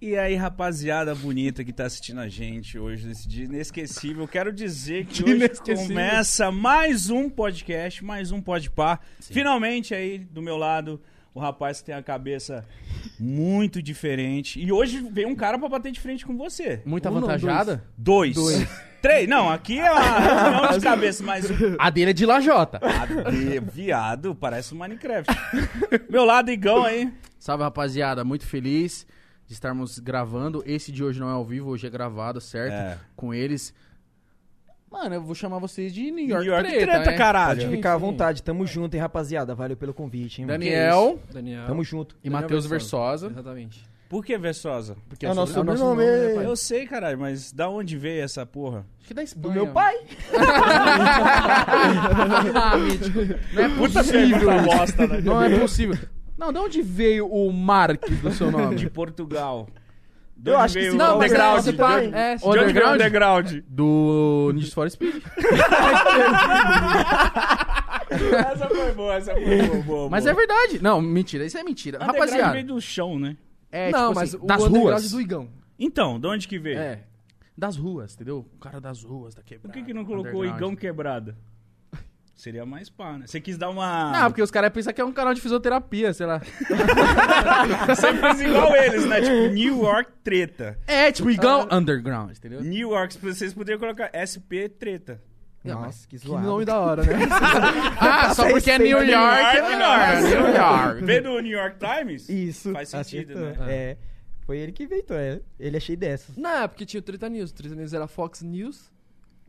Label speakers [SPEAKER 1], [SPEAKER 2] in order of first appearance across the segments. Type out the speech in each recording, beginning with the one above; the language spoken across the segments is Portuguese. [SPEAKER 1] E aí, rapaziada bonita que tá assistindo a gente hoje nesse dia inesquecível, quero dizer que hoje
[SPEAKER 2] Inesquecível.
[SPEAKER 1] começa mais um podcast, mais um podpar. Finalmente aí, do meu lado, o rapaz que tem a cabeça muito diferente. E hoje veio um cara pra bater de frente com você.
[SPEAKER 2] Muito
[SPEAKER 3] Um, não,
[SPEAKER 2] avantajada.
[SPEAKER 1] Dois. Três. Não, aqui é uma reunião de cabeça, mas
[SPEAKER 2] A dele é de lajota.
[SPEAKER 1] Ade- Viado, parece um Minecraft. Meu lado, Igão aí.
[SPEAKER 3] Salve, rapaziada. Muito feliz de estarmos gravando. Esse de hoje não é ao vivo, hoje é gravado, certo?
[SPEAKER 1] É.
[SPEAKER 3] Com eles. Mano, eu vou chamar vocês de New
[SPEAKER 1] New
[SPEAKER 3] York,
[SPEAKER 1] York
[SPEAKER 3] treta,
[SPEAKER 1] treta,
[SPEAKER 3] né?
[SPEAKER 1] caralho.
[SPEAKER 3] Sim,
[SPEAKER 4] Ficar à
[SPEAKER 3] sim.
[SPEAKER 4] vontade. Tamo junto, hein, rapaziada. Valeu pelo convite, hein? mano.
[SPEAKER 3] Daniel
[SPEAKER 5] Daniel.
[SPEAKER 4] Tamo junto.
[SPEAKER 3] e Matheus Versosa.
[SPEAKER 5] Exatamente.
[SPEAKER 1] Por que Versosa?
[SPEAKER 3] Porque
[SPEAKER 4] É o nosso
[SPEAKER 3] sobre-
[SPEAKER 4] sobrenome,
[SPEAKER 3] né,
[SPEAKER 4] é.
[SPEAKER 3] pai?
[SPEAKER 1] Eu é sei, caralho, mas da onde veio essa porra?
[SPEAKER 3] Acho que da Espanha.
[SPEAKER 4] Do meu pai.
[SPEAKER 3] Ah, não é
[SPEAKER 1] Puta
[SPEAKER 3] possível.
[SPEAKER 1] pergunta bosta, né?
[SPEAKER 3] não é possível. Não, de onde veio o Marques do seu
[SPEAKER 1] De
[SPEAKER 3] nome?
[SPEAKER 1] Portugal. De
[SPEAKER 4] Eu
[SPEAKER 1] onde
[SPEAKER 4] acho que
[SPEAKER 1] veio
[SPEAKER 4] sim.
[SPEAKER 1] o
[SPEAKER 4] Não, mas é-
[SPEAKER 1] underground?
[SPEAKER 4] você
[SPEAKER 1] De
[SPEAKER 4] tá-
[SPEAKER 1] onde-
[SPEAKER 4] de-
[SPEAKER 3] É,
[SPEAKER 1] De onde veio o
[SPEAKER 3] underground?
[SPEAKER 1] underground?
[SPEAKER 3] Do Need for Speed.
[SPEAKER 1] Essa foi boa, essa foi boa. boa
[SPEAKER 3] Mas
[SPEAKER 1] boa.
[SPEAKER 3] é verdade. Não, mentira. Isso é mentira.
[SPEAKER 1] Underground
[SPEAKER 3] Rapaziada.
[SPEAKER 1] veio do chão, né?
[SPEAKER 3] É,
[SPEAKER 5] não,
[SPEAKER 3] tipo
[SPEAKER 5] mas
[SPEAKER 3] assim,
[SPEAKER 5] o
[SPEAKER 3] das
[SPEAKER 5] underground
[SPEAKER 3] ruas.
[SPEAKER 5] do Igão.
[SPEAKER 1] Então, de onde que veio?
[SPEAKER 3] É. Das ruas, entendeu? O cara das ruas, da quebrada.
[SPEAKER 1] Por que que não colocou o Igão
[SPEAKER 3] underground.
[SPEAKER 1] Quebrada? Seria mais pá, né? Você quis dar uma...
[SPEAKER 3] Não, porque os caras pensam que é um canal de fisioterapia, sei lá.
[SPEAKER 1] Você fez igual eles, né? Tipo, New York Treta.
[SPEAKER 3] É, tipo, Igão Underground, entendeu?
[SPEAKER 1] New York, vocês poderiam colocar SP Treta.
[SPEAKER 4] Nossa, que zoado.
[SPEAKER 5] Que nome da hora, né?
[SPEAKER 3] Ah, só porque é New York.
[SPEAKER 1] York,
[SPEAKER 3] é
[SPEAKER 1] New
[SPEAKER 3] New York.
[SPEAKER 1] Vê do New York Times?
[SPEAKER 4] Isso.
[SPEAKER 1] Faz sentido, né?
[SPEAKER 4] acertou. É. Foi ele que inventou, é. Ele é cheio dessas.
[SPEAKER 5] Não, porque tinha o Treta News. O Treta News era Fox News.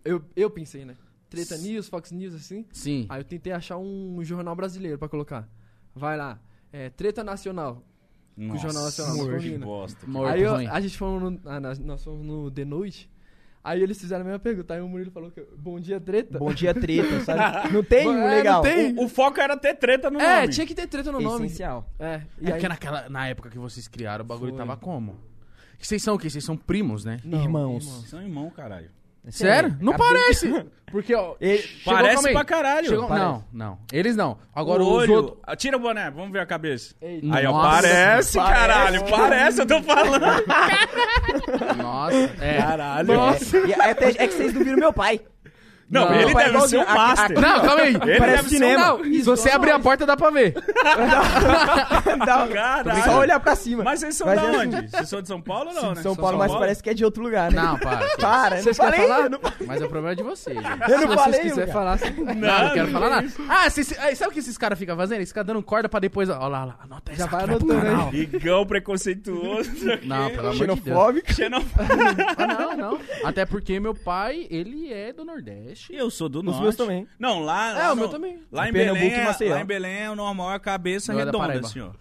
[SPEAKER 5] Eu, eu pensei, né? Treta News, Fox News, assim.
[SPEAKER 3] Sim.
[SPEAKER 5] Aí eu tentei achar um jornal brasileiro pra colocar. Vai lá. É, Treta Nacional.
[SPEAKER 1] Nossa,
[SPEAKER 5] Jornal Nacional,
[SPEAKER 1] amor de
[SPEAKER 5] combina.
[SPEAKER 1] bosta.
[SPEAKER 3] Morto
[SPEAKER 5] aí eu-
[SPEAKER 3] ruim.
[SPEAKER 5] a gente fomos no, ah, nós, nós fomos no The Noite. Aí eles fizeram a mesma pergunta. Aí o Murilo falou que eu- Bom dia, Treta.
[SPEAKER 4] Bom dia, treta, sabe? Não tem um
[SPEAKER 5] É,
[SPEAKER 4] legal.
[SPEAKER 5] não tem.
[SPEAKER 1] O, o foco era ter treta no
[SPEAKER 5] é,
[SPEAKER 1] nome.
[SPEAKER 5] tinha que ter treta no
[SPEAKER 4] Um
[SPEAKER 5] nome.
[SPEAKER 4] essencial.
[SPEAKER 5] É,
[SPEAKER 3] É
[SPEAKER 5] e aí...
[SPEAKER 3] porque naquela, na época que vocês criaram, o bagulho
[SPEAKER 5] Foi.
[SPEAKER 3] tava como? Vocês são o quê? Vocês são primos, né?
[SPEAKER 5] Não,
[SPEAKER 4] Irmãos.
[SPEAKER 1] São é um irmão, caralho.
[SPEAKER 3] Sério? Não
[SPEAKER 4] Acabei-
[SPEAKER 3] parece! Porque, ó.
[SPEAKER 4] Ele-
[SPEAKER 3] chegou-
[SPEAKER 1] Parece
[SPEAKER 3] calma aí.
[SPEAKER 1] pra caralho.
[SPEAKER 3] Chegou-
[SPEAKER 4] Parece.
[SPEAKER 3] Não, não. Eles não. Agora
[SPEAKER 1] o
[SPEAKER 3] os
[SPEAKER 1] olho.
[SPEAKER 3] outros.
[SPEAKER 1] Ah, Tira o boné, vamos ver a cabeça.
[SPEAKER 5] Eita.
[SPEAKER 1] Aí, ó,
[SPEAKER 3] Nossa.
[SPEAKER 1] parece, caralho, parece, eu tô falando.
[SPEAKER 3] Nossa. É.
[SPEAKER 1] Caralho.
[SPEAKER 4] É, e até- é que vocês não viram meu pai.
[SPEAKER 1] Não,
[SPEAKER 3] Não.
[SPEAKER 1] ele
[SPEAKER 4] Meu pai é
[SPEAKER 1] deve ser
[SPEAKER 4] igualzinho.
[SPEAKER 1] um
[SPEAKER 4] Aqui-
[SPEAKER 1] master.
[SPEAKER 3] Não, calma aí.
[SPEAKER 1] Ele
[SPEAKER 4] Parece
[SPEAKER 1] deve ser um
[SPEAKER 4] cinema.
[SPEAKER 3] Não, se você abrir a porta, dá pra ver.
[SPEAKER 4] Dá-
[SPEAKER 1] Caralho.
[SPEAKER 4] Só olhar pra cima.
[SPEAKER 1] Mas vocês são
[SPEAKER 4] Mas
[SPEAKER 1] da
[SPEAKER 4] é-
[SPEAKER 1] onde? Vocês são de São Paulo ou não, né?
[SPEAKER 4] São Paulo, mas parece que é de outro lugar, né?
[SPEAKER 3] Não, para. que
[SPEAKER 1] Tá.
[SPEAKER 4] Para, eu não
[SPEAKER 5] Vocês querem
[SPEAKER 4] falei.
[SPEAKER 5] falar?
[SPEAKER 4] Eu não,
[SPEAKER 3] isso. Mas o problema é de vocês. né?
[SPEAKER 4] eu não
[SPEAKER 5] Se
[SPEAKER 4] falei.
[SPEAKER 5] vocês quiserem
[SPEAKER 4] Lucas.
[SPEAKER 5] falar, assim,
[SPEAKER 3] Não, não quero
[SPEAKER 1] não
[SPEAKER 3] falar
[SPEAKER 1] é
[SPEAKER 3] nada. Ah, cês- aí, sabe o que esses caras ficam fazendo? Eles ficam dando corda pra depois. Ó lá, ó lá, anota essa
[SPEAKER 5] já vai
[SPEAKER 3] aqui, vai pro
[SPEAKER 5] anotando
[SPEAKER 3] canal.
[SPEAKER 5] aí.
[SPEAKER 1] Ligão preconceituoso.
[SPEAKER 3] Não, pelo amor de Deus.
[SPEAKER 4] Xenofóbico.
[SPEAKER 1] Xenofóbico.
[SPEAKER 3] Ah, não, não.
[SPEAKER 4] É
[SPEAKER 3] Até porque meu pai, ele é do Nordeste.
[SPEAKER 1] Eu sou do norte.
[SPEAKER 4] meus também.
[SPEAKER 1] Não, lá. lá
[SPEAKER 5] É, o
[SPEAKER 1] no-
[SPEAKER 5] meu também.
[SPEAKER 1] Lá em,
[SPEAKER 4] Em Pernambuco
[SPEAKER 1] Belém,
[SPEAKER 4] e
[SPEAKER 1] é,
[SPEAKER 4] Maceió.
[SPEAKER 1] lá em Belém é o normal, é a cabeça
[SPEAKER 3] Não é da
[SPEAKER 1] redonda,
[SPEAKER 3] Paraíba.
[SPEAKER 1] assim, ó.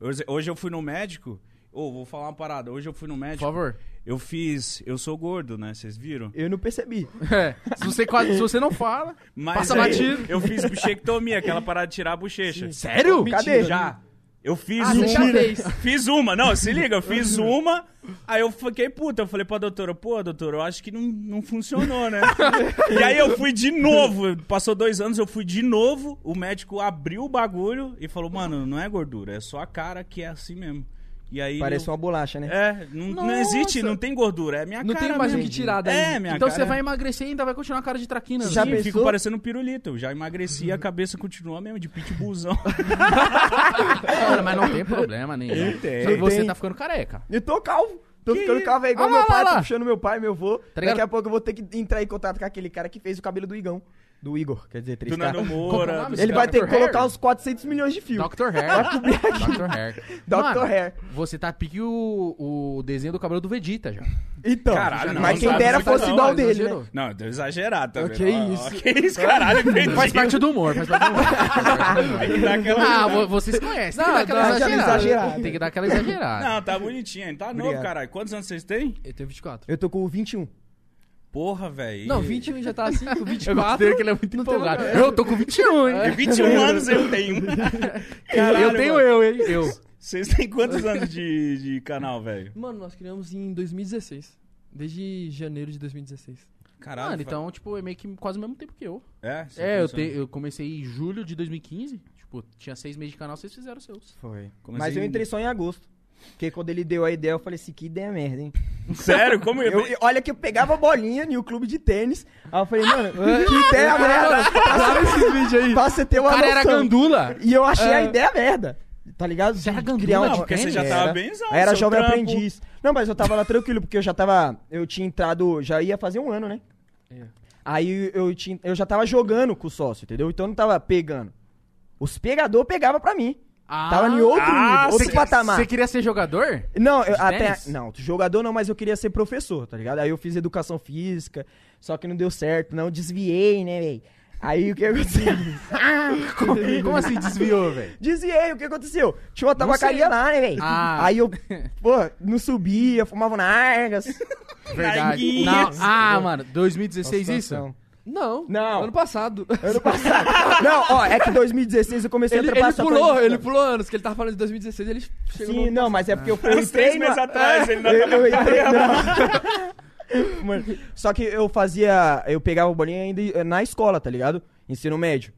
[SPEAKER 1] Hoje, hoje eu fui no médico. Ô, vou falar uma parada. Hoje eu fui no
[SPEAKER 3] Por
[SPEAKER 1] médico.
[SPEAKER 3] favor.
[SPEAKER 1] Eu fiz. Eu sou gordo, né? Vocês viram?
[SPEAKER 4] Eu não percebi.
[SPEAKER 3] É, se, você, quase- se você não fala.
[SPEAKER 1] Mas
[SPEAKER 3] Passa
[SPEAKER 1] aí,
[SPEAKER 3] batido.
[SPEAKER 1] Eu fiz buchectomia, aquela parada de tirar a bochecha.
[SPEAKER 3] Sério?
[SPEAKER 4] Cadê?
[SPEAKER 1] Já. Eu fiz
[SPEAKER 5] Ah,
[SPEAKER 1] uma.
[SPEAKER 5] você já fez.
[SPEAKER 1] Fiz uma, não, se liga, eu fiz uma, aí eu fiquei puta, eu falei pra doutora, pô, doutora, eu acho que não, não funcionou, né? e aí eu fui de novo, passou dois anos, eu fui de novo, o médico abriu o bagulho e falou, mano, não é gordura, é só a cara que é assim mesmo. E aí...
[SPEAKER 4] Parece
[SPEAKER 1] eu-
[SPEAKER 4] uma bolacha, né?
[SPEAKER 1] É, não, não
[SPEAKER 3] Nossa.
[SPEAKER 1] existe, não tem gordura, é minha
[SPEAKER 5] Não
[SPEAKER 1] cara
[SPEAKER 5] tem mais o
[SPEAKER 1] mesmo.
[SPEAKER 5] que tirar daí.
[SPEAKER 1] É, minha
[SPEAKER 3] então
[SPEAKER 1] cara.
[SPEAKER 3] você vai emagrecer e ainda vai continuar a cara de traquina.
[SPEAKER 4] Já
[SPEAKER 1] Sim,
[SPEAKER 3] né?
[SPEAKER 4] pensou?
[SPEAKER 1] fico parecendo um pirulito, eu já emagreci, a cabeça continua mesmo, de pitbullzão.
[SPEAKER 3] Cara, mas não tem problema nenhum.
[SPEAKER 1] tem.
[SPEAKER 3] Só que Você
[SPEAKER 4] Tem.
[SPEAKER 3] tá ficando careca.
[SPEAKER 4] Eu tô calvo. Tô
[SPEAKER 1] Que
[SPEAKER 4] ficando
[SPEAKER 1] isso?
[SPEAKER 4] calvo, é igual
[SPEAKER 3] Ah, lá,
[SPEAKER 4] meu pai,
[SPEAKER 3] lá, lá.
[SPEAKER 4] tô puxando meu pai, meu avô.
[SPEAKER 1] Tá
[SPEAKER 4] Daqui
[SPEAKER 3] ligado?
[SPEAKER 4] a pouco eu vou ter que entrar em contato com aquele cara que fez o cabelo do Igão. Do Igor, quer dizer,
[SPEAKER 1] Do
[SPEAKER 4] 3
[SPEAKER 1] Nando
[SPEAKER 3] Qual que é o
[SPEAKER 1] Moura...
[SPEAKER 3] nome?
[SPEAKER 4] Ele vai ter tá- que
[SPEAKER 3] Dr. Hair?
[SPEAKER 4] colocar uns 400 milhões de fio.
[SPEAKER 3] Dr. Hair. Dr. Hair.
[SPEAKER 4] Dr.
[SPEAKER 3] Mano,
[SPEAKER 4] Hair.
[SPEAKER 3] Você tá pique o, o desenho do cabelo do Vegeta já.
[SPEAKER 4] Então,
[SPEAKER 1] Caralho,
[SPEAKER 4] mas
[SPEAKER 1] não,
[SPEAKER 4] quem
[SPEAKER 1] não
[SPEAKER 4] dera
[SPEAKER 1] sabe
[SPEAKER 4] fosse
[SPEAKER 1] muito
[SPEAKER 4] igual
[SPEAKER 1] não,
[SPEAKER 4] o dele,
[SPEAKER 3] exagerou.
[SPEAKER 4] né?
[SPEAKER 1] Não, deu exagerado, tá
[SPEAKER 5] Ó,
[SPEAKER 1] vendo?
[SPEAKER 5] que
[SPEAKER 1] Ó, ó,
[SPEAKER 5] isso.
[SPEAKER 1] Que isso, caralho,
[SPEAKER 3] Faz
[SPEAKER 1] entendi.
[SPEAKER 3] parte do humor, faz parte do humor. Ah, vo- vocês conhecem. Tem que dar aquela
[SPEAKER 4] dá aquela
[SPEAKER 3] exagerada.
[SPEAKER 4] exagerada.
[SPEAKER 3] Tem que dar aquela exagerada.
[SPEAKER 1] Não, tá bonitinho, hein? tá novo,
[SPEAKER 4] Obrigado.
[SPEAKER 1] caralho. Quantos anos vocês têm?
[SPEAKER 5] Eu tenho 24.
[SPEAKER 4] Eu tô com 21.
[SPEAKER 1] Porra, velho.
[SPEAKER 5] Não, 21 já tá assim, com 24.
[SPEAKER 3] Eu considero que ele é muito
[SPEAKER 5] Não tem
[SPEAKER 3] empolgado.
[SPEAKER 5] lugar.
[SPEAKER 3] Eu tô com 21, hein?
[SPEAKER 1] É 21 anos eu tenho. Caralho,
[SPEAKER 3] eu tenho
[SPEAKER 1] mano.
[SPEAKER 3] eu, hein? Eu.
[SPEAKER 1] Vocês têm quantos anos de, de canal, velho?
[SPEAKER 5] Mano, nós criamos em 2016. Desde janeiro de 2016.
[SPEAKER 1] Caralho.
[SPEAKER 3] Mano, então, tipo, é meio que quase o mesmo tempo que eu.
[SPEAKER 1] É, vocês
[SPEAKER 3] É, eu,
[SPEAKER 1] começaram-
[SPEAKER 3] te- eu comecei em julho de 2015. Tipo, tinha seis meses de canal, vocês fizeram os seus.
[SPEAKER 4] Foi.
[SPEAKER 1] comecei
[SPEAKER 4] mas eu
[SPEAKER 1] em-
[SPEAKER 4] entrei só em agosto. Porque quando ele deu a ideia, eu falei assim, que ideia merda, hein?
[SPEAKER 1] Sério? Como eu...
[SPEAKER 4] Eu- eu- olha que eu pegava bolinha no clube de tênis. Aí eu falei, mano, que ideia merda.
[SPEAKER 5] Grava esses vídeos aí.
[SPEAKER 4] Pra você ter
[SPEAKER 3] O
[SPEAKER 4] uma
[SPEAKER 3] cara era
[SPEAKER 4] noção.
[SPEAKER 3] gandula.
[SPEAKER 4] E eu achei a
[SPEAKER 5] É.
[SPEAKER 4] ideia merda. Tá ligado?
[SPEAKER 3] Você era
[SPEAKER 4] De
[SPEAKER 3] gandula,
[SPEAKER 4] criar uma
[SPEAKER 3] não,
[SPEAKER 1] Não, porque você
[SPEAKER 4] diferença.
[SPEAKER 1] já
[SPEAKER 4] Era.
[SPEAKER 1] tava benzão.
[SPEAKER 4] Aí era
[SPEAKER 1] seu
[SPEAKER 4] jovem
[SPEAKER 1] trampo.
[SPEAKER 4] aprendiz. Não, mas eu tava lá tranquilo, porque eu já tava. Eu tinha entrado. Já ia fazer um ano, né?
[SPEAKER 5] É.
[SPEAKER 4] Aí eu, tinha, eu já tava jogando com o sócio, entendeu? Então eu não tava pegando. Os pegador pegava pra mim. Tava em outro
[SPEAKER 1] Ah,
[SPEAKER 4] nível, outro
[SPEAKER 1] cê-
[SPEAKER 4] patamar.
[SPEAKER 3] Você queria ser jogador?
[SPEAKER 4] Não, eu
[SPEAKER 3] De
[SPEAKER 4] até.
[SPEAKER 3] tênis?
[SPEAKER 4] Não, jogador não, mas eu queria ser professor, tá ligado? Aí eu fiz educação física, só que não deu certo, não. Desviei, né, velho? Aí o que aconteceu?
[SPEAKER 3] Como assim desviou, velho?
[SPEAKER 4] Desviei, o que aconteceu? Tinha uma
[SPEAKER 3] sei.
[SPEAKER 4] tabacaria lá, né, velho?
[SPEAKER 3] Ah.
[SPEAKER 4] Aí eu, pô, não subia, fumava nargas.
[SPEAKER 3] Verdade.
[SPEAKER 1] Narguinhas.
[SPEAKER 3] Não, ah, mano, 2016 isso?
[SPEAKER 5] Não.
[SPEAKER 4] Não.
[SPEAKER 5] Ano passado.
[SPEAKER 4] Ano passado. não, ó, é que 2016 eu comecei
[SPEAKER 5] Ele,
[SPEAKER 4] a
[SPEAKER 5] ele
[SPEAKER 4] trabalhar.
[SPEAKER 5] pulou, ele pulou anos, que ele tava falando de 2016, ele chegou
[SPEAKER 4] Sim,
[SPEAKER 5] no...
[SPEAKER 4] não, mas é porque eu fui
[SPEAKER 1] Uns três meses atrás, ele não tá tava...
[SPEAKER 4] eu entrei, não. Mano, só que eu fazia. Eu pegava o bolinho ainda eh, na escola, tá ligado? Ensino médio.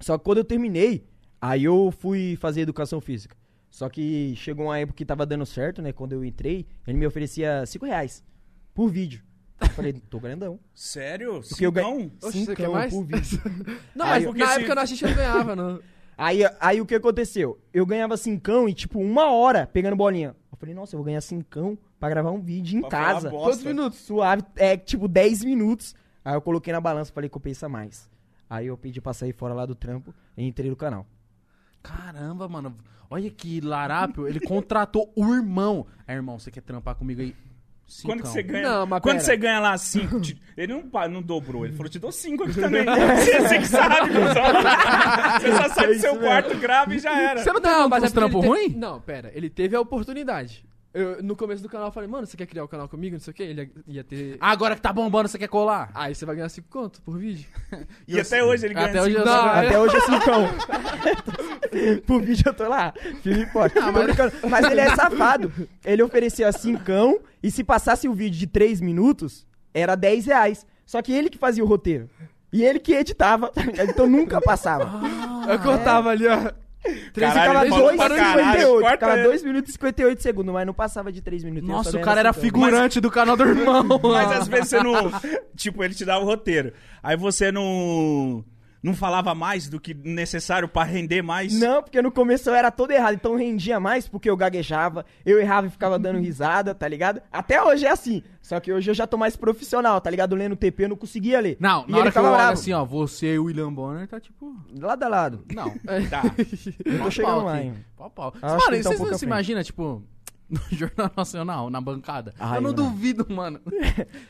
[SPEAKER 4] Só que quando eu terminei, aí eu fui fazer educação física. Só que chegou uma época que tava dando certo, né? Quando eu entrei, ele me oferecia 5 reais por vídeo. Eu falei, tô grandão.
[SPEAKER 1] Sério?
[SPEAKER 4] Porque eu ganho-
[SPEAKER 1] Cincão?
[SPEAKER 5] Oxe, você quer
[SPEAKER 4] Cincão
[SPEAKER 5] mais?
[SPEAKER 4] por vídeo.
[SPEAKER 5] Não,
[SPEAKER 1] Aí,
[SPEAKER 5] mas
[SPEAKER 1] porque
[SPEAKER 5] na
[SPEAKER 1] se-
[SPEAKER 5] época na gente não ganhava, não.
[SPEAKER 4] Aí, aí o que aconteceu? Eu ganhava cincão e, tipo, uma hora pegando bolinha. Eu falei, nossa, eu vou ganhar cincão pra gravar um vídeo em
[SPEAKER 1] Pra falar
[SPEAKER 4] casa.
[SPEAKER 1] bosta.
[SPEAKER 5] Quantos minutos?
[SPEAKER 4] Suave, é tipo 10 minutos. Aí eu coloquei na balança, falei, compensa mais. Aí eu pedi pra sair fora lá do trampo e entrei no canal.
[SPEAKER 3] Caramba, mano. Olha que larápio. Ele contratou o irmão. Aí, irmão, você quer trampar comigo aí?
[SPEAKER 1] Quando que
[SPEAKER 3] Cincão.
[SPEAKER 1] você ganha?
[SPEAKER 5] Não, mas
[SPEAKER 1] Quando
[SPEAKER 5] pera.
[SPEAKER 1] você ganha lá cinco? te- Ele não, pa- não dobrou, ele falou, te dou cinco aqui também. você, você que sabe, cuzão. Você só sai do seu quarto, grava e já era.
[SPEAKER 3] Você não tem não, mas
[SPEAKER 5] é porque
[SPEAKER 3] trampo
[SPEAKER 5] ele te-
[SPEAKER 3] ruim?
[SPEAKER 5] Não, pera, ele teve a oportunidade. Eu, no começo do canal eu falei, mano, você quer criar o canal comigo, não sei o quê? Ele ia- ia ter...
[SPEAKER 3] Agora que tá bombando, você quer colar?
[SPEAKER 5] Aí você vai ganhar 5 conto por vídeo.
[SPEAKER 1] E até hoje ele ganha
[SPEAKER 3] Até hoje
[SPEAKER 1] cinco.
[SPEAKER 3] eu
[SPEAKER 5] Não,
[SPEAKER 3] só ganho.
[SPEAKER 4] Até hoje é cincão. Por vídeo eu tô lá. Felipe pode. Tô brincando. mas... ele é safado. Ele oferecia cincão e se passasse o vídeo de 3 minutos, era 10 reais. Só que ele que fazia o roteiro. E ele que editava, tá ligado? então nunca passava.
[SPEAKER 5] eu cortava ali, ó.
[SPEAKER 4] Ele
[SPEAKER 5] Três
[SPEAKER 1] Caralho,
[SPEAKER 4] ficava
[SPEAKER 5] e
[SPEAKER 1] falou
[SPEAKER 5] dois,
[SPEAKER 1] pra
[SPEAKER 4] 2
[SPEAKER 5] dois,
[SPEAKER 1] caralho. corta
[SPEAKER 4] ficava
[SPEAKER 1] ele.
[SPEAKER 4] 2 minutos e 58 segundos, mas não passava de 3 minutos. eu
[SPEAKER 3] Nossa,
[SPEAKER 4] só
[SPEAKER 3] o cara era
[SPEAKER 4] cincão.
[SPEAKER 3] figurante do canal do irmão.
[SPEAKER 1] Mas assim, às vezes você não. Tipo, ele te dava o roteiro. Aí você não. Não falava mais do que necessário pra render mais.
[SPEAKER 4] Não, porque no começo eu era todo errado, então rendia mais porque eu gaguejava, eu errava e ficava dando risada, tá ligado? Até hoje é assim, só que hoje eu já tô mais profissional, tá ligado? Lendo TP eu não conseguia ler.
[SPEAKER 3] Não,
[SPEAKER 4] e
[SPEAKER 3] na hora que eu
[SPEAKER 4] tava
[SPEAKER 3] olho
[SPEAKER 4] bravo.
[SPEAKER 3] assim, ó, você e o William Bonner tá tipo...
[SPEAKER 4] Lado a lado.
[SPEAKER 3] Não.
[SPEAKER 1] Tá.
[SPEAKER 4] Eu tô chegando lá,
[SPEAKER 3] aqui.
[SPEAKER 4] hein?
[SPEAKER 3] Pau, pau.
[SPEAKER 4] Ah, acho
[SPEAKER 3] mano,
[SPEAKER 4] que tá um
[SPEAKER 3] vocês
[SPEAKER 4] pouco
[SPEAKER 3] não
[SPEAKER 4] à
[SPEAKER 3] se
[SPEAKER 4] frente.
[SPEAKER 3] imaginam, tipo, no Jornal Nacional, na bancada?
[SPEAKER 4] Ai,
[SPEAKER 3] eu não
[SPEAKER 4] mano.
[SPEAKER 3] duvido, mano.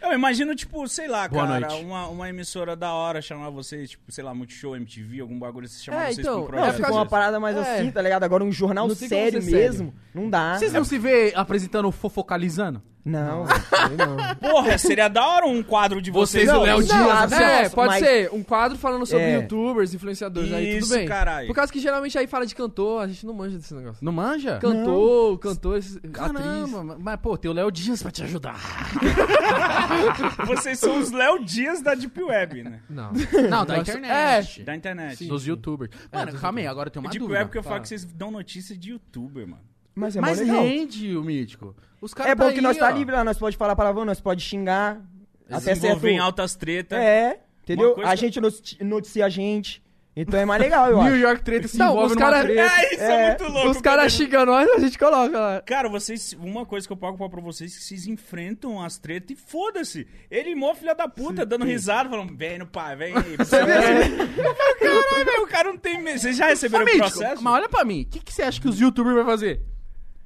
[SPEAKER 1] Eu imagino, tipo, sei lá,
[SPEAKER 3] Boa
[SPEAKER 1] cara,
[SPEAKER 3] noite.
[SPEAKER 1] uma, uma emissora da hora chamar vocês, tipo, sei lá, Multishow, MTV, algum bagulho, vocês chamar
[SPEAKER 5] É,
[SPEAKER 1] vocês pra um
[SPEAKER 5] então,
[SPEAKER 4] Não,
[SPEAKER 5] é,
[SPEAKER 1] projeto.
[SPEAKER 4] ficou uma
[SPEAKER 5] vezes.
[SPEAKER 4] parada mais
[SPEAKER 5] É.
[SPEAKER 4] assim, tá ligado? Agora um jornal
[SPEAKER 5] Não tem como
[SPEAKER 4] sério
[SPEAKER 5] ser sério.
[SPEAKER 4] mesmo, não dá.
[SPEAKER 3] Vocês não se vê apresentando o Fofocalizando?
[SPEAKER 4] Não, velho, eu não.
[SPEAKER 1] Porra, seria da hora um quadro de vocês.
[SPEAKER 3] Vocês,
[SPEAKER 1] dois.
[SPEAKER 3] o Léo Dias,
[SPEAKER 5] Não,
[SPEAKER 3] assim,
[SPEAKER 5] é,
[SPEAKER 4] nossa,
[SPEAKER 5] pode
[SPEAKER 4] mas-
[SPEAKER 5] ser um quadro falando sobre
[SPEAKER 4] É.
[SPEAKER 5] youtubers, influenciadores, aí tudo
[SPEAKER 1] Isso,
[SPEAKER 5] bem.
[SPEAKER 1] caralho.
[SPEAKER 5] Por causa que geralmente aí fala de cantor, a gente não manja desse negócio.
[SPEAKER 3] Não manja?
[SPEAKER 5] Cantor, cantor, esses-
[SPEAKER 3] Caramba,
[SPEAKER 5] atriz.
[SPEAKER 3] ma- mas pô, tem o Léo Dias pra te ajudar.
[SPEAKER 1] Vocês são os Léo Dias da Deep Web, né?
[SPEAKER 5] Não.
[SPEAKER 3] Não, da
[SPEAKER 5] Nossa,
[SPEAKER 4] é,
[SPEAKER 3] internet.
[SPEAKER 1] Da internet.
[SPEAKER 3] Dos youtubers. Mano,
[SPEAKER 5] dos
[SPEAKER 3] calma aí, agora tem uma
[SPEAKER 1] Deep
[SPEAKER 3] dúvida. tá?
[SPEAKER 1] Web que eu falo
[SPEAKER 5] fala.
[SPEAKER 1] que vocês dão notícia de youtuber, mano.
[SPEAKER 4] Mas é mó
[SPEAKER 3] Mas
[SPEAKER 4] legal.
[SPEAKER 3] rende o mítico. Os caras
[SPEAKER 4] É bom
[SPEAKER 3] tá
[SPEAKER 4] que
[SPEAKER 3] aí,
[SPEAKER 4] nós tá
[SPEAKER 3] ó.
[SPEAKER 4] livre lá, nós pode falar palavrão, nós pode xingar. Até certo.
[SPEAKER 1] Desenvolver em altas
[SPEAKER 3] né?
[SPEAKER 1] tretas.
[SPEAKER 4] É, entendeu?
[SPEAKER 1] Uma coisa-
[SPEAKER 4] A gente noti- noticia a gente. Então é mais legal, eu acho.
[SPEAKER 3] New York treta se
[SPEAKER 5] Não,
[SPEAKER 3] envolve
[SPEAKER 5] os
[SPEAKER 3] numa
[SPEAKER 5] cara-
[SPEAKER 3] treta.
[SPEAKER 1] É, isso é,
[SPEAKER 4] É,
[SPEAKER 1] muito louco.
[SPEAKER 5] Os caras
[SPEAKER 1] cara.
[SPEAKER 5] xingam nós, a gente coloca lá.
[SPEAKER 1] Cara, vocês. Uma coisa que eu pago pau pra vocês é que vocês enfrentam as tretas e foda-se. Ele mó filha da puta, dando risada, falando, vem no pai, vem aí. Você vê? Caralho, o cara não tem medo. Vocês já
[SPEAKER 3] Ô,
[SPEAKER 1] receberam o
[SPEAKER 3] Mítico,
[SPEAKER 1] processo?
[SPEAKER 3] mas olha pra mim, o que, que você acha que os youtubers vão fazer?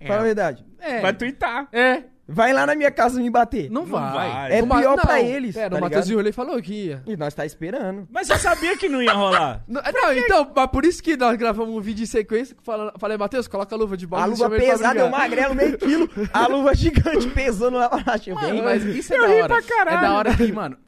[SPEAKER 4] Fala a verdade.
[SPEAKER 3] É.
[SPEAKER 1] Vai twittar.
[SPEAKER 3] É,
[SPEAKER 4] Vai lá na minha casa me bater.
[SPEAKER 3] não, vai.
[SPEAKER 1] vai.
[SPEAKER 4] É
[SPEAKER 5] O Ma-
[SPEAKER 4] pior
[SPEAKER 5] não,
[SPEAKER 4] pra eles.
[SPEAKER 5] Pera,
[SPEAKER 4] tá
[SPEAKER 5] o Matheus
[SPEAKER 4] ligado?
[SPEAKER 5] Virulei falou que ia.
[SPEAKER 4] E nós tá esperando.
[SPEAKER 1] Mas você sabia que não ia rolar.
[SPEAKER 5] Não, não, então, mas por isso que nós gravamos um vídeo em sequência. que fala- Falei, Matheus, coloca a luva de bola.
[SPEAKER 4] a
[SPEAKER 5] e
[SPEAKER 4] luva
[SPEAKER 5] chama ele pra
[SPEAKER 4] pesada, é eu
[SPEAKER 5] brigar."
[SPEAKER 4] magrelo, meio quilo. A luva gigante pesando lá pra baixo.
[SPEAKER 3] Mano,
[SPEAKER 4] Vem,
[SPEAKER 3] mas isso é
[SPEAKER 1] Eu
[SPEAKER 3] da
[SPEAKER 1] ri
[SPEAKER 3] hora.
[SPEAKER 1] pra caralho.
[SPEAKER 3] É da hora que, mano,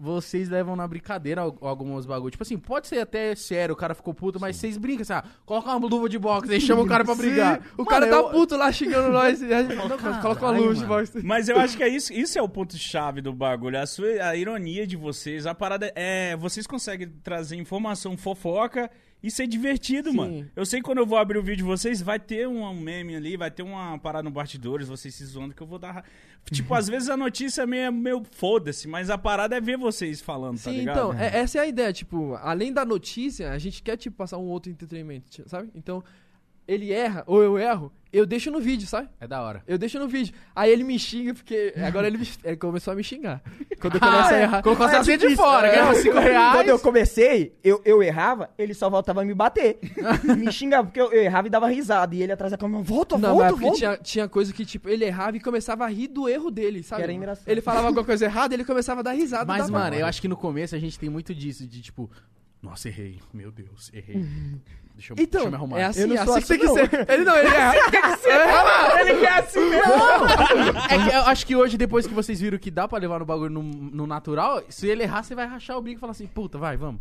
[SPEAKER 3] vocês levam na brincadeira al- alguns bagulho. Tipo assim, pode ser até sério, o cara ficou puto, mas vocês brincam, assim, ah, coloca uma luva de boxe, aí chama o cara pra
[SPEAKER 5] Sim,
[SPEAKER 3] brigar.
[SPEAKER 5] O cara tá
[SPEAKER 3] puto.
[SPEAKER 5] puto lá xingando nós. e a gente fala, Não, cara, coloca a
[SPEAKER 3] Caralho,
[SPEAKER 5] luva de
[SPEAKER 3] mano.
[SPEAKER 5] bola.
[SPEAKER 1] Mas eu acho que é isso, isso é o ponto chave do bagulho, a sua a ironia de vocês, a parada é, vocês conseguem trazer informação fofoca Isso é divertido,
[SPEAKER 5] Sim.
[SPEAKER 1] mano. Eu sei que quando eu vou abrir o vídeo de vocês, vai ter um, um meme ali, vai ter uma parada no bastidores, vocês se zoando, que eu vou dar. ra- Tipo, às vezes a notícia é meio, meio foda-se, mas a parada é ver vocês falando, tá
[SPEAKER 5] Sim,
[SPEAKER 1] ligado?
[SPEAKER 5] então, é- essa é a ideia, tipo, além da notícia, a gente quer, tipo, passar um outro entretenimento, ti- sabe? Então, ele erra, ou eu erro, eu deixo no vídeo, sabe?
[SPEAKER 3] É da hora.
[SPEAKER 5] Eu deixo no vídeo. Aí ele me xinga, porque agora ele, me- ele começou a me xingar. Quando eu começo ah, a errar.
[SPEAKER 3] Colocou
[SPEAKER 4] É
[SPEAKER 3] essa senha de
[SPEAKER 4] difícil.
[SPEAKER 3] fora,
[SPEAKER 4] É.
[SPEAKER 3] ganhava 5 reais.
[SPEAKER 4] Quando eu comecei, eu, eu errava, ele só voltava a me bater. me xingava, porque eu, eu errava e dava risada. E ele atrás da câmera, volta,
[SPEAKER 5] Não, mas é
[SPEAKER 4] volta,
[SPEAKER 5] porque
[SPEAKER 4] volta.
[SPEAKER 5] tinha, tinha coisa que, tipo, ele errava e começava a rir do erro dele, sabe?
[SPEAKER 4] Que era engraçado.
[SPEAKER 5] Ele falava alguma coisa errada, ele começava a dar risada.
[SPEAKER 3] Mas,
[SPEAKER 5] da
[SPEAKER 3] mano,
[SPEAKER 5] hora.
[SPEAKER 3] eu acho que no começo a gente tem muito disso, de tipo, nossa, errei. Meu Deus, errei. Deixa eu, deixa eu me
[SPEAKER 5] Então,
[SPEAKER 3] arrumar.
[SPEAKER 5] é assim,
[SPEAKER 4] Eu não
[SPEAKER 5] assim,
[SPEAKER 4] sou
[SPEAKER 5] tem
[SPEAKER 4] assim,
[SPEAKER 5] que
[SPEAKER 4] não.
[SPEAKER 5] ser. Ele não, ele erra.
[SPEAKER 4] assim
[SPEAKER 1] Ele quer assim mesmo.
[SPEAKER 3] É que eu acho que hoje, depois que vocês viram que dá pra levar no bagulho no, no natural, se ele errar, você vai rachar o bico e falar assim, puta, vai, vamos.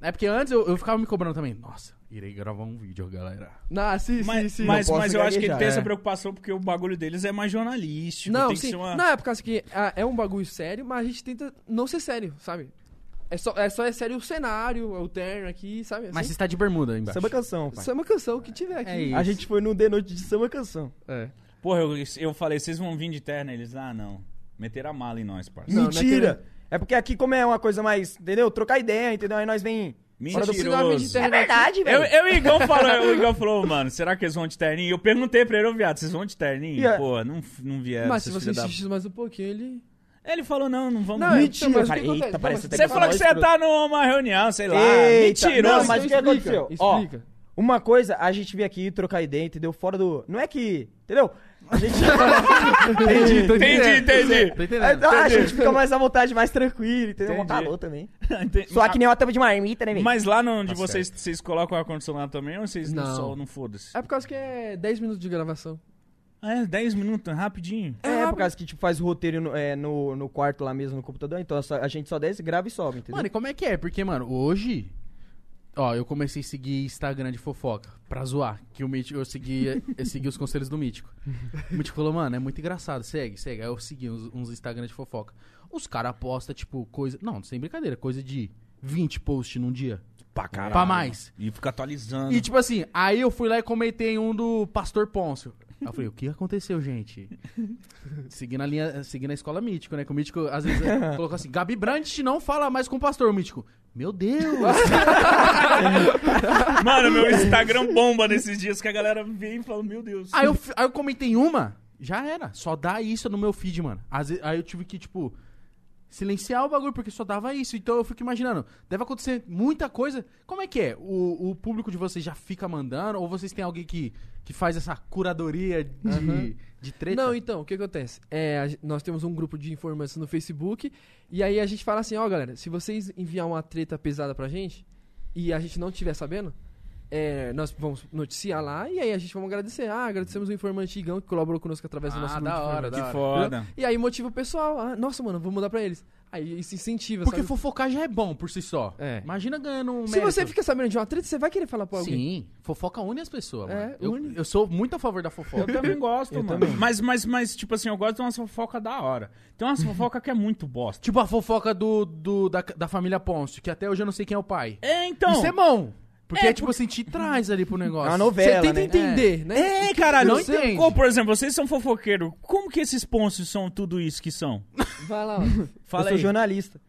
[SPEAKER 3] É porque antes eu, eu ficava me cobrando também. Nossa, irei gravar um vídeo, galera.
[SPEAKER 5] Não, sim, sim,
[SPEAKER 1] Mas,
[SPEAKER 5] sim.
[SPEAKER 1] mas,
[SPEAKER 4] Não posso
[SPEAKER 1] mas eu acho que ele
[SPEAKER 4] gaguejar,
[SPEAKER 1] tem essa
[SPEAKER 4] é.
[SPEAKER 1] preocupação porque o bagulho deles é mais jornalístico.
[SPEAKER 5] Não,
[SPEAKER 1] tem que
[SPEAKER 5] sim.
[SPEAKER 1] ser uma...
[SPEAKER 5] Não, é por causa que ah, é um bagulho sério, mas a gente tenta não ser sério, sabe? É só é, só é sério o cenário, o terno aqui, sabe? Assim,
[SPEAKER 3] Mas você está de bermuda aí embaixo.
[SPEAKER 4] Samba canção, pai.
[SPEAKER 5] Isso é uma canção que tiver aqui.
[SPEAKER 3] É isso.
[SPEAKER 4] A gente foi no The Noite de Samba Canção.
[SPEAKER 5] É.
[SPEAKER 1] Porra, eu, eu falei, vocês vão vir de terno? Eles, ah, não. Meteram a mala em nós, parça.
[SPEAKER 5] Não,
[SPEAKER 4] Mentira!
[SPEAKER 5] não é
[SPEAKER 4] é porque aqui, como é uma coisa mais, entendeu? Trocar ideia, entendeu? Aí nós vem.
[SPEAKER 5] Você não vem de
[SPEAKER 1] É Mentiroso.
[SPEAKER 5] terno
[SPEAKER 4] verdade,
[SPEAKER 1] Eu, eu e o Igão falou, o Igão falou, mano, será que eles vão de terninho? Eu perguntei pra ele, ô viado, vocês vão de terninho?
[SPEAKER 4] E a-
[SPEAKER 1] Pô, não, f- não vieram.
[SPEAKER 5] Mas se
[SPEAKER 1] vocês
[SPEAKER 5] você
[SPEAKER 1] filha da-
[SPEAKER 5] insistir mais um pouquinho, ele.
[SPEAKER 1] Ele falou, não, não vamos.
[SPEAKER 5] Não,
[SPEAKER 4] Mentira,
[SPEAKER 5] então, mas o
[SPEAKER 4] cara.
[SPEAKER 5] que acontece?
[SPEAKER 4] Eita,
[SPEAKER 5] Não,
[SPEAKER 4] parece
[SPEAKER 5] mas
[SPEAKER 4] até
[SPEAKER 1] Você
[SPEAKER 4] que
[SPEAKER 1] falou que
[SPEAKER 4] falou
[SPEAKER 1] você tá
[SPEAKER 4] escroto.
[SPEAKER 1] numa reunião, sei lá.
[SPEAKER 4] Eita,
[SPEAKER 1] Mentiroso.
[SPEAKER 4] não, mas o que
[SPEAKER 5] explica,
[SPEAKER 4] aconteceu? Ó,
[SPEAKER 5] Explica.
[SPEAKER 4] Uma coisa, a gente veio aqui trocar ideia, entendeu? Fora do. Não é que. Entendeu? A gente.
[SPEAKER 3] Entendi, tô
[SPEAKER 1] Entendi,
[SPEAKER 3] entendendo.
[SPEAKER 1] né? entendi.
[SPEAKER 3] Tô
[SPEAKER 4] É,
[SPEAKER 3] entendendo.
[SPEAKER 4] não, a gente fica mais à vontade, mais tranquilo, entendeu? Um
[SPEAKER 1] Entendi.
[SPEAKER 4] calor também.
[SPEAKER 1] Entendi.
[SPEAKER 4] Só que nem uma tampa de marmita, né, velho?
[SPEAKER 1] Mas lá no- onde
[SPEAKER 3] Tá
[SPEAKER 1] vocês, vocês colocam ar-condicionado também ou vocês no
[SPEAKER 5] Não.
[SPEAKER 1] sol, não foda-se?
[SPEAKER 5] É por causa que é 10 minutos de gravação.
[SPEAKER 1] Ah, é 10 minutos, rapidinho.
[SPEAKER 4] É, por causa que, tipo, faz o roteiro no, é, no, no quarto lá mesmo, no computador. Então só- a gente só desce, grava e sobe, entendeu?
[SPEAKER 3] Mano, e como é que é? Porque, mano, hoje. Ó, eu comecei a seguir Instagram de fofoca pra zoar. Que o Mítico, eu segui, eu segui os conselhos do Mítico. O Mítico falou, mano, é muito engraçado, segue, segue. Aí eu segui uns, uns Instagram de fofoca. Os caras postam, tipo, coisa. Não, sem brincadeira, coisa de 20 posts num dia.
[SPEAKER 1] Pra caralho.
[SPEAKER 3] Pra mais.
[SPEAKER 1] E fica atualizando.
[SPEAKER 3] E tipo assim, aí eu fui lá e comentei um do Pastor Pôncio. Aí eu falei, o que aconteceu, gente? Seguindo a linha, seguindo a escola mítico, né? Que o mítico às vezes é, colocou assim: Gabi Brandt não fala mais com o pastor o mítico. Meu Deus!
[SPEAKER 1] tipo, Mano, meu Instagram bomba nesses dias que a galera vem e fala, meu Deus.
[SPEAKER 3] aí, eu, fi- aí eu comentei uma, já era. Só dá isso no meu feed, mano. Às vezes- aí eu tive que, tipo, silenciar o bagulho, porque só dava isso. Então eu fico imaginando, deve acontecer muita coisa. Como é que é? O, o público de vocês já fica mandando? Ou vocês têm alguém que, que faz essa curadoria de, de treta?
[SPEAKER 5] Não, então, o que acontece? É, a gen- nós temos um grupo de informantes no Facebook e aí a gente fala assim, ó, galera, se vocês enviar uma treta pesada pra gente e a gente não tiver sabendo, é, nós vamos noticiar lá e aí a gente vamos agradecer. Ah, agradecemos o informante Igão que colaborou conosco através do
[SPEAKER 3] Ah,
[SPEAKER 5] nosso grupo
[SPEAKER 3] da
[SPEAKER 5] de
[SPEAKER 3] hora,
[SPEAKER 5] informantes.
[SPEAKER 1] que
[SPEAKER 3] da hora.
[SPEAKER 1] foda.
[SPEAKER 5] E aí motiva o pessoal. Ah, nossa, mano, vou mandar pra eles. Aí isso incentiva,
[SPEAKER 3] Porque
[SPEAKER 5] sabe?
[SPEAKER 3] fofocar já é bom por si só.
[SPEAKER 5] É.
[SPEAKER 3] Imagina ganhando um
[SPEAKER 5] Se você
[SPEAKER 3] mérito.
[SPEAKER 5] fica sabendo de uma treta, você vai querer falar pra alguém.
[SPEAKER 3] Sim, fofoca une as pessoas,
[SPEAKER 5] É,
[SPEAKER 3] mano. Eu-
[SPEAKER 5] une.
[SPEAKER 3] Eu, sou muito a favor da
[SPEAKER 1] Eu
[SPEAKER 3] fofoca.
[SPEAKER 1] também gosto, mano. Mas, mas, mas, tipo assim, eu gosto de umas fofoca da hora. Tem umas fofoca que é muito bosta.
[SPEAKER 3] tipo a fofoca do, do- da, da família Ponce, que até hoje eu não sei quem é o pai.
[SPEAKER 1] É, então.
[SPEAKER 3] Isso é bom. Porque,
[SPEAKER 1] É,
[SPEAKER 3] tipo assim, te traz ali pro negócio.
[SPEAKER 4] É uma
[SPEAKER 5] Você
[SPEAKER 4] novela,
[SPEAKER 5] tenta
[SPEAKER 4] né?
[SPEAKER 5] entender, né?
[SPEAKER 1] É, caralho.
[SPEAKER 3] Não
[SPEAKER 1] eu entendo.
[SPEAKER 3] entende.
[SPEAKER 1] Como, por exemplo, vocês são fofoqueiros. Como que esses pontos são tudo isso que são?
[SPEAKER 5] Vai lá, ó.
[SPEAKER 1] Fala aí. Ah,
[SPEAKER 4] eu
[SPEAKER 1] tá.
[SPEAKER 4] sou jornalista.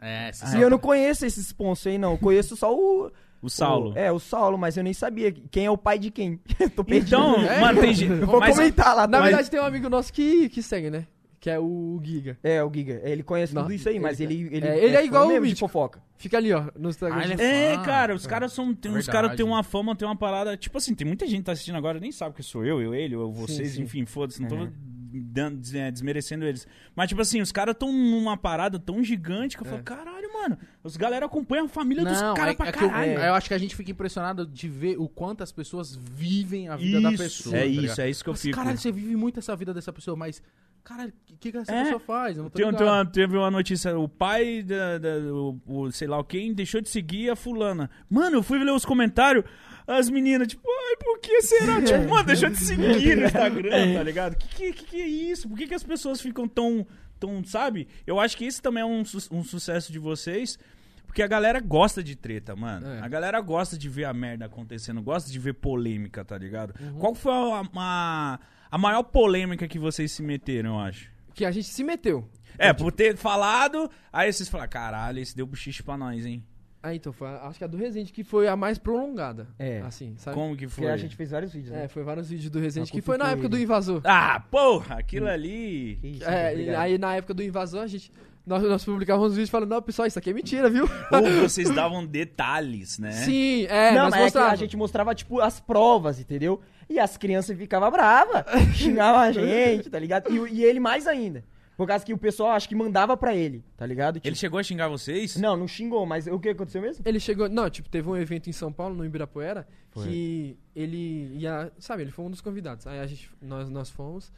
[SPEAKER 3] É, se
[SPEAKER 4] e eu não conheço esses sponsors aí, não. Eu conheço só o...
[SPEAKER 1] O Saulo.
[SPEAKER 4] o- é, o Saulo, mas eu nem sabia quem é o pai de quem. Tô perdido.
[SPEAKER 1] Então,
[SPEAKER 5] É.
[SPEAKER 1] mano, tem gente.
[SPEAKER 4] Eu vou
[SPEAKER 1] mas-
[SPEAKER 4] comentar lá,
[SPEAKER 5] Na
[SPEAKER 4] tá?
[SPEAKER 5] verdade, tem um amigo nosso que, que segue, né? Que é o Giga.
[SPEAKER 4] É, o Giga. Ele conhece
[SPEAKER 5] Não,
[SPEAKER 4] tudo isso aí, mas
[SPEAKER 5] ele-
[SPEAKER 4] ele... Ele
[SPEAKER 5] é, ele é igual
[SPEAKER 4] fã
[SPEAKER 5] o
[SPEAKER 4] mesmo de
[SPEAKER 5] Mítico.
[SPEAKER 4] fofoca.
[SPEAKER 5] Fica ali, ó, no Instagram.
[SPEAKER 3] Ah, ele
[SPEAKER 1] É,
[SPEAKER 3] Ah,
[SPEAKER 1] cara, os caras são. Tem, os
[SPEAKER 3] Verdade.
[SPEAKER 1] caras têm uma fama, tem uma parada. Tipo assim, tem muita gente que tá assistindo agora, nem sabe que sou eu, eu, ele, ou vocês,
[SPEAKER 5] sim.
[SPEAKER 1] enfim, foda-se, não tô
[SPEAKER 3] É.
[SPEAKER 1] dan- des- eh, desmerecendo eles. Mas, tipo assim, os caras tão numa parada tão gigante que eu falo, caralho, mano, os galera acompanham a família dos
[SPEAKER 3] É. Não,
[SPEAKER 1] caras
[SPEAKER 3] é,
[SPEAKER 1] pra
[SPEAKER 3] é que eu,
[SPEAKER 1] caralho.
[SPEAKER 3] eu acho que a gente fica impressionado de ver o quanto as pessoas vivem a vida da pessoa.
[SPEAKER 1] é
[SPEAKER 3] tá
[SPEAKER 1] isso,
[SPEAKER 3] ligado?
[SPEAKER 1] é isso que eu
[SPEAKER 3] Mas,
[SPEAKER 1] fico.
[SPEAKER 3] Caralho, você vive muito essa vida dessa pessoa, mas. Caralho, o que, que essa
[SPEAKER 1] É.
[SPEAKER 3] pessoa faz? Eu não tô
[SPEAKER 1] Tem- tem
[SPEAKER 3] ligado.
[SPEAKER 1] uma- teve uma notícia, o pai da, da- o, o sei lá quem deixou de seguir a fulana. Mano, eu fui ler os comentários, as meninas, tipo, ai, por que será? Tipo, mano, deixou de seguir no
[SPEAKER 3] É.
[SPEAKER 1] Instagram, tá ligado? Que que, que que é isso? Por que, que as pessoas ficam tão, tão, sabe? Eu acho que esse também é um, su- um sucesso de vocês. Porque a galera gosta de treta, mano.
[SPEAKER 5] É.
[SPEAKER 1] A galera gosta de ver a merda acontecendo, gosta de ver polêmica, tá ligado?
[SPEAKER 3] Uhum.
[SPEAKER 1] Qual foi a, a, a maior polêmica que vocês se meteram, eu acho?
[SPEAKER 4] é
[SPEAKER 5] Que a gente se meteu.
[SPEAKER 1] É, por ter falado, aí vocês falaram, caralho, esse deu buchiche pra nós, hein?
[SPEAKER 5] Ah, então, foi a- acho que a do Resende que foi a mais prolongada.
[SPEAKER 4] É.
[SPEAKER 5] Assim, sabe?
[SPEAKER 1] Como que foi?
[SPEAKER 4] Porque a gente fez vários vídeos, né?
[SPEAKER 5] É, foi vários vídeos do Resende
[SPEAKER 4] A
[SPEAKER 5] que
[SPEAKER 4] culpa
[SPEAKER 5] foi na
[SPEAKER 4] foi
[SPEAKER 5] época
[SPEAKER 4] ele.
[SPEAKER 5] do invasor.
[SPEAKER 1] Ah, porra, aquilo ali.
[SPEAKER 4] Que isso,
[SPEAKER 5] É, e
[SPEAKER 4] obrigado.
[SPEAKER 5] aí na época do invasor, a gente. Nós, nós publicávamos vídeos falando, não, pessoal, isso aqui é mentira, viu?
[SPEAKER 1] Ou vocês davam detalhes, né?
[SPEAKER 5] Sim, é,
[SPEAKER 4] não,
[SPEAKER 5] nós
[SPEAKER 4] mas é que a
[SPEAKER 5] mostrávamos.
[SPEAKER 4] gente mostrava, tipo, as provas, entendeu? E as crianças ficavam bravas, xingavam a gente, tá ligado? E, o- e ele mais ainda. Por causa que o pessoal acho que mandava pra ele, tá ligado? Tipo,
[SPEAKER 1] Ele chegou a xingar vocês?
[SPEAKER 4] Não, não xingou, mas o que aconteceu mesmo?
[SPEAKER 5] Ele chegou. Não, tipo, teve um evento em São Paulo, no Ibirapuera, que ele ia. Sabe, ele foi um dos convidados. Aí a gente, nós, nós fomos.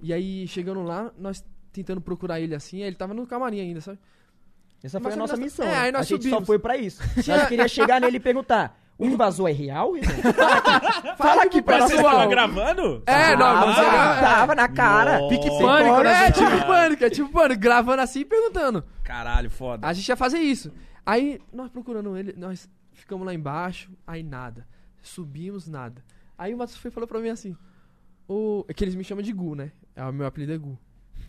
[SPEAKER 5] E aí, chegando lá, nós tentando procurar ele assim, aí ele tava no camarim ainda, sabe?
[SPEAKER 4] Essa
[SPEAKER 5] Mas
[SPEAKER 4] foi a nossa
[SPEAKER 5] nós-
[SPEAKER 4] missão.
[SPEAKER 5] é,
[SPEAKER 4] né?
[SPEAKER 5] aí nós
[SPEAKER 4] a gente só
[SPEAKER 5] subimos.
[SPEAKER 4] foi pra isso. Nós queríamos chegar nele e perguntar: o invasor é real, irmão? Fala
[SPEAKER 5] um
[SPEAKER 4] aqui pra
[SPEAKER 1] Mas vocês
[SPEAKER 4] pessoal.
[SPEAKER 1] estavam gravando? Ah,
[SPEAKER 5] É, não,
[SPEAKER 4] Tava,
[SPEAKER 5] mas é-
[SPEAKER 4] Ah, tava na cara.
[SPEAKER 1] Nossa.
[SPEAKER 4] Pique
[SPEAKER 1] Pânico,
[SPEAKER 5] Pânico,
[SPEAKER 4] Cora,
[SPEAKER 5] né? É
[SPEAKER 4] assim.
[SPEAKER 5] tipo pânico, é tipo pânico, gravando assim e perguntando.
[SPEAKER 1] Caralho, foda.
[SPEAKER 5] A gente ia fazer isso. Aí, nós procurando ele, nós ficamos lá embaixo, aí nada. Subimos, nada. Aí o Matos foi e falou pra mim assim: o... É que eles me chamam de Gu, né? É, o meu apelido é Gu.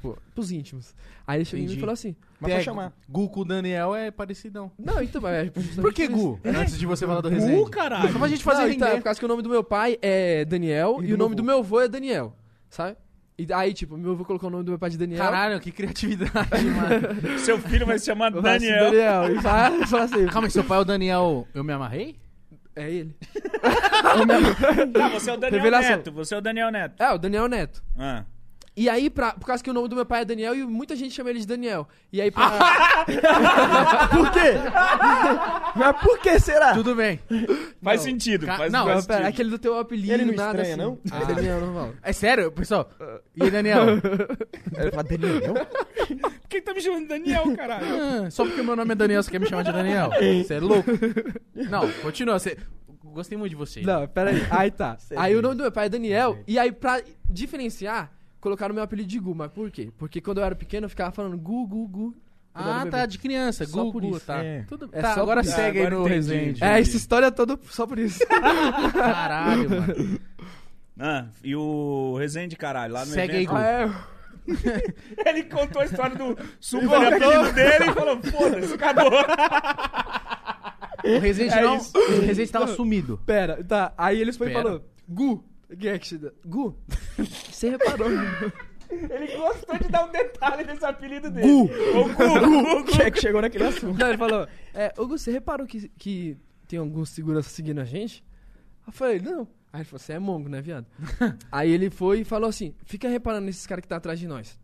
[SPEAKER 5] Pô, pros íntimos. Aí ele chegou em mim e
[SPEAKER 3] Entendi.
[SPEAKER 5] falou assim:
[SPEAKER 4] Mas
[SPEAKER 3] Pega,
[SPEAKER 4] pode chamar.
[SPEAKER 3] Gu com o Daniel é parecidão.
[SPEAKER 5] Não, então, mas é. justamente
[SPEAKER 3] Por que
[SPEAKER 5] isso.
[SPEAKER 3] Gu? Antes de você falar do Resende.
[SPEAKER 1] caralho.
[SPEAKER 3] Só pra gente
[SPEAKER 5] Não,
[SPEAKER 3] fazer
[SPEAKER 5] então, é
[SPEAKER 3] render.
[SPEAKER 5] por causa que o nome do meu pai é Daniel
[SPEAKER 4] E
[SPEAKER 5] e,
[SPEAKER 4] do
[SPEAKER 5] o nome
[SPEAKER 4] meu
[SPEAKER 5] do meu avô é Daniel, sabe? E aí, tipo, meu avô colocou o nome do meu pai de Daniel.
[SPEAKER 3] Caralho, que criatividade, mano.
[SPEAKER 1] Seu filho vai se chamar
[SPEAKER 5] eu falei assim,
[SPEAKER 1] Daniel.
[SPEAKER 5] Daniel. E fala- eu falo assim,
[SPEAKER 3] Calma aí, seu pai é o Daniel. Eu me amarrei?
[SPEAKER 5] é ele.
[SPEAKER 1] Tá, você é o Daniel
[SPEAKER 5] Revelação.
[SPEAKER 1] Neto. Você é o Daniel Neto.
[SPEAKER 5] É, o Daniel Neto.
[SPEAKER 1] Ah.
[SPEAKER 5] E aí, pra, por causa que o nome do meu pai é Daniel e muita gente chama ele de Daniel. E aí, pra,
[SPEAKER 4] Por quê? mas por que será?
[SPEAKER 3] Tudo bem.
[SPEAKER 1] Faz
[SPEAKER 3] Não,
[SPEAKER 1] sentido.
[SPEAKER 3] ca-
[SPEAKER 1] Faz,
[SPEAKER 3] não,
[SPEAKER 1] faz
[SPEAKER 5] Ah, pera,
[SPEAKER 1] sentido.
[SPEAKER 5] aquele do teu apelido,
[SPEAKER 4] Ele não
[SPEAKER 5] nada
[SPEAKER 4] estranha,
[SPEAKER 5] assim.
[SPEAKER 4] não?
[SPEAKER 5] É Daniel, normal.
[SPEAKER 3] É sério, pessoal. E aí, Daniel?
[SPEAKER 4] Ele fala, Daniel?
[SPEAKER 1] Por que que tá me chamando de Daniel, caralho?
[SPEAKER 3] Ah, Só porque meu nome é Daniel, você quer me chamar de Daniel? Você é louco? Não, continua. Você... Gostei muito de você.
[SPEAKER 5] Não, pera aí. Aí tá.
[SPEAKER 4] Sério.
[SPEAKER 5] aí o nome do meu pai é Daniel. E aí, pra diferenciar, colocaram o meu apelido de Gu. Mas por quê? Porque quando eu era pequeno, eu ficava falando Gu, Gu, Gu. quando eu era
[SPEAKER 3] Ah,
[SPEAKER 5] bebê.
[SPEAKER 3] tá, de criança.
[SPEAKER 5] Só
[SPEAKER 3] Gugu,
[SPEAKER 5] por isso.
[SPEAKER 3] tá.
[SPEAKER 4] É.
[SPEAKER 3] Tudo...
[SPEAKER 5] É
[SPEAKER 3] tá,
[SPEAKER 5] só
[SPEAKER 3] agora
[SPEAKER 5] por isso.
[SPEAKER 3] segue
[SPEAKER 1] Ah,
[SPEAKER 3] aí
[SPEAKER 1] agora
[SPEAKER 3] no
[SPEAKER 1] entendi.
[SPEAKER 3] Resende.
[SPEAKER 5] É, essa história toda só por isso.
[SPEAKER 3] Caralho, mano.
[SPEAKER 1] Ah, e o Rezende, caralho, lá no
[SPEAKER 3] Segue
[SPEAKER 1] evento.
[SPEAKER 3] aí, Gu.
[SPEAKER 5] é,
[SPEAKER 1] Ele contou a história do super apelido dele e falou, foda-se, acabou.
[SPEAKER 3] O Resende
[SPEAKER 1] É
[SPEAKER 3] não.
[SPEAKER 1] isso.
[SPEAKER 3] O Resende tava sumido.
[SPEAKER 5] pera, tá. Aí eles foram e
[SPEAKER 3] Pera.
[SPEAKER 5] falou, Gu. Quem é que te dá? Gu, você reparou? né?
[SPEAKER 1] Ele gostou de dar um detalhe desse apelido dele.
[SPEAKER 4] Gu.
[SPEAKER 1] O Gu, Gu, Gu.
[SPEAKER 4] Que é que chegou naquele assunto?
[SPEAKER 5] Não, ele falou, é, Hugo, você reparou que, que tem alguns segurança seguindo a gente? Aí eu falei, não. Aí ele falou, você é mongo, né, viado? Aí ele foi e falou assim, fica reparando nesses caras que tá atrás de nós.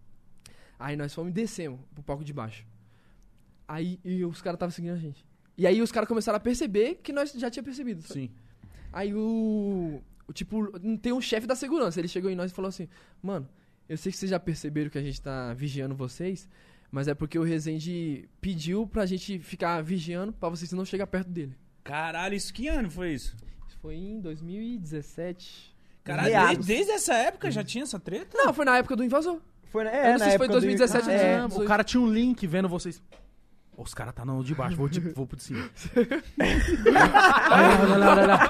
[SPEAKER 5] Aí nós fomos e descemos pro palco de baixo. Aí e os caras estavam seguindo a gente. E aí os caras começaram a perceber que nós já tinha percebido. sabe?
[SPEAKER 3] Sim.
[SPEAKER 5] Aí o, o tipo, não tem um chefe da segurança. Ele chegou em nós e falou assim: Mano, eu sei que vocês já perceberam que a gente tá vigiando vocês, mas é porque o Rezende pediu pra gente ficar vigiando pra vocês não chegar perto dele.
[SPEAKER 1] Caralho, isso que ano foi isso?
[SPEAKER 5] Isso foi em 2017.
[SPEAKER 1] Caralho,
[SPEAKER 4] Meados.
[SPEAKER 1] desde, desde essa época já tinha essa treta?
[SPEAKER 5] Não, foi na época do invasor.
[SPEAKER 4] Foi, na-
[SPEAKER 5] Eu
[SPEAKER 4] é,
[SPEAKER 5] não sei
[SPEAKER 4] na
[SPEAKER 5] se foi
[SPEAKER 4] época
[SPEAKER 5] 2017
[SPEAKER 4] do...
[SPEAKER 5] ou
[SPEAKER 4] é,
[SPEAKER 5] 2018.
[SPEAKER 3] O cara tinha um link vendo vocês. Ô, Os caras tá no de baixo, vou, de, vou pro de cima. olha, lá, olha, lá, olha lá.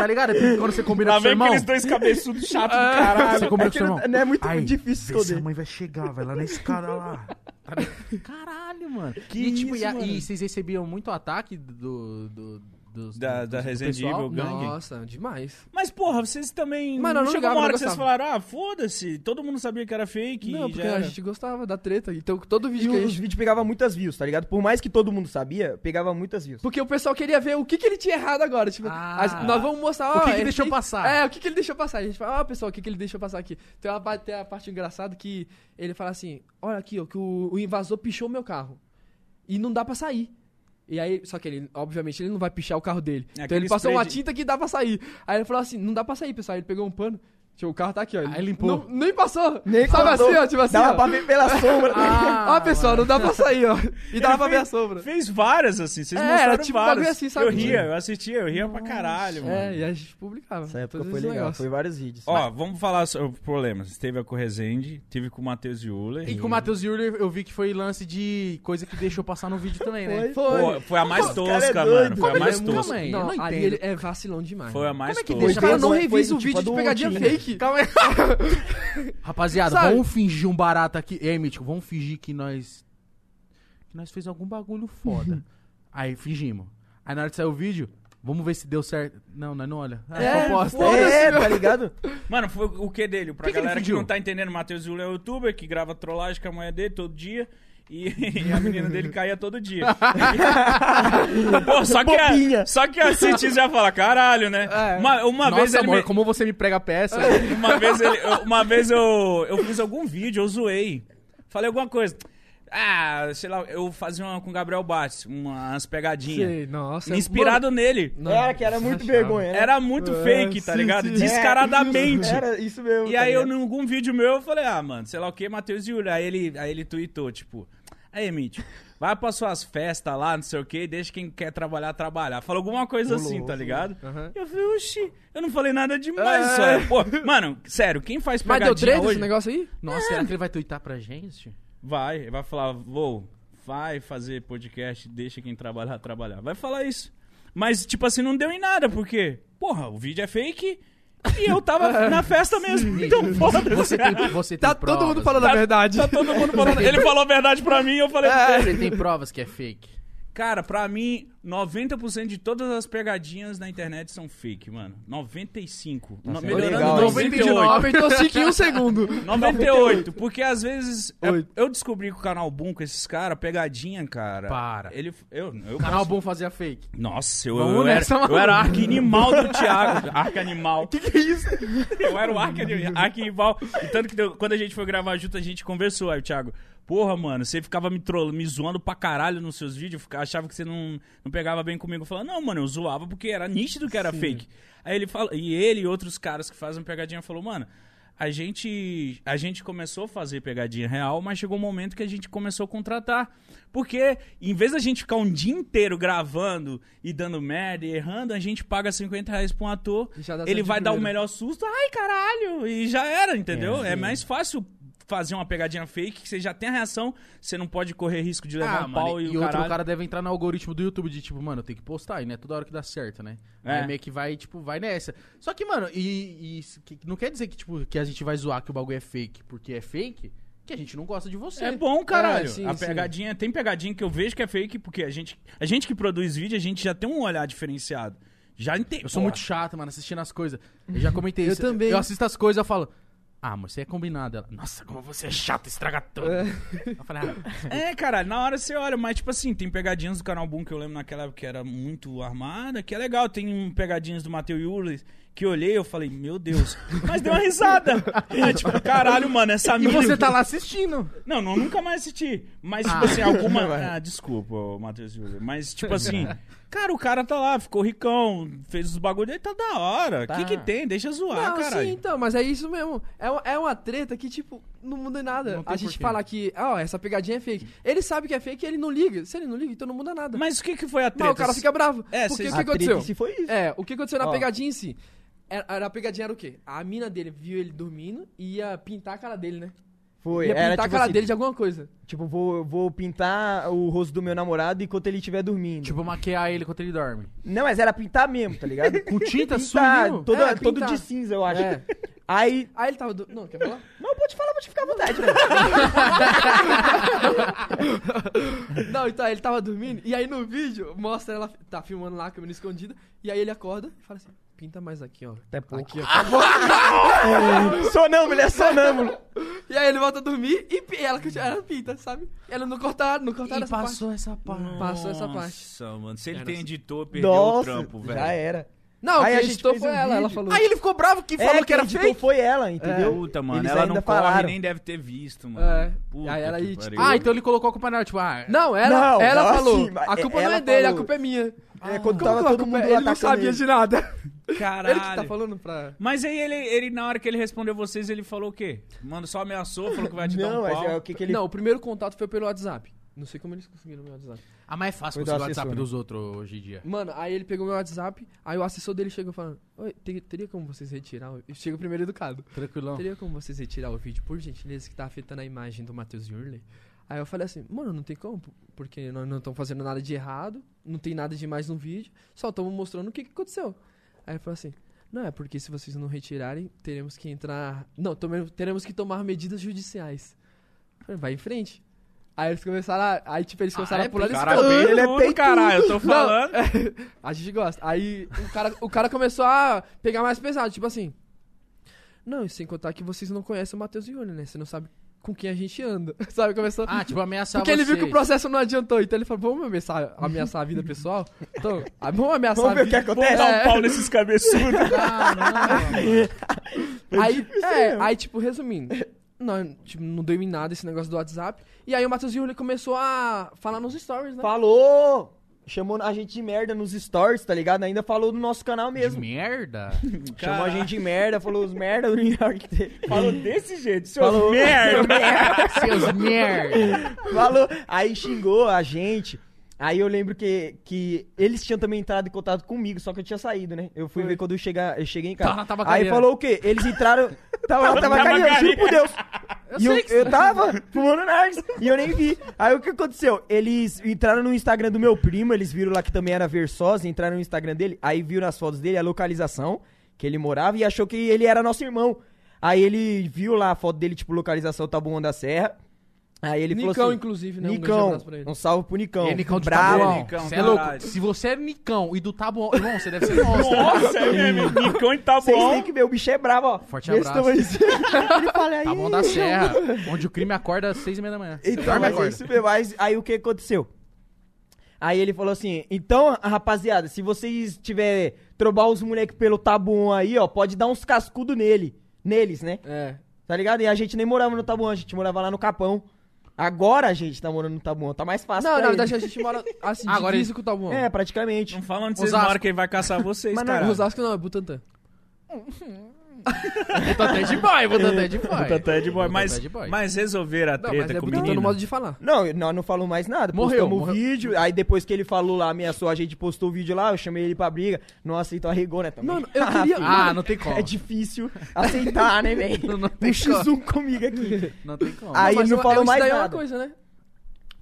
[SPEAKER 3] Tá ligado? Quando você combina
[SPEAKER 1] Lá
[SPEAKER 3] com seu
[SPEAKER 1] vem
[SPEAKER 3] irmão.
[SPEAKER 1] aqueles dois cabeçudos chatos do caralho.
[SPEAKER 3] Você combina
[SPEAKER 4] É
[SPEAKER 3] com
[SPEAKER 4] que
[SPEAKER 3] seu
[SPEAKER 4] não,
[SPEAKER 3] irmão.
[SPEAKER 4] não é muito
[SPEAKER 3] Aí,
[SPEAKER 4] difícil
[SPEAKER 3] vê se a
[SPEAKER 4] esconder.
[SPEAKER 3] mãe vai chegar, vai lá na escada lá. Tá ligado? Caralho, mano. e, tipo,
[SPEAKER 1] isso,
[SPEAKER 3] e, a-
[SPEAKER 1] mano.
[SPEAKER 3] e vocês recebiam muito ataque do. do, dos-
[SPEAKER 1] Da- da
[SPEAKER 3] do
[SPEAKER 1] Resident
[SPEAKER 3] pessoal?
[SPEAKER 1] Evil. O gangue?
[SPEAKER 5] Nossa, demais.
[SPEAKER 1] Mas, porra, vocês também.
[SPEAKER 5] Mas
[SPEAKER 1] não
[SPEAKER 5] não, não
[SPEAKER 1] chegou
[SPEAKER 5] ligava,
[SPEAKER 1] uma hora
[SPEAKER 5] não
[SPEAKER 1] que vocês
[SPEAKER 5] gostava.
[SPEAKER 1] falaram, ah, foda-se, todo mundo sabia que era fake.
[SPEAKER 5] não,
[SPEAKER 1] e
[SPEAKER 5] porque
[SPEAKER 1] já
[SPEAKER 5] a
[SPEAKER 1] era.
[SPEAKER 5] gente gostava da treta. Então todo
[SPEAKER 4] E
[SPEAKER 5] vídeo que a
[SPEAKER 4] os
[SPEAKER 5] gente.
[SPEAKER 4] vídeos pegavam muitas views, tá ligado? Por mais que todo mundo sabia, pegava muitas views.
[SPEAKER 5] Porque o pessoal queria ver o que, que ele tinha errado agora. Tipo,
[SPEAKER 3] Ah.
[SPEAKER 5] as- nós vamos mostrar.
[SPEAKER 3] O
[SPEAKER 5] ó,
[SPEAKER 3] que que
[SPEAKER 5] ele
[SPEAKER 3] deixou
[SPEAKER 5] tem-
[SPEAKER 3] passar?
[SPEAKER 5] É, o que, que ele deixou passar. A gente fala, ó, pessoal, o que, que ele deixou passar aqui? Tem, uma, parte- tem a parte engraçada que ele fala assim: olha aqui, ó, que o, o invasor pichou meu carro. E não dá pra sair. E aí, só que ele, obviamente, ele não vai pichar o carro dele. então
[SPEAKER 1] Aquele
[SPEAKER 5] ele passou
[SPEAKER 1] spray
[SPEAKER 5] uma
[SPEAKER 1] de-
[SPEAKER 5] tinta que dá pra sair. Aí ele falou assim: não dá pra sair, pessoal. Aí ele pegou um pano. Tipo, o carro tá aqui, ó.
[SPEAKER 3] Aí limpou.
[SPEAKER 5] Não- nem passou.
[SPEAKER 4] Nem
[SPEAKER 5] Sabe
[SPEAKER 4] contou.
[SPEAKER 5] assim, ó, tipo assim,
[SPEAKER 4] Dava
[SPEAKER 5] ó.
[SPEAKER 4] pra ver pela sombra.
[SPEAKER 3] Ah,
[SPEAKER 5] ó, pessoal, não dá pra sair, ó. E dava pra ver a sombra.
[SPEAKER 1] Fez várias, assim. Vocês
[SPEAKER 5] É, era
[SPEAKER 1] mostraram
[SPEAKER 5] tipo um
[SPEAKER 1] várias.
[SPEAKER 5] bagulho assim, sabe?
[SPEAKER 1] Eu ria, eu assistia, eu ria pra caralho, mano.
[SPEAKER 5] É, e a gente publicava.
[SPEAKER 4] Essa época
[SPEAKER 5] todos
[SPEAKER 4] foi
[SPEAKER 5] esses
[SPEAKER 4] legal,
[SPEAKER 5] negócios.
[SPEAKER 4] foi vários vídeos.
[SPEAKER 1] Ó, vamos falar sobre problemas. Teve com o Rezende, teve com o Matheus Euler.
[SPEAKER 3] E com o Matheus Yuri eu vi que foi lance de coisa que deixou passar no vídeo também, né?
[SPEAKER 4] Foi.
[SPEAKER 5] Foi.
[SPEAKER 1] Pô, foi a mais
[SPEAKER 4] Os cara é
[SPEAKER 1] tosca,
[SPEAKER 4] doido.
[SPEAKER 1] mano. Foi a
[SPEAKER 3] Como
[SPEAKER 1] mais
[SPEAKER 3] ele é muito
[SPEAKER 1] tosca.
[SPEAKER 3] mãe? Eu
[SPEAKER 5] Não,
[SPEAKER 3] não
[SPEAKER 5] ali
[SPEAKER 3] entendo.
[SPEAKER 5] ele é vacilão demais.
[SPEAKER 1] Foi a mais
[SPEAKER 3] Como é que
[SPEAKER 1] tosca.
[SPEAKER 3] deixa?
[SPEAKER 5] Os caras não
[SPEAKER 4] Foi- foi
[SPEAKER 5] revisam o vídeo
[SPEAKER 4] tipo
[SPEAKER 5] de
[SPEAKER 4] do
[SPEAKER 5] pegadinha
[SPEAKER 4] Ondina.
[SPEAKER 5] fake. Calma aí.
[SPEAKER 3] Rapaziada,
[SPEAKER 5] Sabe?
[SPEAKER 3] vamos fingir um barato aqui. É, Mítico, vamos fingir que nós. Que nós fez algum bagulho foda. Aí fingimos. Aí na hora de sair o vídeo, vamos ver se deu certo. Não, nós não olha. Ah,
[SPEAKER 5] É,
[SPEAKER 3] só posta.
[SPEAKER 5] foda-se,
[SPEAKER 4] É, tá ligado?
[SPEAKER 1] Mano, foi o que dele? Pra
[SPEAKER 3] Que que ele
[SPEAKER 1] galera que,
[SPEAKER 3] pediu?
[SPEAKER 1] não tá entendendo, o Matheus Euler é um youtuber que grava trollagem com a mulher dele todo dia. E, e a menina dele caía todo dia. Pô, só que, a,
[SPEAKER 4] Bobinha.
[SPEAKER 1] só que a cientista já fala, caralho, né? Uma, uma
[SPEAKER 3] Nossa,
[SPEAKER 1] vez ele
[SPEAKER 3] amor,
[SPEAKER 1] me-
[SPEAKER 3] como você me prega peça.
[SPEAKER 1] Uma vez, ele- eu, uma vez eu, eu fiz algum vídeo, eu zoei. Falei alguma coisa. Ah, sei lá, eu fazia uma com o Gabriel Bates, umas pegadinhas.
[SPEAKER 5] Sei, Nossa.
[SPEAKER 1] Inspirado nele.
[SPEAKER 5] Mano,
[SPEAKER 4] Era É, que era
[SPEAKER 5] você
[SPEAKER 4] muito
[SPEAKER 5] achava.
[SPEAKER 4] vergonha, né?
[SPEAKER 1] Era muito
[SPEAKER 5] É,
[SPEAKER 1] fake, tá
[SPEAKER 5] sim,
[SPEAKER 1] ligado?
[SPEAKER 5] sim.
[SPEAKER 1] Descaradamente.
[SPEAKER 4] Era É, isso mesmo.
[SPEAKER 1] E
[SPEAKER 4] tá
[SPEAKER 1] aí eu,
[SPEAKER 4] ligado?
[SPEAKER 1] em algum vídeo meu, eu falei, ah, mano, sei lá o que, Matheus Yuri. Aí ele, aí ele tweetou, tipo, aí, Mítico, vai pra suas festas lá, não sei o que, deixa quem quer trabalhar, trabalhar. Falou alguma coisa assim, tá ligado?
[SPEAKER 5] Aham.
[SPEAKER 1] E Eu falei, oxi, eu não falei nada demais, só é, pô. Mano, sério, quem faz
[SPEAKER 5] Mas
[SPEAKER 1] pegadinha
[SPEAKER 5] deu treta
[SPEAKER 1] hoje...
[SPEAKER 5] esse negócio aí?
[SPEAKER 3] Nossa, será que ele vai tuitar pra gente?
[SPEAKER 1] Vai, ele vai falar, vou, vai fazer podcast, deixa quem trabalhar, trabalhar. Vai falar isso. Mas, tipo assim, não deu em nada, porque, porra, o vídeo é fake... E eu tava na festa mesmo, então foda-se.
[SPEAKER 3] Você tem, você tem
[SPEAKER 5] Tá
[SPEAKER 3] provas.
[SPEAKER 5] todo mundo falando a verdade.
[SPEAKER 1] Tá todo mundo falando. Ele falou a verdade pra mim, eu
[SPEAKER 5] Ah,
[SPEAKER 1] falei. "É."
[SPEAKER 3] Você tem provas que é fake.
[SPEAKER 1] Cara, pra mim, 90% de todas as pegadinhas na internet são fake, mano. 95. No,
[SPEAKER 4] certo.
[SPEAKER 1] melhorando
[SPEAKER 4] Legal, hein?
[SPEAKER 1] 98.
[SPEAKER 5] Aumentou 5 em um segundo.
[SPEAKER 1] 98, porque às vezes eu-
[SPEAKER 5] Oito.
[SPEAKER 1] eu descobri que o canal Boom com esses caras, pegadinha, cara.
[SPEAKER 3] Para.
[SPEAKER 1] Ele eu, eu
[SPEAKER 3] Canal Bom fazia fake.
[SPEAKER 1] Nossa, eu,
[SPEAKER 3] Vamos
[SPEAKER 1] eu era,
[SPEAKER 3] nessa, mano.
[SPEAKER 1] eu era arca animal do Thiago, arca animal.
[SPEAKER 5] Que que é isso?
[SPEAKER 1] Eu era o arca arquival. E tanto que deu- quando a gente foi gravar junto, a gente conversou. Aí o Thiago, porra, mano, você ficava me trollando, me zoando pra caralho nos seus vídeos. eu fica- achava que você não, não pegava bem comigo. Eu falava, não, mano, eu zoava porque era nítido que era fake. Aí ele fala, e ele e outros caras que fazem pegadinha falou, mano. A gente, a gente começou a fazer pegadinha real, mas chegou um momento que a gente começou a contratar. Porque em vez da gente ficar um dia inteiro gravando e dando merda e errando, a gente paga 50 reais pra um ator,
[SPEAKER 5] E já dá
[SPEAKER 1] ele
[SPEAKER 5] certo de
[SPEAKER 1] vai dar o
[SPEAKER 5] primeira.
[SPEAKER 1] melhor melhor susto, ai caralho, e já era, entendeu? É, mais fácil fazer uma pegadinha fake que você já tem a reação, você não pode correr risco de levar
[SPEAKER 3] Ah,
[SPEAKER 1] um
[SPEAKER 3] mano,
[SPEAKER 1] pau
[SPEAKER 3] e,
[SPEAKER 1] e, o
[SPEAKER 3] outro
[SPEAKER 1] caralho.
[SPEAKER 3] cara deve entrar no algoritmo do YouTube de tipo, mano, eu tenho que postar, e não é toda hora que dá certo, né?
[SPEAKER 1] É.
[SPEAKER 3] Aí meio que vai, tipo, vai nessa. Só que, mano, e, e isso que- não quer dizer que, tipo, que a gente vai zoar que o bagulho é fake, porque é fake, que a gente não gosta de você.
[SPEAKER 1] É bom, caralho.
[SPEAKER 5] É, sim,
[SPEAKER 1] a
[SPEAKER 5] sim.
[SPEAKER 1] pegadinha, tem pegadinha que eu vejo que é fake, porque a gente, a gente que produz vídeo, a gente já tem um olhar diferenciado. Já entendo.
[SPEAKER 3] Eu sou muito chato, mano, assistindo as coisas. Eu já comentei
[SPEAKER 5] Eu
[SPEAKER 3] isso.
[SPEAKER 5] também.
[SPEAKER 3] Eu assisto as coisas, eu falo, ah, mas você é combinado. Ela, nossa, como você é chato, estraga tudo. Eu falei, ah,
[SPEAKER 1] É, cara, na hora você olha, mas tipo assim, tem pegadinhas do canal Boom que eu lembro naquela época que era muito armada, que é legal. Tem pegadinhas do Matheus Yulis que eu olhei e eu falei, meu Deus, mas deu uma risada. Aí, tipo, caralho, mano, essa
[SPEAKER 3] e
[SPEAKER 1] mina.
[SPEAKER 3] você tá lá assistindo.
[SPEAKER 1] Não, não, nunca mais assisti. Mas, tipo assim, alguma. Ah, desculpa, ô, Matheus Júlio. Mas, tipo assim, cara, o cara tá lá, ficou ricão, fez os bagulho aí, tá da hora. O que, que tem? Deixa zoar,
[SPEAKER 5] Tá. Não,
[SPEAKER 1] Ah, caralho.
[SPEAKER 5] sim, então, mas é isso mesmo. É, uma- é uma treta que, tipo, não muda em nada.
[SPEAKER 3] Não tem
[SPEAKER 5] A gente
[SPEAKER 3] porquê.
[SPEAKER 5] fala que, ó, essa pegadinha é fake. Ele sabe que é fake e ele não liga. Se ele não liga, então não muda nada.
[SPEAKER 1] Mas o que, que foi a treta?
[SPEAKER 5] Mas o cara fica bravo.
[SPEAKER 1] É,
[SPEAKER 5] porque
[SPEAKER 1] vocês-
[SPEAKER 5] o
[SPEAKER 4] A
[SPEAKER 5] que
[SPEAKER 4] treta
[SPEAKER 5] aconteceu?
[SPEAKER 4] em si foi isso.
[SPEAKER 5] É, o que aconteceu na
[SPEAKER 4] Ó.
[SPEAKER 5] pegadinha em si? Era, era- a pegadinha era o quê? A mina dele viu ele dormindo e ia pintar a cara dele, né?
[SPEAKER 4] Foi,
[SPEAKER 5] ia pintar
[SPEAKER 4] era
[SPEAKER 5] a
[SPEAKER 4] tipo
[SPEAKER 5] cara
[SPEAKER 4] assim,
[SPEAKER 5] dele de alguma coisa.
[SPEAKER 4] tipo, vou, vou pintar o rosto do meu namorado enquanto ele estiver dormindo.
[SPEAKER 3] Tipo, maquiar ele enquanto ele dorme.
[SPEAKER 4] Não, mas era pintar mesmo, tá ligado?
[SPEAKER 3] Com tinta,
[SPEAKER 4] pintar,
[SPEAKER 3] sumiu.
[SPEAKER 4] toda-
[SPEAKER 5] É,
[SPEAKER 4] todo
[SPEAKER 5] pintar.
[SPEAKER 4] de cinza, eu acho.
[SPEAKER 5] É.
[SPEAKER 4] Aí,
[SPEAKER 5] Aí ele tava. do- Não, quer falar?
[SPEAKER 4] não, pode falar, pode ficar à vontade, né? velho.
[SPEAKER 5] Não, então ele tava dormindo e aí no vídeo mostra ela tá filmando lá a câmera escondida e aí ele acorda e fala assim: pinta mais aqui, ó.
[SPEAKER 4] Até pouco.
[SPEAKER 5] Aqui, ó.
[SPEAKER 4] sonâmbulo, ele é sonâmbulo.
[SPEAKER 5] E aí ele volta a dormir e pi- ela, continua- ela pinta, sabe? Ela não cortaram, não cortaram
[SPEAKER 3] E
[SPEAKER 5] essa parte.
[SPEAKER 3] passou essa parte.
[SPEAKER 5] Passou essa parte.
[SPEAKER 1] Nossa, mano. Se ele
[SPEAKER 5] Era
[SPEAKER 1] tem
[SPEAKER 5] assim.
[SPEAKER 1] editor, perdeu o
[SPEAKER 4] Nossa,
[SPEAKER 1] trampo, velho.
[SPEAKER 4] já era.
[SPEAKER 5] Não,
[SPEAKER 4] Aí
[SPEAKER 5] quem
[SPEAKER 4] a gente
[SPEAKER 5] editou
[SPEAKER 4] fez
[SPEAKER 5] foi
[SPEAKER 4] um
[SPEAKER 5] ela, ela
[SPEAKER 4] vídeo.
[SPEAKER 5] falou.
[SPEAKER 3] Aí ele ficou bravo que falou
[SPEAKER 4] É,
[SPEAKER 3] que era
[SPEAKER 4] quem editou
[SPEAKER 3] fake.
[SPEAKER 4] foi ela, entendeu?
[SPEAKER 1] É, Puta, mano,
[SPEAKER 4] Eles
[SPEAKER 1] ela
[SPEAKER 4] ainda
[SPEAKER 1] não corre
[SPEAKER 4] falaram.
[SPEAKER 1] nem deve ter visto,
[SPEAKER 5] É.
[SPEAKER 1] mano. Puta
[SPEAKER 5] Aí ela
[SPEAKER 1] que
[SPEAKER 5] aí, tipo,
[SPEAKER 1] pariu.
[SPEAKER 3] Ah, então ele colocou a culpa nela, tipo, ah...
[SPEAKER 5] Não, ela,
[SPEAKER 4] Não,
[SPEAKER 5] ela
[SPEAKER 4] não,
[SPEAKER 5] falou.
[SPEAKER 4] assim,
[SPEAKER 5] a culpa
[SPEAKER 4] é-
[SPEAKER 5] não é
[SPEAKER 4] ela
[SPEAKER 5] dele, a
[SPEAKER 4] falou.
[SPEAKER 5] culpa é minha.
[SPEAKER 4] É,
[SPEAKER 3] Ah.
[SPEAKER 4] quando
[SPEAKER 5] Como
[SPEAKER 4] tava
[SPEAKER 5] que eu
[SPEAKER 4] todo
[SPEAKER 5] acompanho?
[SPEAKER 4] mundo tá
[SPEAKER 5] ele não
[SPEAKER 4] atacando
[SPEAKER 5] sabia
[SPEAKER 4] ele.
[SPEAKER 5] de nada.
[SPEAKER 1] Caralho.
[SPEAKER 5] Ele que tá falando pra...
[SPEAKER 1] Mas aí ele, ele, na hora que ele respondeu vocês, ele falou o quê? Mano, só ameaçou, falou que vai te
[SPEAKER 4] Não,
[SPEAKER 1] dar um
[SPEAKER 4] mas é o
[SPEAKER 1] pau.
[SPEAKER 4] que, que ele.
[SPEAKER 5] Não, o primeiro contato foi pelo WhatsApp. Não sei como eles conseguiram meu WhatsApp.
[SPEAKER 3] Ah, mas é
[SPEAKER 4] Foi
[SPEAKER 3] fácil conseguir o
[SPEAKER 4] do
[SPEAKER 3] WhatsApp
[SPEAKER 4] assessor, né?
[SPEAKER 3] dos outros hoje em dia.
[SPEAKER 5] Mano, aí ele pegou meu WhatsApp, aí o assessor dele chegou falando, Oi, te- teria como vocês retirar... o-" Chega o primeiro educado.
[SPEAKER 3] Tranquilão.
[SPEAKER 5] Teria como vocês retirar o vídeo, por gentileza, que tá afetando a imagem do Matheus Yurley? Aí eu falei assim, mano, não tem como, porque nós não estamos fazendo nada de errado, não tem nada demais no vídeo, só estamos mostrando o que, que aconteceu. Aí ele falou assim, não, é porque se vocês não retirarem, teremos que entrar... Não, tome- teremos que tomar medidas judiciais. Eu falei, vai em frente. Aí eles começaram a... Aí, tipo, eles começaram
[SPEAKER 3] é
[SPEAKER 5] a pular desse
[SPEAKER 1] Caralho, bem
[SPEAKER 4] Ele é
[SPEAKER 1] tudo,
[SPEAKER 4] peitudo.
[SPEAKER 1] caralho, eu tô
[SPEAKER 5] não, é,
[SPEAKER 1] falando.
[SPEAKER 5] a gente gosta. Aí o cara, o cara começou a pegar mais pesado, tipo assim. Não, e sem contar que vocês não conhecem o Matheus Yuri, né? Você não sabe com quem a gente anda. Sabe? Começou.
[SPEAKER 3] Ah, tipo, ameaçar
[SPEAKER 5] porque ele viu
[SPEAKER 3] vocês.
[SPEAKER 5] que o processo não adiantou. Então ele falou: vamos ameaçar, ameaçar a vida pessoal? Então, ah, vamos ameaçar
[SPEAKER 4] Vamos ver
[SPEAKER 5] a
[SPEAKER 4] o que
[SPEAKER 5] vida. é,
[SPEAKER 1] Vou
[SPEAKER 4] acontece.
[SPEAKER 1] dar um pau nesses cabeçudos.
[SPEAKER 3] Ah, Caramba, mano.
[SPEAKER 5] Aí, é, aí, tipo, resumindo. Não, tipo, não deu em nada esse negócio do WhatsApp. E aí o Matheus Yuri começou a falar nos stories, né?
[SPEAKER 4] Falou! Chamou a gente de merda nos stories, tá ligado? Ainda falou no nosso canal
[SPEAKER 3] De
[SPEAKER 4] mesmo.
[SPEAKER 3] merda.
[SPEAKER 4] Chamou a gente de merda, falou os merda do New York.
[SPEAKER 1] Falou desse jeito, seu
[SPEAKER 4] Falou.
[SPEAKER 1] merda.
[SPEAKER 3] Seus merda.
[SPEAKER 4] Falou, aí xingou a gente. Aí eu lembro que, que eles tinham também entrado em contato comigo, só que eu tinha saído, né? Eu fui ver quando eu, chegar, eu cheguei em casa.
[SPEAKER 3] Tava- tava
[SPEAKER 4] aí
[SPEAKER 3] cariando.
[SPEAKER 4] falou o quê? Eles entraram. Tava, tava,
[SPEAKER 1] Tava
[SPEAKER 4] cariando,
[SPEAKER 1] cariando.
[SPEAKER 4] juro por Deus.
[SPEAKER 5] Eu
[SPEAKER 4] E eu,
[SPEAKER 5] sei que
[SPEAKER 4] eu tava fumando Nargs e eu nem vi. Aí o que aconteceu? Eles entraram no Instagram do meu primo, eles viram lá que também era Versosa, entraram no Instagram dele, aí viram as fotos dele, a localização que ele morava e achou que ele era nosso irmão. Aí ele viu lá a foto dele, tipo, localização Taboão da Serra. Aí ele
[SPEAKER 5] Nicão,
[SPEAKER 4] falou assim,
[SPEAKER 5] inclusive, né? Um grande
[SPEAKER 4] Nicão,
[SPEAKER 5] abraço pra ele.
[SPEAKER 4] um salve pro Nicão.
[SPEAKER 3] É Nicão de
[SPEAKER 4] Bravo.
[SPEAKER 3] Taboão.
[SPEAKER 1] Nicão,
[SPEAKER 3] Cê é louco.
[SPEAKER 1] caralho.
[SPEAKER 3] Se você é Nicão e do Taboão, irmão, você deve ser monstro.
[SPEAKER 1] Nossa, é mesmo. Nicão e tá
[SPEAKER 4] Vocês têm
[SPEAKER 1] bom.
[SPEAKER 4] que ver, o bicho é bravo, ó.
[SPEAKER 3] Forte
[SPEAKER 4] Desse
[SPEAKER 3] abraço.
[SPEAKER 4] tamanhozinho. ele fala aí.
[SPEAKER 3] Taboão da Serra, onde o crime acorda às seis e meia da manhã.
[SPEAKER 4] Então,
[SPEAKER 3] Dorme e
[SPEAKER 4] mas, é
[SPEAKER 3] acorda.
[SPEAKER 4] isso mesmo. Mas aí o que aconteceu? Aí ele falou assim: então, rapaziada, se vocês tiver trobar os moleques pelo tabuão aí, ó, pode dar uns cascudos nele. Neles, né?
[SPEAKER 5] É.
[SPEAKER 4] Tá ligado? E a gente nem morava no tabuão, a gente morava lá no Capão. Agora a gente tá morando no tabuão, tá mais fácil.
[SPEAKER 5] Não,
[SPEAKER 4] pra
[SPEAKER 5] na
[SPEAKER 4] ele.
[SPEAKER 5] verdade a gente mora assim, de
[SPEAKER 3] Agora ele-
[SPEAKER 5] físico tá bom.
[SPEAKER 4] É, praticamente.
[SPEAKER 1] Não fala onde vocês
[SPEAKER 3] Osasco.
[SPEAKER 1] moram que ele vai caçar vocês,
[SPEAKER 4] Mas não,
[SPEAKER 1] cara.
[SPEAKER 5] Osasco não, é Butantã.
[SPEAKER 3] Vou até de boy, vou até de boy.
[SPEAKER 1] Tanto é de boy.
[SPEAKER 3] Tanto
[SPEAKER 1] Mas,
[SPEAKER 3] é de boy.
[SPEAKER 1] mas resolver a
[SPEAKER 5] tá Não, mas
[SPEAKER 1] treta
[SPEAKER 5] é
[SPEAKER 1] com o
[SPEAKER 5] bonitão no
[SPEAKER 1] menino.
[SPEAKER 5] modo de falar.
[SPEAKER 4] Não, eu- nós não falou mais nada.
[SPEAKER 3] Morreu,
[SPEAKER 4] Postamos
[SPEAKER 3] morreu.
[SPEAKER 4] o vídeo. Aí depois que ele falou lá, ameaçou, a gente postou o vídeo lá, eu chamei ele pra briga. Não aceitou, arregou, né? Também.
[SPEAKER 5] Mano, eu queria.
[SPEAKER 3] Ah, não tem como.
[SPEAKER 4] É difícil aceitar, né, velho?
[SPEAKER 3] Não, não
[SPEAKER 4] Um
[SPEAKER 3] tem como.
[SPEAKER 4] X1 comigo aqui.
[SPEAKER 3] Não tem como.
[SPEAKER 1] Ah,
[SPEAKER 4] Aí
[SPEAKER 5] mas
[SPEAKER 4] ele não
[SPEAKER 5] eu-
[SPEAKER 4] falou
[SPEAKER 5] isso
[SPEAKER 4] mais
[SPEAKER 5] daí é uma
[SPEAKER 4] nada.
[SPEAKER 5] coisa, né?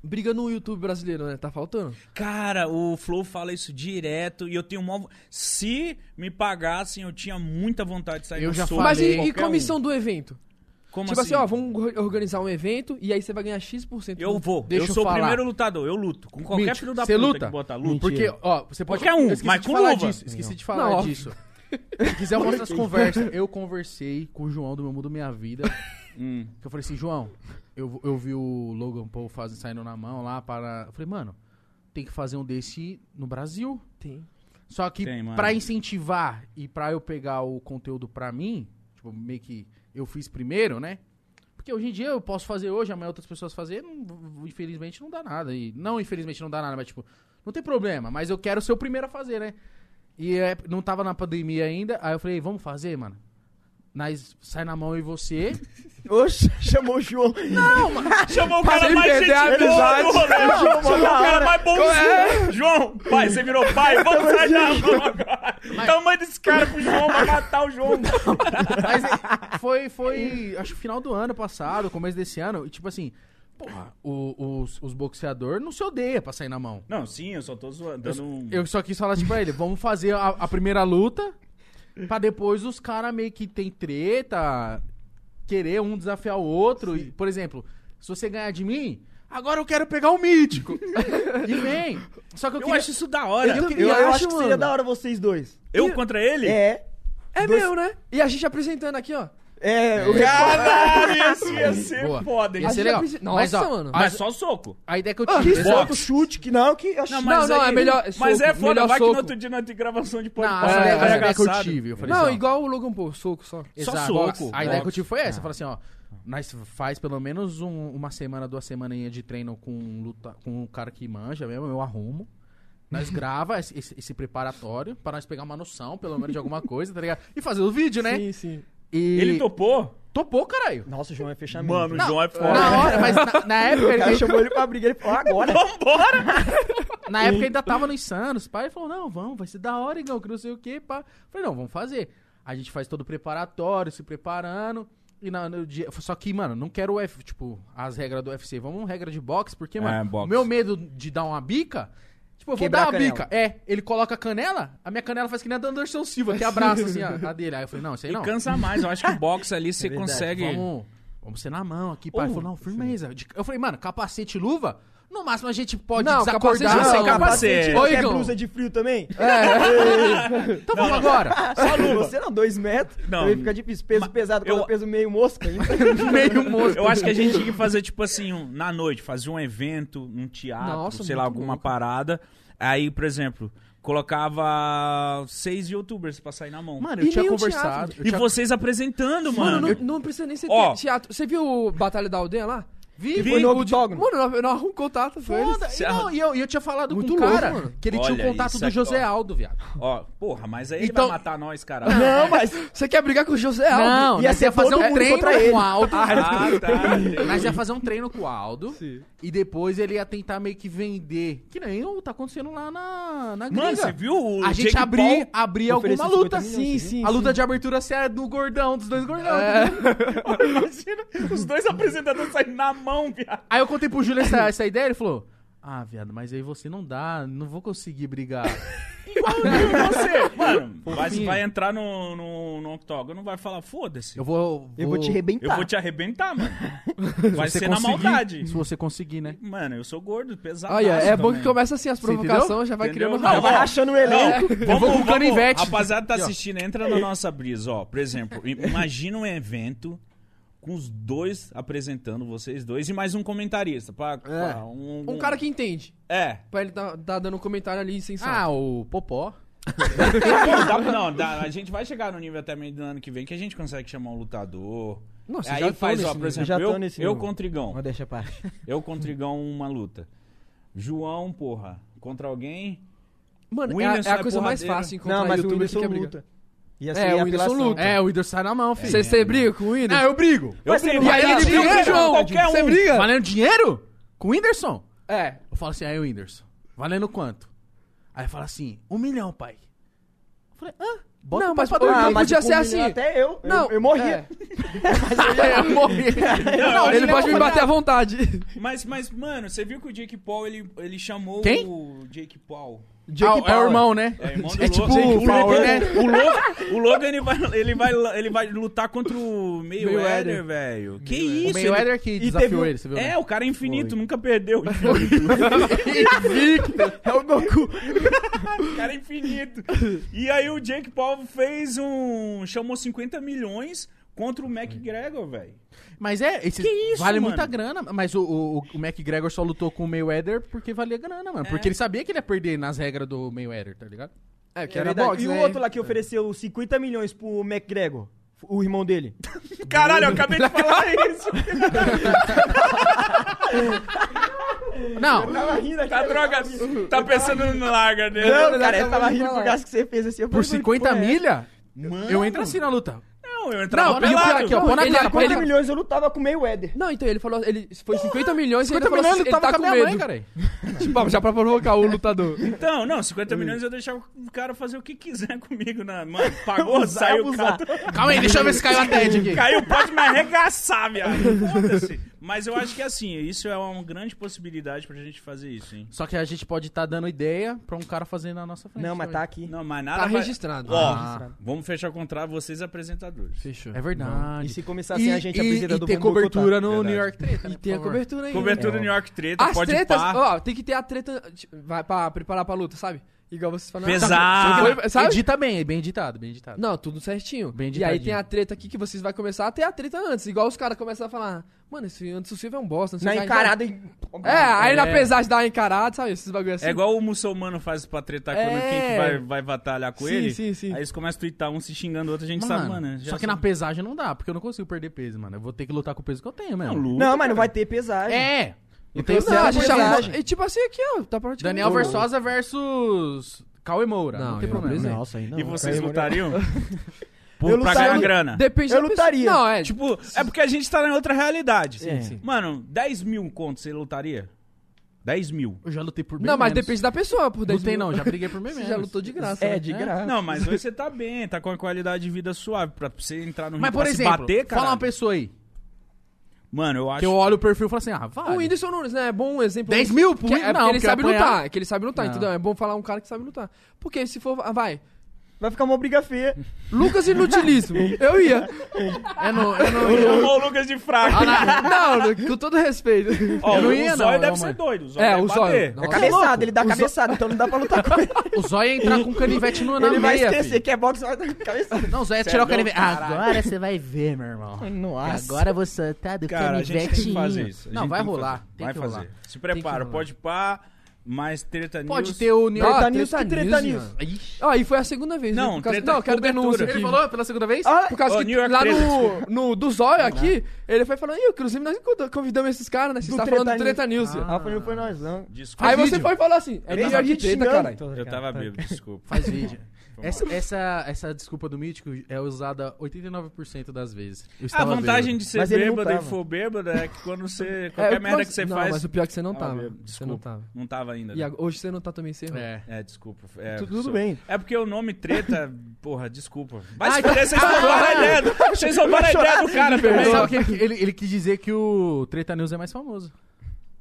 [SPEAKER 5] Briga no YouTube brasileiro, né? Tá faltando.
[SPEAKER 1] Cara, o Flow fala isso direto e eu tenho mó... Se me pagassem, eu tinha muita vontade de sair
[SPEAKER 3] Eu
[SPEAKER 1] no
[SPEAKER 3] já
[SPEAKER 1] soco
[SPEAKER 5] Mas
[SPEAKER 1] com
[SPEAKER 5] e, e
[SPEAKER 1] qualquer um.
[SPEAKER 5] comissão do evento?
[SPEAKER 1] Como
[SPEAKER 5] tipo assim? ó, vamos or- organizar um evento e aí você vai ganhar X%.
[SPEAKER 1] Eu vou.
[SPEAKER 3] Deixa
[SPEAKER 1] eu
[SPEAKER 3] eu
[SPEAKER 1] sou o
[SPEAKER 3] falar.
[SPEAKER 1] primeiro lutador. Eu luto. Com qualquer
[SPEAKER 3] Mitch,
[SPEAKER 1] filho da
[SPEAKER 3] cê
[SPEAKER 1] puta
[SPEAKER 3] luta?
[SPEAKER 1] que bota luta.
[SPEAKER 3] Porque, ó, você pode.
[SPEAKER 1] Qualquer um,
[SPEAKER 3] eu esqueci
[SPEAKER 1] mas
[SPEAKER 3] de
[SPEAKER 1] com
[SPEAKER 3] falar
[SPEAKER 1] luva.
[SPEAKER 3] disso. Esqueci de falar
[SPEAKER 5] Não, óbvio.
[SPEAKER 3] disso. Se quiser, eu mostro as conversas. Eu conversei com o João do Meu Mundo Minha Vida.
[SPEAKER 1] Hum.
[SPEAKER 3] Que eu falei assim, João, eu, eu vi o Logan Paul faz, saindo na mão lá para. Eu falei, mano, tem que fazer um desse no Brasil.
[SPEAKER 5] Tem.
[SPEAKER 3] Só que
[SPEAKER 1] Tem, mano.
[SPEAKER 3] pra incentivar e pra eu pegar o conteúdo pra mim, tipo, meio que eu fiz primeiro, né? Porque hoje em dia eu posso fazer hoje, amanhã outras pessoas fazer, não- infelizmente não dá nada. E não, infelizmente não dá nada, mas tipo, não tem problema, mas eu quero ser o primeiro a fazer, né? E é- não tava na pandemia ainda, aí eu falei, vamos fazer, mano. Nós sai na mão e você.
[SPEAKER 4] Oxe, chamou o João. Não, mano.
[SPEAKER 1] Chamou o
[SPEAKER 4] Pra
[SPEAKER 1] cara
[SPEAKER 4] ele
[SPEAKER 1] mais gente
[SPEAKER 4] perder a
[SPEAKER 1] boa
[SPEAKER 4] amizade.
[SPEAKER 1] do rolê.
[SPEAKER 4] Não,
[SPEAKER 1] Chamou o
[SPEAKER 4] mano, na
[SPEAKER 1] cara
[SPEAKER 4] hora. é?
[SPEAKER 1] mais bonzinho. João, pai, você virou pai. Vamos sair da
[SPEAKER 4] assim?
[SPEAKER 1] mão agora. Tamanho desse cara pro João, vai matar o João.
[SPEAKER 3] Mas é, foi, foi, acho que final do ano passado, começo desse ano, e tipo assim, porra, o- os, os boxeadores não se odeia pra sair na mão.
[SPEAKER 1] Não, sim, eu só tô zoando. dando um-
[SPEAKER 3] Eu só quis falar assim pra ele, vamos fazer a, a primeira luta, pra depois os caras meio que tem treta, querer um desafiar o outro. E, por exemplo, se você ganhar de mim, agora eu quero pegar o mítico. e vem. Só que eu,
[SPEAKER 1] Eu
[SPEAKER 3] queria...
[SPEAKER 1] acho isso da hora.
[SPEAKER 4] Eu,
[SPEAKER 1] Eu,
[SPEAKER 4] eu acho,
[SPEAKER 5] acho,
[SPEAKER 4] que seria
[SPEAKER 5] mano.
[SPEAKER 4] da hora vocês dois.
[SPEAKER 1] contra ele?
[SPEAKER 4] É.
[SPEAKER 5] É
[SPEAKER 4] Dois-
[SPEAKER 5] meu, né? E a gente apresentando aqui, ó.
[SPEAKER 4] É, o
[SPEAKER 1] Caralho, esse ia ser
[SPEAKER 3] Boa.
[SPEAKER 1] foda. hein?
[SPEAKER 3] Ia ser
[SPEAKER 5] gente
[SPEAKER 3] legal.
[SPEAKER 5] apresen-
[SPEAKER 3] Mas, ó,
[SPEAKER 5] Nossa, mano.
[SPEAKER 1] Mas só soco.
[SPEAKER 3] A ideia que eu
[SPEAKER 4] Ah,
[SPEAKER 3] tive...
[SPEAKER 4] que
[SPEAKER 1] Boa.
[SPEAKER 4] soco, chute, que não, que. Não,
[SPEAKER 5] mas- Não, não, é melhor- é
[SPEAKER 1] Mas é
[SPEAKER 5] soco,
[SPEAKER 1] foda,
[SPEAKER 5] melhor
[SPEAKER 1] vai que
[SPEAKER 5] soco.
[SPEAKER 1] no outro dia nós tem gravação de
[SPEAKER 3] Não, é
[SPEAKER 1] podcast.
[SPEAKER 3] a
[SPEAKER 1] vai
[SPEAKER 3] ideia, a ideia que eu
[SPEAKER 1] arregaçado.
[SPEAKER 3] tive. Eu falei
[SPEAKER 5] não,
[SPEAKER 3] assim, ó,
[SPEAKER 5] igual o Logan Paul, soco só.
[SPEAKER 1] Só
[SPEAKER 3] Exato.
[SPEAKER 1] soco.
[SPEAKER 3] A ideia que eu
[SPEAKER 1] Boxe.
[SPEAKER 3] tive foi essa. Eu falei assim, ó. Nós faz pelo menos um- uma semana, duas semaninhas de treino com, luta, com um cara que manja mesmo, eu arrumo. Nós grava esse, esse- esse preparatório pra nós pegar uma noção, pelo menos, de alguma coisa, tá ligado? E fazer o vídeo, né?
[SPEAKER 5] Sim, sim.
[SPEAKER 3] E
[SPEAKER 1] Ele topou?
[SPEAKER 3] topou, caralho.
[SPEAKER 4] Nossa, o João é fechamento.
[SPEAKER 1] Mano, o
[SPEAKER 3] Não,
[SPEAKER 1] João é foda.
[SPEAKER 3] Na hora, mas na, na época,
[SPEAKER 4] o cara
[SPEAKER 3] ele,
[SPEAKER 4] chamou ele pra briga, ele falou, "Ah, agora.
[SPEAKER 1] Vambora!
[SPEAKER 3] na época ainda tava no Insanos. Pai ele falou, não, vamos, vai ser da hora, Igão, que não sei o quê, pá. Falei, não, vamos fazer. A gente faz todo o preparatório, se preparando. E na- no dia, só que, mano, não quero o F, tipo, as regras do UFC. Vamos regra de boxe, porque,
[SPEAKER 1] É,
[SPEAKER 3] mano, o
[SPEAKER 1] boxe.
[SPEAKER 3] meu medo de dar uma bica... Tipo, eu vou
[SPEAKER 4] Quebrar
[SPEAKER 3] dar uma
[SPEAKER 4] a canela.
[SPEAKER 3] bica. É, ele coloca a canela, a minha canela faz que nem a do Anderson Silva, que abraça assim a, a dele. Aí eu falei, não, isso aí
[SPEAKER 1] E
[SPEAKER 3] não.
[SPEAKER 1] cansa mais, eu acho que o boxe ali você
[SPEAKER 4] É verdade,
[SPEAKER 1] consegue.
[SPEAKER 3] Vamos, vamos ser na mão aqui, pai. Ele falou, não, firmeza. De- Eu falei, mano, capacete e luva? No máximo a gente pode
[SPEAKER 5] Não,
[SPEAKER 3] desacordar.
[SPEAKER 5] capacete
[SPEAKER 1] sem
[SPEAKER 3] Não,
[SPEAKER 1] capacete.
[SPEAKER 3] Ô,
[SPEAKER 4] Quer
[SPEAKER 3] Igão.
[SPEAKER 4] blusa de frio também?
[SPEAKER 3] Então vamos agora.
[SPEAKER 4] Só luva. Você não, dois metros.
[SPEAKER 1] Não.
[SPEAKER 4] Também fica difícil. Peso
[SPEAKER 1] Ma-
[SPEAKER 4] pesado, quando
[SPEAKER 1] eu-
[SPEAKER 4] eu... peso meio mosca. ainda.
[SPEAKER 3] Meio monstro.
[SPEAKER 1] Eu acho que a gente tinha que fazer, tipo assim, um- na noite, fazer um evento, um teatro,
[SPEAKER 5] Nossa,
[SPEAKER 1] sei lá,
[SPEAKER 5] muito
[SPEAKER 1] alguma
[SPEAKER 5] louco.
[SPEAKER 1] parada. Aí, por exemplo, colocava seis youtubers pra sair na mão.
[SPEAKER 3] Mano,
[SPEAKER 5] E
[SPEAKER 3] eu tinha
[SPEAKER 5] nem o
[SPEAKER 3] conversado. eu
[SPEAKER 1] e
[SPEAKER 3] tinha-
[SPEAKER 1] vocês apresentando,
[SPEAKER 5] Mano,
[SPEAKER 1] mano.
[SPEAKER 5] não, não precisa nem ser
[SPEAKER 1] Ó.
[SPEAKER 5] teatro. Você viu o Batalha da Aldeia lá?
[SPEAKER 3] Vi,
[SPEAKER 1] Vi.
[SPEAKER 4] Foi no
[SPEAKER 5] O de-
[SPEAKER 4] octógono.
[SPEAKER 5] Mano, nós- nós arrumamos contato com eles.
[SPEAKER 3] Foda. E,
[SPEAKER 1] Cê-
[SPEAKER 3] não, e eu, e eu tinha falado
[SPEAKER 5] Muito
[SPEAKER 3] com um cara
[SPEAKER 5] louco, mano.
[SPEAKER 3] que ele tinha
[SPEAKER 1] Olha,
[SPEAKER 3] o contato
[SPEAKER 1] isso é
[SPEAKER 3] do
[SPEAKER 1] aqui,
[SPEAKER 3] José
[SPEAKER 1] ó.
[SPEAKER 3] Aldo, viado.
[SPEAKER 1] Ó, porra, mas aí
[SPEAKER 3] Então-
[SPEAKER 1] ele vai matar nós, cara.
[SPEAKER 4] Não, mas...
[SPEAKER 5] Você quer brigar com o José Aldo?
[SPEAKER 3] Não,
[SPEAKER 4] Ia
[SPEAKER 3] nós
[SPEAKER 4] ser
[SPEAKER 3] ia fazer
[SPEAKER 4] todo
[SPEAKER 3] um
[SPEAKER 4] mundo
[SPEAKER 3] treino
[SPEAKER 4] contra ele.
[SPEAKER 3] com o Aldo.
[SPEAKER 1] Ah, tá. entendi.
[SPEAKER 3] Nós ia fazer um treino com o Aldo.
[SPEAKER 5] Sim.
[SPEAKER 3] E depois ele ia tentar meio que vender. Que nem o tá acontecendo lá na, na gringa.
[SPEAKER 1] Mano, você viu o
[SPEAKER 3] A gente
[SPEAKER 1] Jake Paul?
[SPEAKER 3] abrir, abrir alguma
[SPEAKER 4] ofereceu
[SPEAKER 3] luta.
[SPEAKER 4] 50 milhões,
[SPEAKER 5] Sim, sim.
[SPEAKER 3] a luta de abertura ser é do gordão, dos dois gordão.
[SPEAKER 1] Imagina, os dois apresentadores saindo na mão, viado.
[SPEAKER 3] Aí eu contei pro Júlio essa, essa ideia, ele falou: Ah, viado, mas aí você não dá, não vou conseguir brigar.
[SPEAKER 1] Você, mano, vai,
[SPEAKER 3] Fofinho.
[SPEAKER 1] vai entrar no, no, no octógono, vai falar, foda-se.
[SPEAKER 3] Eu
[SPEAKER 1] Eu,
[SPEAKER 3] vou.
[SPEAKER 4] Eu vou te arrebentar.
[SPEAKER 5] Tá.
[SPEAKER 1] vou te arrebentar, mano. Vai
[SPEAKER 3] se
[SPEAKER 1] ser
[SPEAKER 3] você
[SPEAKER 1] na
[SPEAKER 3] conseguir-
[SPEAKER 1] maldade.
[SPEAKER 3] Se você conseguir, né?
[SPEAKER 1] Mano, eu sou gordo, pesado.
[SPEAKER 5] Olha, é bom que
[SPEAKER 1] também.
[SPEAKER 5] começa assim as
[SPEAKER 3] Você entendeu?
[SPEAKER 5] provocações, já vai
[SPEAKER 1] Entendeu?
[SPEAKER 5] criando
[SPEAKER 1] Não,
[SPEAKER 5] raiva.
[SPEAKER 4] Vai rachando Tá o elenco.
[SPEAKER 5] é
[SPEAKER 1] Não, vamos,
[SPEAKER 3] vou com
[SPEAKER 1] vamos,
[SPEAKER 3] canivete.
[SPEAKER 1] Rapaziada tá
[SPEAKER 3] Aqui, ó.
[SPEAKER 1] assistindo, entra na nossa brisa, ó. Por exemplo, im- imagina um evento com os dois apresentando, vocês dois, e mais um comentarista. Pra, pra um,
[SPEAKER 5] Um cara que entende.
[SPEAKER 1] É.
[SPEAKER 5] Pra ele tá, tá dando um comentário ali sem som.
[SPEAKER 3] Ah, o Popó.
[SPEAKER 1] Não, dá- não, dá- a gente vai chegar no nível até meio do ano que vem que a gente consegue chamar um lutador. É,
[SPEAKER 5] Nossa, já
[SPEAKER 1] Aí
[SPEAKER 5] tô
[SPEAKER 1] faz,
[SPEAKER 5] nesse
[SPEAKER 1] ó, por
[SPEAKER 5] nível.
[SPEAKER 1] exemplo,
[SPEAKER 4] Já tô
[SPEAKER 1] eu,
[SPEAKER 4] nesse
[SPEAKER 1] eu
[SPEAKER 4] nível.
[SPEAKER 1] com o Trigão.
[SPEAKER 4] Mas deixa pra
[SPEAKER 1] Eu com o Trigão uma luta. João, porra, contra alguém.
[SPEAKER 5] Mano, é a- é,
[SPEAKER 1] Whindersson
[SPEAKER 5] a
[SPEAKER 1] é
[SPEAKER 5] coisa mais
[SPEAKER 1] porradeiro.
[SPEAKER 5] fácil encontrar
[SPEAKER 4] Não, mas o
[SPEAKER 5] youtuber que
[SPEAKER 4] Whindersson
[SPEAKER 5] quer brigar.
[SPEAKER 4] luta. Ia
[SPEAKER 5] É, o Whindersson
[SPEAKER 4] apelação.
[SPEAKER 5] luta.
[SPEAKER 3] É, o Whindersson sai na mão, filho.
[SPEAKER 5] Você você briga com o Whindersson?
[SPEAKER 3] Ah, eu brigo.
[SPEAKER 1] Eu
[SPEAKER 4] Mas
[SPEAKER 1] tenho
[SPEAKER 4] ele-
[SPEAKER 5] E aí ele
[SPEAKER 1] eu
[SPEAKER 5] briga com o
[SPEAKER 1] tenho
[SPEAKER 5] João.
[SPEAKER 1] qualquer
[SPEAKER 5] Você
[SPEAKER 1] um.
[SPEAKER 5] briga?
[SPEAKER 3] Valendo dinheiro? Com o Whindersson?
[SPEAKER 5] É.
[SPEAKER 3] Eu falo assim, aí, Whindersson, valendo quanto? Aí fala assim, um milhão, pai. Eu falei, hã? Bota
[SPEAKER 5] Não,
[SPEAKER 3] o pai
[SPEAKER 5] mas
[SPEAKER 3] pra
[SPEAKER 5] o-
[SPEAKER 3] dormir.
[SPEAKER 5] Ah, podia
[SPEAKER 4] com
[SPEAKER 5] ser
[SPEAKER 4] um
[SPEAKER 5] assim.
[SPEAKER 4] milhão Até eu.
[SPEAKER 5] Não.
[SPEAKER 4] Não. Eu morria.
[SPEAKER 5] É. Eu morri.
[SPEAKER 1] Não,
[SPEAKER 5] Ele
[SPEAKER 1] não,
[SPEAKER 5] pode me
[SPEAKER 1] mas-
[SPEAKER 5] bater à vontade.
[SPEAKER 1] Mas, mas, mano, você viu que o Jake Paul, ele, ele chamou
[SPEAKER 3] Quem?
[SPEAKER 1] o Jake Paul.
[SPEAKER 3] Ah,
[SPEAKER 4] Jake
[SPEAKER 3] é o
[SPEAKER 4] Paul.
[SPEAKER 3] irmão, né?
[SPEAKER 1] É, irmão do
[SPEAKER 3] É tipo
[SPEAKER 1] Logan.
[SPEAKER 3] o
[SPEAKER 1] Jake Paul,
[SPEAKER 3] Logan,
[SPEAKER 1] né?
[SPEAKER 3] né?
[SPEAKER 1] O Logan, o Logan, ele, vai, ele, vai, ele vai lutar contra o Mayweather,
[SPEAKER 5] Mayweather.
[SPEAKER 1] velho. Que isso?
[SPEAKER 3] o Mayweather que desafiou
[SPEAKER 4] teve-
[SPEAKER 3] ele, você viu?
[SPEAKER 1] ele-
[SPEAKER 3] né?
[SPEAKER 1] É, o cara é infinito, nunca perdeu.
[SPEAKER 4] É o Goku.
[SPEAKER 1] O cara é infinito. E aí o Jake Paul fez um... Chamou 50 milhões contra o McGregor, velho.
[SPEAKER 3] Mas é, esse
[SPEAKER 1] Que isso,
[SPEAKER 3] vale
[SPEAKER 1] mano?
[SPEAKER 3] muita grana, mas o, o, o McGregor só lutou com o Mayweather porque valia grana, mano. Porque ele sabia que ele ia perder nas regras do Mayweather, tá ligado?
[SPEAKER 5] É, que
[SPEAKER 4] É
[SPEAKER 5] era
[SPEAKER 4] verdade.
[SPEAKER 5] boxe,
[SPEAKER 4] e o
[SPEAKER 5] né?
[SPEAKER 4] outro lá que ofereceu 50 milhões pro McGregor, o irmão dele.
[SPEAKER 1] Caralho, eu acabei de falar isso.
[SPEAKER 3] Não,
[SPEAKER 4] Tava rindo aqui.
[SPEAKER 1] Tá droga... Tá pensando no larga dele.
[SPEAKER 4] Não, cara,
[SPEAKER 5] Tava
[SPEAKER 4] eu tava
[SPEAKER 5] rindo
[SPEAKER 4] rindo
[SPEAKER 5] pra
[SPEAKER 4] por
[SPEAKER 5] lá.
[SPEAKER 4] causa que você fez assim. eu
[SPEAKER 3] por
[SPEAKER 4] falei,
[SPEAKER 3] 50
[SPEAKER 4] pô, é.
[SPEAKER 3] milha,
[SPEAKER 1] Mano.
[SPEAKER 3] eu entro assim na luta.
[SPEAKER 1] Não, eu
[SPEAKER 3] Não,
[SPEAKER 1] entrava
[SPEAKER 3] e o pior
[SPEAKER 1] pelado.
[SPEAKER 3] aqui, ó, põe na
[SPEAKER 5] Ele-
[SPEAKER 3] cara, põe
[SPEAKER 4] 50
[SPEAKER 3] na-
[SPEAKER 4] milhões eu lutava com o Mayweather.
[SPEAKER 5] Não, então ele falou, ele foi 50 milhões e
[SPEAKER 3] 50
[SPEAKER 5] ele falou
[SPEAKER 3] milhões
[SPEAKER 5] assim,
[SPEAKER 3] ele tava
[SPEAKER 5] ele tá
[SPEAKER 3] com a
[SPEAKER 5] com
[SPEAKER 3] minha
[SPEAKER 5] medo.
[SPEAKER 3] mãe, cara.
[SPEAKER 5] Tipo, já pra provocar o lutador.
[SPEAKER 1] Então, não, 50 milhões eu deixava o cara fazer o que quiser comigo. Na... Mano, pagou,
[SPEAKER 4] Usar,
[SPEAKER 1] saiu,
[SPEAKER 4] abusar.
[SPEAKER 1] cara.
[SPEAKER 3] Calma aí, deixa eu ver se caiu a TED aqui.
[SPEAKER 1] Caiu, pode me arregaçar, viado. Foda-se. Mas eu acho que assim, isso é uma grande possibilidade pra gente fazer isso, hein?
[SPEAKER 3] Só que a gente pode estar dando ideia pra um cara fazer na nossa frente. né?
[SPEAKER 4] Não, mas tá
[SPEAKER 3] também.
[SPEAKER 4] aqui.
[SPEAKER 1] Não, mas nada.
[SPEAKER 5] Tá
[SPEAKER 1] vai-
[SPEAKER 5] registrado.
[SPEAKER 1] Ó,
[SPEAKER 3] Ah.
[SPEAKER 1] vamos fechar o contrato, vocês apresentadores.
[SPEAKER 5] Fechou.
[SPEAKER 3] É verdade.
[SPEAKER 4] E se começar assim, a gente
[SPEAKER 3] e,
[SPEAKER 4] apresenta
[SPEAKER 3] e
[SPEAKER 4] do
[SPEAKER 3] ter
[SPEAKER 4] vamos boicotar.
[SPEAKER 3] cobertura no
[SPEAKER 1] Verdade.
[SPEAKER 3] New York Treta, né,
[SPEAKER 5] E
[SPEAKER 3] por
[SPEAKER 5] tem a
[SPEAKER 3] favor.
[SPEAKER 5] cobertura aí. né?
[SPEAKER 1] Cobertura
[SPEAKER 4] É.
[SPEAKER 1] New York Treta,
[SPEAKER 5] As
[SPEAKER 1] pode
[SPEAKER 5] tretas,
[SPEAKER 1] pá.
[SPEAKER 5] ó, tem que ter a treta tipo, vai pra preparar pra luta, sabe? Igual vocês falaram.
[SPEAKER 1] Pesado.
[SPEAKER 5] Sabe? Foi- sabe?
[SPEAKER 3] Edita bem, é bem editado, bem editado.
[SPEAKER 5] Não, tudo certinho.
[SPEAKER 3] Bem
[SPEAKER 5] e aí
[SPEAKER 3] ditadinho.
[SPEAKER 5] tem a treta aqui que vocês vai começar a ter a treta antes. Igual os caras começam a falar, mano, esse Anderson Silva é um bosta. Não sei
[SPEAKER 4] Na
[SPEAKER 5] o que, a gente
[SPEAKER 4] encarada. e-
[SPEAKER 5] vai- É, aí na
[SPEAKER 3] É.
[SPEAKER 5] pesagem dá encarada, sabe? Esses bagulho assim.
[SPEAKER 1] É igual o muçulmano faz pra tretar com
[SPEAKER 5] É.
[SPEAKER 1] quem que vai, vai batalhar com
[SPEAKER 5] Sim,
[SPEAKER 1] ele.
[SPEAKER 5] sim, sim.
[SPEAKER 1] Aí eles começam a twittar um se xingando o outro, a gente
[SPEAKER 3] Mano,
[SPEAKER 1] sabe, mano. já
[SPEAKER 3] só que na
[SPEAKER 1] sabe.
[SPEAKER 3] pesagem não dá, porque eu não consigo perder peso, mano. Eu vou ter que lutar com o peso que eu tenho, mano.
[SPEAKER 1] Não, luta,
[SPEAKER 4] Não, mas não vai ter pesagem.
[SPEAKER 3] É! Não
[SPEAKER 4] tem
[SPEAKER 3] tem
[SPEAKER 4] Não,
[SPEAKER 5] Não,
[SPEAKER 4] a
[SPEAKER 3] certo.
[SPEAKER 5] a
[SPEAKER 4] gente
[SPEAKER 5] gente Então,
[SPEAKER 4] já-
[SPEAKER 3] Não,
[SPEAKER 5] E tipo assim aqui, ó. Tá praticamente...
[SPEAKER 3] Daniel Versosa versus Cauê Moura. Não,
[SPEAKER 5] Não,
[SPEAKER 3] tem
[SPEAKER 5] eu
[SPEAKER 3] problema.
[SPEAKER 5] apresento.
[SPEAKER 4] Nossa, aí não.
[SPEAKER 1] e vocês
[SPEAKER 4] Caio Moreira-
[SPEAKER 1] lutariam? Por,
[SPEAKER 4] Eu
[SPEAKER 1] pra
[SPEAKER 4] lutaria-
[SPEAKER 1] ganhar grana.
[SPEAKER 5] Depende
[SPEAKER 4] Eu
[SPEAKER 5] da pessoa.
[SPEAKER 4] lutaria.
[SPEAKER 5] Não, é.
[SPEAKER 1] Tipo, é porque a gente tá em outra realidade.
[SPEAKER 4] É.
[SPEAKER 1] Mano, 10 mil conto você lutaria? 10 mil.
[SPEAKER 3] Eu já lutei por bem
[SPEAKER 5] não, mas
[SPEAKER 3] menos.
[SPEAKER 5] depende da pessoa. Por 10
[SPEAKER 3] Lutei
[SPEAKER 5] mil.
[SPEAKER 3] não, já briguei por bem
[SPEAKER 5] Você
[SPEAKER 3] menos.
[SPEAKER 5] já lutou de graça.
[SPEAKER 4] É,
[SPEAKER 5] né?
[SPEAKER 4] de graça.
[SPEAKER 1] Não, mas hoje você tá bem, tá com a qualidade de vida suave. Pra você entrar no ringue
[SPEAKER 3] Mas, por
[SPEAKER 1] pra
[SPEAKER 3] exemplo,
[SPEAKER 1] se bater, cara.
[SPEAKER 3] fala uma pessoa aí.
[SPEAKER 1] Mano, eu
[SPEAKER 3] Que
[SPEAKER 1] acho.
[SPEAKER 3] eu olho o perfil e falo assim, ah,
[SPEAKER 5] O
[SPEAKER 3] vale.
[SPEAKER 5] Whindersson Nunes, né? É bom um exemplo.
[SPEAKER 3] 10 mil?
[SPEAKER 5] Que é, é
[SPEAKER 3] não,
[SPEAKER 5] porque ele
[SPEAKER 3] porque eu
[SPEAKER 5] sabe
[SPEAKER 3] apanhava.
[SPEAKER 5] lutar, é que ele sabe lutar,
[SPEAKER 3] Não.
[SPEAKER 5] entendeu? É bom falar um cara que sabe lutar. Porque se for. ah, vai.
[SPEAKER 4] Vai ficar uma briga feia.
[SPEAKER 5] Lucas Inutilismo. eu ia.
[SPEAKER 3] Eu não, eu não, eu-
[SPEAKER 1] Chamou o Lucas de fraco.
[SPEAKER 5] não, com todo respeito.
[SPEAKER 1] Ó,
[SPEAKER 3] Ah, eu não
[SPEAKER 1] o
[SPEAKER 3] ia,
[SPEAKER 1] Zóio
[SPEAKER 3] não,
[SPEAKER 1] deve
[SPEAKER 3] não,
[SPEAKER 1] ser
[SPEAKER 3] mano.
[SPEAKER 1] doido. O Zóio
[SPEAKER 5] É,
[SPEAKER 1] deve
[SPEAKER 5] o
[SPEAKER 1] bater.
[SPEAKER 5] Zóio.
[SPEAKER 4] É
[SPEAKER 5] Nossa.
[SPEAKER 4] cabeçada,
[SPEAKER 3] louco.
[SPEAKER 4] ele dá
[SPEAKER 3] O Zó-
[SPEAKER 4] cabeçada, então não dá pra lutar com ele.
[SPEAKER 3] o Zó ia entrar com um canivete no, na
[SPEAKER 4] Ele vai
[SPEAKER 3] meia,
[SPEAKER 4] esquecer
[SPEAKER 3] filho.
[SPEAKER 4] que é boxe, vai dar cabeçada.
[SPEAKER 3] Não, o Zó ia
[SPEAKER 1] Cê
[SPEAKER 3] tirar
[SPEAKER 1] é
[SPEAKER 3] o canivete.
[SPEAKER 1] louco, caralho.
[SPEAKER 3] Agora você vai ver, meu irmão.
[SPEAKER 4] Nossa.
[SPEAKER 3] Agora você tá do
[SPEAKER 1] Cara, a gente tem que
[SPEAKER 3] canivetinho.
[SPEAKER 1] fazer isso. A
[SPEAKER 3] Não,
[SPEAKER 1] gente
[SPEAKER 3] vai
[SPEAKER 1] tem que
[SPEAKER 3] rolar,
[SPEAKER 1] fazer.
[SPEAKER 3] tem
[SPEAKER 1] Vai
[SPEAKER 3] que
[SPEAKER 1] fazer.
[SPEAKER 3] rolar.
[SPEAKER 1] Se prepara,
[SPEAKER 3] rolar.
[SPEAKER 1] pode pá, mais treta
[SPEAKER 3] Pode
[SPEAKER 1] news.
[SPEAKER 3] ter o Neo.
[SPEAKER 5] Ó,
[SPEAKER 4] Treta
[SPEAKER 5] treta
[SPEAKER 4] News, que treta
[SPEAKER 5] news,
[SPEAKER 4] News?
[SPEAKER 5] mano.
[SPEAKER 3] Ixi.
[SPEAKER 5] Ó, e foi a segunda vez,
[SPEAKER 1] Não,
[SPEAKER 5] né? Por causa-
[SPEAKER 1] treta
[SPEAKER 5] Não, eu quero
[SPEAKER 1] cobertura.
[SPEAKER 5] denúncia aqui.
[SPEAKER 3] Ele falou pela segunda vez?
[SPEAKER 4] Ah,
[SPEAKER 5] Por causa
[SPEAKER 1] Ó,
[SPEAKER 5] que
[SPEAKER 1] New York
[SPEAKER 5] lá
[SPEAKER 1] Treta,
[SPEAKER 5] no, no do Zóio aqui, ele foi falando, Ih, inclusive nós convidamos esses caras, né? Vocês
[SPEAKER 4] Do
[SPEAKER 5] estavam falando do
[SPEAKER 4] Treta
[SPEAKER 5] Treta News.
[SPEAKER 3] Ah.
[SPEAKER 4] Rafa não foi nós, não.
[SPEAKER 1] Desculpa.
[SPEAKER 5] Aí você
[SPEAKER 3] vídeo.
[SPEAKER 5] foi e falou assim, é
[SPEAKER 4] Eu
[SPEAKER 5] New
[SPEAKER 4] tava
[SPEAKER 5] York
[SPEAKER 4] aqui
[SPEAKER 5] Treta,
[SPEAKER 4] xingando.
[SPEAKER 5] caralho.
[SPEAKER 1] Eu tava
[SPEAKER 4] tá
[SPEAKER 1] bêbado, desculpa.
[SPEAKER 3] Faz vídeo.
[SPEAKER 1] Foi mal.
[SPEAKER 3] Essa, essa, essa desculpa do mítico é usada 89% das vezes. Eu
[SPEAKER 1] A
[SPEAKER 3] estava
[SPEAKER 1] vantagem
[SPEAKER 3] bêbado.
[SPEAKER 1] de ser
[SPEAKER 4] Mas ele não
[SPEAKER 1] bêbado e
[SPEAKER 4] tava.
[SPEAKER 1] for bêbado é que quando você.
[SPEAKER 5] É,
[SPEAKER 1] Qualquer
[SPEAKER 5] eu-
[SPEAKER 1] merda
[SPEAKER 5] mas-
[SPEAKER 1] que você
[SPEAKER 5] não,
[SPEAKER 1] faz.
[SPEAKER 5] Mas o pior é que você não
[SPEAKER 1] Ah,
[SPEAKER 5] tava.
[SPEAKER 1] eu-
[SPEAKER 5] Você não tava.
[SPEAKER 1] Não tava ainda.
[SPEAKER 5] E
[SPEAKER 1] né?
[SPEAKER 5] agora- hoje você não tá também sem errou.
[SPEAKER 3] É.
[SPEAKER 1] É, desculpa. É,
[SPEAKER 4] Tudo
[SPEAKER 1] sou-
[SPEAKER 4] bem.
[SPEAKER 1] É porque o nome treta, porra, desculpa. Mas
[SPEAKER 3] Ah,
[SPEAKER 1] se fuder, vocês roubaram a ideia. do- Vocês roubaram a ideia do cara,
[SPEAKER 3] Ele,
[SPEAKER 1] velho.
[SPEAKER 3] sabe que ele, ele- ele quis dizer que o Treta News é mais famoso.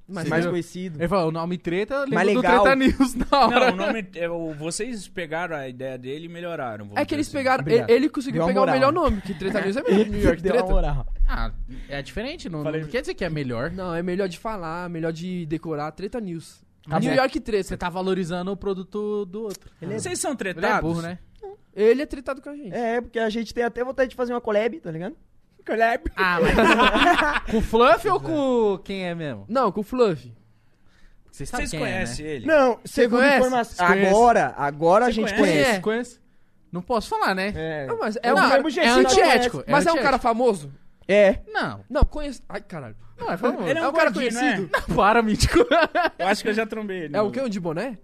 [SPEAKER 5] Mas,
[SPEAKER 4] mais
[SPEAKER 5] eu-
[SPEAKER 4] conhecido.
[SPEAKER 3] Ele falou, o nome Treta lembra
[SPEAKER 4] Mais
[SPEAKER 3] do
[SPEAKER 4] legal.
[SPEAKER 3] Treta News na hora.
[SPEAKER 1] Não, o nome. é, o- Vocês pegaram a ideia dele e melhoraram. vamos
[SPEAKER 5] É que
[SPEAKER 1] dizer
[SPEAKER 5] eles
[SPEAKER 1] assim.
[SPEAKER 5] pegaram.
[SPEAKER 4] Obrigado.
[SPEAKER 5] Ele, ele conseguiu
[SPEAKER 4] Deu uma
[SPEAKER 5] pegar
[SPEAKER 4] moral.
[SPEAKER 5] o melhor nome, que Treta News é melhor. New York
[SPEAKER 4] Deu uma
[SPEAKER 5] Treta.
[SPEAKER 4] moral.
[SPEAKER 3] Ah, é diferente, não,
[SPEAKER 1] Falei-
[SPEAKER 3] não quer dizer que é melhor.
[SPEAKER 5] Não, é melhor de falar, melhor de decorar Treta News.
[SPEAKER 4] Tá
[SPEAKER 5] New
[SPEAKER 4] bom.
[SPEAKER 5] York
[SPEAKER 3] Você
[SPEAKER 5] Treta.
[SPEAKER 3] tá valorizando o produto do outro.
[SPEAKER 4] Ele é-
[SPEAKER 1] Vocês são
[SPEAKER 3] Ele
[SPEAKER 1] tretados?
[SPEAKER 3] é burro, né?
[SPEAKER 5] Ele é tretado com a gente.
[SPEAKER 4] É, porque a gente tem até vontade de fazer uma collab, tá ligado?
[SPEAKER 1] Collab.
[SPEAKER 3] Ah, mas... com o Fluff ou com quem é mesmo?
[SPEAKER 5] Não, com o Fluffy.
[SPEAKER 3] Vocês sabem
[SPEAKER 1] Vocês
[SPEAKER 3] quem é, né?
[SPEAKER 1] conhecem ele?
[SPEAKER 4] Não, segundo
[SPEAKER 5] conhece?
[SPEAKER 4] informação.
[SPEAKER 5] Você conhece?
[SPEAKER 4] Agora, agora a
[SPEAKER 1] Você
[SPEAKER 4] gente
[SPEAKER 1] conhece?
[SPEAKER 4] conhece.
[SPEAKER 5] É.
[SPEAKER 3] Conhece? Não posso falar, né?
[SPEAKER 4] É.
[SPEAKER 5] Não, mas é,
[SPEAKER 4] É
[SPEAKER 5] um
[SPEAKER 4] do
[SPEAKER 5] cara-
[SPEAKER 4] mesmo jeito,
[SPEAKER 5] é
[SPEAKER 4] nós
[SPEAKER 5] antiético.
[SPEAKER 3] conhece.
[SPEAKER 5] Mas
[SPEAKER 3] É
[SPEAKER 5] é um cara
[SPEAKER 3] antiético.
[SPEAKER 5] famoso?
[SPEAKER 4] É.
[SPEAKER 3] Não.
[SPEAKER 5] Não, conheço. Ai, caralho.
[SPEAKER 3] Não, é famoso.
[SPEAKER 1] Ele é um,
[SPEAKER 5] É um cara
[SPEAKER 1] gordinho, não
[SPEAKER 5] conhecido.
[SPEAKER 1] é?
[SPEAKER 3] Não, para, mítico.
[SPEAKER 1] Eu acho que eu já trombei ele.
[SPEAKER 5] É o quê? Um de boné?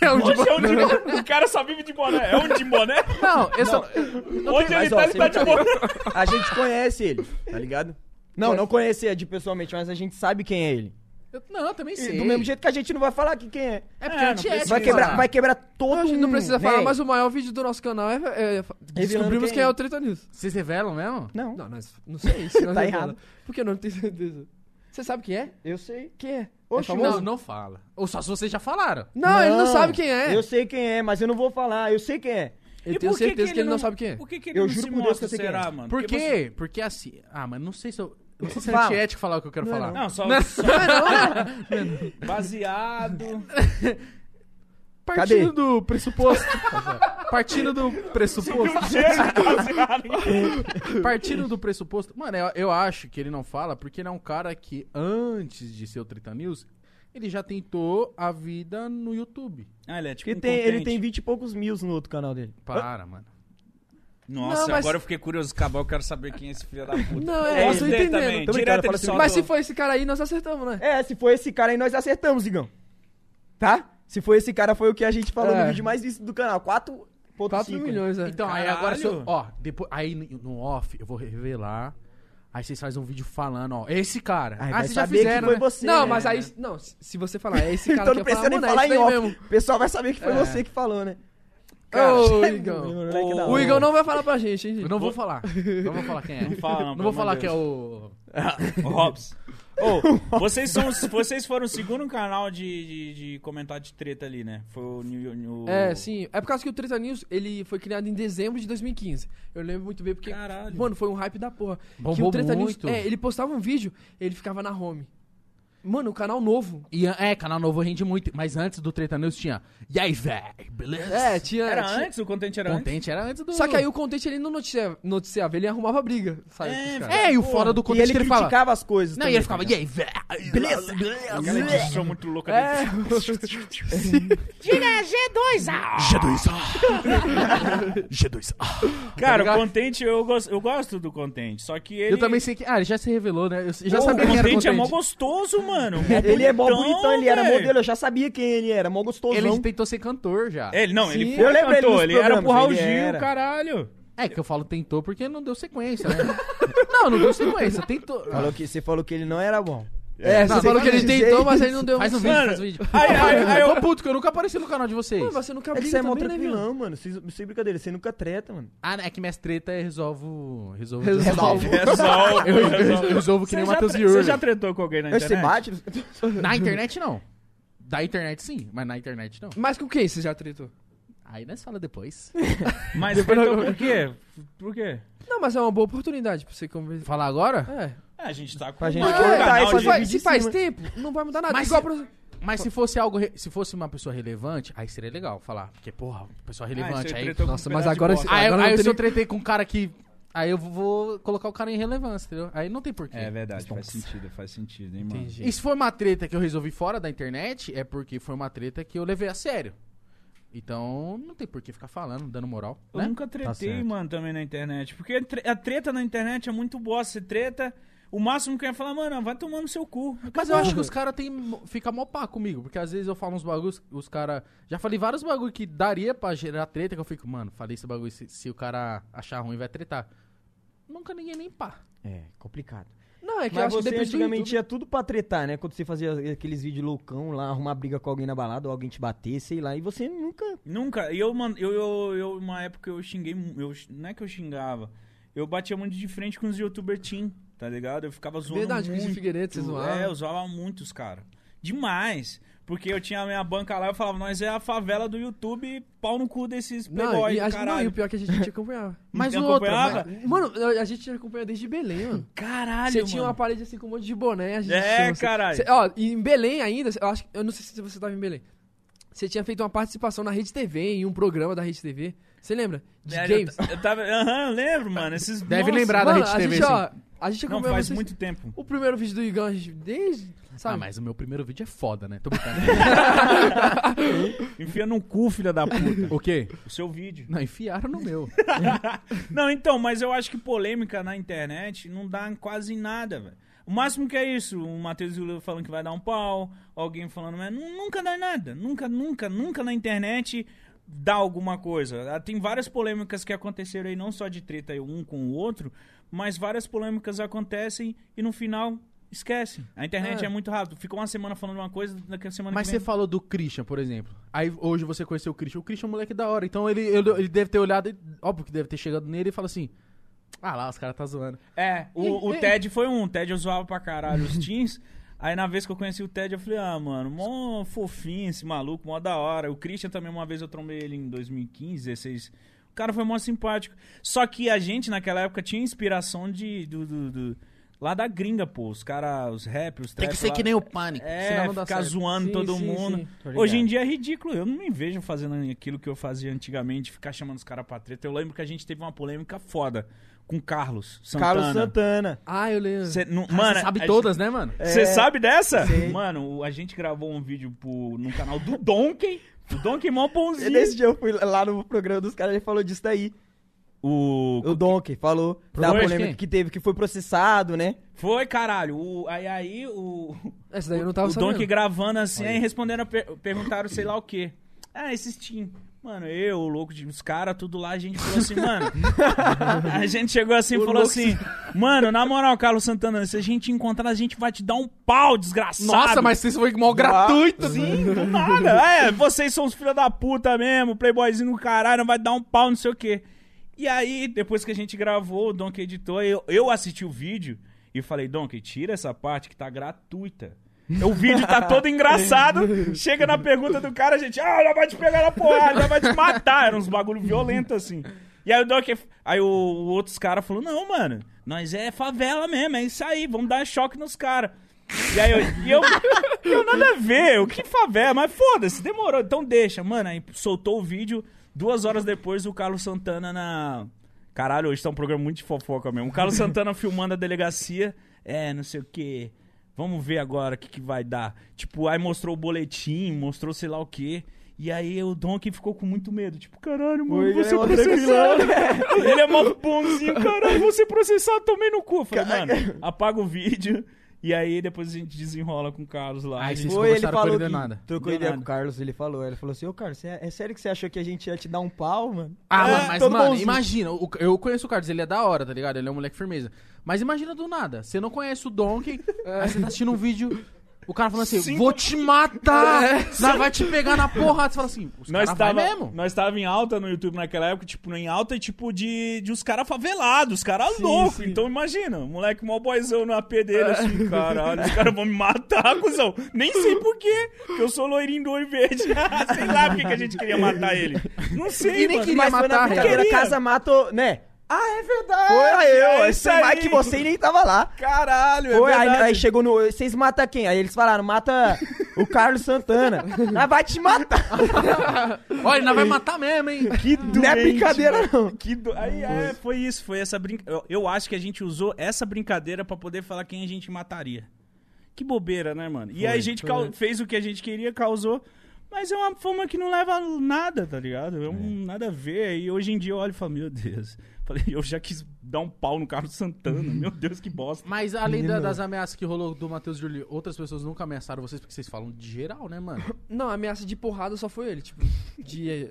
[SPEAKER 3] é um de
[SPEAKER 1] Hoje é um de boné. O cara só vive de boné. É um de boné?
[SPEAKER 3] Não, eu só...
[SPEAKER 1] Onde ele
[SPEAKER 4] Mas, ó,
[SPEAKER 1] tá, ele
[SPEAKER 4] você
[SPEAKER 1] tá
[SPEAKER 4] me
[SPEAKER 1] de boné.
[SPEAKER 4] A gente conhece ele, tá ligado? Não, não conhecia de pessoalmente, mas a gente sabe quem é ele.
[SPEAKER 3] Eu- Não, eu também
[SPEAKER 4] E
[SPEAKER 3] sei.
[SPEAKER 4] do mesmo jeito que a gente não vai falar que quem é.
[SPEAKER 3] É
[SPEAKER 1] É, não
[SPEAKER 3] porque é antiético.
[SPEAKER 1] precisa
[SPEAKER 4] Vai
[SPEAKER 1] Sim,
[SPEAKER 4] quebrar,
[SPEAKER 1] mano.
[SPEAKER 4] vai quebrar todo
[SPEAKER 5] A gente não
[SPEAKER 4] mundo,
[SPEAKER 5] precisa
[SPEAKER 4] né?
[SPEAKER 5] falar, mas o maior vídeo do nosso canal é. é- descobrimos
[SPEAKER 4] quem
[SPEAKER 5] quem
[SPEAKER 4] é.
[SPEAKER 5] é o Treta News.
[SPEAKER 3] Vocês revelam mesmo?
[SPEAKER 4] Não,
[SPEAKER 5] Não, nós não sei se nós
[SPEAKER 4] Tá
[SPEAKER 5] não
[SPEAKER 4] errado.
[SPEAKER 5] falamos. Porque eu não tenho certeza. Você sabe quem é?
[SPEAKER 4] eu sei.
[SPEAKER 5] Quem é?
[SPEAKER 4] Oxe,
[SPEAKER 5] é famoso?
[SPEAKER 3] Não, não fala. Ou só se vocês já falaram.
[SPEAKER 5] Não, ele não sabe quem é.
[SPEAKER 4] Eu sei quem é, mas eu não vou falar, eu sei quem é.
[SPEAKER 5] Eu
[SPEAKER 1] E
[SPEAKER 5] tenho
[SPEAKER 1] por que
[SPEAKER 5] certeza que, ele não,
[SPEAKER 1] não-
[SPEAKER 5] sabe quem é.
[SPEAKER 1] Por que, que ele
[SPEAKER 4] Eu
[SPEAKER 1] não
[SPEAKER 4] juro
[SPEAKER 1] se
[SPEAKER 4] por Deus
[SPEAKER 1] mostra,
[SPEAKER 4] que eu sei
[SPEAKER 1] será,
[SPEAKER 4] quem é.
[SPEAKER 1] mano?
[SPEAKER 3] Por
[SPEAKER 1] Porque
[SPEAKER 3] quê? Porque assim... Ah, mas não sei se eu... Não sei se é
[SPEAKER 4] Fala.
[SPEAKER 3] antiético falar o que eu quero
[SPEAKER 4] Não é
[SPEAKER 3] falar.
[SPEAKER 1] você- Não, só... só Baseado...
[SPEAKER 3] Partindo do pressuposto...
[SPEAKER 4] Tá
[SPEAKER 3] Partindo do pressuposto... Partindo do pressuposto. Mano, eu, eu acho que ele não fala porque ele é um cara que, antes de ser o Treta News, ele já tentou a vida no YouTube.
[SPEAKER 1] ah, ele é tipo
[SPEAKER 4] Porque
[SPEAKER 1] um
[SPEAKER 4] tem, ele
[SPEAKER 1] contente.
[SPEAKER 4] tem 20 e poucos mil no outro canal dele.
[SPEAKER 3] Para, mano.
[SPEAKER 1] Nossa,
[SPEAKER 5] Não, mas-
[SPEAKER 1] agora eu fiquei curioso. Acabar, eu quero saber quem é esse filho da puta.
[SPEAKER 5] Não, é,
[SPEAKER 1] Gosto
[SPEAKER 5] eu tô
[SPEAKER 1] dele
[SPEAKER 5] entendendo.
[SPEAKER 1] Também.
[SPEAKER 4] Tô brincando,
[SPEAKER 1] Direto
[SPEAKER 4] fala
[SPEAKER 1] ele
[SPEAKER 4] assim,
[SPEAKER 1] solta...
[SPEAKER 5] Mas se for esse cara aí, nós acertamos, né?
[SPEAKER 4] É, se for esse cara aí, nós acertamos, Igão. Tá? Se for esse cara, foi o que a gente falou
[SPEAKER 5] É.
[SPEAKER 4] no vídeo mais visto do canal. 4.5
[SPEAKER 5] 4 milhões, é.
[SPEAKER 3] Então, aí agora, se eu,
[SPEAKER 1] Caralho.
[SPEAKER 3] ó, depois, aí no no off, eu vou revelar. Aí vocês fazem um vídeo falando, ó, esse cara.
[SPEAKER 4] Aí
[SPEAKER 3] ah,
[SPEAKER 4] vai
[SPEAKER 3] vocês já
[SPEAKER 4] saber que
[SPEAKER 3] fizeram,
[SPEAKER 4] foi
[SPEAKER 3] né?
[SPEAKER 4] você.
[SPEAKER 5] não,
[SPEAKER 4] né?
[SPEAKER 5] mas aí. Não, se se você falar, é esse cara
[SPEAKER 4] Então
[SPEAKER 5] que
[SPEAKER 4] não
[SPEAKER 5] eu
[SPEAKER 4] precisa nem
[SPEAKER 5] falar, mano, é
[SPEAKER 4] falar
[SPEAKER 5] esse
[SPEAKER 4] em
[SPEAKER 5] daí
[SPEAKER 4] off.
[SPEAKER 5] mesmo. É.
[SPEAKER 4] O pessoal vai saber que foi você que falou, né?
[SPEAKER 5] Ô,
[SPEAKER 4] Cara, é né?
[SPEAKER 5] Igão.
[SPEAKER 4] moleque da
[SPEAKER 1] o-
[SPEAKER 4] hora.
[SPEAKER 5] O Igão não vai falar pra gente, hein,
[SPEAKER 3] Eu
[SPEAKER 5] gente?
[SPEAKER 3] não vou falar. Não vou falar quem é.
[SPEAKER 1] Não fala, não,
[SPEAKER 3] vou
[SPEAKER 1] pelo
[SPEAKER 3] falar
[SPEAKER 1] amor de
[SPEAKER 3] que é o.
[SPEAKER 1] O Hobbs. Ô, vocês, são, os- vocês foram o segundo canal de, de, de comentário de treta ali, né? Foi o New York.
[SPEAKER 5] É, sim. É por causa que o Treta News, ele foi criado em dezembro de 2015. Eu lembro muito bem porque,
[SPEAKER 1] Caralho.
[SPEAKER 5] mano, foi um hype da porra. que
[SPEAKER 3] Bombou
[SPEAKER 5] o Treta
[SPEAKER 3] muito.
[SPEAKER 5] News, é, ele postava um vídeo, ele ficava na home. Mano, o canal novo.
[SPEAKER 3] E, é, canal novo rende muito. Mas antes do Treta News tinha. E aí, véi, beleza?
[SPEAKER 5] É, tinha,
[SPEAKER 1] Era
[SPEAKER 5] tinha-
[SPEAKER 1] antes? O contente era antes?
[SPEAKER 3] Contente era antes do.
[SPEAKER 5] Só que aí o contente ele não noticiava, noticiava, ele arrumava briga. Sabe,
[SPEAKER 1] É,
[SPEAKER 5] pros caras.
[SPEAKER 3] É, e o
[SPEAKER 1] Porra.
[SPEAKER 3] fora do
[SPEAKER 4] E
[SPEAKER 3] contexto
[SPEAKER 4] ele
[SPEAKER 3] que ele
[SPEAKER 4] criticava
[SPEAKER 3] fala.
[SPEAKER 4] as coisas.
[SPEAKER 3] Não, e
[SPEAKER 4] também,
[SPEAKER 3] ele ficava,
[SPEAKER 4] tá
[SPEAKER 3] e aí, velho? Beleza, beleza.
[SPEAKER 1] Aquela edição muito louca
[SPEAKER 5] É.
[SPEAKER 1] dele.
[SPEAKER 3] G2A. G2A.
[SPEAKER 1] Cara,
[SPEAKER 5] Tá ligado?
[SPEAKER 1] o contente, eu, gos- eu gosto do contente. Só que ele.
[SPEAKER 3] Eu também sei que. Ah, ele já se revelou, né? Eu já
[SPEAKER 1] Pô,
[SPEAKER 3] sabia
[SPEAKER 1] o
[SPEAKER 3] quem era
[SPEAKER 1] contente é mó
[SPEAKER 3] contente.
[SPEAKER 1] gostoso, mano. Mó
[SPEAKER 4] Ele é mó bonitão, ele era
[SPEAKER 1] velho.
[SPEAKER 4] modelo, eu já sabia quem ele era, mó gostosão.
[SPEAKER 3] Ele tentou ser cantor já.
[SPEAKER 1] Ele, não, ele
[SPEAKER 5] Sim,
[SPEAKER 1] foi
[SPEAKER 4] eu lembro ele
[SPEAKER 1] cantor,
[SPEAKER 4] nos
[SPEAKER 1] ele, era pro
[SPEAKER 4] programas,
[SPEAKER 1] Raul
[SPEAKER 4] ele
[SPEAKER 1] Gil,
[SPEAKER 4] era.
[SPEAKER 1] caralho.
[SPEAKER 3] É que eu falo tentou porque não deu sequência, né? não, não deu sequência. Tentou.
[SPEAKER 4] Falou que, você falou que ele não era bom.
[SPEAKER 5] É, você
[SPEAKER 3] não,
[SPEAKER 5] falou que ele
[SPEAKER 4] dizer
[SPEAKER 5] tentou,
[SPEAKER 4] isso.
[SPEAKER 5] mas ele não deu
[SPEAKER 3] Faz um vídeo,
[SPEAKER 1] Mano,
[SPEAKER 3] faz um vídeo.
[SPEAKER 1] aí, aí, aí
[SPEAKER 3] eu
[SPEAKER 1] eu...
[SPEAKER 3] tô puto, que eu nunca apareci no canal de vocês.
[SPEAKER 5] Mano, você nunca
[SPEAKER 4] É que
[SPEAKER 5] briga
[SPEAKER 4] você é mó
[SPEAKER 5] também, né, viu?
[SPEAKER 4] tranquilão, mano. Sem, sem brincadeira, você nunca treta, mano.
[SPEAKER 3] Ah, é que minhas treta eu resolvo. Resolvo.
[SPEAKER 5] Resolve.
[SPEAKER 4] É
[SPEAKER 1] Resolve,
[SPEAKER 3] Eu, eu
[SPEAKER 1] resolve.
[SPEAKER 3] resolvo que
[SPEAKER 1] Você
[SPEAKER 3] nem o
[SPEAKER 1] já
[SPEAKER 3] Matheus
[SPEAKER 1] tre- Você
[SPEAKER 3] Yuri.
[SPEAKER 1] já tretou com alguém na
[SPEAKER 5] É,
[SPEAKER 1] internet?
[SPEAKER 4] Você bate.
[SPEAKER 3] Na internet não. Da internet sim, mas na internet não.
[SPEAKER 5] Mas com quem você já tretou?
[SPEAKER 3] Aí nós fala depois.
[SPEAKER 1] Mas tretou por quê? Por quê?
[SPEAKER 5] Não, mas é uma boa oportunidade pra você conversar.
[SPEAKER 3] Falar agora?
[SPEAKER 5] É.
[SPEAKER 1] É, a gente tá com
[SPEAKER 4] Pra gente
[SPEAKER 1] uma-
[SPEAKER 5] comentar
[SPEAKER 1] canal
[SPEAKER 4] e
[SPEAKER 1] de- Ah,
[SPEAKER 5] Se
[SPEAKER 4] fazer-
[SPEAKER 5] faz, se
[SPEAKER 4] de
[SPEAKER 5] faz
[SPEAKER 4] cima.
[SPEAKER 5] tempo, não vai mudar nada.
[SPEAKER 3] Mas
[SPEAKER 5] Igual
[SPEAKER 3] se-
[SPEAKER 5] pro-
[SPEAKER 3] Mas se fosse algo, re- se fosse uma pessoa relevante, aí seria legal falar, porque porra,
[SPEAKER 1] Ah,
[SPEAKER 3] pessoa relevante
[SPEAKER 1] você
[SPEAKER 3] aí.
[SPEAKER 1] tretou com
[SPEAKER 5] Nossa,
[SPEAKER 1] um
[SPEAKER 5] mas
[SPEAKER 1] pedaço de
[SPEAKER 5] agora
[SPEAKER 1] bosta.
[SPEAKER 5] se-
[SPEAKER 3] Aí,
[SPEAKER 5] Agora
[SPEAKER 3] aí
[SPEAKER 5] não
[SPEAKER 3] se eu
[SPEAKER 5] teria-
[SPEAKER 3] tretei com um cara que aí eu vou colocar o cara em relevância, entendeu? Aí não tem porquê.
[SPEAKER 1] É verdade, faz
[SPEAKER 3] Nossa.
[SPEAKER 1] sentido, faz sentido, hein, mano.
[SPEAKER 5] Entendi.
[SPEAKER 3] E se for uma treta que eu resolvi fora da internet, é porque foi uma treta que eu levei a sério. Então, não tem por que ficar falando, dando moral,
[SPEAKER 1] Eu
[SPEAKER 3] né?
[SPEAKER 1] nunca tretei,
[SPEAKER 4] certo.
[SPEAKER 1] mano, também na internet. Porque tre- a treta na internet é muito boa. Você treta, o máximo que eu ia falar, mano, vai tomar no seu cu.
[SPEAKER 3] Mas eu acho que os caras tem fica mó pá comigo, porque às vezes eu falo uns bagulhos, os caras já falei vários bagulho que daria pra gerar treta que eu fico, mano, falei esse bagulho se, se o cara achar ruim vai tretar. Nunca ninguém nem pá.
[SPEAKER 4] É, complicado.
[SPEAKER 5] Não, é que eu
[SPEAKER 4] Mas
[SPEAKER 5] acho que
[SPEAKER 4] você
[SPEAKER 5] depende do
[SPEAKER 4] antigamente
[SPEAKER 5] YouTube.
[SPEAKER 4] tinha tudo pra tretar, né? Quando você fazia aqueles vídeos loucão lá, arrumar briga com alguém na balada ou alguém te bater, sei lá. E você nunca.
[SPEAKER 1] Nunca. E eu, mano, eu, eu, eu, uma época eu xinguei. mu- Eu, x- não é que eu xingava. Eu batia muito de frente com os youtuber teen, tá ligado? Eu ficava zoando.
[SPEAKER 5] Verdade, Cris
[SPEAKER 1] muito.
[SPEAKER 5] Figueiredo, vocês zoavam.
[SPEAKER 1] É, eu zoava muito os caras. Demais. Porque eu tinha a minha banca lá, eu falava, nós é a favela do YouTube, pau no cu desses
[SPEAKER 5] Não,
[SPEAKER 1] playboy,
[SPEAKER 5] e,
[SPEAKER 1] do
[SPEAKER 5] a, não, e
[SPEAKER 1] caralho.
[SPEAKER 5] o pior é que a gente te acompanhava.
[SPEAKER 3] Mas
[SPEAKER 1] Me
[SPEAKER 3] outra,
[SPEAKER 1] acompanhava?
[SPEAKER 5] Mano, a gente te acompanha desde Belém, mano.
[SPEAKER 1] Caralho,
[SPEAKER 5] Você tinha uma
[SPEAKER 1] mano.
[SPEAKER 5] parede assim com um monte de boné. A gente
[SPEAKER 1] É,
[SPEAKER 5] tinha, você-
[SPEAKER 1] caralho.
[SPEAKER 5] você- ó, e em Belém ainda, eu acho que- eu não sei se você tava em Belém. Você tinha feito uma participação na Rede TV, em um programa da Rede TV. Você lembra? De
[SPEAKER 1] Velho, eu
[SPEAKER 5] games.
[SPEAKER 1] ta- Eu tava. Aham, eu lembro, mano. Esses.
[SPEAKER 3] Deve
[SPEAKER 1] nossa,
[SPEAKER 3] lembrar da
[SPEAKER 5] Mano,
[SPEAKER 3] Rede
[SPEAKER 5] a
[SPEAKER 3] TV,
[SPEAKER 5] gente, ó, a gente
[SPEAKER 1] assim. Não,
[SPEAKER 5] acompanhava
[SPEAKER 1] faz
[SPEAKER 5] vocês-
[SPEAKER 1] muito tempo.
[SPEAKER 5] O primeiro vídeo do Igão, a gente- desde, sabe?
[SPEAKER 3] Ah, mas o meu primeiro vídeo é foda, né? Tô brincando.
[SPEAKER 1] Enfia no cu, filha da puta.
[SPEAKER 3] o quê?
[SPEAKER 1] o seu vídeo.
[SPEAKER 3] Não, enfiaram no meu.
[SPEAKER 1] Não, então, mas eu acho que polêmica na internet não dá quase em nada, velho. O máximo que é isso, o Matheus e o Lula falando que vai dar um pau, alguém falando, mas nu- nunca dá em nada. Nunca, nunca, nunca na internet dá alguma coisa. Ah, Tem várias polêmicas que aconteceram aí, não só de treta aí um com o outro, mas várias polêmicas acontecem e no final esquecem. A internet
[SPEAKER 5] É.
[SPEAKER 1] é, muito rápido. Fica uma semana falando uma coisa, daqui a semana
[SPEAKER 3] Mas
[SPEAKER 1] que
[SPEAKER 3] você
[SPEAKER 1] vem...
[SPEAKER 3] falou do Christian, por exemplo. Aí hoje você conheceu o Christian. O Christian é um moleque da hora. Então ele, ele, ele deve ter olhado, e- óbvio que deve ter chegado nele e fala assim: Ah lá, os caras tá zoando.
[SPEAKER 1] É, o, o Ted foi um. O Ted eu zoava pra caralho os teens. Aí na vez que eu conheci o Ted, eu falei, ah, mano, mó fofinho esse maluco, mó da hora. O Christian também, uma vez eu trombei ele em 2015, 16. O cara foi mó simpático. Só que a gente, naquela época, tinha inspiração de. Do, do- do- lá da gringa, pô. Os caras, os rappers, os
[SPEAKER 3] Tem que
[SPEAKER 1] trap
[SPEAKER 3] ser
[SPEAKER 1] lá.
[SPEAKER 3] que nem o pânico.
[SPEAKER 1] É,
[SPEAKER 3] senão não dá
[SPEAKER 1] ficar
[SPEAKER 3] certo.
[SPEAKER 1] zoando
[SPEAKER 5] Sim,
[SPEAKER 1] todo
[SPEAKER 5] sim,
[SPEAKER 1] mundo.
[SPEAKER 5] sim.
[SPEAKER 4] Tô ligado.
[SPEAKER 1] Hoje em dia é ridículo. Eu não me vejo fazendo aquilo que eu fazia antigamente, ficar chamando os caras pra treta. Eu lembro que a gente teve uma polêmica foda com Carlos Santana.
[SPEAKER 4] Carlos Santana.
[SPEAKER 5] Ah, eu lembro.
[SPEAKER 1] Cê não-
[SPEAKER 3] Cara,
[SPEAKER 1] mano,
[SPEAKER 3] você sabe
[SPEAKER 1] a
[SPEAKER 3] todas, né, mano?
[SPEAKER 1] gente- Você sabe dessa?
[SPEAKER 4] Sei.
[SPEAKER 1] Mano, o- a gente gravou um vídeo pro, no canal do Donkey. O Donkey mó bonzinho.
[SPEAKER 4] Nesse dia eu fui lá no programa dos caras, ele falou disso daí.
[SPEAKER 1] O...
[SPEAKER 4] O Donkey falou da
[SPEAKER 1] Foi,
[SPEAKER 4] polêmica
[SPEAKER 3] quem?
[SPEAKER 4] que teve, que foi processado, né?
[SPEAKER 1] Foi, caralho. O... Aí, aí o...
[SPEAKER 5] Essa daí eu não tava
[SPEAKER 1] o
[SPEAKER 5] sabendo.
[SPEAKER 1] Donkey gravando assim, aí respondendo, a per- perguntaram sei lá o quê. Ah, esses Steam. Mano, eu, o louco de os caras, tudo lá, a gente falou assim, mano. a gente chegou assim e falou assim, mano, na moral, Carlos Santana, se a gente encontrar, a gente vai te dar um pau, desgraçado.
[SPEAKER 3] Nossa, mas isso foi mal gratuito.
[SPEAKER 1] Sim, do nada. É, vocês são os filhos da puta mesmo, playboyzinho do caralho, vai dar um pau, não sei o quê. E aí, depois que a gente gravou, o Donkey editou, eu, eu assisti o vídeo e falei, Donkey, tira essa parte que tá gratuita. O vídeo tá todo engraçado. Chega na pergunta do cara, a gente, ah, ela vai te pegar na porrada, ela vai te matar. Era uns bagulho violento assim. E aí o Donkey. Aí o, o outros caras falou, não, mano, nós é favela mesmo, é isso aí, vamos dar choque nos caras. E aí eu, e eu, eu nada a ver, o que favela, mas foda-se, demorou, então deixa. Mano, aí soltou o vídeo, duas horas depois o Carlos Santana na... Caralho, hoje tá um programa muito de fofoca mesmo. O Carlos Santana filmando a delegacia, é, não sei o que vamos ver agora o que, que vai dar. Tipo, aí mostrou o boletim, mostrou sei lá o que e aí o Donkey ficou com muito medo, tipo, caralho, mano,
[SPEAKER 4] Oi,
[SPEAKER 1] você
[SPEAKER 4] eu mandei
[SPEAKER 1] processado. Ele é mó bonzinho, caralho, você processado, tomei no cu. Eu Falei, mano, apaga o vídeo E aí depois a gente desenrola com o Carlos lá.
[SPEAKER 3] Aí
[SPEAKER 1] A gente-
[SPEAKER 3] vocês
[SPEAKER 4] Foi, ele
[SPEAKER 3] conversaram
[SPEAKER 4] falou
[SPEAKER 3] com ele,
[SPEAKER 4] que
[SPEAKER 3] não é nada.
[SPEAKER 4] trocou
[SPEAKER 1] Deu
[SPEAKER 4] ideia
[SPEAKER 1] nada.
[SPEAKER 4] com o Carlos, ele falou. Ele falou assim, ô, Carlos, é, é sério que você achou que a gente ia te dar um pau, mano?
[SPEAKER 3] Ah,
[SPEAKER 4] É,
[SPEAKER 3] mano, mas,
[SPEAKER 4] todo
[SPEAKER 3] mano,
[SPEAKER 4] bonzinho.
[SPEAKER 3] imagina, o- eu conheço o Carlos, ele é da hora, tá ligado? Ele é um moleque firmeza. Mas imagina do nada, você não conhece o Donkey, aí você tá assistindo um vídeo, o cara falando assim,
[SPEAKER 1] Cinco-
[SPEAKER 3] vou te matar, nós vai te pegar na porrada. Você fala assim, os
[SPEAKER 1] Nós
[SPEAKER 3] caras vai
[SPEAKER 1] tava,
[SPEAKER 3] mesmo.
[SPEAKER 1] nós tava em alta no YouTube naquela época, tipo, em alta, tipo, de, de uns caras favelados, os caras
[SPEAKER 5] Sim,
[SPEAKER 1] loucos.
[SPEAKER 5] sim.
[SPEAKER 1] Então imagina, o moleque mó boyzão no AP dele, assim, caralho, os caras vão me matar, cuzão. Nem sei porquê, que eu sou loirinho do olho verde. sei lá por que que a gente queria matar ele. Não sei,
[SPEAKER 3] E nem
[SPEAKER 1] mano.
[SPEAKER 3] queria
[SPEAKER 4] mas foi na
[SPEAKER 3] matar,
[SPEAKER 4] brincadeira,
[SPEAKER 1] cara.
[SPEAKER 4] casa matou, né?
[SPEAKER 5] Ah, é verdade!
[SPEAKER 4] Foi a eu,
[SPEAKER 1] é
[SPEAKER 4] é
[SPEAKER 1] isso aí.
[SPEAKER 4] que você nem tava lá.
[SPEAKER 1] Caralho, é
[SPEAKER 4] Foi, aí,
[SPEAKER 1] verdade.
[SPEAKER 4] aí chegou no. Vocês matam quem? Aí eles falaram, mata o Carlos Santana. Mas vai te matar.
[SPEAKER 3] Olha, nós vai matar mesmo, hein?
[SPEAKER 1] Que
[SPEAKER 4] não é
[SPEAKER 1] doente,
[SPEAKER 4] brincadeira,
[SPEAKER 1] mano.
[SPEAKER 4] não.
[SPEAKER 1] Que do... Aí é, foi isso, foi essa brincadeira. Eu acho que a gente usou essa brincadeira pra poder falar quem a gente mataria. Que bobeira, né, mano? E aí a gente cau- fez o que a gente queria, causou. Mas é uma fama que não leva a nada, tá ligado? É um nada a ver. E hoje em dia eu olho e falo, meu Deus. Falei, eu já quis dar um pau no Carlos Santana. Meu Deus, que bosta.
[SPEAKER 3] Mas além da- das ameaças que rolou do Matheus Júlio, outras pessoas nunca ameaçaram vocês, porque vocês falam de geral, né, mano?
[SPEAKER 5] Não, a ameaça de porrada só foi ele, tipo, de.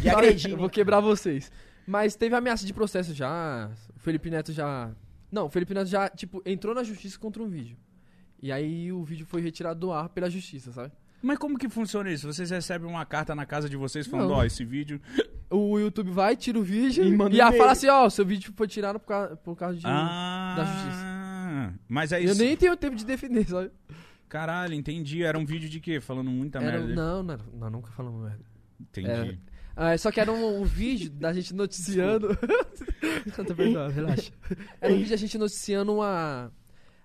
[SPEAKER 4] De agredir,
[SPEAKER 5] Eu
[SPEAKER 4] né?
[SPEAKER 5] Vou quebrar vocês. Mas teve ameaça de processo já. O Felipe Neto já. Não, o Felipe Neto já, tipo, entrou na justiça contra um vídeo. E aí o vídeo foi retirado do ar pela justiça, sabe?
[SPEAKER 1] Mas como que funciona isso? Vocês recebem uma carta na casa de vocês falando,
[SPEAKER 5] Não.
[SPEAKER 1] ó, esse vídeo.
[SPEAKER 5] O YouTube vai, tira o vídeo
[SPEAKER 4] E
[SPEAKER 5] e,
[SPEAKER 4] manda
[SPEAKER 5] a-
[SPEAKER 4] e-mail.
[SPEAKER 5] fala assim, ó, seu vídeo foi tirado por causa, por causa de.
[SPEAKER 1] ah,
[SPEAKER 5] da justiça.
[SPEAKER 1] Mas é
[SPEAKER 5] Eu
[SPEAKER 1] isso.
[SPEAKER 5] nem tenho tempo de defender, sabe?
[SPEAKER 1] Caralho, entendi. Era um vídeo de quê? Falando muita
[SPEAKER 5] Era- um-
[SPEAKER 1] merda. né?
[SPEAKER 5] não, não, não, nunca falamos merda.
[SPEAKER 1] Entendi.
[SPEAKER 5] Era. Ah, só que era um, um vídeo da gente noticiando. Não, tô perdoado, relaxa. Era um vídeo da gente noticiando uma.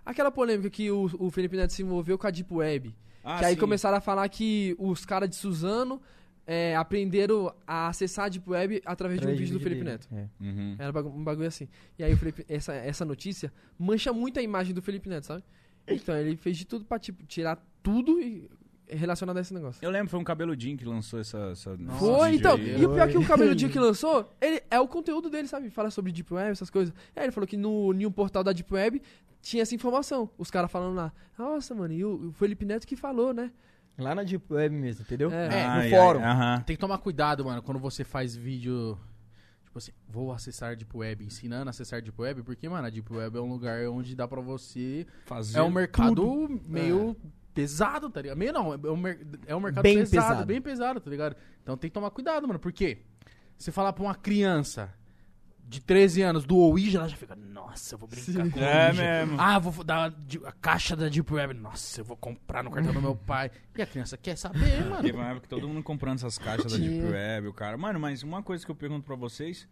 [SPEAKER 5] Aquela polêmica que o, o Felipe Neto se envolveu com a Deep Web.
[SPEAKER 1] Ah,
[SPEAKER 5] que aí
[SPEAKER 1] sim.
[SPEAKER 5] começaram a falar que os caras de Suzano é, aprenderam a acessar a Deep Web através de um vídeo do Felipe Neto.
[SPEAKER 4] É.
[SPEAKER 1] Uhum.
[SPEAKER 5] Era bagu- um bagulho assim. E aí o Felipe, essa, essa notícia mancha muito a imagem do Felipe Neto, sabe? Então ele fez de tudo pra tipo, tirar tudo e relacionado a esse negócio.
[SPEAKER 1] Eu lembro, foi um cabeludinho que lançou essa. essa esse
[SPEAKER 5] Foi,
[SPEAKER 1] vídeo
[SPEAKER 5] então.
[SPEAKER 1] aí.
[SPEAKER 5] E o pior é que o cabeludinho que lançou, ele é o conteúdo dele, sabe? Fala sobre Deep Web, essas coisas. Aí ele falou que no, em um portal da Deep Web tinha essa informação. Os caras falando lá, nossa, mano, e o, o Felipe Neto que falou, né?
[SPEAKER 4] Lá na Deep Web mesmo, entendeu?
[SPEAKER 5] É.
[SPEAKER 3] É,
[SPEAKER 4] no
[SPEAKER 1] Ai, ai,
[SPEAKER 4] fórum.
[SPEAKER 1] Aham.
[SPEAKER 3] Tem que tomar cuidado, mano, quando você faz vídeo. Tipo assim, vou acessar Deep Web, ensinando a acessar Deep Web, porque, mano, a Deep Web é um lugar onde dá pra você.
[SPEAKER 1] Fazer
[SPEAKER 3] É um mercado
[SPEAKER 1] tudo. É.
[SPEAKER 3] meio pesado, tá ligado? Meio não, é um, mer- é um mercado
[SPEAKER 4] Bem
[SPEAKER 3] pesado,
[SPEAKER 4] pesado.
[SPEAKER 3] bem pesado, tá ligado? Então tem que tomar cuidado, mano, porque você falar pra uma criança de 13 anos do Ouija, ela já fica, nossa, eu vou brincar com o
[SPEAKER 1] É
[SPEAKER 3] Ouija.
[SPEAKER 1] mesmo.
[SPEAKER 3] Ah, vou dar de- a caixa da Deep Web. Nossa, eu vou comprar no cartão do meu pai. E a criança quer saber, mano.
[SPEAKER 1] Teve uma época que todo mundo comprando essas caixas da Deep Web, o cara. Mano, mas uma coisa que eu pergunto pra vocês.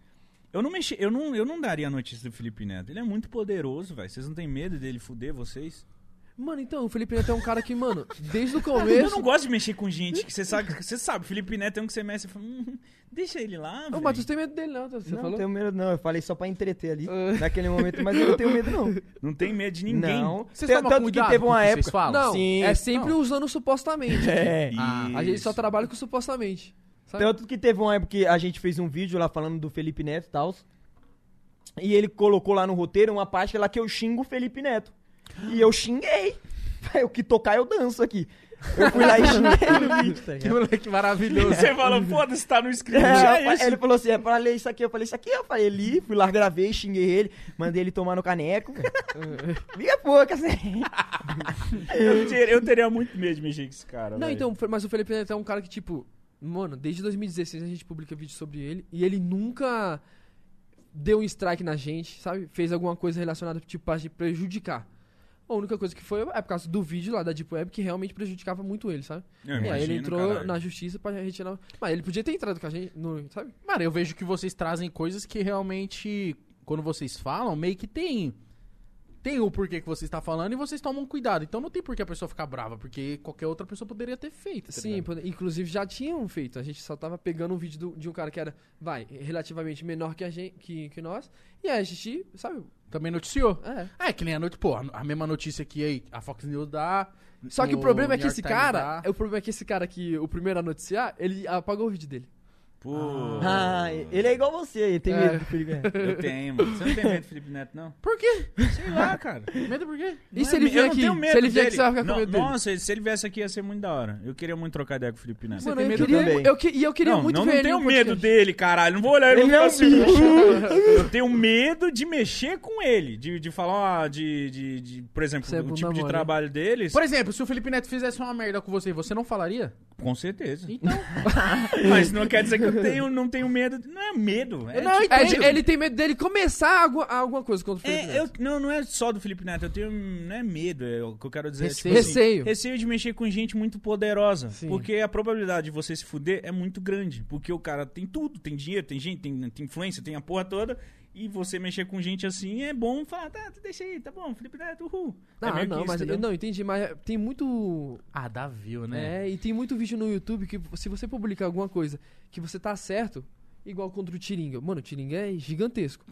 [SPEAKER 1] Eu não mexi, eu não, eu não daria a notícia do Felipe Neto. Ele é muito poderoso, velho. Vocês não têm medo dele fuder vocês?
[SPEAKER 5] Mano, então, o Felipe Neto é um cara que, mano, desde o
[SPEAKER 1] Eu
[SPEAKER 5] começo.
[SPEAKER 1] não gosto de mexer com gente que você sabe, que você sabe, Felipe Neto é um que você mexe e fala, hum, deixa ele lá,
[SPEAKER 5] Ô,
[SPEAKER 1] velho.
[SPEAKER 5] Matheus, tem medo dele, não? Você
[SPEAKER 4] não,
[SPEAKER 5] falou?
[SPEAKER 4] tenho medo não. Eu falei só pra entreter ali,
[SPEAKER 5] Ah.
[SPEAKER 4] naquele momento. Mas eu não tenho medo não.
[SPEAKER 1] Não tem medo de ninguém.
[SPEAKER 4] Não.
[SPEAKER 3] Vocês
[SPEAKER 4] Tem-
[SPEAKER 3] tomam
[SPEAKER 4] Tanto que
[SPEAKER 3] cuidado
[SPEAKER 4] teve
[SPEAKER 3] com o
[SPEAKER 4] uma
[SPEAKER 3] que vocês
[SPEAKER 4] época...
[SPEAKER 3] falam?
[SPEAKER 5] Não,
[SPEAKER 4] Sim.
[SPEAKER 5] é sempre
[SPEAKER 3] Não.
[SPEAKER 5] usando supostamente.
[SPEAKER 4] É.
[SPEAKER 3] Ah,
[SPEAKER 5] A gente só tá-
[SPEAKER 1] Isso.
[SPEAKER 5] trabalha com supostamente.
[SPEAKER 3] Tá.
[SPEAKER 5] Sabe?
[SPEAKER 4] Tanto que teve uma época que a gente fez um vídeo lá falando do Felipe Neto e tal. E ele colocou lá no roteiro uma parte lá que eu xingo o Felipe Neto. E eu xinguei. O que tocar eu danço aqui. Eu fui lá e xinguei no vídeo, tá
[SPEAKER 3] Que
[SPEAKER 5] É.
[SPEAKER 4] ligado?
[SPEAKER 3] moleque maravilhoso.
[SPEAKER 1] Você fala, foda-se, tá no script,
[SPEAKER 4] É,
[SPEAKER 1] é, isso.
[SPEAKER 4] ele falou assim, é pra ler isso aqui, eu falei isso aqui, eu falei, li, fui lá, gravei, xinguei ele, mandei ele tomar no caneco, velho. Minha boca, assim.
[SPEAKER 1] Eu, ter- eu teria muito medo de mexer com esse cara.
[SPEAKER 5] Não,
[SPEAKER 1] velho.
[SPEAKER 5] então, mas o Felipe Neto é um cara que, tipo, mano, desde 2016 a gente publica vídeo sobre ele e ele nunca deu um strike na gente, sabe? Fez alguma coisa relacionada, tipo, pra gente prejudicar. A única coisa que foi é por causa do vídeo lá da Deep Web que realmente prejudicava muito ele, sabe?
[SPEAKER 1] Eu
[SPEAKER 5] e aí
[SPEAKER 1] imagino,
[SPEAKER 5] ele entrou
[SPEAKER 1] caralho.
[SPEAKER 5] na justiça pra retirar. Mas ele podia ter entrado com a gente, no, sabe?
[SPEAKER 3] Mano, eu vejo que vocês trazem coisas que realmente, quando vocês falam, meio que tem. Tem o porquê que você está falando e vocês tomam cuidado. Então não tem por que a pessoa ficar brava, porque qualquer outra pessoa poderia ter feito. tá
[SPEAKER 5] Sim,
[SPEAKER 3] ligado?
[SPEAKER 5] pode- inclusive já tinham feito. A gente só tava pegando um vídeo do- de um cara que era, vai, relativamente menor que a gente, que, que nós. E aí a gente, sabe?
[SPEAKER 3] Também noticiou.
[SPEAKER 5] É.
[SPEAKER 3] É, que nem a noite, pô, a a mesma notícia que aí a Fox News dá.
[SPEAKER 5] Só que o problema é que
[SPEAKER 3] New
[SPEAKER 5] esse
[SPEAKER 3] York Times dá.
[SPEAKER 5] cara, é o problema é que esse cara que o primeiro a noticiar, ele apagou o vídeo dele.
[SPEAKER 1] Pô.
[SPEAKER 4] Ah, ele é igual você, ele tem
[SPEAKER 5] É.
[SPEAKER 4] medo do Felipe Neto.
[SPEAKER 1] Eu tenho, mano. Você não tem medo do Felipe Neto, não?
[SPEAKER 5] Por quê?
[SPEAKER 1] Sei lá, cara.
[SPEAKER 3] Medo por quê?
[SPEAKER 5] E
[SPEAKER 1] Não
[SPEAKER 5] se
[SPEAKER 1] é
[SPEAKER 5] ele
[SPEAKER 1] me-
[SPEAKER 5] vier
[SPEAKER 1] eu não
[SPEAKER 5] aqui?
[SPEAKER 1] tenho medo
[SPEAKER 5] Se ele vier
[SPEAKER 1] dele.
[SPEAKER 5] aqui, você vai ficar com
[SPEAKER 1] Não,
[SPEAKER 5] medo dele?
[SPEAKER 1] Nossa, se ele viesse aqui ia ser muito da hora. Eu queria muito trocar ideia com o Felipe Neto.
[SPEAKER 5] Mano,
[SPEAKER 3] tem
[SPEAKER 5] eu
[SPEAKER 3] medo
[SPEAKER 5] queria,
[SPEAKER 4] também.
[SPEAKER 5] eu, que- e eu queria
[SPEAKER 1] não,
[SPEAKER 5] muito
[SPEAKER 1] não,
[SPEAKER 5] ver
[SPEAKER 1] não
[SPEAKER 5] ele
[SPEAKER 1] tenho
[SPEAKER 5] no
[SPEAKER 1] medo
[SPEAKER 5] podcast.
[SPEAKER 1] dele, caralho. Não vou olhar ele,
[SPEAKER 4] Ele
[SPEAKER 1] não
[SPEAKER 4] é um
[SPEAKER 1] assim. Eu tenho medo de mexer com ele. De, de falar, ó, de, de, de- Por exemplo,
[SPEAKER 5] Você é
[SPEAKER 1] o
[SPEAKER 5] bunda
[SPEAKER 1] tipo de
[SPEAKER 5] mole.
[SPEAKER 1] trabalho deles.
[SPEAKER 3] Por exemplo, se o Felipe Neto fizesse uma merda com você, você não falaria?
[SPEAKER 1] Com certeza.
[SPEAKER 3] Então.
[SPEAKER 1] Mas não quer dizer que eu tenho, não tenho medo. Não é medo. É,
[SPEAKER 3] Não,
[SPEAKER 1] tipo,
[SPEAKER 5] É,
[SPEAKER 3] entendo.
[SPEAKER 5] de- ele tem medo dele começar alguma, alguma coisa contra o
[SPEAKER 1] é,
[SPEAKER 3] né?
[SPEAKER 5] Felipe
[SPEAKER 1] eu,
[SPEAKER 5] Neto.
[SPEAKER 1] não, não é só do Felipe Neto. Eu tenho. Não é medo. É, o que eu quero dizer é, tipo,
[SPEAKER 5] Receio.
[SPEAKER 1] assim,
[SPEAKER 5] Receio.
[SPEAKER 1] Receio de mexer com gente muito poderosa.
[SPEAKER 5] Sim.
[SPEAKER 1] Porque a probabilidade de você se fuder é muito grande. Porque o cara tem tudo, tem dinheiro, tem gente, tem, tem influência, tem a porra toda. E você mexer com gente assim é bom falar, tá, deixa aí, tá bom, Felipe Neto, uhul. é
[SPEAKER 5] Não,
[SPEAKER 1] meio que
[SPEAKER 5] Ah, não,
[SPEAKER 1] isso,
[SPEAKER 5] mas eu
[SPEAKER 1] entendeu?
[SPEAKER 5] não entendi, mas tem muito.
[SPEAKER 3] Ah, dá view, né?
[SPEAKER 5] É, e tem muito vídeo no YouTube que se você publicar alguma coisa que você tá certo, igual contra o Tiringa. Mano, o Tiringa é gigantesco.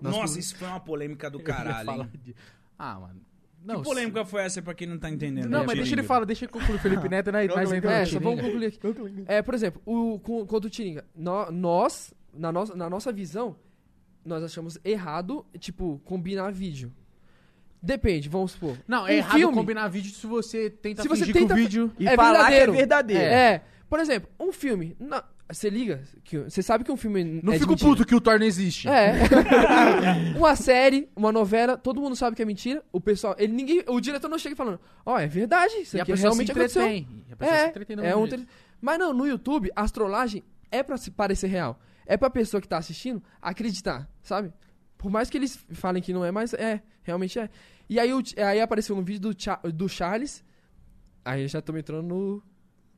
[SPEAKER 5] Nós
[SPEAKER 1] Nossa,
[SPEAKER 5] publi-
[SPEAKER 1] isso foi uma polêmica do
[SPEAKER 3] Eu ia
[SPEAKER 1] caralho.
[SPEAKER 3] falar
[SPEAKER 1] hein?
[SPEAKER 3] de- Ah, mano.
[SPEAKER 1] Que
[SPEAKER 3] Não,
[SPEAKER 1] polêmica foi essa pra quem não tá entendendo?
[SPEAKER 3] Não,
[SPEAKER 1] né,
[SPEAKER 3] mas deixa
[SPEAKER 1] Tiringa?
[SPEAKER 3] ele falar, deixa eu concluir o Felipe Neto, né? Nós
[SPEAKER 5] É,
[SPEAKER 3] entramos
[SPEAKER 5] só
[SPEAKER 3] no
[SPEAKER 5] vamos
[SPEAKER 3] Tiringa.
[SPEAKER 5] concluir aqui. É, por exemplo, o, com- contra o Tiringa. No- nós, na nossa, na nossa visão, nós achamos errado, tipo, combinar vídeo. Depende, vamos supor.
[SPEAKER 3] Não, é
[SPEAKER 5] Um
[SPEAKER 3] errado
[SPEAKER 5] filme-
[SPEAKER 3] combinar vídeo tá se você tenta
[SPEAKER 5] Se você
[SPEAKER 3] fingir que
[SPEAKER 5] tenta-
[SPEAKER 3] o vídeo...
[SPEAKER 4] E
[SPEAKER 5] É
[SPEAKER 4] falar
[SPEAKER 5] verdadeiro.
[SPEAKER 4] que é verdadeiro.
[SPEAKER 5] É. Por exemplo, um filme. na- Você liga, que- você sabe que um filme.
[SPEAKER 3] Não
[SPEAKER 5] é
[SPEAKER 3] fico
[SPEAKER 5] de mentira.
[SPEAKER 3] puto que o Thor não existe.
[SPEAKER 5] É. uma série, uma novela, todo mundo sabe que é mentira. O pessoal. Ele, ninguém, o diretor não chega falando, ó, é verdade, isso
[SPEAKER 3] E a
[SPEAKER 5] aqui
[SPEAKER 3] pessoa
[SPEAKER 5] realmente
[SPEAKER 3] se
[SPEAKER 5] aconteceu.
[SPEAKER 3] entretém. E a pessoa se entretém. no
[SPEAKER 5] É, é um
[SPEAKER 3] momento.
[SPEAKER 5] tre- Mas não, no YouTube, a trollagem é pra se parecer real. É pra pessoa que tá assistindo acreditar, sabe? Por mais que eles falem que não é, mas é, realmente é. E aí, o Ch- aí apareceu um vídeo do, Cha- do Charles. Aí eu já tô me entrando no.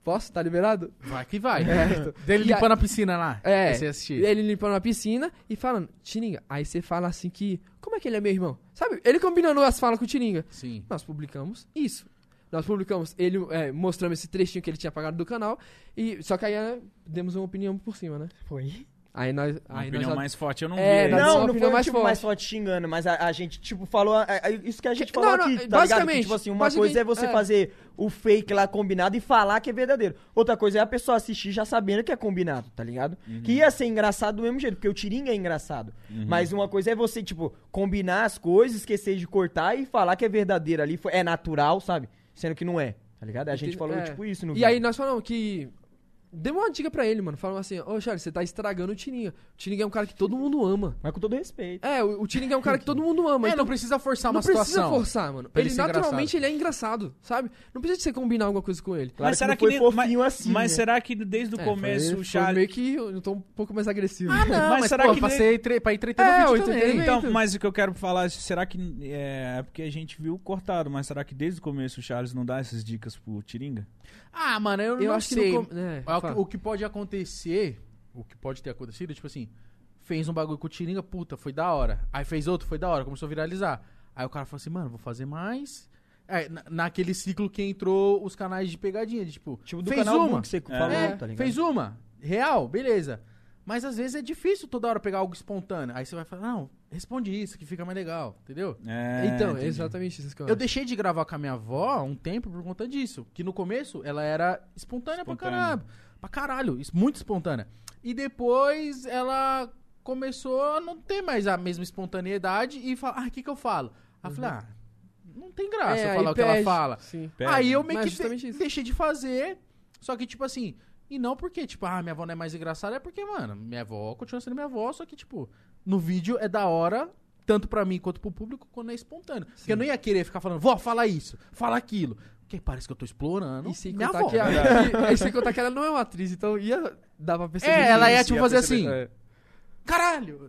[SPEAKER 5] Posso? Tá liberado?
[SPEAKER 3] Vai que vai.
[SPEAKER 5] É.
[SPEAKER 3] Dele
[SPEAKER 5] E a-
[SPEAKER 3] limpando a piscina lá.
[SPEAKER 5] É.
[SPEAKER 3] pra Você assistir.
[SPEAKER 5] Ele limpando a piscina e falando, Tiringa. Aí você fala assim que. Como é que ele é meu irmão? Sabe? Ele combinando as falas com o Tiringa.
[SPEAKER 3] Sim.
[SPEAKER 5] Nós publicamos isso. Nós publicamos, ele é, mostramos esse trechinho que ele tinha pagado do canal. e Só que aí né, demos uma opinião por cima, né?
[SPEAKER 4] Foi.
[SPEAKER 5] Aí nós.
[SPEAKER 1] Uma
[SPEAKER 5] aí
[SPEAKER 1] opinião
[SPEAKER 5] nós já-
[SPEAKER 1] mais forte, eu não
[SPEAKER 5] É,
[SPEAKER 1] vi.
[SPEAKER 5] nós-
[SPEAKER 1] essa.
[SPEAKER 5] uma
[SPEAKER 4] Não, não
[SPEAKER 5] opinião
[SPEAKER 4] foi
[SPEAKER 5] mais
[SPEAKER 4] tipo, mais
[SPEAKER 5] forte.
[SPEAKER 4] forte xingando, mas a, a gente, tipo, falou. a- a- isso que a gente
[SPEAKER 5] Que-
[SPEAKER 4] falou
[SPEAKER 5] não, não,
[SPEAKER 4] aqui, tá ligado? Que,
[SPEAKER 5] basicamente,
[SPEAKER 4] tipo assim, uma coisa é
[SPEAKER 5] basicamente,
[SPEAKER 4] você
[SPEAKER 5] é.
[SPEAKER 4] fazer o fake lá combinado e falar que é verdadeiro. Outra coisa é a pessoa assistir já sabendo que é combinado, tá ligado?
[SPEAKER 5] Uhum.
[SPEAKER 4] Que ia ser engraçado do mesmo jeito, porque o Tiringa é engraçado. Mas uma coisa é você, tipo, combinar as coisas, esquecer de cortar e falar que é verdadeiro ali. foi- É natural, sabe? Sendo que não é, tá ligado? A gente
[SPEAKER 5] Entendi.
[SPEAKER 4] falou,
[SPEAKER 5] É.
[SPEAKER 4] tipo, isso no
[SPEAKER 5] E aí nós falamos que. Deu uma dica pra ele, mano. Falamos assim, ô Charles, você tá estragando o Tiringa. O Tiringa é um cara que todo mundo ama.
[SPEAKER 4] Mas com todo respeito.
[SPEAKER 5] É, o, o Tiringa é um cara que todo mundo
[SPEAKER 3] É,
[SPEAKER 5] ama. então
[SPEAKER 3] não precisa forçar
[SPEAKER 5] não
[SPEAKER 3] uma
[SPEAKER 5] precisa
[SPEAKER 3] situação.
[SPEAKER 5] forçar, mano.
[SPEAKER 3] pra ele
[SPEAKER 5] Ele
[SPEAKER 3] ser
[SPEAKER 5] naturalmente ele é engraçado, sabe? Não precisa de você combinar alguma coisa com ele.
[SPEAKER 4] Claro
[SPEAKER 1] mas
[SPEAKER 4] que
[SPEAKER 1] será
[SPEAKER 4] não
[SPEAKER 1] que,
[SPEAKER 4] foi
[SPEAKER 1] nem-
[SPEAKER 4] fofinho
[SPEAKER 1] mas-
[SPEAKER 4] assim,
[SPEAKER 1] Mas
[SPEAKER 4] né?
[SPEAKER 1] será que desde o
[SPEAKER 5] É,
[SPEAKER 1] começo
[SPEAKER 5] foi-
[SPEAKER 1] o
[SPEAKER 5] foi
[SPEAKER 1] Charles.
[SPEAKER 5] meio que eu tô um pouco mais
[SPEAKER 1] não,
[SPEAKER 5] agressivo.
[SPEAKER 1] mas
[SPEAKER 3] mas,
[SPEAKER 1] será
[SPEAKER 3] pô,
[SPEAKER 1] que
[SPEAKER 3] pra,
[SPEAKER 1] nem-
[SPEAKER 3] ser entre- pra entreter no
[SPEAKER 5] É, o
[SPEAKER 3] vídeo também.
[SPEAKER 5] entretenimento.
[SPEAKER 1] Então, mas o que eu quero falar é, será que é é porque a gente viu cortado, mas será que desde o começo o Charles não dá essas dicas pro Tiringa?
[SPEAKER 3] Ah, mano, eu,
[SPEAKER 5] Eu
[SPEAKER 3] não
[SPEAKER 5] acho que
[SPEAKER 3] sei.
[SPEAKER 5] não com- é,
[SPEAKER 3] É, o, que-
[SPEAKER 5] fala.
[SPEAKER 3] o que pode acontecer, o que pode ter acontecido, é tipo assim, fez um bagulho com o Tiringa, puta, foi da hora. Aí fez outro, foi da hora, começou a viralizar. Aí o cara falou assim, mano, vou fazer mais. É, na- naquele ciclo que entrou os canais de pegadinha, de, tipo,
[SPEAKER 4] Tipo, do
[SPEAKER 3] fez
[SPEAKER 4] canal
[SPEAKER 3] uma,
[SPEAKER 4] Boom que você
[SPEAKER 1] É.
[SPEAKER 4] falou,
[SPEAKER 3] é,
[SPEAKER 4] tá ligado?
[SPEAKER 3] fez uma, real, beleza. Mas às vezes é difícil toda hora pegar algo espontâneo. Aí você vai falar, não, responde isso que fica mais legal, entendeu?
[SPEAKER 1] É,
[SPEAKER 5] então,
[SPEAKER 1] entendi.
[SPEAKER 5] é exatamente isso que eu,
[SPEAKER 3] Eu
[SPEAKER 5] acho.
[SPEAKER 3] deixei de gravar com a minha avó há um tempo por conta disso. Que no começo ela era espontânea, pra
[SPEAKER 1] Espontânea.
[SPEAKER 3] caralho. Pra caralho, isso, muito espontânea. E depois ela começou a não ter mais a mesma espontaneidade e falar, ah, o que, que eu falo? Aí eu falei, ah, não tem graça
[SPEAKER 5] Uhum. É,
[SPEAKER 3] eu
[SPEAKER 5] aí
[SPEAKER 3] falar o que
[SPEAKER 5] perde.
[SPEAKER 3] ela fala.
[SPEAKER 5] Sim.
[SPEAKER 1] Perde.
[SPEAKER 3] Aí eu meio
[SPEAKER 5] Mas
[SPEAKER 3] que
[SPEAKER 5] justamente
[SPEAKER 3] de-
[SPEAKER 5] isso.
[SPEAKER 3] deixei de fazer. Só que, tipo assim, e não porque, tipo, ah, minha avó não é mais engraçada, é porque, mano, minha avó continua sendo minha avó, só que, tipo, no vídeo é da hora, tanto pra mim quanto pro público, quando é espontâneo. Porque eu não ia querer ficar falando, vó, fala isso, fala aquilo. Porque parece que eu tô explorando.
[SPEAKER 5] E sem
[SPEAKER 3] minha
[SPEAKER 5] contar,
[SPEAKER 3] avó.
[SPEAKER 5] que é a, tá e, e sem contar que ela não é uma atriz, então ia dar pra perceber.
[SPEAKER 3] É, ela ia,
[SPEAKER 5] isso,
[SPEAKER 3] tipo,
[SPEAKER 5] ia
[SPEAKER 3] fazer
[SPEAKER 5] perceber.
[SPEAKER 3] assim.
[SPEAKER 5] É.
[SPEAKER 3] Caralho!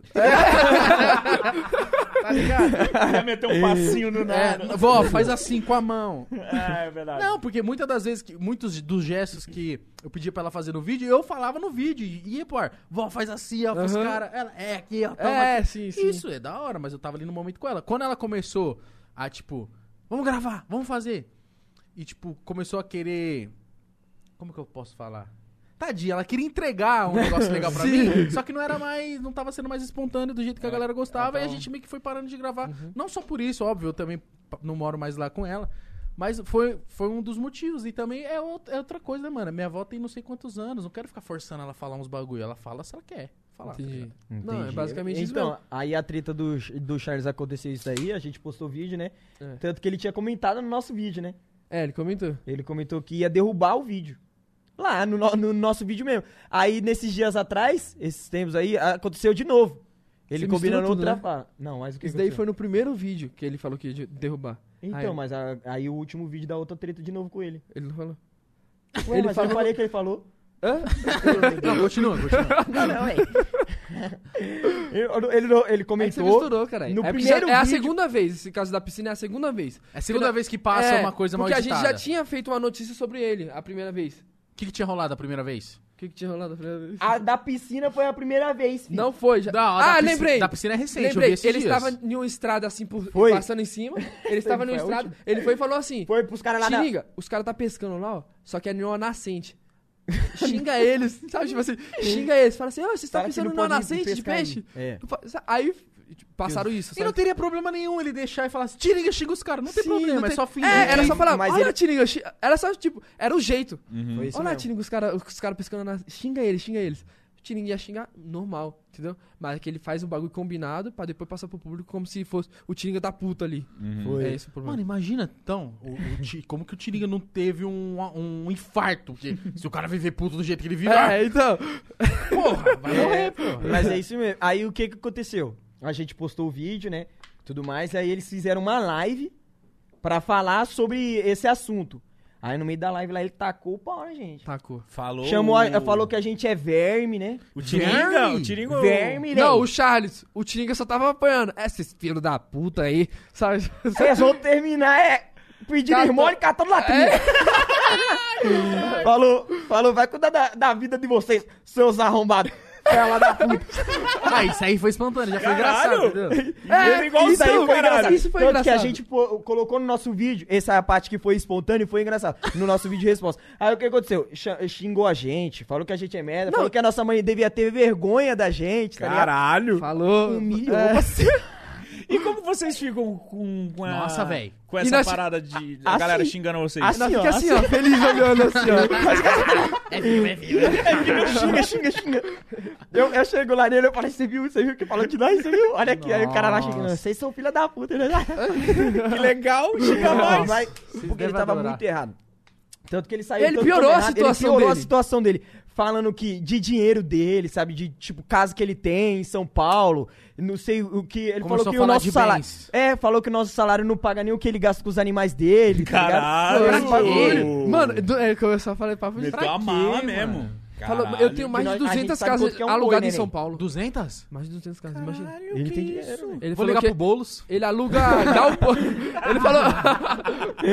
[SPEAKER 3] tá ligado?
[SPEAKER 1] Vai meter um passinho no nada.
[SPEAKER 3] É, vó, faz assim com a mão.
[SPEAKER 1] É, é verdade.
[SPEAKER 3] Não, porque muitas das vezes, que, muitos dos gestos que eu pedia pra ela fazer no vídeo, eu falava no vídeo. E ia, pô, vó, faz assim, ó, faz
[SPEAKER 5] Aham.
[SPEAKER 3] cara. Ela, é aqui, ó, toma
[SPEAKER 5] É,
[SPEAKER 3] aqui.
[SPEAKER 5] sim, sim.
[SPEAKER 3] Isso, é da hora, mas eu tava ali no momento com ela. Quando ela começou a, tipo, vamos gravar, vamos fazer. E, tipo, começou a querer. Como que eu posso falar? Tadinha, ela queria entregar um negócio legal pra mim, só que não era mais, não tava sendo mais espontâneo do jeito
[SPEAKER 5] É,
[SPEAKER 3] que a galera
[SPEAKER 5] Uhum.
[SPEAKER 3] gostava, e a gente meio que foi parando de gravar. Não só por isso, óbvio, eu também pa- não moro mais lá com ela, Mas foi, foi um dos motivos. E também é, out- é outra coisa, né, mano? Minha avó tem não sei quantos anos. Não quero ficar forçando ela a falar uns bagulho. Ela fala se ela quer falar. tá
[SPEAKER 5] Entendi.
[SPEAKER 3] ligado?
[SPEAKER 5] Não, é
[SPEAKER 4] Entendi.
[SPEAKER 5] basicamente isso
[SPEAKER 4] Então,
[SPEAKER 5] mesmo.
[SPEAKER 4] aí a treta do, do Charles aconteceu isso aí, a gente postou vídeo, né?
[SPEAKER 5] É.
[SPEAKER 4] Tanto que ele tinha comentado no nosso vídeo, né?
[SPEAKER 5] É, ele comentou.
[SPEAKER 4] Ele comentou que ia derrubar o vídeo. Lá no, no- no nosso vídeo mesmo. Aí, nesses dias atrás, esses tempos aí, aconteceu de novo. Ele
[SPEAKER 5] Você
[SPEAKER 4] combinando
[SPEAKER 5] mistura tudo,
[SPEAKER 4] outra.
[SPEAKER 5] né?
[SPEAKER 4] fa- Não, mas o que
[SPEAKER 5] Isso daí
[SPEAKER 4] aconteceu?
[SPEAKER 5] foi no primeiro vídeo que ele falou que ia de- derrubar.
[SPEAKER 4] Então,
[SPEAKER 5] Aí.
[SPEAKER 4] mas a- aí o último vídeo da outra treta de novo com ele.
[SPEAKER 5] Ele não falou.
[SPEAKER 4] Ué,
[SPEAKER 5] Ele
[SPEAKER 4] mas eu
[SPEAKER 5] falou-
[SPEAKER 4] falei que ele falou.
[SPEAKER 5] Hã?
[SPEAKER 3] Não, continua, continua.
[SPEAKER 4] Não, não, é. ele, ele, não- ele
[SPEAKER 5] Aí que você
[SPEAKER 4] comentou.
[SPEAKER 5] misturou, caralho.
[SPEAKER 4] No
[SPEAKER 5] é, porque
[SPEAKER 4] primeiro
[SPEAKER 5] já- é a
[SPEAKER 4] vídeo-
[SPEAKER 5] segunda vez, esse caso da piscina é a segunda vez.
[SPEAKER 3] É a segunda vez que passa
[SPEAKER 5] É,
[SPEAKER 3] uma coisa mal
[SPEAKER 5] Porque a gente
[SPEAKER 3] editada.
[SPEAKER 5] já tinha feito uma notícia sobre ele a primeira vez.
[SPEAKER 3] O que, que tinha rolado a primeira vez?
[SPEAKER 5] O que, que tinha rolado a primeira vez?
[SPEAKER 4] A da piscina foi a primeira vez. filho.
[SPEAKER 5] Não foi, já.
[SPEAKER 3] Não, a
[SPEAKER 5] ah,
[SPEAKER 3] da piscina-
[SPEAKER 5] lembrei.
[SPEAKER 3] da piscina é recente, eu
[SPEAKER 5] lembrei.
[SPEAKER 3] vi esses
[SPEAKER 5] ele
[SPEAKER 3] dias.
[SPEAKER 5] estava em uma estrada assim, por-
[SPEAKER 4] Foi.
[SPEAKER 5] passando em cima. Ele estava
[SPEAKER 4] Foi
[SPEAKER 5] numa
[SPEAKER 4] a
[SPEAKER 5] estrada, ele foi e falou assim:
[SPEAKER 4] Foi pros caras lá
[SPEAKER 5] Se
[SPEAKER 4] na.
[SPEAKER 5] liga, os caras tá pescando lá, ó, só que é numa nascente. Xinga eles, sabe? Tipo assim, xinga eles. Fala assim, ó, vocês estão
[SPEAKER 4] Fala que
[SPEAKER 5] pensando
[SPEAKER 4] não
[SPEAKER 5] numa
[SPEAKER 4] pode ir
[SPEAKER 5] nascente de
[SPEAKER 4] pescar
[SPEAKER 5] peixe?
[SPEAKER 4] aí. É.
[SPEAKER 5] Eu fa- sa- Aí tipo, passaram isso,
[SPEAKER 3] E não
[SPEAKER 5] sabe?
[SPEAKER 3] teria problema nenhum ele deixar e falar assim, tira e xinga os caras. Não tem
[SPEAKER 5] Sim,
[SPEAKER 3] problema,
[SPEAKER 5] não
[SPEAKER 3] é
[SPEAKER 5] tem-
[SPEAKER 3] só fingir.
[SPEAKER 5] É, era só falar,
[SPEAKER 4] Mas
[SPEAKER 5] olha
[SPEAKER 4] ele-
[SPEAKER 5] ele... Tiringa, xi- era só tipo, era o jeito.
[SPEAKER 4] Foi isso
[SPEAKER 5] Olha lá,
[SPEAKER 4] mesmo.
[SPEAKER 5] Tiringa, os caras os cara pescando na. Xinga eles, xinga eles. O Tiringa ia xingar normal, entendeu? Mas é que ele faz um bagulho combinado pra depois passar pro público como se fosse o Tiringa da puta ali.
[SPEAKER 1] Uhum.
[SPEAKER 4] Foi.
[SPEAKER 5] É esse o problema.
[SPEAKER 3] Mano, imagina, então, o- o Ti- como que o Tiringa não teve um, um infarto? Porque se o cara viver puto do jeito que ele vive, ah,
[SPEAKER 5] é, então.
[SPEAKER 3] porra, vai morrer, pô.
[SPEAKER 4] Mas é isso mesmo. Aí o que que aconteceu? A gente postou o vídeo, né? Tudo mais. Aí eles fizeram uma live pra falar sobre esse assunto. Aí no meio da live lá ele tacou o pau, né, gente?
[SPEAKER 5] Tacou.
[SPEAKER 1] Falou.
[SPEAKER 4] Chamou a-
[SPEAKER 1] o-
[SPEAKER 4] falou que a gente é verme, né?
[SPEAKER 1] O Tiringa, o
[SPEAKER 3] Verme?
[SPEAKER 1] Tiringa.
[SPEAKER 4] Verme, né?
[SPEAKER 5] Não, o Charles, o Tiringa só tava apanhando. É, Esses filhos da puta aí, sabe?
[SPEAKER 4] Vocês vão terminar é pedindo
[SPEAKER 5] Catou-
[SPEAKER 4] irmão e catando latrinha. falou, falou, vai cuidar da, da vida de vocês, seus arrombados. Fela da puta.
[SPEAKER 3] Ah, isso aí foi espontâneo, já foi engraçado,
[SPEAKER 1] Caralho!
[SPEAKER 3] entendeu?
[SPEAKER 5] É,
[SPEAKER 1] igualzinho,
[SPEAKER 5] isso aí foi
[SPEAKER 4] engraçado.
[SPEAKER 5] engraçado. Isso foi
[SPEAKER 4] Tanto
[SPEAKER 5] engraçado.
[SPEAKER 4] que a gente pô- colocou no nosso vídeo, essa é parte que foi espontânea e foi engraçado. No nosso vídeo de resposta. Aí o que aconteceu? Xa- Xingou a gente, falou que a gente é merda, falou que a nossa mãe devia ter vergonha da gente, tá ligado?
[SPEAKER 1] Caralho.
[SPEAKER 3] Um
[SPEAKER 5] Falou.
[SPEAKER 4] Humilhou
[SPEAKER 5] É.
[SPEAKER 4] você.
[SPEAKER 1] E como vocês ficam com, com a-
[SPEAKER 3] Nossa, véi.
[SPEAKER 1] Com
[SPEAKER 5] E
[SPEAKER 1] essa
[SPEAKER 5] nós-
[SPEAKER 1] parada de. A
[SPEAKER 4] Assim-
[SPEAKER 1] galera xingando vocês.
[SPEAKER 5] Nós
[SPEAKER 4] Assim, ó,
[SPEAKER 5] fica assim, ó, feliz olhando assim, ó.
[SPEAKER 3] É vivo, é vivo.
[SPEAKER 4] xinga, xinga, xinga. Eu, eu chego lá nele, eu falo, você viu, você viu que falou de nós, você viu? Olha aqui, aí o cara lá xingando, vocês são filha da puta, né?
[SPEAKER 1] que legal, xinga
[SPEAKER 4] Não,
[SPEAKER 1] mais.
[SPEAKER 4] vai, porque
[SPEAKER 3] devem
[SPEAKER 4] ele tava
[SPEAKER 3] adorar.
[SPEAKER 4] muito errado. Tanto que ele saiu
[SPEAKER 5] Ele
[SPEAKER 4] todo
[SPEAKER 5] piorou a
[SPEAKER 4] condenado,
[SPEAKER 5] situação
[SPEAKER 4] ele piorou a
[SPEAKER 5] dele.
[SPEAKER 4] situação dele. Falando que de dinheiro dele, sabe? De tipo, casa que ele tem em São Paulo. Não sei o que. Ele falou
[SPEAKER 3] Começou
[SPEAKER 4] que
[SPEAKER 3] a
[SPEAKER 4] o
[SPEAKER 3] falar
[SPEAKER 4] nosso
[SPEAKER 3] de
[SPEAKER 4] salário.
[SPEAKER 3] bens.
[SPEAKER 4] É, falou que o nosso salário não paga nem o que ele gasta com os animais dele. tá ligado?
[SPEAKER 1] Caralho!
[SPEAKER 4] Esse bagulho.
[SPEAKER 5] Mano, do- é, que eu só falei papo de
[SPEAKER 1] Meteu a
[SPEAKER 5] quê,
[SPEAKER 1] mala
[SPEAKER 5] mano?
[SPEAKER 1] mesmo.
[SPEAKER 5] Falou,
[SPEAKER 1] Caralho.
[SPEAKER 5] eu tenho mais de
[SPEAKER 4] Nós- a gente
[SPEAKER 5] 200
[SPEAKER 4] sabe quanto
[SPEAKER 5] casas
[SPEAKER 4] que é um boi,
[SPEAKER 5] alugadas em
[SPEAKER 4] né,
[SPEAKER 5] São
[SPEAKER 4] Nen?
[SPEAKER 5] Paulo.
[SPEAKER 3] 200?
[SPEAKER 5] Mais de 200 casas, imagina.
[SPEAKER 1] Caralho,
[SPEAKER 4] Ele
[SPEAKER 1] que
[SPEAKER 4] tem dinheiro,
[SPEAKER 1] isso?
[SPEAKER 5] Ele
[SPEAKER 3] Vou
[SPEAKER 5] falou
[SPEAKER 3] ligar
[SPEAKER 5] que
[SPEAKER 3] pro Boulos.
[SPEAKER 5] ele aluga galpão. ele falou.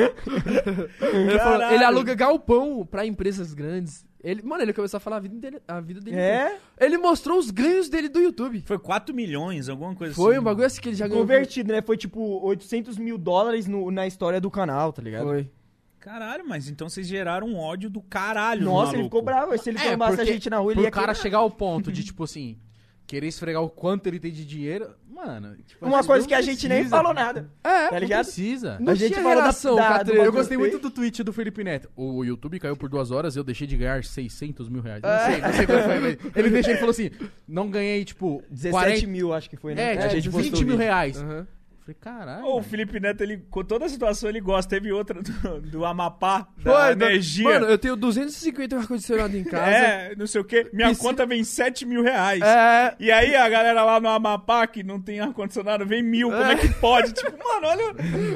[SPEAKER 5] ele falou, ele aluga galpão pra empresas grandes. Ele, mano, ele começou a falar a vida dele. A vida dele
[SPEAKER 4] É?
[SPEAKER 5] Ele mostrou os ganhos dele do YouTube.
[SPEAKER 1] Foi 4 milhões, alguma coisa
[SPEAKER 5] Foi
[SPEAKER 1] assim.
[SPEAKER 5] um bagulho assim que ele já ganhou.
[SPEAKER 4] Convertido, né? Foi tipo 800 mil dólares no- na história do canal, tá ligado?
[SPEAKER 5] Foi.
[SPEAKER 1] Caralho, mas então vocês geraram um ódio do caralho. no
[SPEAKER 4] Nossa, ele
[SPEAKER 1] maluco.
[SPEAKER 4] ficou bravo. Se ele tomasse a
[SPEAKER 3] É, porque
[SPEAKER 4] gente na rua, ele
[SPEAKER 3] pro
[SPEAKER 4] ia
[SPEAKER 3] cara
[SPEAKER 4] quebrar.
[SPEAKER 3] chegar ao ponto de, tipo assim, querer esfregar o quanto ele tem de dinheiro, mano... tipo,
[SPEAKER 4] Uma
[SPEAKER 3] assim,
[SPEAKER 4] coisa
[SPEAKER 3] não
[SPEAKER 4] que a gente nem
[SPEAKER 3] precisa.
[SPEAKER 4] falou nada.
[SPEAKER 5] É,
[SPEAKER 4] Tá
[SPEAKER 3] Não
[SPEAKER 4] ligado?
[SPEAKER 3] precisa.
[SPEAKER 5] não
[SPEAKER 4] A gente
[SPEAKER 5] tinha
[SPEAKER 4] falou da-
[SPEAKER 5] relação
[SPEAKER 4] da-
[SPEAKER 5] com a
[SPEAKER 4] do-
[SPEAKER 5] treta.
[SPEAKER 4] eu
[SPEAKER 3] Eu gostei
[SPEAKER 4] gostei.
[SPEAKER 3] muito do tweet do Felipe Neto. O YouTube caiu por duas horas, eu deixei de ganhar 600 mil reais. Não sei, não sei quanto foi. mas Ele deixou, ele falou assim, não ganhei, tipo,
[SPEAKER 4] 17
[SPEAKER 3] 40...
[SPEAKER 4] mil, acho que foi, né?
[SPEAKER 3] É,
[SPEAKER 4] a gente
[SPEAKER 3] tipo,
[SPEAKER 4] postou
[SPEAKER 3] 20
[SPEAKER 4] o
[SPEAKER 3] mil
[SPEAKER 4] vídeo.
[SPEAKER 3] reais.
[SPEAKER 5] Aham.
[SPEAKER 3] Falei, caralho.
[SPEAKER 1] Ô, o Felipe Neto, ele, com toda a situação, ele gosta. Teve outra do, do Amapá, da
[SPEAKER 5] Foi, da-
[SPEAKER 1] energia.
[SPEAKER 5] Mano, eu tenho 250 ar-condicionado em casa.
[SPEAKER 1] é, não sei o quê. Minha
[SPEAKER 5] Piscina-
[SPEAKER 1] conta vem 7 mil reais.
[SPEAKER 5] É.
[SPEAKER 1] E aí a galera lá no Amapá, que não tem ar-condicionado, vem mil. Como é que pode? tipo, mano, olha,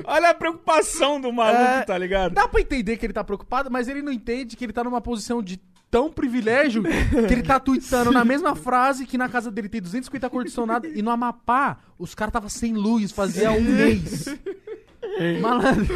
[SPEAKER 1] olha a preocupação do maluco,
[SPEAKER 3] É.
[SPEAKER 1] tá ligado?
[SPEAKER 3] Dá pra entender que ele tá preocupado, mas ele não entende que ele tá numa posição de tão privilégio que ele tá tweetando na mesma frase que na casa dele tem 250 ar-condicionado e no Amapá os caras tava sem luz fazia um mês. Malandro.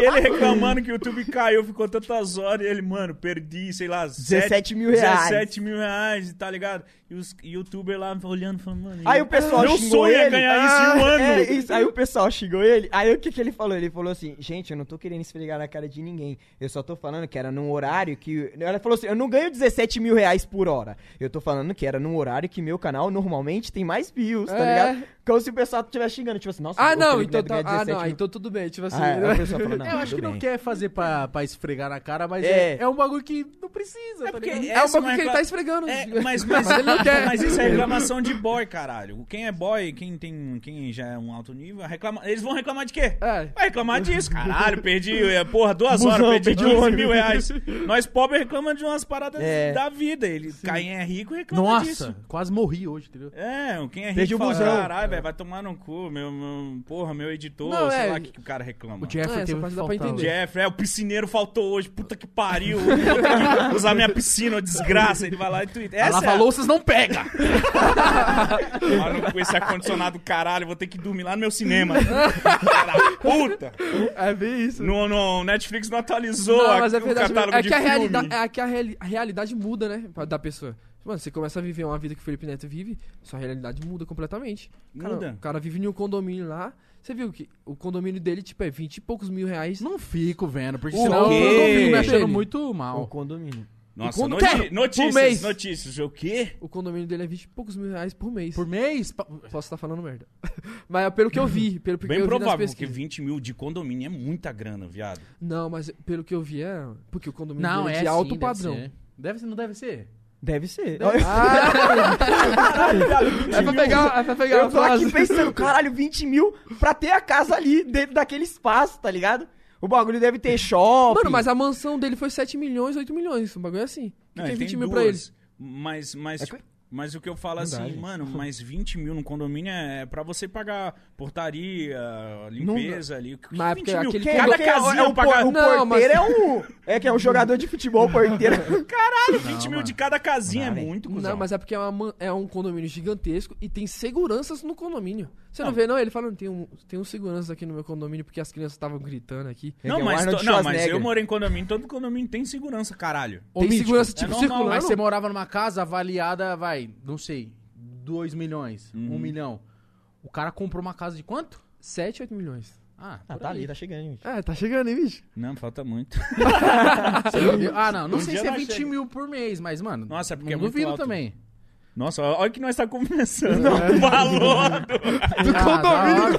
[SPEAKER 1] E ele reclamando que o YouTube caiu, ficou tantas horas. E ele, mano, perdi, sei lá,
[SPEAKER 4] 17 mil reais.
[SPEAKER 1] 17 mil reais, tá ligado? E os youtubers lá olhando, falando, mano.
[SPEAKER 4] Aí o pessoal
[SPEAKER 1] Meu
[SPEAKER 4] xingou
[SPEAKER 1] sonho
[SPEAKER 4] ele.
[SPEAKER 1] é ganhar isso em um ano.
[SPEAKER 4] é isso. Aí o pessoal xingou ele. Aí o que, que ele falou? Ele falou assim, gente, eu não tô querendo esfregar na cara de ninguém. Eu só tô falando que era num horário que... Ela falou assim, eu não ganho 17 mil reais por hora. Eu tô falando que era num horário que meu canal normalmente tem mais views, tá
[SPEAKER 5] É.
[SPEAKER 4] ligado? Como se o pessoal estiver xingando, tipo assim, nossa,
[SPEAKER 5] Ah,
[SPEAKER 4] o
[SPEAKER 5] não,
[SPEAKER 4] Felipe
[SPEAKER 5] então,
[SPEAKER 4] Neto
[SPEAKER 5] tá,
[SPEAKER 4] ganha
[SPEAKER 5] ah,
[SPEAKER 4] 17
[SPEAKER 5] não,
[SPEAKER 4] mil.
[SPEAKER 5] então tudo bem, tipo assim.
[SPEAKER 4] Ah, é,
[SPEAKER 5] né?
[SPEAKER 4] o pessoal fala, não,
[SPEAKER 3] eu acho
[SPEAKER 4] tudo
[SPEAKER 3] que não
[SPEAKER 4] bem.
[SPEAKER 3] quer fazer pra, pra esfregar na cara, mas é.
[SPEAKER 4] É.
[SPEAKER 3] é um bagulho que não precisa, tá
[SPEAKER 1] porque
[SPEAKER 3] ligado?
[SPEAKER 5] É o
[SPEAKER 1] Essa
[SPEAKER 5] bagulho
[SPEAKER 1] é
[SPEAKER 5] que ele
[SPEAKER 1] cla-
[SPEAKER 5] tá esfregando.
[SPEAKER 1] É, mas, mas,
[SPEAKER 5] Mas ele não quer.
[SPEAKER 1] mas isso é reclamação de boy, caralho. Quem é boy, quem tem, quem já é um alto nível, reclama... eles vão reclamar de quê?
[SPEAKER 5] É.
[SPEAKER 1] Vai reclamar disso, caralho. Perdi, é, porra, duas
[SPEAKER 4] Busão,
[SPEAKER 1] horas, perdi
[SPEAKER 4] perdi
[SPEAKER 1] 12
[SPEAKER 4] ônibus.
[SPEAKER 1] mil reais. Nós pobres reclamamos de umas paradas
[SPEAKER 4] É.
[SPEAKER 1] da vida. Ele, quem é rico reclama
[SPEAKER 3] Nossa,
[SPEAKER 1] disso.
[SPEAKER 3] quase morri hoje, entendeu?
[SPEAKER 1] É, quem é rico
[SPEAKER 4] Perdi o
[SPEAKER 1] fala,
[SPEAKER 4] busão.
[SPEAKER 1] caralho, velho, vai tomar no cu, meu, meu- porra, meu editor,
[SPEAKER 5] Não,
[SPEAKER 1] sei
[SPEAKER 5] é.
[SPEAKER 1] lá o que, que o cara reclama.
[SPEAKER 3] O Jeffrey
[SPEAKER 5] essa
[SPEAKER 3] teve
[SPEAKER 5] parte
[SPEAKER 3] que
[SPEAKER 5] dá pra
[SPEAKER 3] faltar
[SPEAKER 5] entender.
[SPEAKER 3] hoje.
[SPEAKER 1] Jeffrey, é, o piscineiro faltou hoje, puta que pariu, vou ter que usar minha piscina, uma desgraça, ele vai lá e twitta.
[SPEAKER 3] A
[SPEAKER 1] Essa é a-
[SPEAKER 3] lava-louças não pega!
[SPEAKER 1] Mano, com esse ar-condicionado do caralho, vou ter que dormir lá no meu cinema. Cara, puta!
[SPEAKER 5] É bem isso.
[SPEAKER 1] No, no Netflix não atualizou
[SPEAKER 5] Não,
[SPEAKER 1] a-
[SPEAKER 5] mas é
[SPEAKER 1] o
[SPEAKER 5] verdade.
[SPEAKER 1] catálogo
[SPEAKER 5] É
[SPEAKER 1] de
[SPEAKER 5] que, a
[SPEAKER 1] filme.
[SPEAKER 5] realidade, é que a, reali- a realidade muda, né? pra- Da pessoa. Mano, você começa a viver uma vida que o Felipe Neto vive, sua realidade muda completamente. Cara,
[SPEAKER 1] Muda.
[SPEAKER 5] O cara vive em um condomínio lá. Você viu que o condomínio dele, tipo, é 20 e poucos mil reais.
[SPEAKER 3] Não fico vendo, porque
[SPEAKER 5] O
[SPEAKER 3] senão eu
[SPEAKER 1] quê?
[SPEAKER 3] tô me achando
[SPEAKER 5] Ele.
[SPEAKER 3] muito mal.
[SPEAKER 4] O É um condomínio.
[SPEAKER 1] Nossa,
[SPEAKER 5] Quando-
[SPEAKER 1] noti-
[SPEAKER 5] Cara,
[SPEAKER 1] notícias,
[SPEAKER 5] por mês.
[SPEAKER 1] notícias. O quê?
[SPEAKER 5] O condomínio dele é 20 e poucos mil reais por mês.
[SPEAKER 3] Por mês? pa-
[SPEAKER 5] Posso estar falando merda. Mas é pelo que eu vi, pelo que
[SPEAKER 1] Bem
[SPEAKER 5] eu vi nas
[SPEAKER 1] provável, porque
[SPEAKER 5] pesquisas.
[SPEAKER 1] 20 mil de condomínio é muita grana, viado.
[SPEAKER 5] Não, mas pelo que eu vi é... Porque o condomínio
[SPEAKER 3] Não,
[SPEAKER 5] dele
[SPEAKER 3] é
[SPEAKER 5] é de
[SPEAKER 3] assim,
[SPEAKER 5] alto
[SPEAKER 3] deve
[SPEAKER 5] padrão.
[SPEAKER 3] ser. Deve ser, não deve ser?
[SPEAKER 4] Deve ser.
[SPEAKER 5] Ah.
[SPEAKER 4] Tá
[SPEAKER 5] É pra pegar, é pra pegar
[SPEAKER 4] Eu
[SPEAKER 5] a
[SPEAKER 4] tô aqui
[SPEAKER 5] frase.
[SPEAKER 4] pensando, caralho, 20 mil pra ter a casa ali, dentro daquele espaço, tá ligado? O bagulho deve ter shopping.
[SPEAKER 5] Mano, mas a mansão dele foi 7 milhões, 8 milhões. Um bagulho assim. Que
[SPEAKER 1] Não,
[SPEAKER 5] tem
[SPEAKER 1] ele
[SPEAKER 5] 20
[SPEAKER 1] tem
[SPEAKER 5] mil
[SPEAKER 1] duas,
[SPEAKER 5] pra ele.
[SPEAKER 1] Mas, mas,
[SPEAKER 4] É que-
[SPEAKER 1] mas o que eu falo assim, mano, mais 20 mil no condomínio é pra você pagar portaria, limpeza ali. o que-
[SPEAKER 5] Mas é
[SPEAKER 1] 20
[SPEAKER 5] porque
[SPEAKER 1] mil?
[SPEAKER 5] aquele
[SPEAKER 1] Cada
[SPEAKER 5] condomínio-
[SPEAKER 1] casinha um
[SPEAKER 4] é o,
[SPEAKER 1] eu pagar
[SPEAKER 4] por- o
[SPEAKER 5] Não,
[SPEAKER 4] porteiro
[SPEAKER 5] mas-
[SPEAKER 4] é um. É que é um jogador de futebol, o porteiro.
[SPEAKER 1] Caralho, 20 mil
[SPEAKER 3] mano.
[SPEAKER 1] de cada casinha
[SPEAKER 4] Não,
[SPEAKER 1] é
[SPEAKER 4] velho.
[SPEAKER 1] muito, cuzão.
[SPEAKER 5] Não, mas é porque é, uma man- é um condomínio gigantesco e tem seguranças no condomínio. Você não,
[SPEAKER 1] Não.
[SPEAKER 5] vê, não? Ele falando, tem, um, tem um seguranças aqui no meu condomínio porque as crianças estavam gritando aqui.
[SPEAKER 1] Não,
[SPEAKER 4] É o
[SPEAKER 1] mas,
[SPEAKER 4] Arnold
[SPEAKER 1] to- não, mas
[SPEAKER 4] Schwarzenegger.
[SPEAKER 1] eu morei em condomínio, todo condomínio tem segurança, caralho.
[SPEAKER 3] Ô,
[SPEAKER 5] tem
[SPEAKER 3] Mítico,
[SPEAKER 5] segurança,
[SPEAKER 1] é
[SPEAKER 5] tipo,
[SPEAKER 1] normal,
[SPEAKER 5] circulando.
[SPEAKER 3] Mas você morava numa casa avaliada, vai, não sei, 2 milhões, 1 um milhão. O cara comprou uma casa de quanto?
[SPEAKER 5] 7, 8 milhões.
[SPEAKER 3] Ah,
[SPEAKER 4] Ah,
[SPEAKER 3] por
[SPEAKER 4] tá
[SPEAKER 3] aí.
[SPEAKER 4] ali, tá chegando, gente.
[SPEAKER 5] É, tá chegando, hein, bicho?
[SPEAKER 1] Não, falta muito.
[SPEAKER 3] Ah, não, não
[SPEAKER 1] Um
[SPEAKER 3] sei
[SPEAKER 1] dia
[SPEAKER 3] se é
[SPEAKER 1] nós
[SPEAKER 3] 20
[SPEAKER 1] chega.
[SPEAKER 3] mil por mês, mas, mano.
[SPEAKER 1] Nossa, é porque
[SPEAKER 3] não
[SPEAKER 1] é muito
[SPEAKER 3] duvido
[SPEAKER 1] alto.
[SPEAKER 3] também.
[SPEAKER 1] Nossa, olha que nós tá começando. O valor do
[SPEAKER 3] Do condomínio.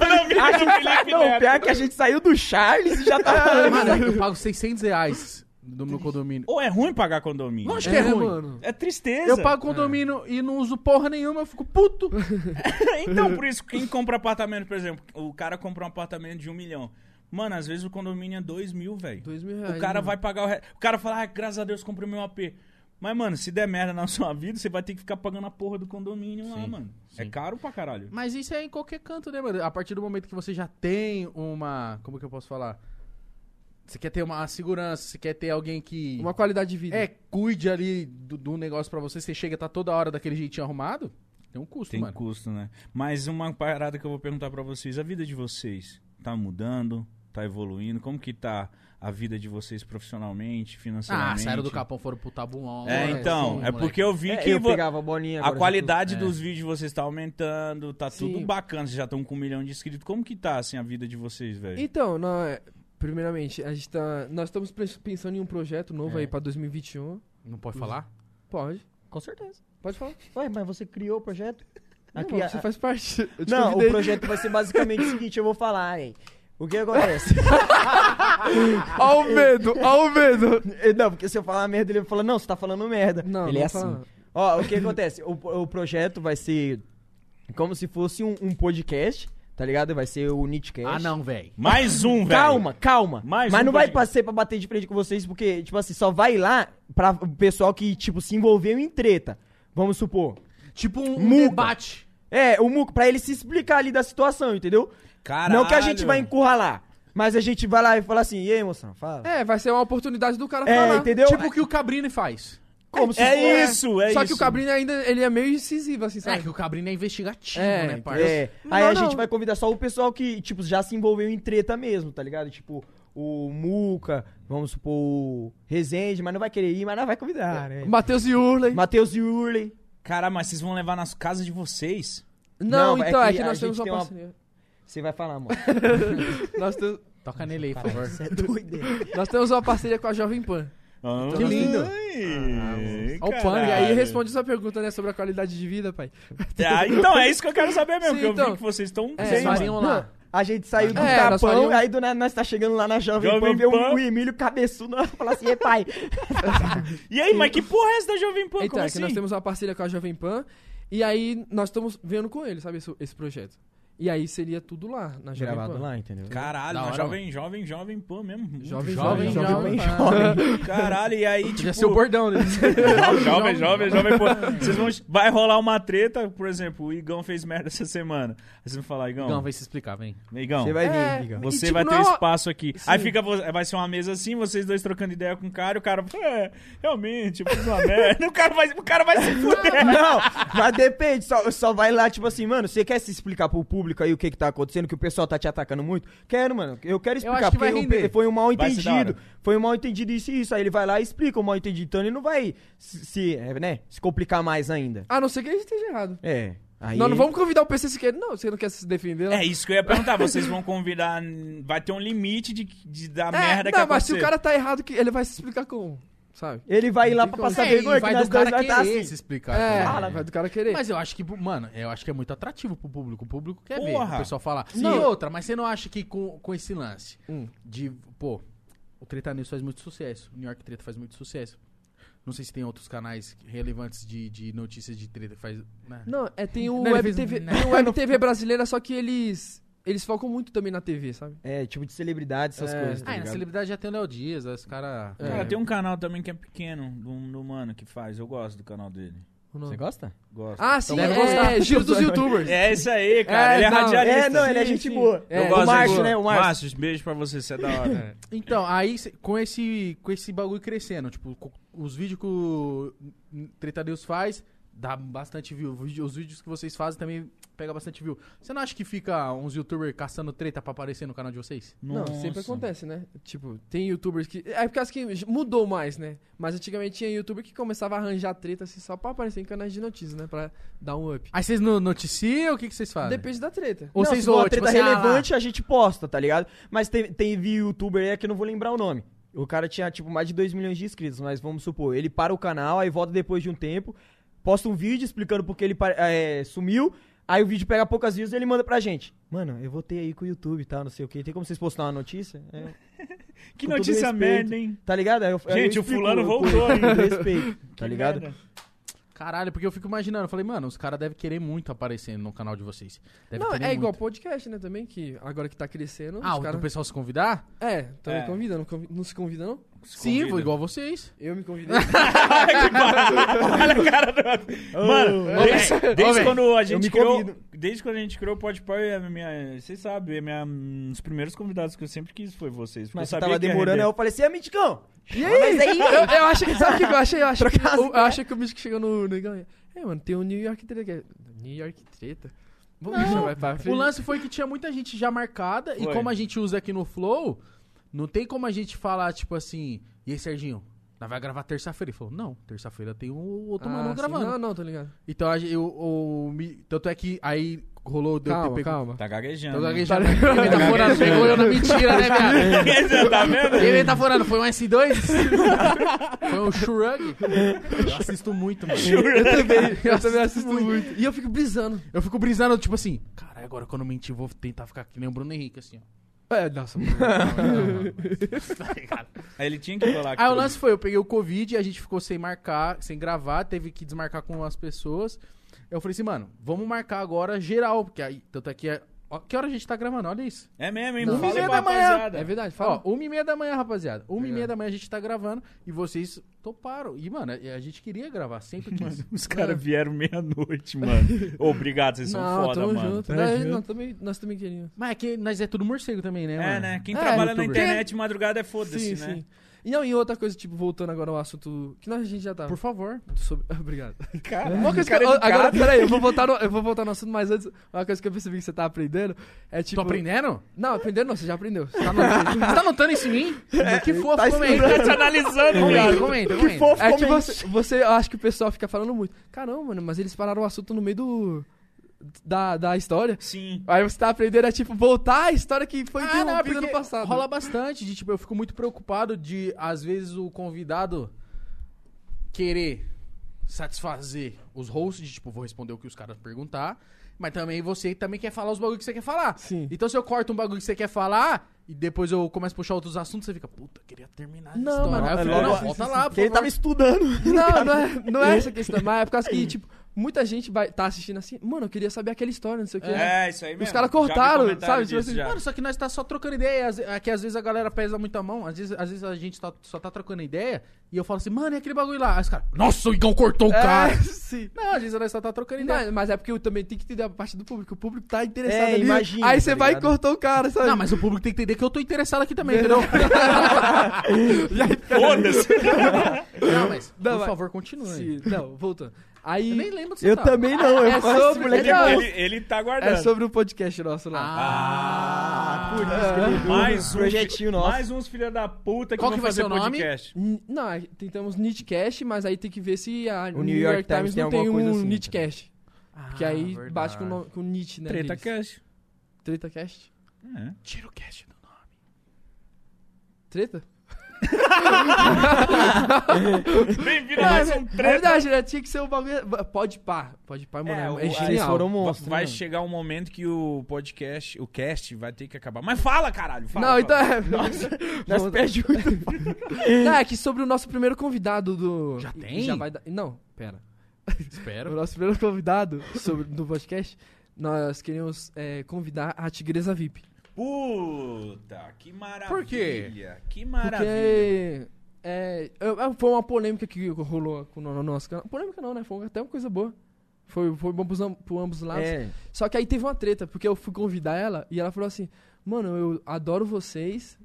[SPEAKER 1] condomínio do Felipe
[SPEAKER 4] Não, o
[SPEAKER 1] Neto.
[SPEAKER 4] pior é que a gente saiu do Charles e já tá falando.
[SPEAKER 3] Mano, eu pago 600 reais do meu condomínio.
[SPEAKER 1] Ou é ruim pagar condomínio.
[SPEAKER 3] Lógico que é ruim.
[SPEAKER 5] mano.
[SPEAKER 1] É tristeza.
[SPEAKER 3] Eu pago condomínio e não uso porra nenhuma, eu fico puto.
[SPEAKER 1] Então, por isso, quem compra apartamento, por exemplo, o cara compra um apartamento de um milhão. Mano, às vezes o condomínio é dois mil, velho.
[SPEAKER 5] 2 mil reais.
[SPEAKER 1] O cara
[SPEAKER 5] mano.
[SPEAKER 1] vai pagar o resto. O cara fala, ah, graças a Deus, comprei meu AP. Mas, mano, se der merda na sua vida, você vai ter que ficar pagando a porra do condomínio lá,
[SPEAKER 3] Sim,
[SPEAKER 1] mano. É
[SPEAKER 3] sim.
[SPEAKER 1] caro pra caralho.
[SPEAKER 3] Mas isso é em qualquer canto, né, mano? A partir do momento que você já tem uma. Como que eu posso falar? Você quer ter uma segurança, você quer ter alguém que.
[SPEAKER 5] Uma qualidade de vida.
[SPEAKER 3] É, cuide ali do, do negócio pra você. Você chega e tá toda hora daquele jeitinho arrumado. Tem um custo,
[SPEAKER 1] Tem
[SPEAKER 3] mano.
[SPEAKER 1] custo, né? Mas uma parada que eu vou perguntar pra vocês, a vida de vocês tá mudando, tá evoluindo? Como que tá a vida de vocês profissionalmente,
[SPEAKER 3] Ah,
[SPEAKER 1] financeiramente?
[SPEAKER 3] saíram do capão, foram pro tabuão.
[SPEAKER 1] É,
[SPEAKER 3] né?
[SPEAKER 1] então,
[SPEAKER 3] Sim,
[SPEAKER 1] é
[SPEAKER 3] moleque.
[SPEAKER 1] porque eu vi
[SPEAKER 4] É,
[SPEAKER 1] que
[SPEAKER 4] eu
[SPEAKER 1] vo-
[SPEAKER 4] pegava a bolinha.
[SPEAKER 1] a
[SPEAKER 4] agora,
[SPEAKER 1] qualidade
[SPEAKER 3] tudo.
[SPEAKER 1] dos vídeos de vocês tá aumentando, tá
[SPEAKER 5] Sim.
[SPEAKER 1] tudo bacana, vocês já estão com um milhão de inscritos. Como que tá assim a vida de vocês, velho?
[SPEAKER 5] Então, nó- primeiramente, a gente tá, nós estamos pres- pensando em um projeto novo
[SPEAKER 3] É.
[SPEAKER 5] aí pra 2021.
[SPEAKER 3] Não pode falar?
[SPEAKER 5] Pode.
[SPEAKER 4] Com certeza.
[SPEAKER 5] Pode falar.
[SPEAKER 4] Ué, mas você criou o projeto? A
[SPEAKER 5] Não,
[SPEAKER 4] cria-
[SPEAKER 5] você faz parte. Eu te
[SPEAKER 4] Não,
[SPEAKER 5] convidei.
[SPEAKER 4] o projeto vai ser basicamente o seguinte, eu vou falar, hein. O que acontece?
[SPEAKER 5] Ó o medo, ó o medo.
[SPEAKER 4] não, porque se eu falar merda, ele fala, não, você tá falando merda.
[SPEAKER 5] Não,
[SPEAKER 4] ele
[SPEAKER 5] não
[SPEAKER 4] é
[SPEAKER 5] fala.
[SPEAKER 4] assim. Ó, o que acontece? O, o projeto vai ser como se fosse um, um podcast, tá ligado? Vai ser o Nitcast.
[SPEAKER 3] Ah, não, velho.
[SPEAKER 1] Mais um, velho.
[SPEAKER 4] Calma, calma.
[SPEAKER 1] Mais
[SPEAKER 4] Mas
[SPEAKER 1] um
[SPEAKER 4] não vai
[SPEAKER 1] podcast.
[SPEAKER 4] ser pra bater de frente com vocês, porque, tipo assim, só vai lá pra o pessoal que, tipo, se envolveu em treta. Vamos supor.
[SPEAKER 3] Tipo um, um
[SPEAKER 4] Muca.
[SPEAKER 3] debate.
[SPEAKER 4] É, o Muco, pra ele se explicar ali da situação, entendeu?
[SPEAKER 1] Caralho.
[SPEAKER 4] Não que a gente vai encurralar, mas a gente vai lá e fala assim, e aí, moção, fala.
[SPEAKER 5] É, vai ser uma oportunidade do cara
[SPEAKER 4] É,
[SPEAKER 5] falar.
[SPEAKER 4] entendeu?
[SPEAKER 3] Tipo o que o Cabrini faz.
[SPEAKER 4] Como se fosse-
[SPEAKER 1] É isso, é
[SPEAKER 5] Só que
[SPEAKER 1] isso.
[SPEAKER 5] o Cabrini ainda ele é meio incisivo, assim,
[SPEAKER 3] É
[SPEAKER 5] sabe?
[SPEAKER 3] que o Cabrini é investigativo,
[SPEAKER 5] É,
[SPEAKER 3] né,
[SPEAKER 5] entendeu?
[SPEAKER 3] parça?
[SPEAKER 4] É,
[SPEAKER 5] Não,
[SPEAKER 4] aí a
[SPEAKER 5] não.
[SPEAKER 4] gente vai convidar só o pessoal que, tipo, já se envolveu em treta mesmo, tá ligado? Tipo, o Muca, vamos supor, o Rezende, mas não vai querer ir, mas não vai convidar, né?
[SPEAKER 5] Matheus e Urley.
[SPEAKER 4] Matheus e Urley.
[SPEAKER 1] Caralho, mas vocês vão levar nas casas de vocês?
[SPEAKER 5] Não,
[SPEAKER 4] Não, é
[SPEAKER 5] então, é que,
[SPEAKER 4] que a
[SPEAKER 5] nós temos
[SPEAKER 4] gente
[SPEAKER 5] uma
[SPEAKER 4] tem uma-
[SPEAKER 5] parceria.
[SPEAKER 4] Você vai falar, mano.
[SPEAKER 5] nós, temos-
[SPEAKER 3] Toca nele aí, por favor.
[SPEAKER 4] Você é doido. hein?
[SPEAKER 5] nós temos uma parceria com a Jovem Pan.
[SPEAKER 1] Ah,
[SPEAKER 5] Que lindo.
[SPEAKER 1] ai,
[SPEAKER 5] Ó o Pang,
[SPEAKER 1] caralho.
[SPEAKER 5] aí responde essa pergunta, né, sobre a qualidade de vida, pai.
[SPEAKER 1] Ah, então, é isso que eu quero saber mesmo,
[SPEAKER 5] Sim,
[SPEAKER 1] que eu
[SPEAKER 5] então.
[SPEAKER 1] vi que vocês estão
[SPEAKER 5] É,
[SPEAKER 1] bem,
[SPEAKER 5] mas-
[SPEAKER 1] mano.
[SPEAKER 3] Variam lá.
[SPEAKER 4] A gente saiu do
[SPEAKER 5] É,
[SPEAKER 4] capão,
[SPEAKER 5] nós faríamos-
[SPEAKER 4] aí do nada nós tá chegando lá na Jovem,
[SPEAKER 1] Jovem
[SPEAKER 4] Pan, vê
[SPEAKER 1] Pan.
[SPEAKER 4] um, o Emílio cabeçudo, nós fala assim, "Ei, pai,
[SPEAKER 1] E aí, mas que porra é essa da Jovem Pan?
[SPEAKER 5] Então,
[SPEAKER 1] Como
[SPEAKER 5] é
[SPEAKER 1] assim?
[SPEAKER 5] que nós temos uma parceria com a Jovem Pan, e aí nós estamos vendo com ele, sabe, esse, esse projeto. E aí seria tudo lá, na Jovem
[SPEAKER 4] Gravado
[SPEAKER 5] Pan.
[SPEAKER 4] lá, entendeu?
[SPEAKER 1] Caralho,
[SPEAKER 3] Da
[SPEAKER 1] uma
[SPEAKER 3] hora,
[SPEAKER 1] jovem, jovem, jovem Pan mesmo.
[SPEAKER 5] Jovem,
[SPEAKER 3] Jovem,
[SPEAKER 4] jovem,
[SPEAKER 5] jovem, jovem. Então.
[SPEAKER 4] jovem.
[SPEAKER 1] Caralho, e aí, tipo...
[SPEAKER 3] Podia ser o bordão deles.
[SPEAKER 1] Jovem, jovem, jovem Pan. Vocês vão... Vai rolar uma treta, por exemplo, o Igão fez merda essa semana. Aí Vocês vão falar, Igão,
[SPEAKER 3] Não, Então, vai se explicar, vem.
[SPEAKER 1] Igão,
[SPEAKER 4] Você vai
[SPEAKER 5] É.
[SPEAKER 4] vir, Igão.
[SPEAKER 1] Você
[SPEAKER 5] E, tipo,
[SPEAKER 1] vai
[SPEAKER 5] não
[SPEAKER 1] ter
[SPEAKER 5] é uma-
[SPEAKER 1] espaço aqui.
[SPEAKER 5] Sim.
[SPEAKER 1] Aí fica, vo- vai ser uma mesa assim, vocês dois trocando ideia com o cara, e o cara, é, realmente, eu fiz uma merda. O cara vai, o cara vai se fuder.
[SPEAKER 4] Não, mas depende, só, só vai lá, tipo assim, mano, você quer se explicar pro público aí o que que tá acontecendo, que o pessoal tá te atacando muito? Quero, mano, eu quero
[SPEAKER 5] Eu
[SPEAKER 4] explicar,
[SPEAKER 5] acho que
[SPEAKER 4] porque
[SPEAKER 5] vai
[SPEAKER 4] eu pe-
[SPEAKER 5] render.
[SPEAKER 4] foi um mal
[SPEAKER 1] Vai ser da hora.
[SPEAKER 4] entendido, foi um mal entendido isso e isso, aí ele vai lá e explica o mal entendido, então ele não vai se, se, é, né, se complicar mais ainda.
[SPEAKER 5] A não ser que a gente esteja errado.
[SPEAKER 4] É, aí...
[SPEAKER 5] Nós não vamos convidar o PC Siqueira. Não, você não quer se defender? lá?
[SPEAKER 1] É isso que eu ia perguntar. Vocês vão convidar. Vai ter um limite de, de da
[SPEAKER 5] É,
[SPEAKER 1] merda que
[SPEAKER 5] não, mas se
[SPEAKER 1] acontecer.
[SPEAKER 5] o cara tá errado, que ele vai se explicar como, sabe?
[SPEAKER 4] Ele vai lá
[SPEAKER 5] Não tem
[SPEAKER 4] pra
[SPEAKER 5] como.
[SPEAKER 4] passar
[SPEAKER 5] É,
[SPEAKER 4] vergonha,
[SPEAKER 3] vai
[SPEAKER 4] que nós
[SPEAKER 3] do
[SPEAKER 4] dois
[SPEAKER 3] cara
[SPEAKER 4] vai
[SPEAKER 3] querer
[SPEAKER 4] estar assim.
[SPEAKER 3] se explicar.
[SPEAKER 5] É,
[SPEAKER 3] tá ligado?
[SPEAKER 5] vai do cara querer.
[SPEAKER 3] Mas eu acho que, mano, eu acho que é muito atrativo pro público. O público quer ver
[SPEAKER 1] Porra.
[SPEAKER 3] o pessoal falar. E
[SPEAKER 5] Não.
[SPEAKER 3] outra, mas você não acha que com, com esse lance
[SPEAKER 5] Hum.
[SPEAKER 3] de, pô, o Treta News faz muito sucesso, o New York Treta faz muito sucesso. Não sei se tem outros canais relevantes de, de notícias de treta que faz. né?
[SPEAKER 5] Não, é, tem o
[SPEAKER 3] Não, ele
[SPEAKER 5] Web
[SPEAKER 3] fez um-
[SPEAKER 5] TV,
[SPEAKER 3] Não.
[SPEAKER 5] tem o Web TV brasileira, só que eles eles focam muito também na TV, sabe?
[SPEAKER 4] É, tipo de celebridade, essas
[SPEAKER 5] É.
[SPEAKER 4] coisas, tá
[SPEAKER 3] Ah, e na
[SPEAKER 4] ligado? É.
[SPEAKER 3] celebridade já tem o Léo Dias, os É, caras.
[SPEAKER 1] Cara, tem um canal também que é pequeno, do, do mano que faz. Eu gosto do canal dele.
[SPEAKER 5] O nome.
[SPEAKER 4] Você gosta?
[SPEAKER 1] Gosto.
[SPEAKER 5] Ah, sim,
[SPEAKER 3] deve
[SPEAKER 5] é, giro dos youtubers.
[SPEAKER 1] é isso aí, cara.
[SPEAKER 5] É,
[SPEAKER 1] ele é
[SPEAKER 5] não,
[SPEAKER 1] radialista.
[SPEAKER 4] É, não, ele é
[SPEAKER 5] Sim,
[SPEAKER 4] gente
[SPEAKER 5] sim.
[SPEAKER 4] boa.
[SPEAKER 5] É,
[SPEAKER 1] Eu
[SPEAKER 4] o
[SPEAKER 1] gosto
[SPEAKER 4] Márcio,
[SPEAKER 1] do-
[SPEAKER 4] né, o Márcio.
[SPEAKER 1] Márcio, beijo pra você, você é da hora.
[SPEAKER 3] Então, aí cê- com esse, com esse bagulho crescendo, tipo, co- os vídeos que o hum, Treta News faz, dá bastante view. O vídeo- Os vídeos que vocês fazem também pega bastante view. Você não acha que fica uns youtubers caçando treta pra aparecer no canal de vocês?
[SPEAKER 5] Não, sempre acontece, né? Tipo, tem youtubers que. É por causa que mudou mais, né? Mas antigamente tinha youtuber que começava a arranjar treta assim só pra aparecer em canais de notícias, né? Pra dar um up.
[SPEAKER 3] Aí vocês no- noticiam, o que que vocês fazem?
[SPEAKER 5] Depende da treta.
[SPEAKER 3] Ou
[SPEAKER 4] Não,
[SPEAKER 3] vocês
[SPEAKER 4] se for
[SPEAKER 3] zoam,
[SPEAKER 4] uma
[SPEAKER 3] tipo
[SPEAKER 4] treta
[SPEAKER 3] assim, ah, lá.
[SPEAKER 4] relevante, a gente posta, tá ligado? Mas tem, tem youtuber aí é que eu não vou lembrar o nome. O cara tinha, tipo, mais de 2 milhões de inscritos, mas vamos supor, ele para o canal, aí volta depois de um tempo, posta um vídeo explicando porque ele pa- é, sumiu, aí o vídeo pega poucas views e ele manda pra gente. Mano, eu voltei aí com o YouTube e tal, não sei o que. Tem como vocês postar uma notícia? É,
[SPEAKER 1] Que
[SPEAKER 4] Com todo
[SPEAKER 1] notícia
[SPEAKER 4] respeito.
[SPEAKER 1] merda, hein?
[SPEAKER 4] tá ligado? Aí eu- aí eu
[SPEAKER 1] Gente, o
[SPEAKER 4] explico
[SPEAKER 1] fulano
[SPEAKER 4] com-
[SPEAKER 1] voltou
[SPEAKER 4] com
[SPEAKER 1] ainda.
[SPEAKER 4] respeito, tá
[SPEAKER 1] Que
[SPEAKER 4] ligado?
[SPEAKER 1] merda.
[SPEAKER 3] Caralho, porque eu fico imaginando, eu falei, mano, os caras devem querer muito aparecer no canal de vocês. Deve
[SPEAKER 5] Não,
[SPEAKER 3] querer
[SPEAKER 5] é igual
[SPEAKER 3] muito.
[SPEAKER 5] podcast, né? Também, que agora que tá crescendo.
[SPEAKER 3] Ah,
[SPEAKER 5] os
[SPEAKER 3] o
[SPEAKER 5] cara...
[SPEAKER 3] do pessoal se convidar?
[SPEAKER 5] É, também
[SPEAKER 1] É.
[SPEAKER 5] convida, não, convi- não se convida, não?
[SPEAKER 3] Sim, vou
[SPEAKER 1] Convida.
[SPEAKER 3] igual vocês.
[SPEAKER 5] Eu me convidei.
[SPEAKER 1] que barato. Olha a cara do... Mano, desde, desde
[SPEAKER 3] velho.
[SPEAKER 1] quando a
[SPEAKER 4] me
[SPEAKER 1] gente criou...
[SPEAKER 4] convido.
[SPEAKER 1] Desde quando a gente criou o Podpah, é minha... Vocês sabem, é minha... um dos primeiros convidados que eu sempre quis foi vocês. porque
[SPEAKER 4] Mas
[SPEAKER 1] eu
[SPEAKER 4] você
[SPEAKER 1] sabia
[SPEAKER 4] tava
[SPEAKER 1] que ia
[SPEAKER 4] demorando, aí
[SPEAKER 1] render.
[SPEAKER 4] eu falei assim, é Miticão,
[SPEAKER 5] E aí? Eu, eu acho que, sabe o que eu achei? Eu acho que,
[SPEAKER 4] Trocar as
[SPEAKER 5] o- eu
[SPEAKER 4] ideias.
[SPEAKER 5] acho que o bicho que chegou no, no Igão é, "É, mano, tem o New York treta. que é- New York treta? Vamos
[SPEAKER 3] Não,
[SPEAKER 5] chamar pra frente.
[SPEAKER 3] O lance foi que tinha muita gente já marcada e
[SPEAKER 1] Foi.
[SPEAKER 3] como a gente usa aqui no Flow, não tem como a gente falar, tipo assim, e aí, Serginho, nós vai gravar terça-feira? Ele falou, não, terça-feira tem um outro
[SPEAKER 5] Ah,
[SPEAKER 3] mano
[SPEAKER 5] sim.
[SPEAKER 3] gravando.
[SPEAKER 5] Não, não, tô ligado.
[SPEAKER 3] Então, a gente- eu, o- me- tanto é que aí rolou o
[SPEAKER 5] Calma,
[SPEAKER 3] DTP com-
[SPEAKER 5] calma.
[SPEAKER 1] Tá gaguejando.
[SPEAKER 3] Então,
[SPEAKER 1] né?
[SPEAKER 3] alguém já metaforando,
[SPEAKER 1] Gaguejando.
[SPEAKER 3] pegou eu na mentira, né, viado?
[SPEAKER 1] Você tá vendo?
[SPEAKER 3] Ele metaforando, foi um S2? foi um Shurug? Eu assisto muito, mano.
[SPEAKER 5] Eu também,
[SPEAKER 3] Eu
[SPEAKER 5] eu também
[SPEAKER 3] assisto
[SPEAKER 5] assisto muito. E eu fico brisando.
[SPEAKER 3] Eu fico brisando, tipo assim, caralho, agora quando eu mentir, eu vou tentar ficar que nem o Bruno Henrique, assim, ó.
[SPEAKER 5] É, nossa, mano.
[SPEAKER 1] Aí ele tinha que falar. que
[SPEAKER 3] Aí Ah, o lance foi, eu peguei o Covid e a gente ficou sem marcar, sem gravar, teve que desmarcar com as pessoas. Eu falei assim, mano, vamos marcar agora geral, porque aí, tanto aqui é... ó, Que hora a gente tá gravando? Olha isso.
[SPEAKER 1] É mesmo, hein?
[SPEAKER 3] Não.
[SPEAKER 1] Fala
[SPEAKER 3] Meia
[SPEAKER 1] pra
[SPEAKER 3] da manhã.
[SPEAKER 1] rapaziada.
[SPEAKER 5] é verdade, fala.
[SPEAKER 3] Ó, uma e meia da manhã, rapaziada. Uma e
[SPEAKER 5] Legal.
[SPEAKER 3] meia da manhã a gente tá gravando e vocês toparam. E, mano, é, a gente queria gravar, sempre quis.
[SPEAKER 1] Os caras vieram meia-noite, mano. Obrigado, vocês são
[SPEAKER 5] não,
[SPEAKER 1] foda,
[SPEAKER 5] tamo
[SPEAKER 1] mano.
[SPEAKER 5] junto. Não, não, também, nós também queríamos.
[SPEAKER 3] Mas é que nós é tudo morcego também, né, mano?
[SPEAKER 1] É, né? Quem
[SPEAKER 5] É,
[SPEAKER 1] trabalha na
[SPEAKER 5] youtuber.
[SPEAKER 1] internet madrugada é foda-se, né?
[SPEAKER 5] E, não, e outra coisa, tipo, voltando agora ao assunto que nós, a gente já tava.
[SPEAKER 3] Por favor.
[SPEAKER 5] Sobre... Obrigado.
[SPEAKER 1] Cara,
[SPEAKER 5] Uma coisa que eu, agora, peraí, eu vou voltar no, eu vou voltar no assunto, mas antes, uma coisa que eu percebi que você tá aprendendo é tipo.
[SPEAKER 3] Tô aprendendo?
[SPEAKER 5] Não, aprendendo não, você já aprendeu. Você tá no-
[SPEAKER 3] Você tá anotando isso em mim? que fofo,
[SPEAKER 4] tá
[SPEAKER 3] comenta.
[SPEAKER 1] tá te analisando,
[SPEAKER 3] Comenta,
[SPEAKER 1] viado.
[SPEAKER 3] comenta,
[SPEAKER 4] que
[SPEAKER 3] comenta.
[SPEAKER 4] fofo,
[SPEAKER 5] É que
[SPEAKER 4] como
[SPEAKER 5] você, você, eu acho que o pessoal fica falando muito. Caramba, mano, mas eles pararam o assunto no meio do. da, da história.
[SPEAKER 1] Sim.
[SPEAKER 5] Aí você tá aprendendo a, tipo, voltar a história que foi
[SPEAKER 3] Ah, não, é
[SPEAKER 5] interrompida
[SPEAKER 3] porque
[SPEAKER 5] no passado.
[SPEAKER 3] rola bastante. De, tipo, eu fico muito preocupado de, às vezes, o convidado querer satisfazer os hosts, de, tipo, vou responder o que os caras perguntar, mas também você também quer falar os bagulho que você quer falar.
[SPEAKER 5] Sim.
[SPEAKER 3] Então, se eu corto um bagulho que você quer falar e depois eu começo a puxar outros assuntos, você fica, puta, queria terminar
[SPEAKER 5] Não,
[SPEAKER 3] isso.
[SPEAKER 5] mano,
[SPEAKER 3] Aí eu
[SPEAKER 5] é
[SPEAKER 3] fico,
[SPEAKER 5] logo-
[SPEAKER 3] não, volta lá, por
[SPEAKER 4] Porque ele
[SPEAKER 5] tá
[SPEAKER 3] favor.
[SPEAKER 4] tava estudando.
[SPEAKER 5] Não, não é, não é essa questão. Mas é por causa que, tipo, muita gente vai, tá assistindo assim, mano, eu queria saber aquela história, não sei o que.
[SPEAKER 1] É, isso aí mesmo.
[SPEAKER 5] caras
[SPEAKER 1] Já me
[SPEAKER 5] cortaram,
[SPEAKER 1] comentaram
[SPEAKER 5] sabe? Tipo
[SPEAKER 1] disso
[SPEAKER 5] assim,
[SPEAKER 1] já.
[SPEAKER 3] Mano, só que nós tá só trocando ideia. Às- É que às vezes a galera pesa muito a mão, às vezes, às vezes a gente tá- só tá trocando ideia e eu falo assim, mano, é aquele bagulho lá. Aí os caras, nossa, o Igão cortou o cara.
[SPEAKER 5] É, sim.
[SPEAKER 3] Não, às vezes nós só tá trocando ideia.
[SPEAKER 5] Mas, mas é porque eu também tenho que entender a parte do público. O público tá interessado
[SPEAKER 4] É,
[SPEAKER 5] ali.
[SPEAKER 4] imagina,
[SPEAKER 5] aí você
[SPEAKER 4] tá
[SPEAKER 5] vai e
[SPEAKER 4] ligado?
[SPEAKER 5] cortou o cara, sabe?
[SPEAKER 3] Não, mas o público tem que entender que eu tô interessado aqui também, entendeu?
[SPEAKER 5] E aí, fica-
[SPEAKER 1] Foda-se.
[SPEAKER 3] Não, mas,
[SPEAKER 5] Não,
[SPEAKER 3] por
[SPEAKER 5] mas-
[SPEAKER 3] favor, continue.
[SPEAKER 5] Sim, não, voltando.
[SPEAKER 3] Eu nem
[SPEAKER 5] Aí
[SPEAKER 3] lembro que você
[SPEAKER 4] Eu
[SPEAKER 3] tava.
[SPEAKER 4] também não, eu
[SPEAKER 5] É
[SPEAKER 4] faço
[SPEAKER 5] sobre-
[SPEAKER 4] moleque.
[SPEAKER 1] ele,
[SPEAKER 5] Legal.
[SPEAKER 1] ele, ele tá
[SPEAKER 5] é
[SPEAKER 1] guardando.
[SPEAKER 5] sobre o podcast nosso lá.
[SPEAKER 3] Ah, por isso.
[SPEAKER 4] Ele-
[SPEAKER 1] mais um
[SPEAKER 4] projetinho nosso.
[SPEAKER 1] Mais uns filha da puta que
[SPEAKER 3] Qual
[SPEAKER 1] vão
[SPEAKER 3] que vai
[SPEAKER 1] fazer
[SPEAKER 3] ser o nome?
[SPEAKER 1] podcast.
[SPEAKER 5] N- Não, aí tentamos Nitcast, mas aí tem que ver se a
[SPEAKER 4] O New York Times tem
[SPEAKER 5] não tem
[SPEAKER 4] alguma coisa
[SPEAKER 5] um
[SPEAKER 4] assim,
[SPEAKER 5] Nitcast. Porque aí
[SPEAKER 3] Ah, verdade.
[SPEAKER 5] bate com o, nome, com o Nit, né?
[SPEAKER 1] Treta
[SPEAKER 5] deles.
[SPEAKER 1] Cash.
[SPEAKER 5] Treta Cast?
[SPEAKER 1] É.
[SPEAKER 3] Tira o cast do nome.
[SPEAKER 5] Treta?
[SPEAKER 1] Bem-vindo a mais um
[SPEAKER 5] É
[SPEAKER 1] treta.
[SPEAKER 5] verdade, né? Tinha que ser um bagulho. Pode pá. Pode pá, mano. É,
[SPEAKER 1] o-
[SPEAKER 5] é
[SPEAKER 1] eles
[SPEAKER 5] genial.
[SPEAKER 4] foram
[SPEAKER 5] Não,
[SPEAKER 4] monstros.
[SPEAKER 1] vai
[SPEAKER 4] né?
[SPEAKER 1] chegar um momento que o podcast, o cast, vai ter que acabar. Mas fala, caralho. Fala, fala.
[SPEAKER 5] então é. Nossa,
[SPEAKER 4] Nós perde muito.
[SPEAKER 5] Não, é que sobre o nosso primeiro convidado do.
[SPEAKER 3] Já
[SPEAKER 5] e-
[SPEAKER 3] tem?
[SPEAKER 5] Já vai dar. Não, pera. O
[SPEAKER 3] Espero.
[SPEAKER 5] nosso primeiro convidado sobre, do podcast, nós queríamos é, convidar a Tigresa VIP.
[SPEAKER 1] Puta, que maravilha.
[SPEAKER 3] Por quê?
[SPEAKER 1] Que maravilha.
[SPEAKER 5] Porque. é, eu- eu- foi uma polêmica que rolou com o no- no nosso canal. Polêmica não, né? Foi até uma coisa boa. Foi, foi bom pros am- pro ambos lados.
[SPEAKER 4] É,
[SPEAKER 5] Só que aí teve uma treta, porque eu fui convidar ela e ela falou assim: Mano, eu adoro vocês.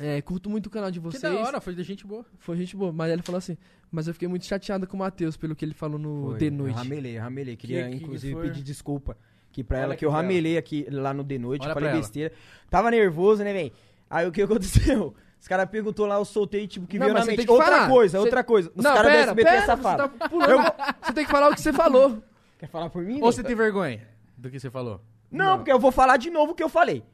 [SPEAKER 5] é, curto muito o canal de
[SPEAKER 3] Que
[SPEAKER 5] vocês.
[SPEAKER 3] da hora, foi de gente boa.
[SPEAKER 5] Foi gente boa. Mas ela falou assim: Mas eu fiquei muito chateada com o Matheus pelo que ele falou no
[SPEAKER 4] foi.
[SPEAKER 5] The
[SPEAKER 4] Eu
[SPEAKER 5] Noite.
[SPEAKER 4] ramelei, eu ramelei. Queria,
[SPEAKER 3] Que- que
[SPEAKER 4] inclusive,
[SPEAKER 3] foi?
[SPEAKER 4] pedir desculpa aqui pra
[SPEAKER 3] Olha
[SPEAKER 4] ela,
[SPEAKER 3] aqui
[SPEAKER 4] que eu
[SPEAKER 3] pra ela.
[SPEAKER 4] ramelei aqui lá no The Noite,
[SPEAKER 3] Olha
[SPEAKER 4] falei
[SPEAKER 3] pra ela.
[SPEAKER 4] besteira. Tava nervoso, né, velho? Aí o que aconteceu? Os caras perguntou lá, eu soltei, tipo, que
[SPEAKER 5] Não,
[SPEAKER 4] veio
[SPEAKER 5] mas
[SPEAKER 4] na
[SPEAKER 5] você tem
[SPEAKER 4] mente.
[SPEAKER 5] que
[SPEAKER 4] Outra
[SPEAKER 5] falar.
[SPEAKER 4] coisa,
[SPEAKER 5] Você-
[SPEAKER 4] outra coisa. Os
[SPEAKER 5] não,
[SPEAKER 4] caras do
[SPEAKER 5] pera,
[SPEAKER 4] SBT é
[SPEAKER 5] pera, você
[SPEAKER 4] safado.
[SPEAKER 5] tá pulando. Você tem que falar o que você falou.
[SPEAKER 4] Quer falar por mim?
[SPEAKER 3] Ou
[SPEAKER 4] velho?
[SPEAKER 3] você tem vergonha do que você falou?
[SPEAKER 4] Não, porque eu vou falar de novo o que eu falei.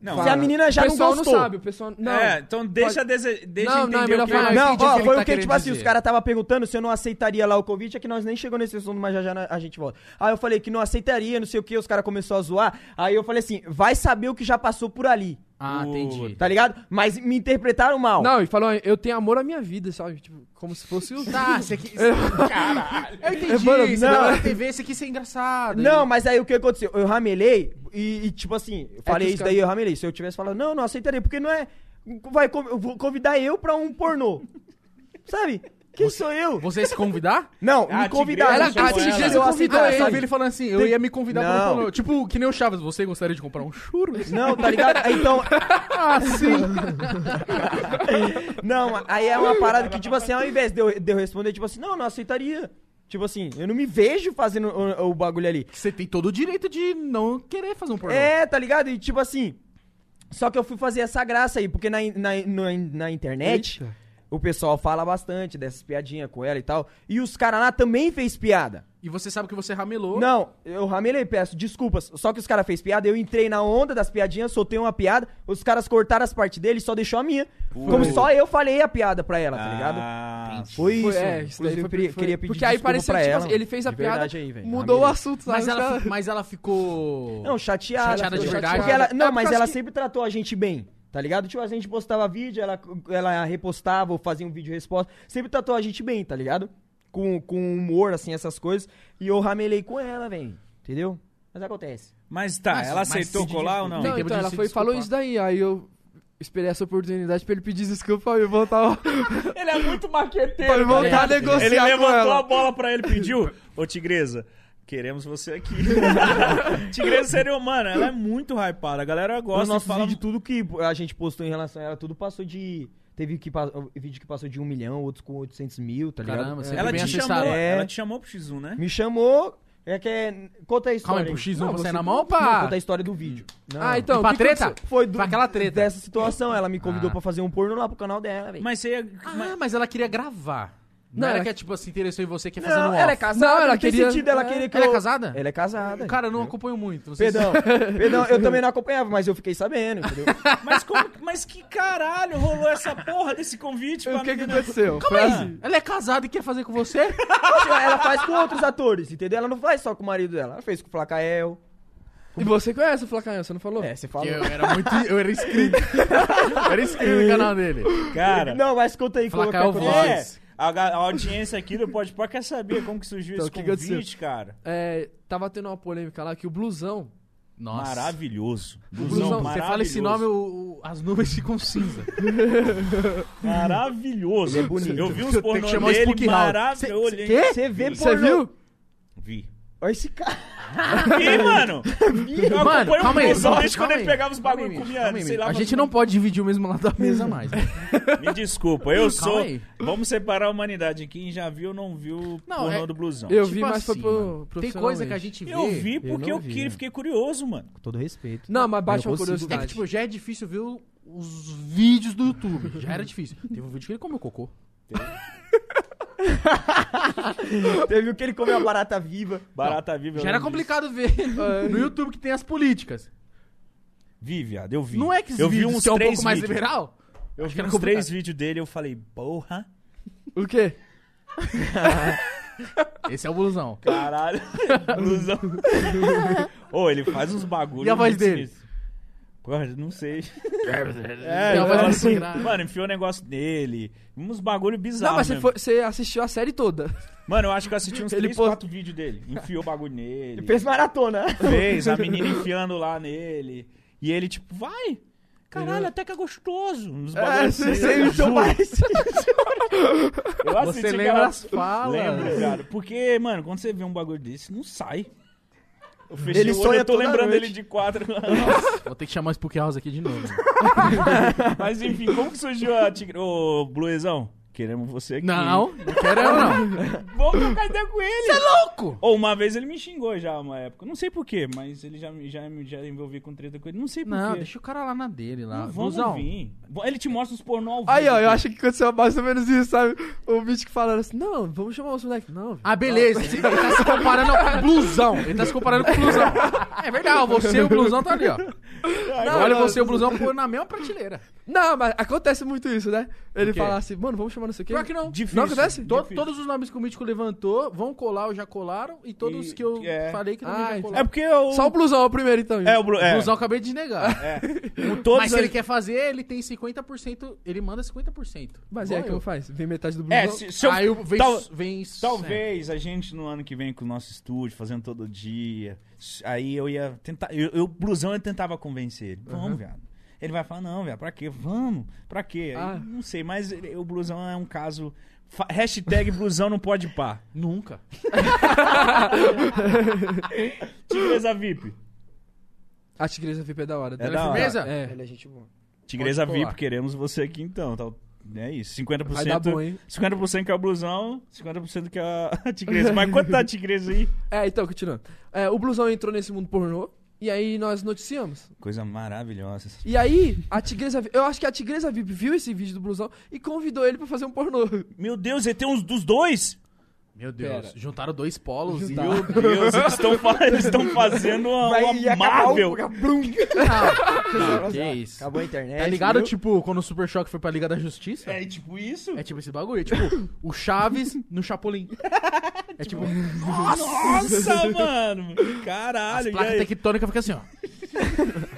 [SPEAKER 1] Não,
[SPEAKER 4] Se a menina já
[SPEAKER 5] o
[SPEAKER 4] não
[SPEAKER 5] pessoal não,
[SPEAKER 4] gostou.
[SPEAKER 5] sabe, o pessoal. Não.
[SPEAKER 1] É, então deixa, dese- deixa
[SPEAKER 5] Não, não, é
[SPEAKER 1] entender
[SPEAKER 5] melhor
[SPEAKER 1] o que
[SPEAKER 5] falar.
[SPEAKER 1] ele-
[SPEAKER 5] Não,
[SPEAKER 4] Não,
[SPEAKER 3] entendi o
[SPEAKER 4] ó,
[SPEAKER 3] que
[SPEAKER 4] foi
[SPEAKER 3] ele
[SPEAKER 4] o
[SPEAKER 3] tá
[SPEAKER 4] que,
[SPEAKER 3] querendo
[SPEAKER 4] tipo assim,
[SPEAKER 3] dizer.
[SPEAKER 4] os caras tava perguntando se eu não aceitaria lá o convite, é que nós nem chegou nesse assunto, mas já já na- a gente volta. Aí eu falei que não aceitaria, não sei o que, os caras começaram a zoar. Aí eu falei assim, vai saber o que já passou por ali,
[SPEAKER 3] Ah, entendi.
[SPEAKER 4] tá ligado? Mas me interpretaram mal.
[SPEAKER 5] Não, ele falou, eu tenho amor à minha vida, sabe? Tipo, como se fosse o.
[SPEAKER 3] Tá, você quis. Caralho. Eu entendi.
[SPEAKER 5] Mano,
[SPEAKER 3] você
[SPEAKER 4] não.
[SPEAKER 3] tava na TV, você
[SPEAKER 4] é
[SPEAKER 3] quis ser engraçado.
[SPEAKER 4] Não, mas aí o que aconteceu? Eu ramelei e, e, tipo assim,
[SPEAKER 3] É
[SPEAKER 4] eu falei
[SPEAKER 5] os
[SPEAKER 4] isso
[SPEAKER 5] caras-
[SPEAKER 4] daí, eu ramelei. Se eu tivesse falado, não, não aceitaria, porque não é. Vai con- eu vou convidar eu pra um pornô. Sabe? Quem sou eu?
[SPEAKER 3] Você ia se convidar?
[SPEAKER 4] Não,
[SPEAKER 1] Ah,
[SPEAKER 4] me
[SPEAKER 1] tigresa,
[SPEAKER 4] convidaram.
[SPEAKER 5] Ela-
[SPEAKER 4] não sei
[SPEAKER 5] a
[SPEAKER 4] se eu
[SPEAKER 5] tigresa
[SPEAKER 4] aceitava,
[SPEAKER 5] convidou
[SPEAKER 3] Ah,
[SPEAKER 5] ele.
[SPEAKER 3] eu
[SPEAKER 4] sabe?
[SPEAKER 3] vi ele falando assim, eu ia me convidar pra
[SPEAKER 4] Não.
[SPEAKER 3] um pornô. Tipo, que nem o Chaves, você gostaria de comprar um churros?
[SPEAKER 4] Não, tá ligado? Aí, Então,
[SPEAKER 3] Ah, sim.
[SPEAKER 4] Não, aí é uma parada que, tipo assim, ao invés de eu, de eu responder, tipo assim, não, não aceitaria. Tipo assim, eu não me vejo fazendo o, o bagulho ali.
[SPEAKER 3] Você tem todo o direito de não querer fazer um pornô.
[SPEAKER 4] É, tá ligado? E tipo assim. Só que eu fui fazer essa graça aí, porque na, in- na, in- na, in- na internet
[SPEAKER 5] Eita.
[SPEAKER 4] o pessoal fala bastante dessas piadinhas com ela e tal. E os caras lá também fez piada.
[SPEAKER 3] E você sabe que você ramelou.
[SPEAKER 4] Não, eu ramelei, peço desculpas. Só que os caras fez piada, eu entrei na onda das piadinhas, soltei uma piada, os caras cortaram as partes dele e só deixou a minha. Como só eu falei a piada pra ela, tá ligado?
[SPEAKER 1] Ah,
[SPEAKER 4] Foi isso.
[SPEAKER 5] Foi, é, isso daí
[SPEAKER 4] Inclusive,
[SPEAKER 5] foi-
[SPEAKER 4] queria-
[SPEAKER 5] foi-
[SPEAKER 4] queria pedir
[SPEAKER 5] Porque aí
[SPEAKER 4] desculpa
[SPEAKER 5] pareceu,
[SPEAKER 4] pra
[SPEAKER 5] tipo
[SPEAKER 4] ela,
[SPEAKER 5] assim,
[SPEAKER 4] mano.
[SPEAKER 5] ele fez a
[SPEAKER 4] De
[SPEAKER 5] piada,
[SPEAKER 4] verdade aí, velho.
[SPEAKER 5] mudou o
[SPEAKER 4] Ramelei.
[SPEAKER 5] assunto, sabe?
[SPEAKER 3] Mas ela,
[SPEAKER 5] Os
[SPEAKER 3] fi-
[SPEAKER 5] caras-
[SPEAKER 3] mas ela ficou.
[SPEAKER 4] Não, chateada.
[SPEAKER 3] Chateada de
[SPEAKER 4] ficou
[SPEAKER 3] verdade?
[SPEAKER 4] Porque ela- não,
[SPEAKER 5] É por
[SPEAKER 4] mas
[SPEAKER 5] causa
[SPEAKER 4] ela
[SPEAKER 5] que-
[SPEAKER 4] sempre tratou a gente bem. Tá ligado? Tipo, a gente postava vídeo, ela, ela repostava ou fazia um vídeo resposta. Sempre tratou a gente bem, tá ligado? Com, com humor, assim, essas coisas. E eu ramelei com ela, velho. Entendeu? Mas acontece.
[SPEAKER 1] Mas tá,
[SPEAKER 3] Mas-
[SPEAKER 1] ela
[SPEAKER 3] mas
[SPEAKER 1] aceitou
[SPEAKER 3] se de-
[SPEAKER 1] colar ou não?
[SPEAKER 5] Não,
[SPEAKER 3] Tem tempo
[SPEAKER 5] então
[SPEAKER 3] de
[SPEAKER 5] ela
[SPEAKER 3] se
[SPEAKER 5] foi e falou isso daí, aí eu esperei essa oportunidade pra ele pedir desculpa e voltar ao-
[SPEAKER 1] Ele é muito maqueteiro.
[SPEAKER 5] pra ele voltar a
[SPEAKER 4] né?
[SPEAKER 3] ligado?
[SPEAKER 5] negociar
[SPEAKER 1] Ele
[SPEAKER 5] com
[SPEAKER 1] levantou
[SPEAKER 5] ela.
[SPEAKER 1] a bola pra ele e pediu: Ô Tigresa, queremos você aqui. tigresa seria humana, ela é muito hypada. A galera
[SPEAKER 4] Nossa,
[SPEAKER 1] gosta
[SPEAKER 4] no
[SPEAKER 1] e
[SPEAKER 4] nosso
[SPEAKER 1] fala.
[SPEAKER 4] vídeo,
[SPEAKER 3] um
[SPEAKER 4] tudo que a gente postou em relação a ela, tudo passou de... Teve que, pa- vídeo que passou de um milhão, outros com 800 mil, tá ligado?
[SPEAKER 3] Caramba, você
[SPEAKER 1] Ela
[SPEAKER 3] bem
[SPEAKER 1] te,
[SPEAKER 3] acessado.
[SPEAKER 1] chamou,
[SPEAKER 4] É.
[SPEAKER 1] ela te chamou pro X1, né?
[SPEAKER 4] Me chamou... É que é... Conta a
[SPEAKER 3] Calma
[SPEAKER 4] história.
[SPEAKER 3] aí, pro X1
[SPEAKER 4] Não,
[SPEAKER 3] você
[SPEAKER 4] você-
[SPEAKER 3] é na mão,
[SPEAKER 4] Não,
[SPEAKER 3] pá?
[SPEAKER 4] conta a história do vídeo. Não.
[SPEAKER 5] Ah, então,
[SPEAKER 3] pra
[SPEAKER 5] o que que
[SPEAKER 3] treta?
[SPEAKER 5] aconteceu?
[SPEAKER 4] Foi do,
[SPEAKER 3] Pra aquela treta.
[SPEAKER 4] dessa situação. Ela me convidou
[SPEAKER 3] Ah.
[SPEAKER 4] pra fazer um porno lá pro canal dela, velho.
[SPEAKER 1] Mas você ia.
[SPEAKER 3] Ah,
[SPEAKER 1] mas-
[SPEAKER 3] mas ela queria gravar. Não,
[SPEAKER 5] Não,
[SPEAKER 3] era
[SPEAKER 5] ela-
[SPEAKER 3] que é tipo assim, interessou em você que é fazer
[SPEAKER 4] Não,
[SPEAKER 3] no
[SPEAKER 4] ela é
[SPEAKER 3] off.
[SPEAKER 4] casada,
[SPEAKER 5] Não,
[SPEAKER 4] não,
[SPEAKER 5] ela
[SPEAKER 4] tem
[SPEAKER 5] queria-
[SPEAKER 4] sentido ela
[SPEAKER 5] é.
[SPEAKER 4] querer que
[SPEAKER 3] Ela é
[SPEAKER 4] eu-
[SPEAKER 3] casada?
[SPEAKER 4] Ela é casada.
[SPEAKER 3] Cara, eu não acompanho muito. não sei se-
[SPEAKER 4] Perdão, perdão, eu também não acompanhava, mas eu fiquei sabendo, entendeu?
[SPEAKER 1] Mas, como, mas que caralho rolou essa porra desse convite
[SPEAKER 4] tipo,
[SPEAKER 1] pra
[SPEAKER 5] O que, que
[SPEAKER 1] menina?
[SPEAKER 5] aconteceu?
[SPEAKER 3] Calma aí.
[SPEAKER 5] Foi assim.
[SPEAKER 3] Ela é casada e quer fazer com você?
[SPEAKER 4] Poxa, Tipo, ela faz com outros atores, entendeu? Ela não faz só com o marido dela. Ela fez com o Flacael.
[SPEAKER 5] E você conhece o Flacael, você não falou?
[SPEAKER 4] É, você falou.
[SPEAKER 3] eu era muito. Eu era inscrito. eu era inscrito no canal dele.
[SPEAKER 1] Cara,
[SPEAKER 4] Não, mas conta aí como
[SPEAKER 3] Flacael
[SPEAKER 4] aconteceu.
[SPEAKER 3] Vlogs.
[SPEAKER 1] é, a, ga- a audiência aqui do Pode Pá quer saber como que surgiu
[SPEAKER 5] Então,
[SPEAKER 1] esse
[SPEAKER 5] o que que
[SPEAKER 1] convite, cara.
[SPEAKER 5] É, tava tendo uma polêmica lá que o Blusão.
[SPEAKER 3] Nossa.
[SPEAKER 1] Maravilhoso.
[SPEAKER 5] Blusão,
[SPEAKER 1] Blusão,
[SPEAKER 3] Não, você fala esse nome, o- o- as nuvens ficam cinza.
[SPEAKER 1] Maravilhoso.
[SPEAKER 4] Ele é bonito.
[SPEAKER 1] Eu vi uns
[SPEAKER 3] Tem que
[SPEAKER 1] pornô
[SPEAKER 3] chamar o
[SPEAKER 1] dele,
[SPEAKER 3] Spook House.
[SPEAKER 1] maravilhoso. Eu
[SPEAKER 3] Cê-
[SPEAKER 1] olhei.
[SPEAKER 3] cê-
[SPEAKER 4] Você vê
[SPEAKER 5] Você
[SPEAKER 4] pornô.
[SPEAKER 5] viu?
[SPEAKER 1] Vi.
[SPEAKER 4] Olha esse cara.
[SPEAKER 1] Ih, mano. Eu
[SPEAKER 3] Mano,
[SPEAKER 1] acompanho o
[SPEAKER 3] calma aí,
[SPEAKER 1] Blusão
[SPEAKER 3] calma
[SPEAKER 1] desde
[SPEAKER 3] aí,
[SPEAKER 1] quando ele
[SPEAKER 3] calma
[SPEAKER 1] pegava os
[SPEAKER 3] aí,
[SPEAKER 1] bagulho e
[SPEAKER 3] Mitch,
[SPEAKER 1] comia,
[SPEAKER 3] calma aí,
[SPEAKER 1] sei lá.
[SPEAKER 3] Mitch. A
[SPEAKER 1] mas-
[SPEAKER 3] gente não pode dividir o mesmo lado da mesa mais. né?
[SPEAKER 1] Me desculpa, eu sou...
[SPEAKER 3] aí.
[SPEAKER 1] Vamos separar a humanidade. Quem já viu, não viu o
[SPEAKER 3] Não,
[SPEAKER 1] pornô
[SPEAKER 3] é-
[SPEAKER 1] do Blusão.
[SPEAKER 5] Eu
[SPEAKER 3] Tipo
[SPEAKER 5] vi, mas foi
[SPEAKER 3] assim,
[SPEAKER 5] pro
[SPEAKER 3] mano, Tem coisa que a
[SPEAKER 5] profissionalmente.
[SPEAKER 3] gente vê.
[SPEAKER 1] Eu vi porque eu,
[SPEAKER 5] não vi,
[SPEAKER 1] que-
[SPEAKER 5] né?
[SPEAKER 1] fiquei curioso, mano.
[SPEAKER 4] Com todo respeito.
[SPEAKER 5] Não, mas baixa
[SPEAKER 4] Eu
[SPEAKER 5] uma
[SPEAKER 4] consigo.
[SPEAKER 3] É
[SPEAKER 5] curiosidade.
[SPEAKER 3] que, tipo, já é difícil ver o- os vídeos do YouTube. Já era difícil. Teve um vídeo que ele comeu cocô.
[SPEAKER 4] Teve o que ele comeu a barata viva.
[SPEAKER 1] Barata viva. eu
[SPEAKER 3] Já era
[SPEAKER 1] lembro disso.
[SPEAKER 3] complicado ver
[SPEAKER 1] tipo,
[SPEAKER 5] É,
[SPEAKER 3] no YouTube que tem as políticas.
[SPEAKER 1] Vi, viado, eu vi.
[SPEAKER 3] Não é que os
[SPEAKER 1] eu vi
[SPEAKER 3] vídeos
[SPEAKER 1] uns
[SPEAKER 3] que é um
[SPEAKER 1] três
[SPEAKER 3] pouco mais
[SPEAKER 1] vídeos.
[SPEAKER 3] liberal.
[SPEAKER 1] Eu
[SPEAKER 3] Acho
[SPEAKER 1] vi
[SPEAKER 3] que era
[SPEAKER 1] uns
[SPEAKER 3] complicado.
[SPEAKER 1] três vídeos dele eu falei, porra,
[SPEAKER 5] O quê?
[SPEAKER 3] Esse é o blusão.
[SPEAKER 1] caralho, blusão. Ô, ele faz uns bagulhos.
[SPEAKER 3] E a voz
[SPEAKER 1] muito
[SPEAKER 3] dele?
[SPEAKER 1] sinistros. Porra, não sei.
[SPEAKER 3] É,
[SPEAKER 1] eu
[SPEAKER 3] a
[SPEAKER 1] falo
[SPEAKER 3] voz dele
[SPEAKER 1] assim,
[SPEAKER 3] engraçada.
[SPEAKER 1] mano, enfiou um negócio nele. Uns bagulho bizarro.
[SPEAKER 5] Não, mas você,
[SPEAKER 1] mesmo.
[SPEAKER 5] foi- você assistiu a série toda.
[SPEAKER 1] Mano, eu acho que eu assisti uns
[SPEAKER 5] Ele
[SPEAKER 1] três,
[SPEAKER 5] post-
[SPEAKER 1] quatro vídeos dele. Enfiou bagulho nele.
[SPEAKER 4] Ele fez maratona.
[SPEAKER 1] Fez, a menina enfiando lá nele. E ele, tipo, vai. Caralho, até que é gostoso. Uns
[SPEAKER 3] Tá
[SPEAKER 1] bagulho assim,
[SPEAKER 4] Você
[SPEAKER 1] eu
[SPEAKER 4] imitou
[SPEAKER 1] juro.
[SPEAKER 4] mais.
[SPEAKER 1] Eu assisti
[SPEAKER 3] Você lembra
[SPEAKER 1] aquela-
[SPEAKER 3] as falas.
[SPEAKER 1] Lembro, cara. Porque, mano, quando você vê um bagulho desse, não sai. Eu fechei
[SPEAKER 4] Ele
[SPEAKER 1] o olho,
[SPEAKER 4] sonha
[SPEAKER 1] eu tô
[SPEAKER 4] toda
[SPEAKER 1] lembrando
[SPEAKER 4] noite.
[SPEAKER 1] ele de quatro.
[SPEAKER 3] Vou ter que chamar o Spook House aqui de novo.
[SPEAKER 1] Mas enfim, como que surgiu a Tigre... Ô, Bluezão, queremos você aqui.
[SPEAKER 3] Não, não quero eu não.
[SPEAKER 1] Vamos trocar ideia com ele.
[SPEAKER 3] Louco!
[SPEAKER 1] Ou uma vez ele me xingou já, uma época. Não sei porquê, mas ele já, me- já, me- já envolvi com treta com ele. Não sei porquê.
[SPEAKER 3] Não, deixa o cara lá na dele, lá.
[SPEAKER 1] Não vamos
[SPEAKER 3] Blusão,
[SPEAKER 1] vir. Ele te mostra os pornô ao vivo.
[SPEAKER 5] Aí, ó, eu acho que aconteceu mais ou menos isso, sabe? O Mítico falando assim, não, vamos chamar os moleques. Não,
[SPEAKER 3] Ah, beleza. Ele tá se comparando ao blusão. Ele tá se comparando com o blusão. É verdade, ó, você e o blusão tá ali, ó. Olha, você e o blusão foram na mesma prateleira.
[SPEAKER 5] Não, mas acontece muito isso, né? Ele
[SPEAKER 3] O quê?
[SPEAKER 5] fala assim, mano, vamos chamar não sei o quê.
[SPEAKER 3] Pior que não.
[SPEAKER 1] Difícil.
[SPEAKER 5] Não acontece?
[SPEAKER 3] To-
[SPEAKER 1] Difícil.
[SPEAKER 3] todos os nomes que o Mítico levantou vão colar ou já colaram. E todos
[SPEAKER 1] E-
[SPEAKER 3] que eu
[SPEAKER 1] é.
[SPEAKER 3] falei que não
[SPEAKER 5] Ah,
[SPEAKER 3] já
[SPEAKER 5] então.
[SPEAKER 1] É
[SPEAKER 3] colaram.
[SPEAKER 1] porque eu...
[SPEAKER 5] Só o blusão é o primeiro, então. gente.
[SPEAKER 1] É, o Blu...
[SPEAKER 3] O
[SPEAKER 1] é.
[SPEAKER 3] blusão eu acabei de negar.
[SPEAKER 1] O todos
[SPEAKER 3] Mas se ele
[SPEAKER 1] as-
[SPEAKER 3] quer fazer, ele tem 50%. Ele manda 50%.
[SPEAKER 5] Mas
[SPEAKER 3] Igual
[SPEAKER 5] é, como faz? Vem metade do blusão.
[SPEAKER 1] É, se, se eu...
[SPEAKER 3] Aí eu- vem,
[SPEAKER 1] Tal-
[SPEAKER 3] vem-
[SPEAKER 1] Talvez a gente no ano que vem com o nosso estúdio, fazendo todo dia. Aí eu ia tentar. Eu, eu blusão, eu tentava convencer ele. Vamos, viado. Ele vai falar, não, viado, pra quê? Vamos, pra quê? Aí,
[SPEAKER 5] Ah.
[SPEAKER 1] não sei, mas ele- o blusão é um caso. fa- Hashtag blusão não pode pá.
[SPEAKER 3] né? Nunca.
[SPEAKER 1] Tigresa VIP.
[SPEAKER 5] A tigresa VIP é da hora.
[SPEAKER 1] É
[SPEAKER 5] né?
[SPEAKER 1] da hora.
[SPEAKER 3] Firmeza?
[SPEAKER 5] É.
[SPEAKER 4] Ele é gente boa.
[SPEAKER 1] Tigresa
[SPEAKER 3] Pode
[SPEAKER 1] VIP,
[SPEAKER 3] colar.
[SPEAKER 1] queremos você aqui então. Tá, é isso. 50%.
[SPEAKER 5] Vai dar bom, hein?
[SPEAKER 1] 50% que é o blusão, 50% que é a tigresa. Mas quanto tá a tigresa aí?
[SPEAKER 5] É, então, continuando. É, o blusão entrou nesse mundo pornô. E aí nós noticiamos.
[SPEAKER 1] Coisa maravilhosa. essa
[SPEAKER 5] E aí, a tigresa VIP... Eu acho que a tigresa VIP viu esse vídeo do blusão e convidou ele pra fazer um pornô.
[SPEAKER 1] Meu Deus, ele tem uns dos dois?
[SPEAKER 3] Meu Deus. Juntaram dois polos e.
[SPEAKER 1] Meu Deus, eles estão fa- eles estão fazendo uma, uma
[SPEAKER 4] Vai acabar o...
[SPEAKER 1] Marvel.
[SPEAKER 4] Blum.
[SPEAKER 3] que isso.
[SPEAKER 4] Acabou a internet.
[SPEAKER 5] é
[SPEAKER 3] Tá ligado,
[SPEAKER 4] viu?
[SPEAKER 3] tipo, quando o Super Choque foi pra Liga da Justiça?
[SPEAKER 1] É tipo isso?
[SPEAKER 3] É tipo esse bagulho, é tipo o Chaves no Chapolin. É tipo,
[SPEAKER 1] Nossa, mano!
[SPEAKER 3] as
[SPEAKER 1] Caralho, e
[SPEAKER 3] placas
[SPEAKER 1] aí?
[SPEAKER 3] tectônicas ficam assim, ó.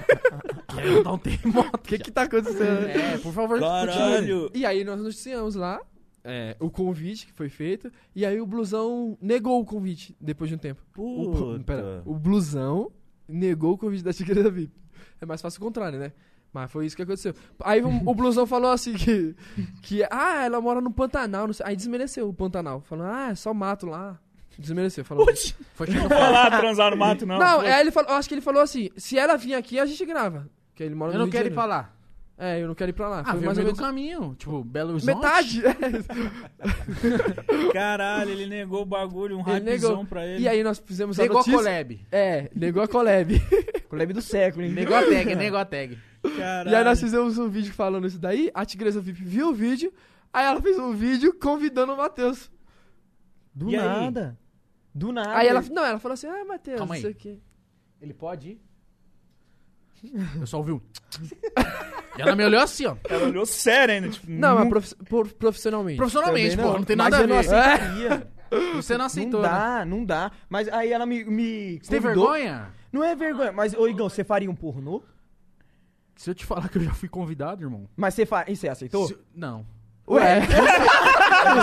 [SPEAKER 3] Quero dar um terremoto.
[SPEAKER 5] O que que tá acontecendo?
[SPEAKER 3] É, por favor, continue.
[SPEAKER 1] Caralho!
[SPEAKER 5] E aí nós noticiamos lá é, o convite que foi feito. E aí o blusão negou o convite depois de um tempo. O, blu- pera, o blusão negou o convite da tigresa VIP. É mais fácil o contrário, né? Mas foi isso que aconteceu. Aí o, o blusão falou assim que, que. Ah, ela mora no Pantanal. Não sei. Aí desmereceu o Pantanal. Falou, ah, é só mato lá. Desmereceu. Falou.
[SPEAKER 3] Foi tipo,
[SPEAKER 1] Não vai lá transar no mato, não.
[SPEAKER 5] não, é- aí ele falou, acho que ele falou assim: se ela vir aqui, a gente grava. Que ele mora
[SPEAKER 3] eu
[SPEAKER 5] no
[SPEAKER 3] não
[SPEAKER 5] Rio de
[SPEAKER 3] quero ir pra
[SPEAKER 5] Janeiro.
[SPEAKER 3] lá.
[SPEAKER 5] É, eu não quero ir pra lá.
[SPEAKER 3] Ah,
[SPEAKER 5] foi
[SPEAKER 3] veio no
[SPEAKER 5] mais ou
[SPEAKER 3] meio do
[SPEAKER 5] menos.
[SPEAKER 3] caminho. Tipo, Belo Horizonte.
[SPEAKER 5] Metade!
[SPEAKER 1] Caralho, ele negou o bagulho, um
[SPEAKER 5] Ele negou.
[SPEAKER 1] rapizão pra ele.
[SPEAKER 5] E aí nós fizemos
[SPEAKER 3] Negou a
[SPEAKER 5] a notícia.
[SPEAKER 3] collab.
[SPEAKER 5] É, negou a collab.
[SPEAKER 3] tipo,
[SPEAKER 4] Collab do século, hein?
[SPEAKER 3] Negou a tag, negou a tag.
[SPEAKER 1] Caralho.
[SPEAKER 5] e aí nós fizemos um vídeo falando isso daí. A Tigresa VIP viu o vídeo. Aí ela fez um vídeo convidando o Matheus.
[SPEAKER 4] Do
[SPEAKER 1] E aí?
[SPEAKER 4] nada. Do nada.
[SPEAKER 5] aí ela, não, ela falou assim, ah, Matheus,
[SPEAKER 3] Calma
[SPEAKER 5] não
[SPEAKER 3] aí.
[SPEAKER 5] sei o quê.
[SPEAKER 3] Ele pode ir? Eu só ouvi um... e ela me olhou assim, ó.
[SPEAKER 1] Ela olhou sério ainda, tipo...
[SPEAKER 5] Não,
[SPEAKER 3] Hum.
[SPEAKER 5] mas
[SPEAKER 1] nunca-
[SPEAKER 5] profi- por- profissionalmente.
[SPEAKER 3] Profissionalmente,
[SPEAKER 4] Também
[SPEAKER 3] pô, não tem nada
[SPEAKER 4] mas
[SPEAKER 3] a ver.
[SPEAKER 4] Eu não aceitaria.
[SPEAKER 3] Você não aceitou,
[SPEAKER 4] não
[SPEAKER 3] né?
[SPEAKER 4] dá, não dá. Mas aí ela me. me
[SPEAKER 3] Você tem
[SPEAKER 4] convidou.
[SPEAKER 3] vergonha?
[SPEAKER 4] Não é vergonha, mas, ô Igão, você faria um pornô?
[SPEAKER 3] Se eu te falar que eu já fui convidado, irmão.
[SPEAKER 4] Mas você faria. Você aceitou?
[SPEAKER 3] Se- Não.
[SPEAKER 4] Ué,
[SPEAKER 5] Eu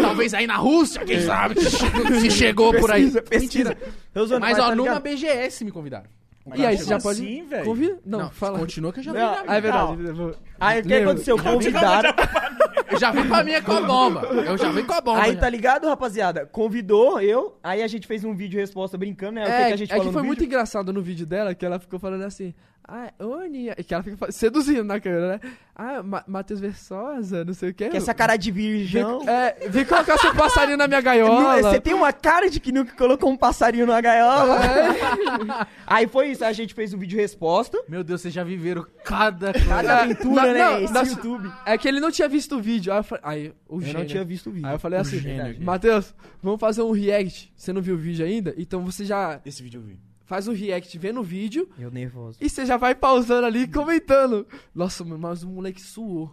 [SPEAKER 3] Talvez aí na Rússia, quem sabe, se chegou por aí.
[SPEAKER 4] É. pesquisa, pesquisa. Tô zoando,
[SPEAKER 3] Mas, ó,
[SPEAKER 4] tá
[SPEAKER 3] numa
[SPEAKER 4] ligado?
[SPEAKER 3] BGS me convidaram.
[SPEAKER 5] E aí,
[SPEAKER 1] Como
[SPEAKER 5] você já pode...
[SPEAKER 1] assim, velho?
[SPEAKER 5] Convida? Não, fala.
[SPEAKER 3] Continua que eu já
[SPEAKER 4] Não,
[SPEAKER 3] vi.
[SPEAKER 5] Ah, é verdade.
[SPEAKER 4] Aí o que aconteceu? Convidado.
[SPEAKER 3] Eu já vim pra minha com a bomba. Eu já vim com a bomba.
[SPEAKER 4] Aí
[SPEAKER 3] já.
[SPEAKER 4] tá ligado, rapaziada? Convidou eu, aí a gente fez um vídeo resposta brincando, né? O que
[SPEAKER 5] É,
[SPEAKER 4] que a gente
[SPEAKER 5] é
[SPEAKER 4] falou
[SPEAKER 5] que foi
[SPEAKER 4] no
[SPEAKER 5] muito
[SPEAKER 4] vídeo?
[SPEAKER 5] engraçado no vídeo dela que ela ficou falando assim. Ah, Oni. Que ela fica fa- seduzindo na câmera, né? Ah, Ma Matheus Versosa, não sei o quê.
[SPEAKER 4] Que é essa cara de virgão.
[SPEAKER 5] Vem, é, vem colocar seu passarinho na
[SPEAKER 4] É
[SPEAKER 5] minha gaiola.
[SPEAKER 4] Você tem uma cara de que nunca colocou um passarinho na gaiola. Aí foi isso, aí a gente fez um vídeo resposta.
[SPEAKER 3] Meu Deus, vocês já viveram cada coisa.
[SPEAKER 5] Ah,
[SPEAKER 4] aventura,
[SPEAKER 5] na-
[SPEAKER 4] né?
[SPEAKER 5] não,
[SPEAKER 4] Esse
[SPEAKER 5] na-
[SPEAKER 4] YouTube.
[SPEAKER 5] É que ele não tinha visto o vídeo. Aí eu falei, aí, o
[SPEAKER 4] Eu não
[SPEAKER 5] gênio.
[SPEAKER 4] tinha visto o vídeo.
[SPEAKER 5] Aí eu falei assim,
[SPEAKER 3] gênio.
[SPEAKER 5] Matheus, vamos fazer um react. Você não viu o vídeo ainda? Então você já
[SPEAKER 1] Esse vídeo eu vi.
[SPEAKER 5] faz o react vendo o vídeo
[SPEAKER 4] Eu nervoso.
[SPEAKER 5] e você já vai pausando ali e comentando. Nossa, mas o moleque suou.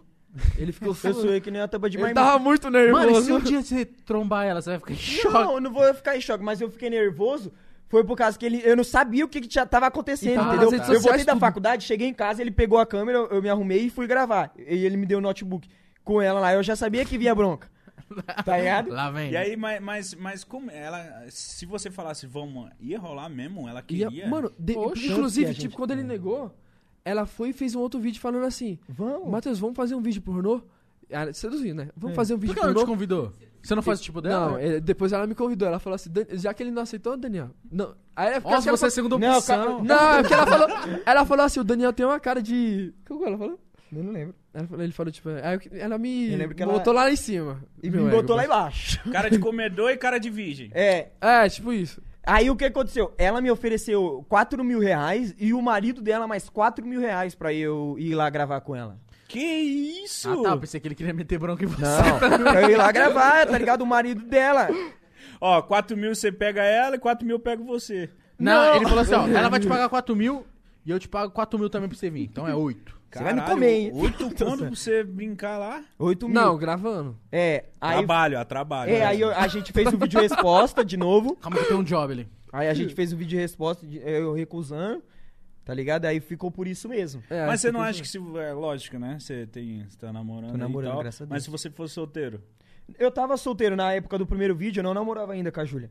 [SPEAKER 5] Ele ficou
[SPEAKER 4] Eu
[SPEAKER 5] suando.
[SPEAKER 4] suei que nem a tampa de
[SPEAKER 5] Ele
[SPEAKER 4] marmita.
[SPEAKER 5] tava muito nervoso.
[SPEAKER 3] Mano, e se um dia você trombar ela, você vai ficar em choque.
[SPEAKER 4] Não, eu não vou ficar em choque, mas eu fiquei nervoso. Foi por causa que ele, eu não sabia o que, que já tava acontecendo,
[SPEAKER 5] tava
[SPEAKER 4] entendeu?
[SPEAKER 5] Tá, nas redes
[SPEAKER 4] Eu voltei
[SPEAKER 5] sociais,
[SPEAKER 4] da
[SPEAKER 5] tudo.
[SPEAKER 4] faculdade, cheguei em casa, ele pegou a câmera, eu, eu me arrumei e fui gravar. E ele me deu o notebook com ela lá. Eu já sabia que vinha bronca. Tá ligado?
[SPEAKER 3] Lá vem.
[SPEAKER 1] E aí, mas, mas, mas como ela... Se você falasse, vamos, ia rolar mesmo? Ela
[SPEAKER 5] E a-
[SPEAKER 1] queria?
[SPEAKER 5] mano, de-
[SPEAKER 4] Oxe.
[SPEAKER 5] inclusive,
[SPEAKER 4] Tanto que a
[SPEAKER 5] tipo,
[SPEAKER 4] gente-
[SPEAKER 5] quando ele negou, ela foi e fez um outro vídeo falando assim:
[SPEAKER 4] Vamos.
[SPEAKER 5] Matheus, vamos fazer um vídeo pornô? Ah, Seduzindo, né? Vamos fazer um
[SPEAKER 3] Por
[SPEAKER 5] vídeo
[SPEAKER 3] que ela não te
[SPEAKER 5] pornô?
[SPEAKER 3] convidou? Você não faz o tipo dela?
[SPEAKER 5] Não,
[SPEAKER 4] é
[SPEAKER 5] eh, depois ela me convidou. Ela falou assim: "Dan- já que ele não aceitou, Daniel. Não. Aí ela
[SPEAKER 3] Nossa,
[SPEAKER 5] ela
[SPEAKER 3] você é a segunda
[SPEAKER 4] Não,
[SPEAKER 3] opção.
[SPEAKER 5] falou- Não, é porque ela falou. Ela falou assim: o Daniel tem uma cara de. Como ela falou?
[SPEAKER 4] Eu não lembro.
[SPEAKER 5] Ela falou- ele falou, tipo, aí eu- ela me
[SPEAKER 4] Eu lembro que ela-
[SPEAKER 5] botou lá em cima.
[SPEAKER 4] E
[SPEAKER 5] Meu
[SPEAKER 4] me
[SPEAKER 5] ego.
[SPEAKER 4] botou lá embaixo.
[SPEAKER 1] Cara de comedor e cara de virgem.
[SPEAKER 4] É.
[SPEAKER 5] É, tipo isso.
[SPEAKER 4] Aí o que aconteceu? Ela me ofereceu 4 mil reais e o marido dela mais 4 mil reais pra eu ir lá gravar com ela.
[SPEAKER 1] Que isso?
[SPEAKER 3] Ah, tá, pensei que ele queria meter bronca em você.
[SPEAKER 4] Não, pra eu ir lá gravar, tá ligado? O marido dela.
[SPEAKER 1] Ó, 4 mil você pega ela e 4 mil pega você.
[SPEAKER 3] Não, ele falou assim, ó, ela vai te pagar 4 mil e eu te pago 4 mil também pra você vir. Então é 8.
[SPEAKER 4] Você vai me comer, hein?
[SPEAKER 1] Oito conto pra você brincar lá?
[SPEAKER 4] 8 mil.
[SPEAKER 5] Não, gravando.
[SPEAKER 4] É, aí.
[SPEAKER 1] Trabalho, ó, trabalho. né?
[SPEAKER 4] É, aí eu- a gente fez o vídeo resposta de novo.
[SPEAKER 3] Calma que eu tenho um job ali.
[SPEAKER 4] Aí a gente fez o vídeo resposta, de- eu recusando, tá ligado? Aí ficou por isso mesmo.
[SPEAKER 5] É,
[SPEAKER 1] Mas você não
[SPEAKER 5] tipo
[SPEAKER 1] acha que se. É lógico, né? Você tem. Você tá namorando.
[SPEAKER 4] Tô namorando,
[SPEAKER 1] e tal,
[SPEAKER 4] graças a
[SPEAKER 1] Mas
[SPEAKER 4] Deus.
[SPEAKER 1] se você fosse solteiro.
[SPEAKER 4] Eu tava solteiro na época do primeiro vídeo, eu não namorava ainda com a Júlia.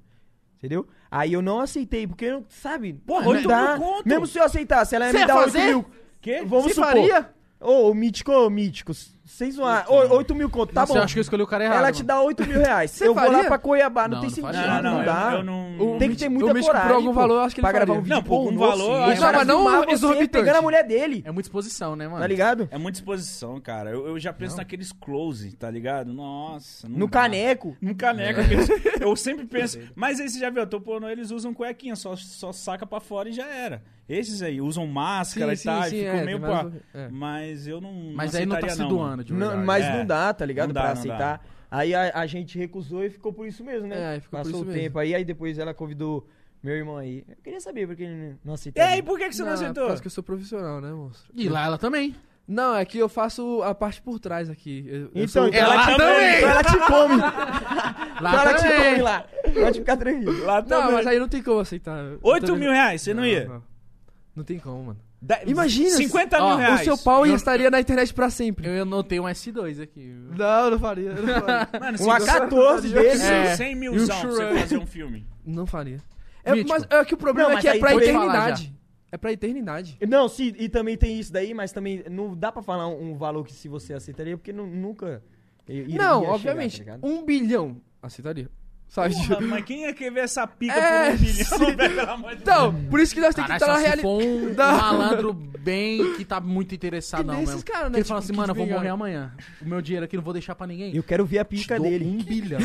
[SPEAKER 4] Entendeu? Aí eu não aceitei, porque, eu, sabe?
[SPEAKER 1] Porra,
[SPEAKER 4] não
[SPEAKER 1] oito mil conto.
[SPEAKER 4] Mesmo se eu aceitasse, ela ia
[SPEAKER 3] Você
[SPEAKER 4] me
[SPEAKER 3] ia
[SPEAKER 4] dar 8
[SPEAKER 3] fazer?
[SPEAKER 4] mil.
[SPEAKER 1] Quê?
[SPEAKER 4] Vamos
[SPEAKER 3] Você
[SPEAKER 4] supor.
[SPEAKER 3] faria?
[SPEAKER 4] Ô, ô, mítico, ô, mítico. Sem zoar. Ô, 8 mil conto, tá
[SPEAKER 3] Nossa,
[SPEAKER 4] bom.
[SPEAKER 3] eu acho que eu escolhi o cara errado.
[SPEAKER 4] Ela te
[SPEAKER 3] mano.
[SPEAKER 4] dá 8 mil reais.
[SPEAKER 5] Você
[SPEAKER 4] eu vou
[SPEAKER 5] faria?
[SPEAKER 4] lá pra Cuiabá, não,
[SPEAKER 3] Não,
[SPEAKER 4] tem
[SPEAKER 3] não
[SPEAKER 4] sentido.
[SPEAKER 3] faria.
[SPEAKER 1] Ah, Não,
[SPEAKER 4] Não,
[SPEAKER 1] não,
[SPEAKER 4] dá.
[SPEAKER 1] eu, eu não.
[SPEAKER 4] Tem que ter
[SPEAKER 5] O
[SPEAKER 4] muita
[SPEAKER 5] Mítico, por
[SPEAKER 4] coragem.
[SPEAKER 5] algum
[SPEAKER 4] pô,
[SPEAKER 5] valor, eu acho que ele
[SPEAKER 4] pra gravar
[SPEAKER 5] faria.
[SPEAKER 4] um vídeo
[SPEAKER 1] Não, por algum
[SPEAKER 4] pornô,
[SPEAKER 1] valor, eu
[SPEAKER 4] sim.
[SPEAKER 1] acho
[SPEAKER 4] Não,
[SPEAKER 5] que-
[SPEAKER 4] mas não
[SPEAKER 5] Filmar você
[SPEAKER 4] exorbitante. pegando a mulher dele,
[SPEAKER 3] É muita exposição, né, mano?
[SPEAKER 4] tá ligado?
[SPEAKER 1] É muita exposição, cara. Eu, eu já penso naqueles close, tá ligado? Nossa. não
[SPEAKER 4] No
[SPEAKER 1] dá.
[SPEAKER 4] caneco.
[SPEAKER 1] No caneco. aqueles- Eu sempre penso. Mas aí você já viu, eu tô pornô, eles usam cuequinha, só, só saca pra fora e já era. Esses aí usam máscara
[SPEAKER 5] Sim,
[SPEAKER 1] e tal,
[SPEAKER 5] sim,
[SPEAKER 1] tá e
[SPEAKER 5] sim,
[SPEAKER 1] ficou
[SPEAKER 5] é,
[SPEAKER 1] meio
[SPEAKER 5] tem
[SPEAKER 1] pá.
[SPEAKER 5] vários- é.
[SPEAKER 1] Mas eu não.
[SPEAKER 3] Mas aí não tá se
[SPEAKER 1] aceitaria,
[SPEAKER 3] doando, de
[SPEAKER 4] Não,
[SPEAKER 3] verdade.
[SPEAKER 4] mas
[SPEAKER 1] É.
[SPEAKER 4] não dá, tá ligado?
[SPEAKER 1] Não dá,
[SPEAKER 4] pra
[SPEAKER 1] não dá.
[SPEAKER 4] aceitar. Aí a, a gente recusou e ficou por isso mesmo, né?
[SPEAKER 5] É, ficou por
[SPEAKER 4] Passou
[SPEAKER 5] isso
[SPEAKER 4] o
[SPEAKER 5] mesmo.
[SPEAKER 4] tempo aí, aí depois ela convidou meu irmão aí. Eu queria saber porque ele não
[SPEAKER 1] E
[SPEAKER 4] aceitou.
[SPEAKER 1] aí, por que, que você não,
[SPEAKER 5] Não, é Por
[SPEAKER 1] aceitou?
[SPEAKER 5] causa que eu sou profissional, né, monstro?
[SPEAKER 3] E lá ela também.
[SPEAKER 5] Não, é que eu faço a parte por trás aqui. Eu, eu
[SPEAKER 4] Então,
[SPEAKER 5] sou-
[SPEAKER 4] então ela,
[SPEAKER 3] Ela
[SPEAKER 4] te
[SPEAKER 3] também!
[SPEAKER 4] então ela te come.
[SPEAKER 3] Lá
[SPEAKER 4] Então ela te
[SPEAKER 3] também.
[SPEAKER 4] come lá. Pode ficar tranquilo.
[SPEAKER 1] Lá
[SPEAKER 5] Não,
[SPEAKER 1] também.
[SPEAKER 5] mas aí não tem como aceitar.
[SPEAKER 1] 8
[SPEAKER 5] Também-
[SPEAKER 1] então, mil reais, você não,
[SPEAKER 5] Não,
[SPEAKER 1] ia?
[SPEAKER 5] Não. Não tem como, mano.
[SPEAKER 1] Da-
[SPEAKER 5] Imagina,
[SPEAKER 1] 50 mil
[SPEAKER 3] ó, o
[SPEAKER 1] reais.
[SPEAKER 5] O seu pau
[SPEAKER 3] Eu-
[SPEAKER 5] estaria na internet pra sempre.
[SPEAKER 3] Eu anotei um S2 aqui. viu?
[SPEAKER 5] Não, não faria. Não faria.
[SPEAKER 1] Mano,
[SPEAKER 4] Um A14 dele.
[SPEAKER 3] É.
[SPEAKER 1] 100
[SPEAKER 3] E o
[SPEAKER 1] milzão pra você
[SPEAKER 3] Shrek.
[SPEAKER 1] fazer um filme.
[SPEAKER 5] Não faria. É,
[SPEAKER 3] Mítico.
[SPEAKER 5] mas é que o problema
[SPEAKER 4] Não,
[SPEAKER 5] é
[SPEAKER 4] mas
[SPEAKER 5] que é
[SPEAKER 4] aí
[SPEAKER 5] pra
[SPEAKER 4] pode
[SPEAKER 3] falar
[SPEAKER 5] eternidade. É pra eternidade.
[SPEAKER 4] Não, sim, e também tem isso daí, mas também não dá pra falar um, um valor que se você aceitaria, porque nu- nunca. i- iria
[SPEAKER 5] não,
[SPEAKER 4] chegar,
[SPEAKER 5] obviamente.
[SPEAKER 4] tá ligado?
[SPEAKER 5] um bilhão. Aceitaria. Sabe?
[SPEAKER 1] Porra, mas quem ia querer ver essa pica
[SPEAKER 5] É,
[SPEAKER 1] por um bilhão,
[SPEAKER 5] sim.
[SPEAKER 1] velho? Pelo amor de Deus.
[SPEAKER 5] Então, por isso que nós temos que
[SPEAKER 4] tá
[SPEAKER 3] Caralho,
[SPEAKER 5] estar na
[SPEAKER 3] só se
[SPEAKER 5] realidade.
[SPEAKER 3] for um malandro bem que tá muito interessado, não,
[SPEAKER 5] desses
[SPEAKER 3] mesmo.
[SPEAKER 5] caras, né,
[SPEAKER 3] Que ele
[SPEAKER 5] tipo,
[SPEAKER 3] fala assim,
[SPEAKER 5] que
[SPEAKER 3] mano, eu vou
[SPEAKER 5] desligaram.
[SPEAKER 3] morrer amanhã. O meu dinheiro aqui eu não vou deixar pra ninguém.
[SPEAKER 4] Eu quero ver a
[SPEAKER 3] Te
[SPEAKER 4] pica
[SPEAKER 3] dou
[SPEAKER 4] dele.
[SPEAKER 3] um bilhão.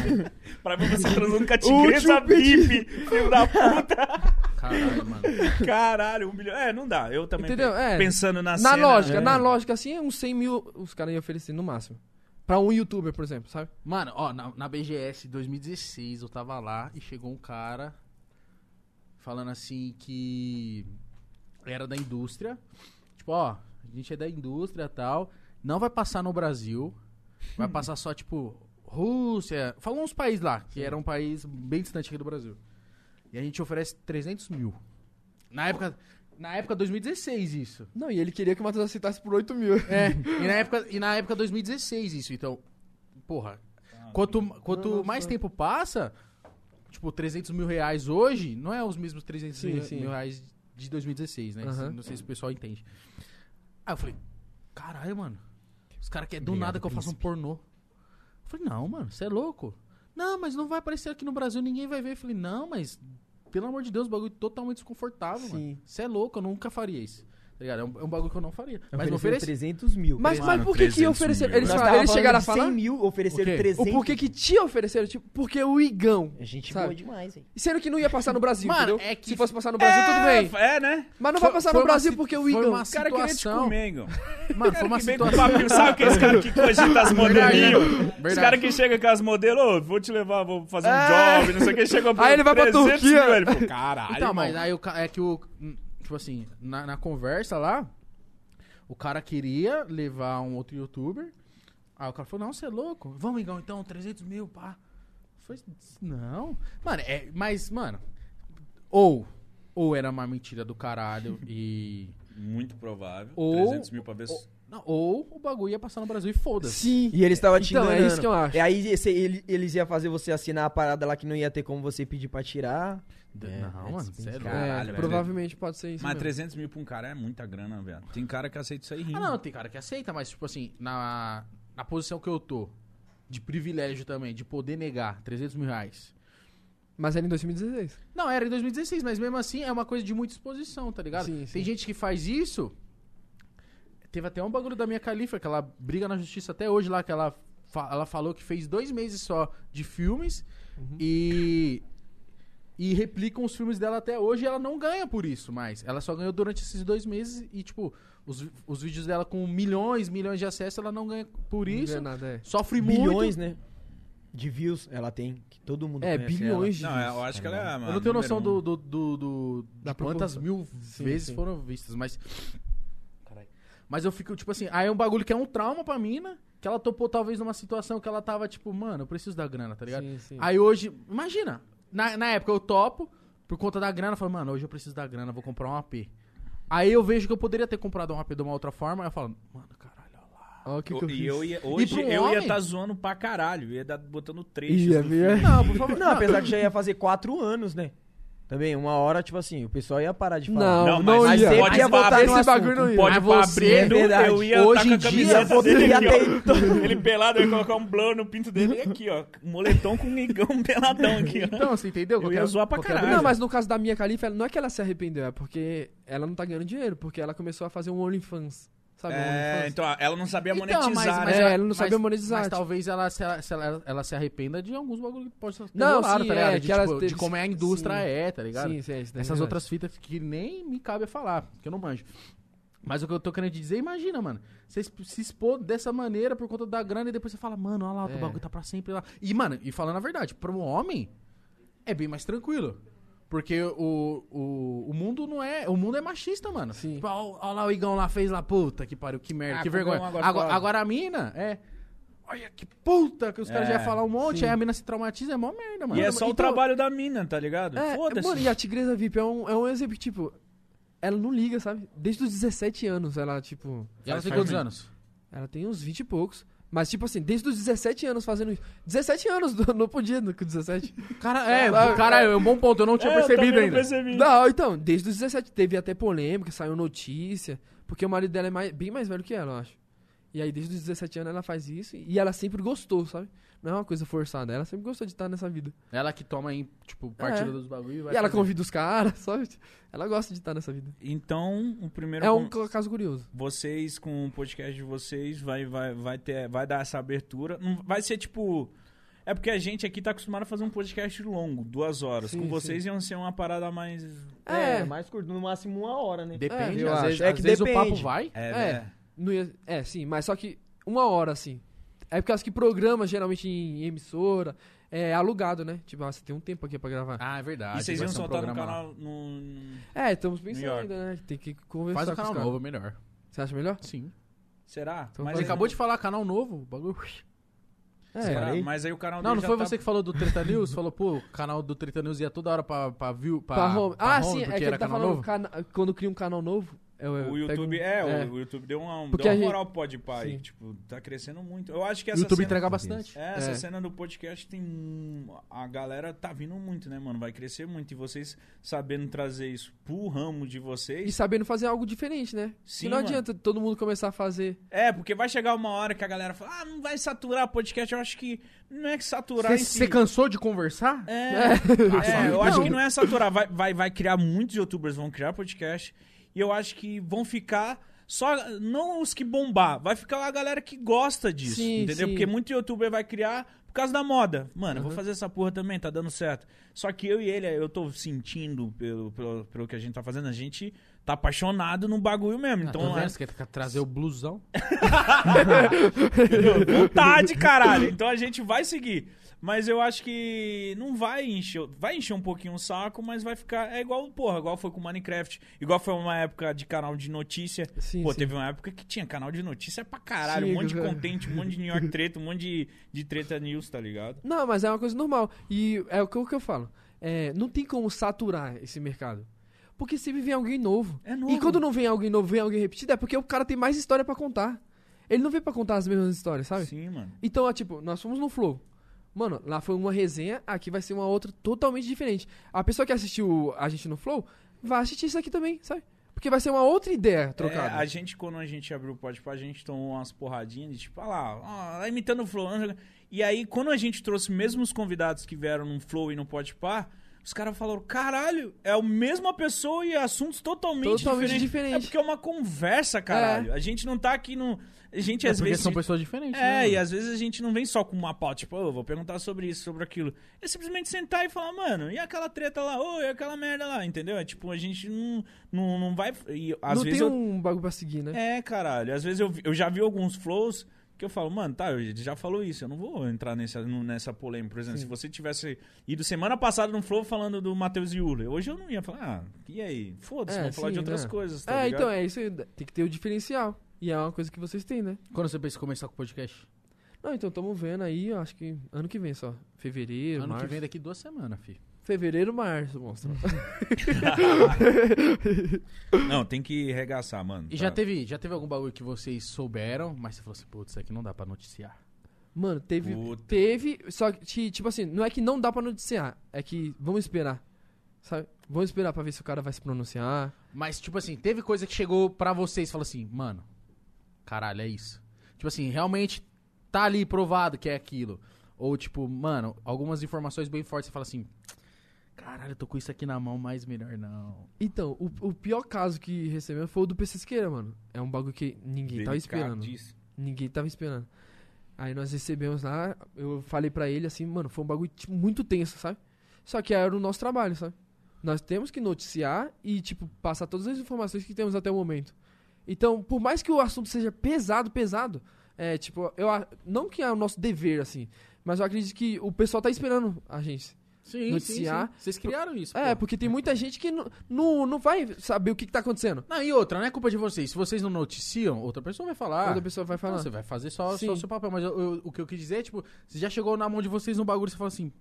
[SPEAKER 1] Pra ver você transando com a
[SPEAKER 4] Último
[SPEAKER 1] tigresa
[SPEAKER 4] pedido.
[SPEAKER 1] bife, filho da puta.
[SPEAKER 3] Caralho, mano.
[SPEAKER 1] Caralho, um milhão. É, não dá. Eu também
[SPEAKER 5] Entendeu?
[SPEAKER 1] pe-
[SPEAKER 5] É.
[SPEAKER 1] pensando na,
[SPEAKER 5] Na
[SPEAKER 1] cena,
[SPEAKER 5] lógica, é
[SPEAKER 1] né?
[SPEAKER 5] na lógica, assim, uns 100 mil os caras iam oferecer no máximo. Pra um youtuber, por exemplo, sabe?
[SPEAKER 3] Mano, ó, na, na BGS 2016 eu tava lá e chegou um cara falando assim que era da indústria. Tipo, ó, a gente é da indústria e tal, não vai passar no Brasil, vai passar só, tipo, Rússia, falou uns países lá, que era um país bem distante aqui do Brasil. E a gente oferece 300 mil. Na época, na época 2016 isso.
[SPEAKER 5] Não, e ele queria que o Matheus aceitasse por 8 mil.
[SPEAKER 3] É, e na época, e na época 2016 isso, então, porra, quanto, quanto
[SPEAKER 5] Nossa.
[SPEAKER 3] mais tempo passa, tipo, 300 mil reais hoje, não é os mesmos 300
[SPEAKER 5] Sim,
[SPEAKER 3] mil,
[SPEAKER 5] sim.
[SPEAKER 3] mil reais de 2016, né?
[SPEAKER 5] Aham.
[SPEAKER 3] Não sei se o pessoal entende. Aí eu falei, caralho, mano, os caras querem do
[SPEAKER 5] Obrigado,
[SPEAKER 3] nada que eu faça um pornô. Eu falei, não, mano, você é louco. Não, mas não vai aparecer aqui no Brasil, ninguém vai ver. Eu falei, não, mas pelo amor de Deus, o bagulho é totalmente desconfortável,
[SPEAKER 5] Sim.
[SPEAKER 3] mano. Você é louco, eu nunca faria isso. Tá ligado? É um, é um bagulho que eu não faria. mas me
[SPEAKER 4] Ofereceram
[SPEAKER 3] oferece.
[SPEAKER 4] 300 mil.
[SPEAKER 5] Mas,
[SPEAKER 4] Nós
[SPEAKER 5] mas
[SPEAKER 2] Mano,
[SPEAKER 5] por que que
[SPEAKER 2] 300
[SPEAKER 5] ofereceram?
[SPEAKER 2] mil,
[SPEAKER 5] Eles,
[SPEAKER 2] né?
[SPEAKER 5] falaram,
[SPEAKER 4] tava
[SPEAKER 5] eles
[SPEAKER 4] falando
[SPEAKER 5] chegaram a
[SPEAKER 4] de
[SPEAKER 5] falar
[SPEAKER 4] 100 mil,
[SPEAKER 3] O
[SPEAKER 4] ofereceram
[SPEAKER 3] quê?
[SPEAKER 4] 300.
[SPEAKER 5] o porquê que te ofereceram, tipo, porque o Igão.
[SPEAKER 4] Gente
[SPEAKER 5] Sabe?
[SPEAKER 4] boa demais, hein?
[SPEAKER 5] Sendo que não ia passar no Brasil,
[SPEAKER 3] Mano,
[SPEAKER 5] entendeu?
[SPEAKER 3] é que-
[SPEAKER 5] Se fosse passar no Brasil, tudo bem.
[SPEAKER 1] É, né?
[SPEAKER 5] Mas não
[SPEAKER 3] Foi-
[SPEAKER 5] vai passar
[SPEAKER 3] foi
[SPEAKER 5] no
[SPEAKER 3] uma
[SPEAKER 5] Brasil
[SPEAKER 3] si-
[SPEAKER 5] porque o
[SPEAKER 3] foi
[SPEAKER 5] Igão. É,
[SPEAKER 3] uma
[SPEAKER 1] O cara queria te
[SPEAKER 3] situação-
[SPEAKER 1] comer, Igão.
[SPEAKER 3] Mano, foi uma
[SPEAKER 1] que vem com
[SPEAKER 3] situação.
[SPEAKER 1] papinho, sabe aqueles caras que cogitam as modelinhos? Os
[SPEAKER 3] Verdade.
[SPEAKER 1] caras que chegam com as modelos, ô, vou te levar, vou fazer um
[SPEAKER 5] É.
[SPEAKER 1] job, não sei o que, chegou
[SPEAKER 5] Aí ele vai pra Turquia.
[SPEAKER 1] mil, ele falou, caralho,
[SPEAKER 3] Então, mas
[SPEAKER 1] irmão.
[SPEAKER 3] aí o ca- é que o. hum, Tipo assim, na, na conversa lá, o cara queria levar um outro youtuber. Aí o cara falou: Não, você é louco? Vamos, Igão, então, 300 mil, pá. Foi, não. Mano, é, mas, mano. Ou. Ou era uma mentira do caralho e.
[SPEAKER 1] Muito provável,
[SPEAKER 3] Ou-
[SPEAKER 1] 300 mil pra ver... se-
[SPEAKER 3] não, ou o bagulho ia passar no Brasil e foda-se.
[SPEAKER 5] Sim.
[SPEAKER 4] E eles estavam te
[SPEAKER 5] Então, é
[SPEAKER 4] enganando.
[SPEAKER 5] isso que eu acho.
[SPEAKER 4] E aí esse- ele- eles iam fazer você assinar a parada lá que não ia ter como você pedir pra tirar.
[SPEAKER 3] D- não, mano, você é louco.
[SPEAKER 5] É,
[SPEAKER 1] Caralho, velho.
[SPEAKER 5] provavelmente pode ser isso.
[SPEAKER 1] Mas
[SPEAKER 5] mesmo.
[SPEAKER 1] 300 mil pra um cara é muita grana, velho. Tem cara que aceita isso aí rindo.
[SPEAKER 3] Ah, não, tem cara que aceita, mas, tipo assim, na, na posição que eu tô, de privilégio também, de poder negar 300 mil reais.
[SPEAKER 5] Mas era em 2016.
[SPEAKER 3] Não, era em 2016, mas mesmo assim é uma coisa de muita exposição, tá ligado?
[SPEAKER 5] Sim, sim.
[SPEAKER 3] Tem gente que faz isso. Teve até um bagulho da minha califa, que ela briga na justiça até hoje lá, que ela, fa- ela falou que fez dois meses só de filmes
[SPEAKER 5] Uhum.
[SPEAKER 3] e. E replicam os filmes dela até hoje e ela não ganha por isso mais. Ela só ganhou durante esses dois meses e, tipo, os, vi- os vídeos dela com milhões, milhões de acessos, ela não ganha por
[SPEAKER 5] Não
[SPEAKER 3] isso. Tá
[SPEAKER 5] ganha nada, é.
[SPEAKER 3] Sofre muito.
[SPEAKER 4] Bilhões, né? De views ela tem, que todo mundo
[SPEAKER 5] É,
[SPEAKER 4] conhece
[SPEAKER 5] bilhões de
[SPEAKER 1] Não,
[SPEAKER 5] views. tá
[SPEAKER 1] eu acho que ela é a
[SPEAKER 3] Eu não tenho
[SPEAKER 1] número
[SPEAKER 3] noção
[SPEAKER 1] um.
[SPEAKER 3] do, do, do, do- de
[SPEAKER 5] Da
[SPEAKER 3] quantas
[SPEAKER 5] proporção.
[SPEAKER 3] mil
[SPEAKER 5] Sim,
[SPEAKER 3] vezes
[SPEAKER 5] sim.
[SPEAKER 3] foram vistas, mas. Caralho. Mas eu fico, tipo assim, aí é um bagulho que é um trauma pra mina, que ela topou talvez numa situação que ela tava, tipo, mano, eu preciso da grana, tá ligado?
[SPEAKER 5] Sim, sim.
[SPEAKER 3] Aí hoje, imagina, na, na época eu topo, por conta da grana, eu falo, mano, hoje eu preciso da grana, vou comprar um AP. Aí eu vejo que eu poderia ter comprado um AP de uma outra forma, aí eu falo, mano, caralho, olha lá.
[SPEAKER 5] Olha o que, que eu
[SPEAKER 1] E
[SPEAKER 5] fiz.
[SPEAKER 1] eu ia, hoje
[SPEAKER 3] pra um
[SPEAKER 1] eu ia
[SPEAKER 3] homem?
[SPEAKER 1] estar zoando pra caralho. Eu ia dar, botando trechos.
[SPEAKER 5] Ia,
[SPEAKER 1] do
[SPEAKER 5] ia.
[SPEAKER 1] filme.
[SPEAKER 3] Não, por favor.
[SPEAKER 4] Não, apesar que já ia fazer quatro anos, né? Também, uma hora, tipo assim, o pessoal ia parar de falar.
[SPEAKER 5] Não,
[SPEAKER 1] Não,
[SPEAKER 5] não,
[SPEAKER 1] mas- mas
[SPEAKER 5] ia.
[SPEAKER 1] sempre
[SPEAKER 5] Mas
[SPEAKER 1] ia voltar
[SPEAKER 5] esse
[SPEAKER 1] no
[SPEAKER 4] assunto.
[SPEAKER 3] assim,
[SPEAKER 5] bagulho não ia.
[SPEAKER 1] Pode
[SPEAKER 3] Mas
[SPEAKER 1] pra
[SPEAKER 3] você-
[SPEAKER 1] abrindo,
[SPEAKER 4] É verdade.
[SPEAKER 1] eu ia
[SPEAKER 3] Hoje
[SPEAKER 1] estar
[SPEAKER 3] em
[SPEAKER 1] com a
[SPEAKER 3] dia,
[SPEAKER 1] camiseta
[SPEAKER 4] você
[SPEAKER 1] dele
[SPEAKER 4] ia
[SPEAKER 1] aqui,
[SPEAKER 4] ter-
[SPEAKER 1] ó. Ele pelado, eu ia colocar um blur no pinto dele e aqui, ó. Um moletom com um migão peladão aqui, ó.
[SPEAKER 3] Então, você entendeu?
[SPEAKER 1] Eu ia zoar pra
[SPEAKER 3] qualquer
[SPEAKER 1] caralho.
[SPEAKER 3] brisa.
[SPEAKER 5] Não, mas no caso da minha Califa, ela- não é que ela se arrependeu, é porque ela não tá ganhando dinheiro, porque ela começou a fazer um OnlyFans. Sabe? um
[SPEAKER 1] É,
[SPEAKER 5] OnlyFans.
[SPEAKER 1] então, ó, ela não sabia
[SPEAKER 3] Então,
[SPEAKER 1] monetizar,
[SPEAKER 5] mas-
[SPEAKER 1] né?
[SPEAKER 5] É, ela não sabia monetizar,
[SPEAKER 3] Mas
[SPEAKER 5] tipo.
[SPEAKER 3] talvez ela se, se ela, ela se arrependa de alguns bagulho que pode ser
[SPEAKER 5] Não,
[SPEAKER 3] rolado,
[SPEAKER 5] sim,
[SPEAKER 3] tá ligado?
[SPEAKER 5] é,
[SPEAKER 3] de,
[SPEAKER 5] que ela
[SPEAKER 3] tipo, de
[SPEAKER 5] teve-
[SPEAKER 3] como é a indústria
[SPEAKER 5] sim.
[SPEAKER 3] é, tá ligado?
[SPEAKER 5] Sim, sim, é isso, né?
[SPEAKER 3] Essas
[SPEAKER 5] Verdade.
[SPEAKER 3] outras fitas que nem me cabe a falar, que eu não manjo. Mas o que eu tô querendo dizer, imagina, mano. Você exp- se expor dessa maneira por conta da grana e depois você fala, mano, olha lá, o
[SPEAKER 5] É.
[SPEAKER 3] bagulho tá pra sempre lá. E, mano, e falando a verdade, pra um homem é bem mais tranquilo. Porque o, o, o mundo não é. O mundo é machista, mano.
[SPEAKER 5] Sim.
[SPEAKER 3] Tipo, ó, ó lá o Igão lá fez lá, puta que pariu, que merda,
[SPEAKER 1] Ah,
[SPEAKER 3] que
[SPEAKER 1] comeu
[SPEAKER 3] vergonha.
[SPEAKER 1] um
[SPEAKER 3] Agora,
[SPEAKER 1] agora
[SPEAKER 3] agora,
[SPEAKER 1] fora.
[SPEAKER 3] a mina é. Olha que puta que os caras
[SPEAKER 1] É,
[SPEAKER 3] já iam falar um monte,
[SPEAKER 5] sim.
[SPEAKER 3] aí a mina se traumatiza, é mó merda, mano.
[SPEAKER 1] E é só o
[SPEAKER 5] Então-
[SPEAKER 1] trabalho da mina, tá ligado?
[SPEAKER 5] É, mano,
[SPEAKER 1] Foda-se.
[SPEAKER 5] e a Tigresa VIP é um, é um exemplo que, tipo, ela não liga, sabe? Desde os 17 anos ela, tipo,
[SPEAKER 3] E ela
[SPEAKER 1] Faz-
[SPEAKER 3] tem
[SPEAKER 1] faz
[SPEAKER 3] quantos
[SPEAKER 1] mesmo.
[SPEAKER 3] anos?
[SPEAKER 5] ela tem uns 20 e poucos. Mas, tipo assim, desde os 17 anos fazendo isso. 17 anos, não podia no- com 17.
[SPEAKER 3] Cara, é, caralho, é um bom ponto, eu não tinha
[SPEAKER 1] É, eu
[SPEAKER 3] percebido
[SPEAKER 1] também
[SPEAKER 3] ainda.
[SPEAKER 1] Não percebi.
[SPEAKER 5] Não, então, desde os 17 teve até polêmica, saiu notícia, porque o marido dela é mais- bem mais velho que ela, eu acho. E aí, desde os 17 anos, ela faz isso e ela sempre gostou, sabe? Não é uma coisa forçada, ela sempre gostou de estar nessa vida.
[SPEAKER 3] Ela que toma aí, tipo, partida
[SPEAKER 5] É.
[SPEAKER 3] dos bagulhos e vai.
[SPEAKER 5] e ela
[SPEAKER 3] fazer.
[SPEAKER 5] convida os caras, sabe? Ela gosta de estar nessa vida.
[SPEAKER 1] Então, o primeiro
[SPEAKER 5] É um
[SPEAKER 1] con-
[SPEAKER 5] caso curioso.
[SPEAKER 1] vocês com o podcast de vocês vai vai vai ter vai dar essa abertura. Não vai ser tipo é porque a gente aqui tá acostumado a fazer um podcast longo, duas horas.
[SPEAKER 5] Sim,
[SPEAKER 1] com vocês iam ser uma parada mais.
[SPEAKER 4] É,
[SPEAKER 5] É.
[SPEAKER 4] mais curto, no máximo uma hora, né?
[SPEAKER 3] Depende,
[SPEAKER 5] É, eu
[SPEAKER 3] às
[SPEAKER 4] acho.
[SPEAKER 3] vezes,
[SPEAKER 4] É
[SPEAKER 3] às
[SPEAKER 4] que
[SPEAKER 3] vezes o
[SPEAKER 4] depende.
[SPEAKER 3] papo vai.
[SPEAKER 1] É,
[SPEAKER 5] É.
[SPEAKER 1] né?
[SPEAKER 5] Não ia- é, sim, mas só que uma hora, assim. É por causa que programa, geralmente em emissora, é alugado, né? Tipo, ah, você tem um tempo aqui pra gravar.
[SPEAKER 3] Ah, é verdade.
[SPEAKER 1] e vocês
[SPEAKER 3] vai
[SPEAKER 1] iam
[SPEAKER 3] ser um
[SPEAKER 1] soltar no
[SPEAKER 3] programa lá.
[SPEAKER 1] canal. No, no-
[SPEAKER 5] É, estamos
[SPEAKER 1] New
[SPEAKER 5] pensando
[SPEAKER 1] York.
[SPEAKER 5] ainda, né? Tem que conversar
[SPEAKER 3] Faz
[SPEAKER 5] com
[SPEAKER 3] um
[SPEAKER 5] os
[SPEAKER 3] canal
[SPEAKER 5] caras.
[SPEAKER 3] novo, é melhor.
[SPEAKER 5] Você acha melhor?
[SPEAKER 3] Sim.
[SPEAKER 1] Será?
[SPEAKER 3] Mas
[SPEAKER 5] Então Mas
[SPEAKER 3] você
[SPEAKER 5] ele-
[SPEAKER 3] acabou de falar canal novo, o bagulho.
[SPEAKER 5] É.
[SPEAKER 1] Será?
[SPEAKER 4] parei.
[SPEAKER 1] Mas aí o canal
[SPEAKER 3] Não,
[SPEAKER 1] dele
[SPEAKER 3] não
[SPEAKER 1] já
[SPEAKER 3] foi
[SPEAKER 1] tá-
[SPEAKER 3] você que falou do Treta News? Falou, pô, o canal do Treta News ia toda hora pra, pra view, pra,
[SPEAKER 5] Pra home.
[SPEAKER 3] pra
[SPEAKER 5] ah,
[SPEAKER 3] home,
[SPEAKER 5] sim,
[SPEAKER 3] porque
[SPEAKER 5] é que
[SPEAKER 3] era
[SPEAKER 5] ele tá
[SPEAKER 3] canal
[SPEAKER 5] falando
[SPEAKER 3] novo.
[SPEAKER 5] cana- quando cria um canal novo. eu- eu
[SPEAKER 1] O
[SPEAKER 5] pego
[SPEAKER 1] YouTube,
[SPEAKER 5] um-
[SPEAKER 1] é, O, o YouTube deu uma,
[SPEAKER 5] Porque
[SPEAKER 1] deu
[SPEAKER 5] a
[SPEAKER 1] uma
[SPEAKER 5] gente-
[SPEAKER 1] moral pro Podpah,
[SPEAKER 5] Sim.
[SPEAKER 1] tipo, tá crescendo muito. Eu acho que
[SPEAKER 3] O
[SPEAKER 1] essa
[SPEAKER 3] YouTube
[SPEAKER 1] cena...
[SPEAKER 3] entrega bastante.
[SPEAKER 1] É, essa
[SPEAKER 5] É.
[SPEAKER 1] cena do podcast tem. um- A galera tá vindo muito, né, mano? Vai crescer muito. E vocês sabendo trazer isso pro ramo de vocês.
[SPEAKER 5] E sabendo fazer algo diferente, né?
[SPEAKER 1] Sim,
[SPEAKER 5] e não
[SPEAKER 1] mano.
[SPEAKER 5] adianta todo mundo começar a fazer.
[SPEAKER 1] É, porque vai chegar uma hora que a galera fala, ah, não vai saturar podcast. Eu acho que não é que saturar
[SPEAKER 3] Você
[SPEAKER 1] em si.
[SPEAKER 3] você cansou de conversar?
[SPEAKER 1] É,
[SPEAKER 5] né?
[SPEAKER 3] Ah,
[SPEAKER 1] é, eu
[SPEAKER 3] não.
[SPEAKER 1] acho que não é saturar. Vai, vai, vai criar muitos youtubers, vão criar podcast. E eu acho que vão ficar. Só não os que bombar, vai ficar a galera que gosta disso,
[SPEAKER 5] Sim,
[SPEAKER 1] entendeu?
[SPEAKER 5] sim.
[SPEAKER 1] Porque muito youtuber vai criar por causa da moda. Mano, eu vou fazer essa porra também, tá dando certo. Só que eu e ele, eu tô sentindo pelo, pelo, pelo que a gente tá fazendo, a gente tá apaixonado no bagulho
[SPEAKER 5] Ah,
[SPEAKER 1] mesmo.
[SPEAKER 3] Então,
[SPEAKER 1] então, é-
[SPEAKER 3] você quer trazer o blusão?
[SPEAKER 1] vontade, caralho. Então a gente vai seguir. Mas eu acho que não vai encher. Vai encher um pouquinho o saco, mas vai ficar. É igual, porra, igual foi com Minecraft. Igual foi uma época de canal de notícia.
[SPEAKER 5] Sim,
[SPEAKER 1] Pô,
[SPEAKER 5] sim.
[SPEAKER 1] teve uma época que tinha canal de notícia pra caralho.
[SPEAKER 5] Sim,
[SPEAKER 1] um monte de
[SPEAKER 5] cara.
[SPEAKER 1] contente, um monte de New York treta, um monte de, de treta news, tá ligado?
[SPEAKER 5] Não, mas é uma coisa normal. E é o que, o que eu falo. É, não tem como saturar esse mercado. Porque sempre vem alguém novo.
[SPEAKER 1] É novo.
[SPEAKER 5] E quando não vem alguém novo, vem alguém repetido, é porque o cara tem mais história pra contar. Ele não vem pra contar as mesmas histórias, sabe?
[SPEAKER 1] Sim, mano.
[SPEAKER 5] Então, ó, tipo, nós fomos no Flow. Mano, lá foi uma resenha, aqui vai ser uma outra totalmente diferente. A pessoa que assistiu a gente no Flow vai assistir isso aqui também, sabe? Porque vai ser uma outra ideia
[SPEAKER 1] É,
[SPEAKER 5] trocada.
[SPEAKER 1] a gente, quando a gente abriu o podcast, a gente tomou umas porradinhas de tipo, ah lá, ó, lá imitando o Flow. né? E aí, quando a gente trouxe mesmo os convidados que vieram no Flow e no Podpah, os caras falaram, caralho, é a mesma pessoa e assuntos totalmente,
[SPEAKER 5] Totalmente
[SPEAKER 1] diferentes.
[SPEAKER 5] diferente.
[SPEAKER 1] É porque é uma conversa, caralho. A gente não tá aqui no... A gente, às
[SPEAKER 3] É porque
[SPEAKER 1] vezes...
[SPEAKER 3] são pessoas diferentes,
[SPEAKER 1] É,
[SPEAKER 3] né?
[SPEAKER 1] e às vezes a gente não vem só com uma pauta, tipo, eu vou perguntar sobre isso, sobre aquilo. É simplesmente sentar e falar, mano, e aquela treta lá, ou e aquela merda lá, entendeu? É tipo, a gente não, não, não vai. E, às
[SPEAKER 5] não
[SPEAKER 1] vezes
[SPEAKER 5] tem
[SPEAKER 1] eu-
[SPEAKER 5] um bagulho pra seguir, né?
[SPEAKER 1] é, caralho. Às vezes eu, vi- eu já vi alguns flows que eu falo, mano, tá, ele já falou isso, eu não vou entrar nessa, no- nessa polêmica. Por exemplo, se você tivesse ido semana passada num flow falando do Matheus Yula, hoje eu não ia falar, ah, e aí? Foda-se,
[SPEAKER 5] É,
[SPEAKER 1] vamos falar de
[SPEAKER 5] sim,
[SPEAKER 1] outras
[SPEAKER 5] né?
[SPEAKER 1] coisas, tá
[SPEAKER 5] É,
[SPEAKER 1] ligado?
[SPEAKER 5] então, é isso aí. Tem que ter o diferencial. E é uma coisa que vocês têm, né?
[SPEAKER 3] Quando você pensa em começar com o podcast?
[SPEAKER 5] Não, então estamos vendo aí, eu acho que ano que vem só. Fevereiro,
[SPEAKER 3] ano
[SPEAKER 5] março.
[SPEAKER 3] que vem, daqui duas semanas, fi.
[SPEAKER 5] Fevereiro, março, monstro.
[SPEAKER 1] Não, tem que regaçar, mano. tá?
[SPEAKER 3] E já teve, já teve algum bagulho que vocês souberam, mas você falou assim, putz, isso aqui não dá pra noticiar.
[SPEAKER 5] Mano, teve.
[SPEAKER 1] Puta.
[SPEAKER 5] Teve. Só que, tipo assim, não é que não dá pra noticiar. É que vamos esperar. Sabe? Vamos esperar pra ver se o cara vai se pronunciar.
[SPEAKER 3] Mas, tipo assim, teve coisa que chegou pra vocês e falou assim, mano, caralho, é isso. Tipo assim, realmente tá ali provado que é aquilo. Ou, tipo, mano, algumas informações bem fortes, você fala assim, caralho, eu tô com isso aqui na mão, mas melhor não.
[SPEAKER 5] Então, o, o pior caso que recebeu foi o do Pesqueira, mano. É um bagulho que ninguém tava esperando. Ninguém tava esperando. Aí nós recebemos lá, eu falei pra ele assim, mano, foi um bagulho tipo, muito tenso, sabe? Só que era o nosso trabalho, sabe? Nós temos que noticiar e, tipo, passar todas as informações que temos até o momento. Então, por mais que o assunto seja pesado, pesado, é, tipo, eu a- não que é o nosso dever, assim, mas eu acredito que o pessoal tá esperando a gente.
[SPEAKER 3] Sim,
[SPEAKER 5] Noticiar.
[SPEAKER 3] sim, sim. Vocês criaram isso.
[SPEAKER 5] É,
[SPEAKER 3] pô.
[SPEAKER 5] porque tem muita gente que não- não não vai saber o que, que tá acontecendo.
[SPEAKER 3] Não, e outra, não é culpa de vocês. Se vocês não noticiam, outra pessoa vai falar.
[SPEAKER 5] Outra pessoa vai
[SPEAKER 3] Então,
[SPEAKER 5] falar.
[SPEAKER 3] Você vai fazer só, só
[SPEAKER 5] Sim.
[SPEAKER 3] o seu papel. Mas eu- eu- o que eu quis dizer é, tipo, você já chegou na mão de vocês no bagulho e você fala assim.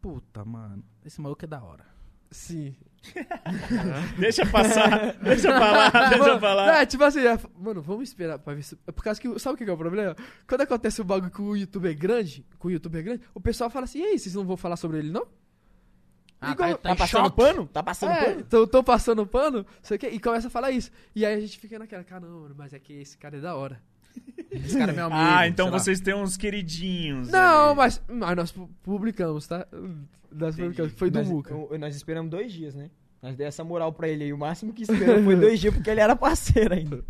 [SPEAKER 3] Puta, mano, esse maluco é da hora.
[SPEAKER 5] Sim.
[SPEAKER 1] Deixa passar, deixa falar, deixa
[SPEAKER 5] Mano, não,
[SPEAKER 1] falar.
[SPEAKER 5] é, tipo assim, é, mano, vamos esperar pra ver se. é Por causa que. Sabe o que que é o problema? Quando acontece um bagulho com o youtuber grande, com o youtuber grande, o pessoal fala assim, e aí, vocês não vão falar sobre ele, não?
[SPEAKER 3] Ah,
[SPEAKER 5] Igual-
[SPEAKER 3] tá, tá, em
[SPEAKER 4] passando
[SPEAKER 3] choque.
[SPEAKER 4] pano? Tá passando
[SPEAKER 5] É,
[SPEAKER 4] pano?
[SPEAKER 5] tô, tô passando pano, sei o quê, e começa a falar isso. E aí a gente fica naquela, caramba, mano, mas é que esse cara é da hora.
[SPEAKER 3] Esse cara é meu amigo.
[SPEAKER 1] Ah, então
[SPEAKER 3] sei lá.
[SPEAKER 1] vocês têm uns queridinhos.
[SPEAKER 5] Não,
[SPEAKER 1] ali.
[SPEAKER 5] mas, mas nós pu- publicamos, tá? Nós publicamos, foi do
[SPEAKER 4] Nós-
[SPEAKER 5] Muca.
[SPEAKER 4] eu- Nós esperamos dois dias, né? Nós demos essa moral pra ele aí. O máximo que esperou foi dois dias, porque ele era parceiro ainda.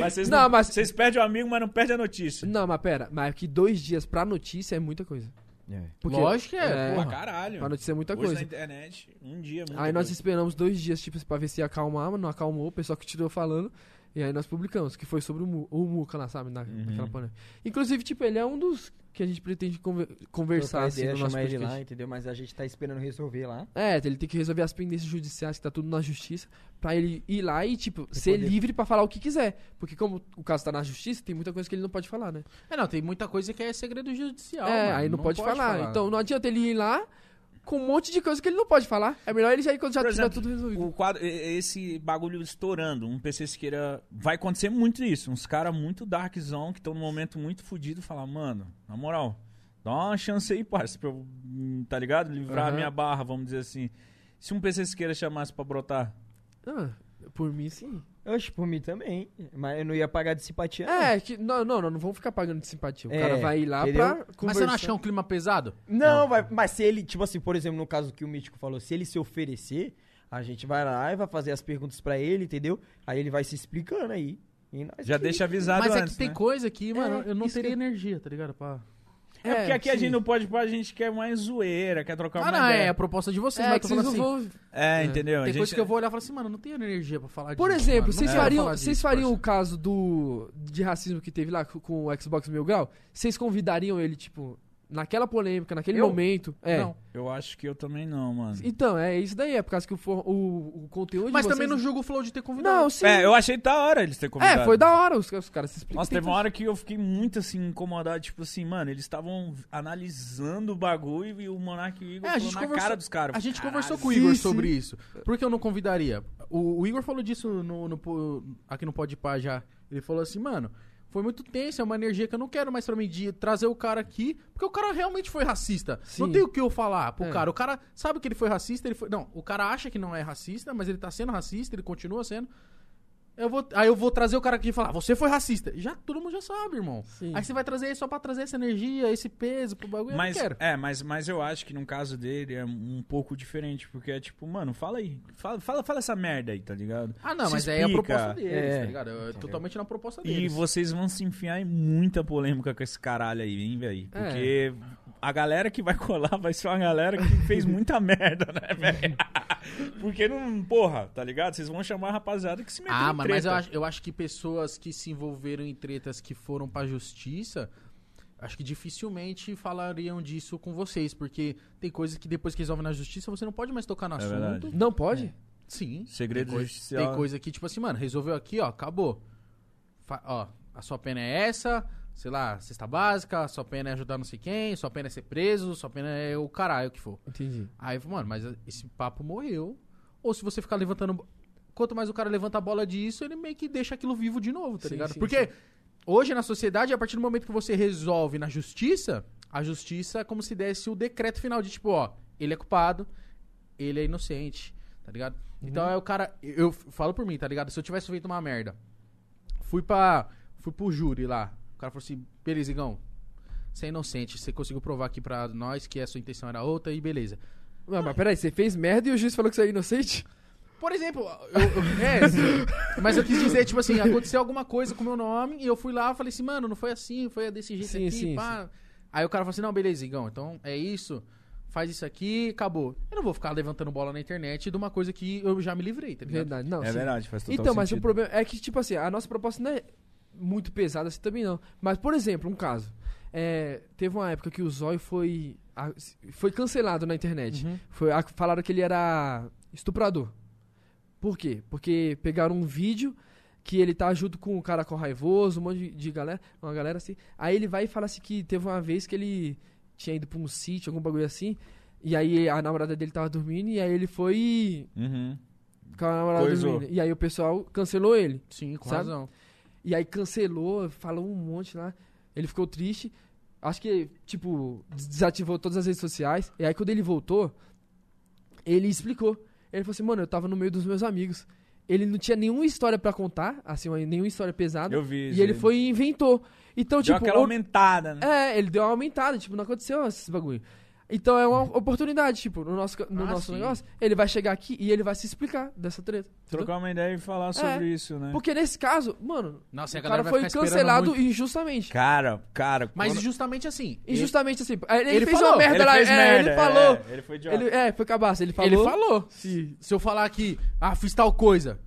[SPEAKER 1] Mas vocês,
[SPEAKER 5] Não,
[SPEAKER 1] não,
[SPEAKER 5] mas-
[SPEAKER 1] vocês perdem o amigo, mas não perdem a notícia.
[SPEAKER 5] Não, mas pera, mas que dois dias pra notícia é muita coisa. Porque-
[SPEAKER 3] Lógico que é,
[SPEAKER 1] Porra,
[SPEAKER 3] porra.
[SPEAKER 1] caralho.
[SPEAKER 5] Pra notícia é muita
[SPEAKER 1] Hoje
[SPEAKER 5] coisa.
[SPEAKER 1] na internet, um dia. muita
[SPEAKER 5] Aí nós
[SPEAKER 1] coisa.
[SPEAKER 5] esperamos dois dias, tipo, pra ver se ia acalmar, mas não acalmou, o pessoal continuou falando. E aí nós publicamos, que foi sobre o, Mu, o Muca lá, sabe? Na, Naquela panela. Inclusive, tipo, ele é um dos que a gente pretende conver- conversar, assim, no nosso
[SPEAKER 4] né, chamar ele
[SPEAKER 5] podcast.
[SPEAKER 4] lá, entendeu? Mas a gente tá esperando resolver lá.
[SPEAKER 5] É, ele tem que resolver as pendências judiciais, que tá tudo na justiça, pra ele ir lá e, tipo,
[SPEAKER 4] E
[SPEAKER 5] ser
[SPEAKER 4] poder-
[SPEAKER 5] livre pra falar o que quiser. Porque como o caso tá na justiça, tem muita coisa que ele não pode falar, né?
[SPEAKER 3] É, não, tem muita coisa que é segredo judicial.
[SPEAKER 5] é,
[SPEAKER 3] mano.
[SPEAKER 5] aí não, pode, falar. Então não adianta ele ir lá com um monte de coisa que ele não pode falar. É melhor ele sair quando já
[SPEAKER 1] Por
[SPEAKER 5] tiver
[SPEAKER 1] exemplo,
[SPEAKER 5] tudo resolvido.
[SPEAKER 1] O quadro, e- e- esse bagulho estourando, um PC Siqueira. Vai acontecer muito isso. Uns caras muito darkzão que estão num momento muito fodido falar, mano, na moral, dá uma chance aí, parça, pra eu, hum, tá ligado? Livrar a
[SPEAKER 5] Aham.
[SPEAKER 1] minha barra, vamos dizer assim. Se um PC Siqueira chamasse pra brotar.
[SPEAKER 5] Ah, por mim, sim.
[SPEAKER 4] Oxe, por mim também. Mas eu não ia pagar de simpatia. não.
[SPEAKER 5] É, que, não, não, não, não vamos ficar pagando de simpatia. O
[SPEAKER 4] É,
[SPEAKER 5] cara vai ir lá
[SPEAKER 4] entendeu?
[SPEAKER 5] pra
[SPEAKER 4] Mas
[SPEAKER 5] conversar.
[SPEAKER 3] Mas você não achou um clima pesado?
[SPEAKER 4] Não, vai- mas se ele, tipo assim, por exemplo, no caso que o Mítico falou, se ele se oferecer, a gente vai lá e vai fazer as perguntas pra ele, entendeu? Aí ele vai se explicando aí. E nós
[SPEAKER 1] Já
[SPEAKER 4] que-
[SPEAKER 1] deixa avisado
[SPEAKER 3] Mas é
[SPEAKER 1] antes.
[SPEAKER 3] que tem
[SPEAKER 1] né?
[SPEAKER 3] coisa que, mano, eu não
[SPEAKER 5] isso
[SPEAKER 3] teria
[SPEAKER 5] que-
[SPEAKER 3] energia, tá ligado? Pra...
[SPEAKER 1] É, porque aqui a
[SPEAKER 5] sim.
[SPEAKER 1] gente não pode, pá, a gente quer mais zoeira, quer trocar
[SPEAKER 3] Ah,
[SPEAKER 1] uma
[SPEAKER 3] não, é
[SPEAKER 1] ideia.
[SPEAKER 3] a proposta de vocês,
[SPEAKER 5] É,
[SPEAKER 3] mas
[SPEAKER 5] que
[SPEAKER 3] eu tô
[SPEAKER 5] vocês
[SPEAKER 3] falando
[SPEAKER 5] não
[SPEAKER 3] assim,
[SPEAKER 5] vão
[SPEAKER 1] É, entendeu?
[SPEAKER 3] Tem
[SPEAKER 1] a
[SPEAKER 3] coisa
[SPEAKER 1] gente...
[SPEAKER 3] que eu vou olhar e falar assim, mano, eu não tenho energia pra falar disso,
[SPEAKER 5] Por
[SPEAKER 3] mano,
[SPEAKER 5] exemplo,
[SPEAKER 3] não
[SPEAKER 5] vocês
[SPEAKER 3] quero
[SPEAKER 5] fariam,
[SPEAKER 3] falar
[SPEAKER 5] vocês
[SPEAKER 3] disso,
[SPEAKER 5] fariam o
[SPEAKER 3] parça.
[SPEAKER 5] caso do de racismo que teve lá com- com o Xbox Mil Grau? Vocês convidariam ele, tipo, naquela polêmica, naquele
[SPEAKER 4] Eu?
[SPEAKER 5] momento? É.
[SPEAKER 3] Não.
[SPEAKER 1] Eu acho que eu também não, mano.
[SPEAKER 5] Então, é isso daí, é por causa que o, for- o, o conteúdo. de
[SPEAKER 3] Mas também
[SPEAKER 5] vocês-
[SPEAKER 3] não julgo o Flow de ter convidado.
[SPEAKER 5] Não, sim.
[SPEAKER 1] É, eu né? achei da hora eles terem convidado.
[SPEAKER 5] É, foi da hora, os, os caras se explicam.
[SPEAKER 1] Nossa, teve uma hora que eu fiquei muito assim incomodado, tipo assim, mano, eles estavam analisando o bagulho e o Monark e o Igor
[SPEAKER 3] É, a gente
[SPEAKER 1] falou na
[SPEAKER 3] conversou-
[SPEAKER 1] cara dos caras. Ah,
[SPEAKER 3] A gente
[SPEAKER 1] Caralho.
[SPEAKER 3] conversou com o Igor
[SPEAKER 5] Ah, sim,
[SPEAKER 3] sobre isso. Por que eu não convidaria? O, o Igor falou disso no, no po- aqui no Podpah já. Ele falou assim, mano, foi muito tenso, é uma energia que eu não quero mais pra mim de trazer o cara aqui, porque o cara realmente foi racista. Não
[SPEAKER 5] Sim.
[SPEAKER 3] tem o que eu falar pro
[SPEAKER 5] É.
[SPEAKER 3] cara. O cara sabe que ele foi racista, ele foi... Não, o cara acha que não é racista, mas ele tá sendo racista, ele continua sendo. Eu vou, aí eu vou trazer o cara aqui e falar, você foi racista. Já, todo mundo já sabe, irmão.
[SPEAKER 5] Sim.
[SPEAKER 3] Aí você vai trazer aí só pra trazer essa energia, esse peso pro bagulho.
[SPEAKER 1] Mas,
[SPEAKER 3] eu não quero.
[SPEAKER 1] é, mas, mas eu acho que no caso dele é um pouco diferente, porque é tipo, mano, fala aí, fala, fala, fala essa merda aí, tá ligado?
[SPEAKER 3] Ah, não,
[SPEAKER 1] Se
[SPEAKER 3] mas aí é a
[SPEAKER 1] explica.
[SPEAKER 3] proposta deles,
[SPEAKER 4] É.
[SPEAKER 3] tá ligado? É totalmente na proposta
[SPEAKER 1] E
[SPEAKER 3] deles.
[SPEAKER 1] vocês vão se enfiar em muita polêmica com esse caralho aí, hein, velho?
[SPEAKER 5] É.
[SPEAKER 1] Porque a galera que vai colar vai ser uma galera que fez muita merda, né, velho? Porque não, porra, tá ligado? Vocês vão chamar a rapaziada que se meteu
[SPEAKER 3] Ah,
[SPEAKER 1] em
[SPEAKER 3] mas, mas eu,
[SPEAKER 1] treta.
[SPEAKER 3] acho, eu acho que pessoas que se envolveram em tretas que foram pra justiça, acho que dificilmente falariam disso com vocês, porque tem coisas que depois que resolve na justiça, você não pode mais tocar no
[SPEAKER 1] É
[SPEAKER 3] assunto.
[SPEAKER 1] verdade.
[SPEAKER 5] Não pode?
[SPEAKER 3] Sim.
[SPEAKER 1] Segredo
[SPEAKER 3] tem coisa,
[SPEAKER 1] judicial.
[SPEAKER 3] Tem coisa que, tipo assim, mano, resolveu aqui, ó, acabou. Fa- ó, a sua pena é essa, sei lá, cesta básica, a sua pena é ajudar não sei quem, sua pena é ser preso, sua pena é o caralho que for.
[SPEAKER 5] Entendi.
[SPEAKER 3] Aí, mano, mas esse papo morreu. Ou se você ficar levantando. Quanto mais o cara levanta a bola disso, ele meio que deixa aquilo vivo de novo, tá
[SPEAKER 5] Sim,
[SPEAKER 3] ligado?
[SPEAKER 5] sim,
[SPEAKER 3] Porque hoje na sociedade, a partir do momento que você resolve na justiça, a justiça é como se desse o decreto final de tipo, ó, ele é culpado, ele é inocente, tá ligado?
[SPEAKER 5] Uhum.
[SPEAKER 3] Então é o cara. Eu falo por mim, tá ligado? Se eu tivesse feito uma merda, fui pra. Fui pro júri lá. O cara falou assim, beleza, Igão. Você é inocente, você conseguiu provar aqui pra nós que a sua intenção era outra e beleza.
[SPEAKER 5] Não, mas peraí, você fez merda e o juiz falou que você é inocente?
[SPEAKER 3] Por exemplo, eu- eu- é, sim. mas eu quis dizer, tipo assim, aconteceu alguma coisa com o meu nome e eu fui lá e falei assim, mano, não foi assim, foi desse jeito
[SPEAKER 5] Sim,
[SPEAKER 3] aqui,
[SPEAKER 5] sim,
[SPEAKER 3] pá. Aí o cara falou assim, não, beleza, Igão, então é isso, faz isso aqui, acabou. Eu não vou ficar levantando bola na internet de uma coisa que eu já me livrei, tá ligado?
[SPEAKER 5] Verdade, não.
[SPEAKER 1] É
[SPEAKER 5] sim.
[SPEAKER 1] verdade, faz total
[SPEAKER 5] Então, mas o
[SPEAKER 1] sentido.
[SPEAKER 5] problema é que, tipo assim, a nossa proposta não é muito pesada assim também não. Mas, por exemplo, um caso. É, teve uma época que o Zóio foi, a- foi cancelado na internet.
[SPEAKER 1] Uhum.
[SPEAKER 5] Foi, a- falaram que ele era estuprador. Por quê? Porque pegaram um vídeo que ele tá junto com um cara com raivoso, um monte de, de galera, uma galera assim. Aí ele vai e fala assim que teve uma vez que ele tinha ido pra um sítio, algum bagulho assim. E aí a namorada dele tava dormindo e aí ele foi e
[SPEAKER 1] Uhum.
[SPEAKER 5] com a namorada
[SPEAKER 1] Coisou.
[SPEAKER 5] dormindo. E aí o pessoal cancelou ele.
[SPEAKER 3] Sim, com
[SPEAKER 5] Sabe?
[SPEAKER 3] razão.
[SPEAKER 5] E aí cancelou, falou um monte lá. Ele ficou triste. Acho que, tipo, des- desativou todas as redes sociais. E aí quando ele voltou, ele explicou. Ele falou assim, mano, eu tava no meio dos meus amigos. Ele não tinha nenhuma história pra contar, assim, uma- nenhuma história pesada.
[SPEAKER 1] Eu vi.
[SPEAKER 5] e ele foi e inventou. Então,
[SPEAKER 1] Deu
[SPEAKER 5] tipo,
[SPEAKER 1] aquela
[SPEAKER 5] ou-
[SPEAKER 1] aumentada, né?
[SPEAKER 5] é, ele deu uma aumentada, tipo, não aconteceu esse bagulho. Então é uma oportunidade, tipo, no nosso, ca- no
[SPEAKER 3] Ah, sim.
[SPEAKER 5] nosso negócio, ele vai chegar aqui e ele vai se explicar dessa treta. entendeu?
[SPEAKER 1] Trocar uma ideia e falar sobre isso, né?
[SPEAKER 5] É. Porque nesse caso, mano,
[SPEAKER 3] Nossa, e Assim, a
[SPEAKER 5] o
[SPEAKER 3] galera
[SPEAKER 5] cara
[SPEAKER 3] vai
[SPEAKER 5] foi
[SPEAKER 3] ficar esperando
[SPEAKER 5] cancelado
[SPEAKER 3] muito.
[SPEAKER 5] injustamente.
[SPEAKER 1] Cara, cara.
[SPEAKER 3] Mas
[SPEAKER 1] quando-
[SPEAKER 3] justamente assim.
[SPEAKER 5] Injustamente assim. Ele,
[SPEAKER 3] Ele
[SPEAKER 5] fez
[SPEAKER 3] falou.
[SPEAKER 5] uma merda
[SPEAKER 1] ele
[SPEAKER 5] lá,
[SPEAKER 1] fez
[SPEAKER 5] é,
[SPEAKER 1] merda.
[SPEAKER 5] ele falou.
[SPEAKER 1] É, ele foi idiota.
[SPEAKER 5] Ele, é, foi cabaço, ele
[SPEAKER 3] Ele
[SPEAKER 5] falou.
[SPEAKER 3] falou.
[SPEAKER 5] Sim.
[SPEAKER 3] Se eu falar aqui, ah, fiz tal coisa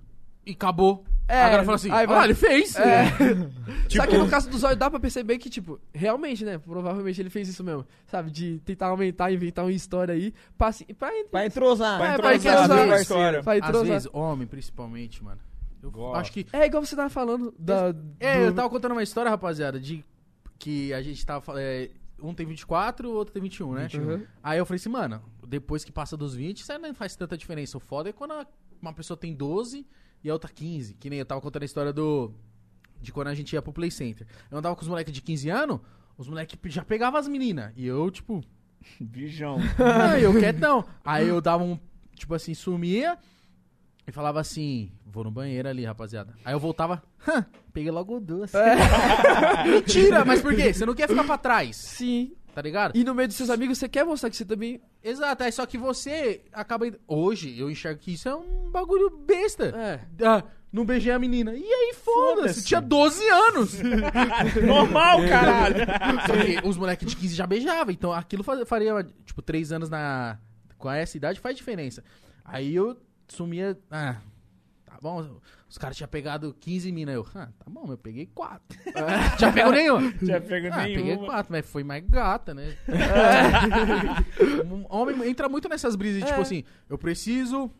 [SPEAKER 3] e acabou.
[SPEAKER 5] É,
[SPEAKER 3] Agora fala assim,
[SPEAKER 5] aí
[SPEAKER 3] olha
[SPEAKER 5] vai-
[SPEAKER 3] lá, ele fez.
[SPEAKER 5] É.
[SPEAKER 1] Tipo-
[SPEAKER 5] Só que no caso do Zóio dá pra perceber que, tipo, realmente, né? Provavelmente ele fez isso mesmo. Sabe? De tentar aumentar, inventar uma história aí. Pra, se- pra,
[SPEAKER 4] Pra entrosar.
[SPEAKER 5] Pra
[SPEAKER 1] Vai entrar
[SPEAKER 5] É, entrosar,
[SPEAKER 1] na
[SPEAKER 5] parceiro.
[SPEAKER 1] história.
[SPEAKER 5] pra
[SPEAKER 3] Às
[SPEAKER 5] entrosar.
[SPEAKER 3] vezes, homem, principalmente, mano. Eu
[SPEAKER 1] Gosto.
[SPEAKER 3] acho que
[SPEAKER 5] É igual você tava falando da.
[SPEAKER 3] É,
[SPEAKER 5] do-
[SPEAKER 3] eu tava contando uma história, rapaziada, de que a gente tava falando. um tem 24, o outro tem 21, né?
[SPEAKER 5] Uhum.
[SPEAKER 3] Aí eu falei assim, mano, depois que passa dos 20, isso aí não faz tanta diferença. O foda é quando a- uma pessoa tem 12 e a outra 15. Que nem eu tava contando a história do. De quando a gente ia pro Play Center. Eu andava com os moleques de 15 anos, os moleques já pegavam as meninas. E eu, tipo,
[SPEAKER 1] Bijão.
[SPEAKER 3] não, eu quietão. Aí eu dava um. Tipo assim, sumia e falava assim: vou no banheiro ali, rapaziada. Aí eu voltava, "Hã, peguei logo o doce. Mentira, mas por quê? Você não quer ficar pra trás,
[SPEAKER 5] Sim.
[SPEAKER 3] tá ligado?
[SPEAKER 5] E no meio dos seus amigos, você quer mostrar que você também.
[SPEAKER 3] Exato, aí só que você acaba. indo- Hoje eu enxergo que isso é um bagulho besta.
[SPEAKER 5] É.
[SPEAKER 3] Ah, não beijei a menina. E aí, foda-se,
[SPEAKER 1] Foda-se.
[SPEAKER 3] tinha 12 anos.
[SPEAKER 1] Normal, caralho.
[SPEAKER 3] Só que os moleques de 15 já beijavam, então aquilo fa- faria, tipo, 3 anos na... com essa idade faz diferença. Aí eu sumia. Ah, tá bom. Os caras tinham pegado 15 minas. Eu, ah, tá bom, eu peguei 4. Já pegou nenhum?
[SPEAKER 1] Já pegou
[SPEAKER 3] Ah, peguei
[SPEAKER 1] nenhuma.
[SPEAKER 3] 4, mas foi mais gata, né? Um Homem entra muito nessas brisas,
[SPEAKER 1] É.
[SPEAKER 3] tipo assim, eu preciso.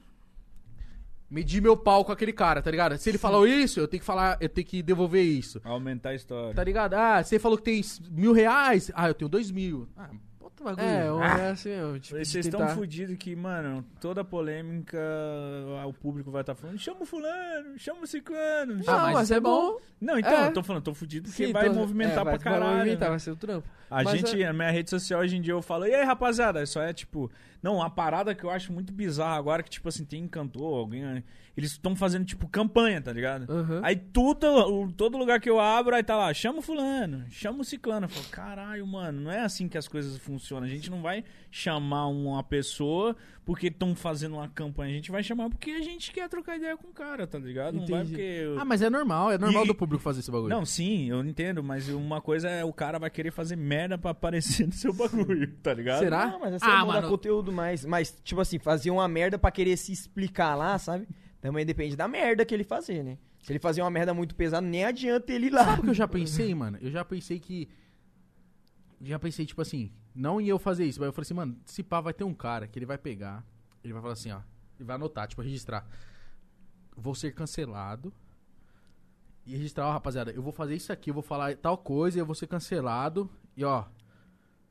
[SPEAKER 3] Medir meu pau com aquele cara, tá ligado? Se ele falou isso, eu tenho que falar, eu tenho que devolver isso.
[SPEAKER 1] Aumentar a história.
[SPEAKER 3] Tá ligado? Ah, você falou que tem s- mil reais. Ah, eu tenho dois mil. Ah, puta bagulho.
[SPEAKER 5] É, um- é assim mesmo. Tipo,
[SPEAKER 1] Vocês
[SPEAKER 5] de
[SPEAKER 1] estão
[SPEAKER 5] tentar-
[SPEAKER 1] fudidos que, mano, toda polêmica ah, o público vai estar falando, chama o fulano, chama o ciclano.
[SPEAKER 5] Não,
[SPEAKER 1] chama-"
[SPEAKER 3] Ah, mas
[SPEAKER 5] mas, é
[SPEAKER 3] é
[SPEAKER 5] bom.
[SPEAKER 1] Não, então,
[SPEAKER 5] É.
[SPEAKER 1] eu tô falando, tô fudido porque
[SPEAKER 5] Sim,
[SPEAKER 1] vai
[SPEAKER 5] tô-
[SPEAKER 1] movimentar
[SPEAKER 5] é, vai-
[SPEAKER 1] pra caralho.
[SPEAKER 5] Vai
[SPEAKER 1] né?
[SPEAKER 5] movimentar, vai ser o trampo.
[SPEAKER 1] A
[SPEAKER 5] Mas
[SPEAKER 1] gente,
[SPEAKER 5] é-
[SPEAKER 1] na minha rede social hoje em dia eu falo, e aí rapaziada, só é tipo, não, uma parada que eu acho muito bizarra agora, que tipo assim, tem cantor, alguém, né? eles estão fazendo tipo campanha, tá ligado?
[SPEAKER 5] Aham.
[SPEAKER 1] Aí tudo, o- todo lugar que eu abro, aí tá lá, chama o fulano, chama o ciclano. Eu falo, caralho, mano, não é assim que as coisas funcionam. A gente não vai chamar uma pessoa porque estão fazendo uma campanha, a gente vai chamar porque a gente quer trocar ideia com o cara, tá ligado? Não vai
[SPEAKER 5] Entendi.
[SPEAKER 1] porque... eu-
[SPEAKER 3] Ah, mas é normal, é normal
[SPEAKER 1] E-
[SPEAKER 3] do público fazer esse bagulho.
[SPEAKER 1] não, sim, eu entendo, mas uma coisa é o cara vai querer fazer merda pra aparecer no seu bagulho, tá ligado?
[SPEAKER 5] Será?
[SPEAKER 4] Não, mas essa
[SPEAKER 3] Ah,
[SPEAKER 4] é uma
[SPEAKER 3] mano.
[SPEAKER 4] da conteúdo mais. Mas, tipo assim, fazer uma merda pra querer se explicar lá, sabe? Também depende da merda que ele fazer, né? Se ele fazer uma merda muito pesada, nem adianta ele ir lá.
[SPEAKER 3] Sabe o que eu já pensei, mano? Eu já pensei que. Já pensei, tipo assim, não ia eu fazer isso, mas eu falei assim, mano, se pá, vai ter um cara que ele vai pegar, ele vai falar assim, ó, ele vai anotar, tipo, registrar. Vou ser cancelado. E registrar, ó, rapaziada, eu vou fazer isso aqui, eu vou falar tal coisa, eu vou ser cancelado. E ó,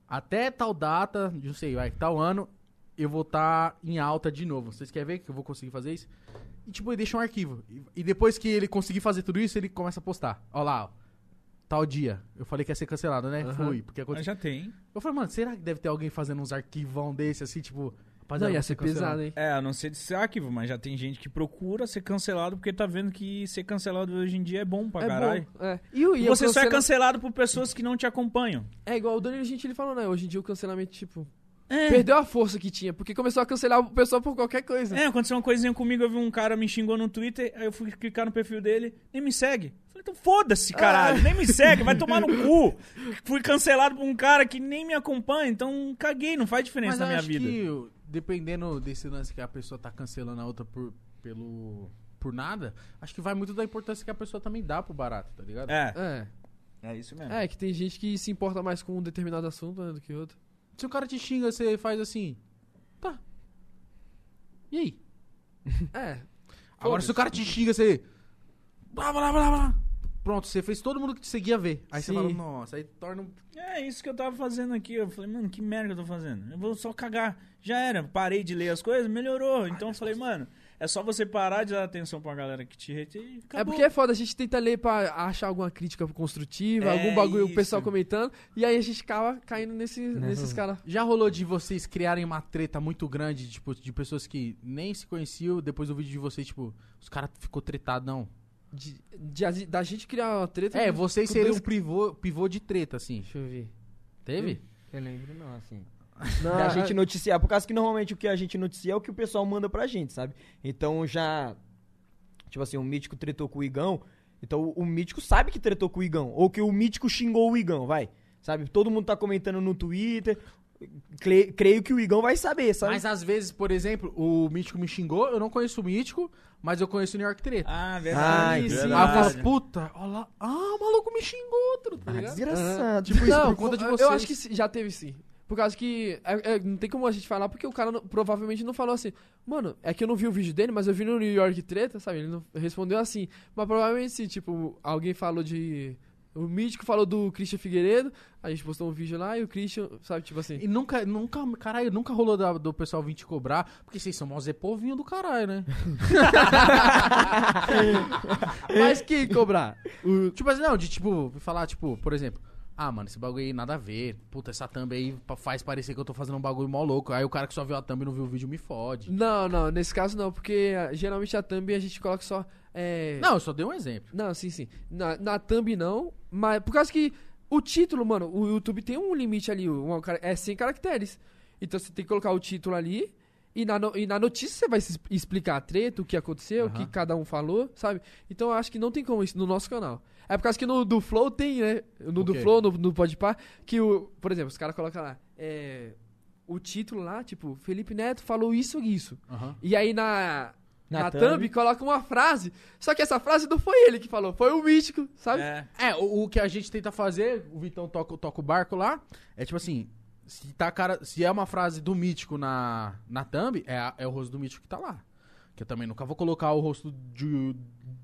[SPEAKER 3] até tal data, não sei, vai, tal ano, eu vou estar em alta de novo. Vocês querem ver que eu vou conseguir fazer isso? E tipo, ele deixa um arquivo. E, e depois que ele conseguir fazer tudo isso, ele começa a postar. Ó lá, ó. Tal dia. Eu falei que ia ser cancelado, né?
[SPEAKER 5] Aham.
[SPEAKER 3] Fui, porque
[SPEAKER 1] Mas
[SPEAKER 3] aconteceu.
[SPEAKER 1] já tem.
[SPEAKER 3] Eu falei, mano, será que deve ter alguém fazendo uns arquivão desse, assim, tipo...
[SPEAKER 5] Não,
[SPEAKER 3] rapaziada,
[SPEAKER 5] ia
[SPEAKER 3] vou
[SPEAKER 5] ser
[SPEAKER 3] cancelado.
[SPEAKER 5] pesado, hein?
[SPEAKER 1] É, a não ser de ser arquivo, mas já tem gente que procura ser cancelado porque tá vendo que ser cancelado hoje em dia é bom pra
[SPEAKER 5] é
[SPEAKER 1] caralho.
[SPEAKER 5] bom. É. E, o- e
[SPEAKER 1] E você
[SPEAKER 5] o
[SPEAKER 1] só é
[SPEAKER 5] cancela-
[SPEAKER 1] cancelado por pessoas que não te acompanham.
[SPEAKER 5] É igual o Danilo Gentili falou, né? Hoje em dia o cancelamento, tipo.
[SPEAKER 1] É.
[SPEAKER 5] Perdeu a força que tinha, porque começou a cancelar o pessoal por qualquer coisa.
[SPEAKER 1] É, aconteceu uma coisinha comigo, eu vi um cara me xingou no Twitter, aí eu fui clicar no perfil dele, nem me segue. Falei, então foda-se, caralho, nem me segue, vai tomar no cu. Fui cancelado por um cara que nem me acompanha, então caguei, não faz diferença
[SPEAKER 3] Mas
[SPEAKER 1] na
[SPEAKER 3] eu
[SPEAKER 1] minha
[SPEAKER 3] acho
[SPEAKER 1] vida.
[SPEAKER 3] que, dependendo desse lance que a pessoa tá cancelando a outra por, pelo, por nada, acho que vai muito da importância que a pessoa também dá pro barato, tá ligado?
[SPEAKER 1] É,
[SPEAKER 5] É.
[SPEAKER 1] é isso mesmo.
[SPEAKER 5] É, que tem gente que se importa mais com um determinado assunto né, do que outro.
[SPEAKER 3] Se o cara te xinga, você faz assim... Tá. E aí?
[SPEAKER 5] É.
[SPEAKER 3] Agora, se o cara te xinga, você... Blá, blá, blá, blá. Pronto, você fez todo mundo que te seguia ver. Aí
[SPEAKER 5] Sim.
[SPEAKER 3] você fala, nossa, aí torna... um-
[SPEAKER 1] É isso que eu tava fazendo aqui. Eu falei, mano, que merda que eu tô fazendo? Eu vou só cagar. Já era, parei de ler as coisas, melhorou. Então eu falei, mano, é só você parar de dar atenção pra galera que te hate e acabou.
[SPEAKER 5] É porque é foda, a gente tenta ler pra achar alguma crítica construtiva,
[SPEAKER 1] É
[SPEAKER 5] algum bagulho o
[SPEAKER 1] isso.
[SPEAKER 5] pessoal comentando, e aí a gente acaba caindo nesse, nesses caras.
[SPEAKER 3] Já rolou de vocês criarem uma treta muito grande, tipo, de pessoas que nem se conheciam, depois do vídeo de vocês, tipo, os caras ficou tretado, não.
[SPEAKER 5] De, de a- da gente criar uma treta.
[SPEAKER 3] É,
[SPEAKER 5] com-
[SPEAKER 3] vocês
[SPEAKER 5] com
[SPEAKER 3] seriam
[SPEAKER 5] dois-
[SPEAKER 3] um pivô, pivô de treta, assim.
[SPEAKER 5] Deixa eu ver.
[SPEAKER 3] Teve?
[SPEAKER 2] Eu lembro não, assim.
[SPEAKER 5] Não,
[SPEAKER 3] Ah,
[SPEAKER 5] é,
[SPEAKER 4] Da gente noticiar. Por causa que normalmente o que a gente noticia é o que o pessoal manda pra gente, sabe? Então já. Tipo assim, o mítico tretou com o Igão. Então o, o mítico sabe que tretou com o Igão. Ou que o mítico xingou o Igão, vai. Sabe? Todo mundo tá comentando no Twitter. Cle- creio que o Igão vai saber, sabe?
[SPEAKER 3] Mas às vezes, por exemplo, o Mítico me xingou, eu não conheço o Mítico, mas eu conheço o New York Treta.
[SPEAKER 1] Ah,
[SPEAKER 4] verdade.
[SPEAKER 1] verdade.
[SPEAKER 4] sim.
[SPEAKER 3] Aí eu falo, puta, olha lá, ah, o maluco me xingou, truta, tá
[SPEAKER 4] Ah,
[SPEAKER 3] ligado?
[SPEAKER 4] desgraçado.
[SPEAKER 3] Tipo isso,
[SPEAKER 5] não,
[SPEAKER 3] por conta de
[SPEAKER 5] eu-
[SPEAKER 3] vocês.
[SPEAKER 5] Eu acho que se- já teve sim. Por causa que. é- é, não tem como a gente falar, porque o cara não- provavelmente não falou assim. Mano, é que eu não vi o vídeo dele, mas eu vi no New York treta, sabe? Ele não respondeu assim. Mas provavelmente sim, tipo, alguém falou de. O mítico falou do Christian Figueiredo, a gente postou um vídeo lá e o Christian, sabe, tipo assim.
[SPEAKER 3] E nunca, nunca, caralho, nunca rolou da- do pessoal vir te cobrar, porque vocês são mó Zé Povinho do caralho, né?
[SPEAKER 5] Mas quem cobrar?
[SPEAKER 3] O- Tipo assim, não, de tipo, falar, tipo, por exemplo, ah, mano, esse bagulho aí nada a ver, puta, essa thumb aí pa- faz parecer que eu tô fazendo um bagulho mó louco, aí o cara que só viu a thumb e não viu o vídeo me fode.
[SPEAKER 5] Não, não, nesse caso não, porque ah, geralmente a thumb a gente coloca só. É,
[SPEAKER 3] Não, eu só dei um exemplo.
[SPEAKER 5] Não, sim, sim. Na, na thumb não, mas por causa que o título, mano, o YouTube tem um limite ali, uma cara- é 100 caracteres. Então você tem que colocar o título ali e na, no- e na notícia você vai se es- explicar a treta, o que aconteceu, o que
[SPEAKER 3] Aham.
[SPEAKER 5] cada um falou, sabe? Então eu acho que não tem como isso no nosso canal. É por causa que no do Flow tem, né? No do
[SPEAKER 3] Ok.
[SPEAKER 5] Flow, no, no Podpah, que o, por exemplo, os caras colocam lá, é, o título lá, tipo, Felipe Neto falou isso e isso.
[SPEAKER 3] Aham.
[SPEAKER 5] E aí na,
[SPEAKER 4] Na
[SPEAKER 5] na,
[SPEAKER 4] thumb.
[SPEAKER 5] thumb, coloca uma frase. Só que essa frase não foi ele que falou, foi o mítico, sabe?
[SPEAKER 1] É.
[SPEAKER 3] É, o, o que a gente tenta fazer, o Vitão toca, toca o barco lá, é tipo assim, se, tá a cara, se é uma frase do Mítico na, na thumb, é, a- é o rosto do Mítico que tá lá. Que eu também nunca vou colocar o rosto de,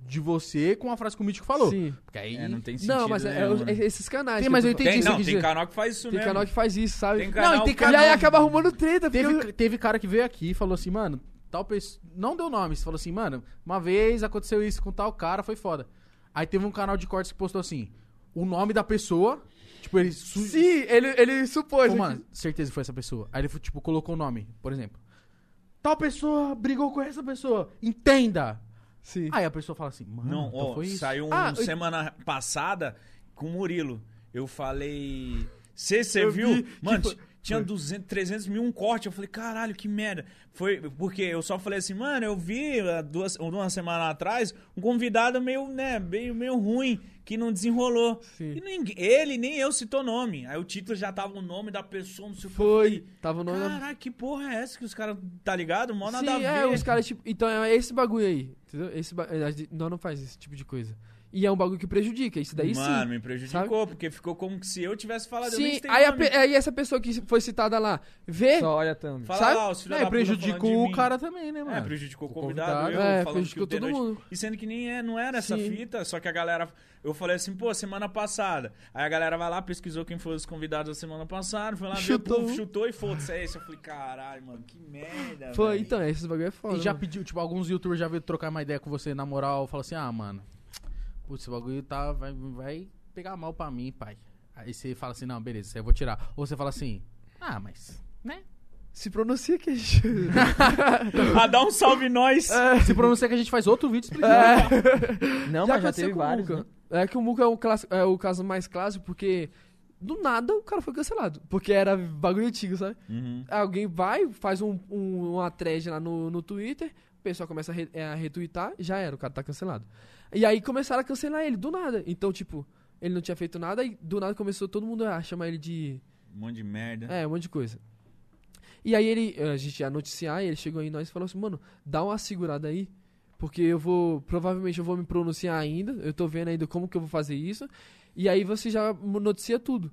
[SPEAKER 3] de você com a frase que o Mítico falou.
[SPEAKER 5] Sim.
[SPEAKER 3] Porque aí...
[SPEAKER 1] É, não tem sentido.
[SPEAKER 5] Não, mas é- é,
[SPEAKER 1] nenhum,
[SPEAKER 5] os-
[SPEAKER 1] né?
[SPEAKER 5] é esses canais.
[SPEAKER 3] Tem,
[SPEAKER 5] que
[SPEAKER 3] mas
[SPEAKER 5] eu
[SPEAKER 3] eu
[SPEAKER 5] tô-
[SPEAKER 3] entendi
[SPEAKER 1] Tem,
[SPEAKER 3] isso
[SPEAKER 1] não,
[SPEAKER 3] que
[SPEAKER 1] tem
[SPEAKER 3] dizer.
[SPEAKER 1] canal que faz isso
[SPEAKER 5] Tem
[SPEAKER 1] mesmo.
[SPEAKER 5] canal que faz isso, sabe?
[SPEAKER 1] Tem
[SPEAKER 3] Não,
[SPEAKER 1] canal
[SPEAKER 3] e tem
[SPEAKER 1] que-
[SPEAKER 5] E aí
[SPEAKER 3] canal-
[SPEAKER 5] acaba arrumando treta. porque eu-
[SPEAKER 3] Teve, teve cara que veio aqui e falou assim, mano, tal pessoa. Não deu nome, falou assim, mano, uma vez aconteceu isso com tal cara, foi foda. Aí teve um canal de cortes que postou assim, o nome da pessoa, tipo, ele su-
[SPEAKER 5] Sim, ele, ele supôs.
[SPEAKER 3] falou,
[SPEAKER 5] né,
[SPEAKER 3] mano, certeza foi essa pessoa. Aí ele, foi, tipo, colocou o nome, por exemplo. Tal pessoa brigou com essa pessoa, entenda!
[SPEAKER 5] que- Sim.
[SPEAKER 3] Aí a pessoa fala assim, mano,
[SPEAKER 1] Não,
[SPEAKER 3] então
[SPEAKER 1] ó,
[SPEAKER 3] foi isso.
[SPEAKER 1] saiu um
[SPEAKER 5] Ah, eu-
[SPEAKER 1] semana passada com o Murilo. Eu falei. Você você
[SPEAKER 5] Eu
[SPEAKER 1] viu?
[SPEAKER 5] vi que
[SPEAKER 1] Mano,
[SPEAKER 5] foi-
[SPEAKER 1] ti- tinha 200, 300 mil um corte. Eu falei, caralho, que merda. Foi porque eu só falei assim, mano, eu vi há duas, uma semana atrás um convidado meio, né, meio, meio ruim, que não desenrolou.
[SPEAKER 5] Sim.
[SPEAKER 1] E ninguém, ele nem eu citou nome. Aí o título já tava o nome da pessoa, não sei o que.
[SPEAKER 5] Foi. Tava o nome da-
[SPEAKER 1] Caralho, que porra é essa que os caras, tá ligado? Mó nada
[SPEAKER 5] Sim,
[SPEAKER 1] a ver.
[SPEAKER 5] é, os caras, tipo. Então é esse bagulho aí. Entendeu? Esse ba... a gente- Nós não faz esse tipo de coisa. E é um bagulho que prejudica. Isso daí sim.
[SPEAKER 1] Mano, me prejudicou, porque ficou como que se eu tivesse falado. eu nem
[SPEAKER 5] Sim,
[SPEAKER 1] citei
[SPEAKER 5] aí, a
[SPEAKER 1] nome.
[SPEAKER 5] pe- aí essa pessoa que foi citada lá vê.
[SPEAKER 4] Só olha a thumb.
[SPEAKER 1] Fala
[SPEAKER 5] Sabe?
[SPEAKER 1] lá, Ah, os filhos
[SPEAKER 3] É,
[SPEAKER 1] da puta falando
[SPEAKER 3] prejudicou
[SPEAKER 1] de
[SPEAKER 3] o
[SPEAKER 1] mim.
[SPEAKER 3] cara também, né,
[SPEAKER 1] É,
[SPEAKER 3] mano?
[SPEAKER 1] prejudicou o
[SPEAKER 3] O
[SPEAKER 1] convidado,
[SPEAKER 3] convidado,
[SPEAKER 1] eu
[SPEAKER 5] é,
[SPEAKER 1] falando
[SPEAKER 5] prejudicou
[SPEAKER 1] que o
[SPEAKER 5] todo
[SPEAKER 1] Deroche-
[SPEAKER 5] mundo.
[SPEAKER 1] E sendo que nem é, não era essa
[SPEAKER 5] Sim.
[SPEAKER 1] fita, só que a galera. Eu falei assim, pô, semana passada. Aí a galera vai lá, pesquisou quem foram os convidados da semana passada, foi lá,
[SPEAKER 5] Chutou
[SPEAKER 1] viu, pô,
[SPEAKER 5] um.
[SPEAKER 1] chutou e foda-se. É esse. Eu falei, caralho, mano, que merda.
[SPEAKER 5] Foi,
[SPEAKER 1] velho."
[SPEAKER 5] então, esses bagulho é
[SPEAKER 3] E
[SPEAKER 5] foda.
[SPEAKER 3] já
[SPEAKER 5] mano.
[SPEAKER 3] pediu, tipo, alguns youtubers já veio trocar uma ideia com você na moral, fala assim, ah, mano, putz, esse bagulho tá, vai, vai pegar mal pra mim, pai. Aí você fala assim, não, beleza, isso aí eu vou tirar. Ou você fala assim, ah, mas, né?
[SPEAKER 5] Se pronuncia que a gente.
[SPEAKER 1] Ah, dá um salve nós.
[SPEAKER 5] É.
[SPEAKER 3] Se pronuncia é que a gente faz outro vídeo explicando.
[SPEAKER 4] Não, mas já teve vários. né?
[SPEAKER 5] É que o Muca é o, classi- é o caso mais clássico, porque do nada o cara foi cancelado. Porque era bagulho antigo, sabe?
[SPEAKER 1] Uhum.
[SPEAKER 5] Alguém vai, faz um, um- uma thread lá no, no Twitter, o pessoal começa a, re- é, a retweetar, já era, o cara tá cancelado. E aí começaram a cancelar ele, do nada. Então, tipo, ele não tinha feito nada e do nada começou todo mundo a chamar ele de.
[SPEAKER 1] Um monte de merda.
[SPEAKER 5] É, um monte de coisa. E aí ele, a gente ia noticiar, e ele chegou aí em nós e falou assim, mano, dá uma segurada aí, porque eu vou, provavelmente eu vou me pronunciar ainda, eu tô vendo ainda como que eu vou fazer isso, e aí você já mo- noticia tudo.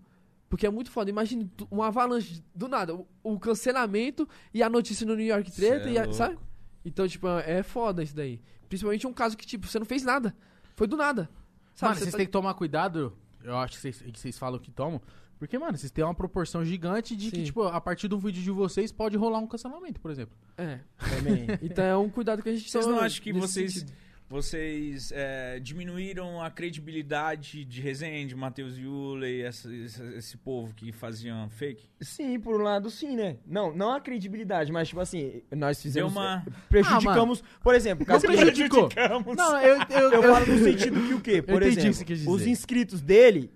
[SPEAKER 5] Porque é muito foda, imagina tu- um avalanche do nada, o, o cancelamento e a notícia no New York
[SPEAKER 1] Cê é
[SPEAKER 5] treta, e a-
[SPEAKER 1] louco.
[SPEAKER 5] sabe? Então, tipo, é foda isso daí. Principalmente um caso que, tipo, você não fez nada, foi do nada. Sabe,
[SPEAKER 3] mano,
[SPEAKER 5] Você
[SPEAKER 3] vocês
[SPEAKER 5] tá-
[SPEAKER 3] têm que tomar cuidado, eu acho que vocês, que vocês falam que tomam, porque, mano, vocês têm uma proporção gigante de que,
[SPEAKER 5] Sim.
[SPEAKER 3] tipo, a partir do vídeo de vocês pode rolar um cancelamento, por exemplo.
[SPEAKER 5] É,
[SPEAKER 4] Também.
[SPEAKER 5] então é um cuidado que a gente
[SPEAKER 1] Vocês
[SPEAKER 5] toma
[SPEAKER 1] não acham que
[SPEAKER 5] nesse
[SPEAKER 1] vocês-
[SPEAKER 5] sentido.
[SPEAKER 1] Vocês é, diminuíram a credibilidade de Rezende, Matheus Yule, esse, esse, esse povo que faziam fake?
[SPEAKER 4] Sim, por um lado, sim, né? Não, não a credibilidade, mas tipo assim, nós
[SPEAKER 1] Deu
[SPEAKER 4] fizemos. eh,
[SPEAKER 1] uma.
[SPEAKER 4] Prejudicamos, por exemplo, caso que-
[SPEAKER 3] prejudicou.
[SPEAKER 1] Prejudicamos.
[SPEAKER 3] tipo, Não, eu, eu,
[SPEAKER 4] Eu falo no sentido que o quê? Por
[SPEAKER 3] entendi o que
[SPEAKER 4] exemplo,
[SPEAKER 3] você quis dizer.
[SPEAKER 4] os inscritos dele,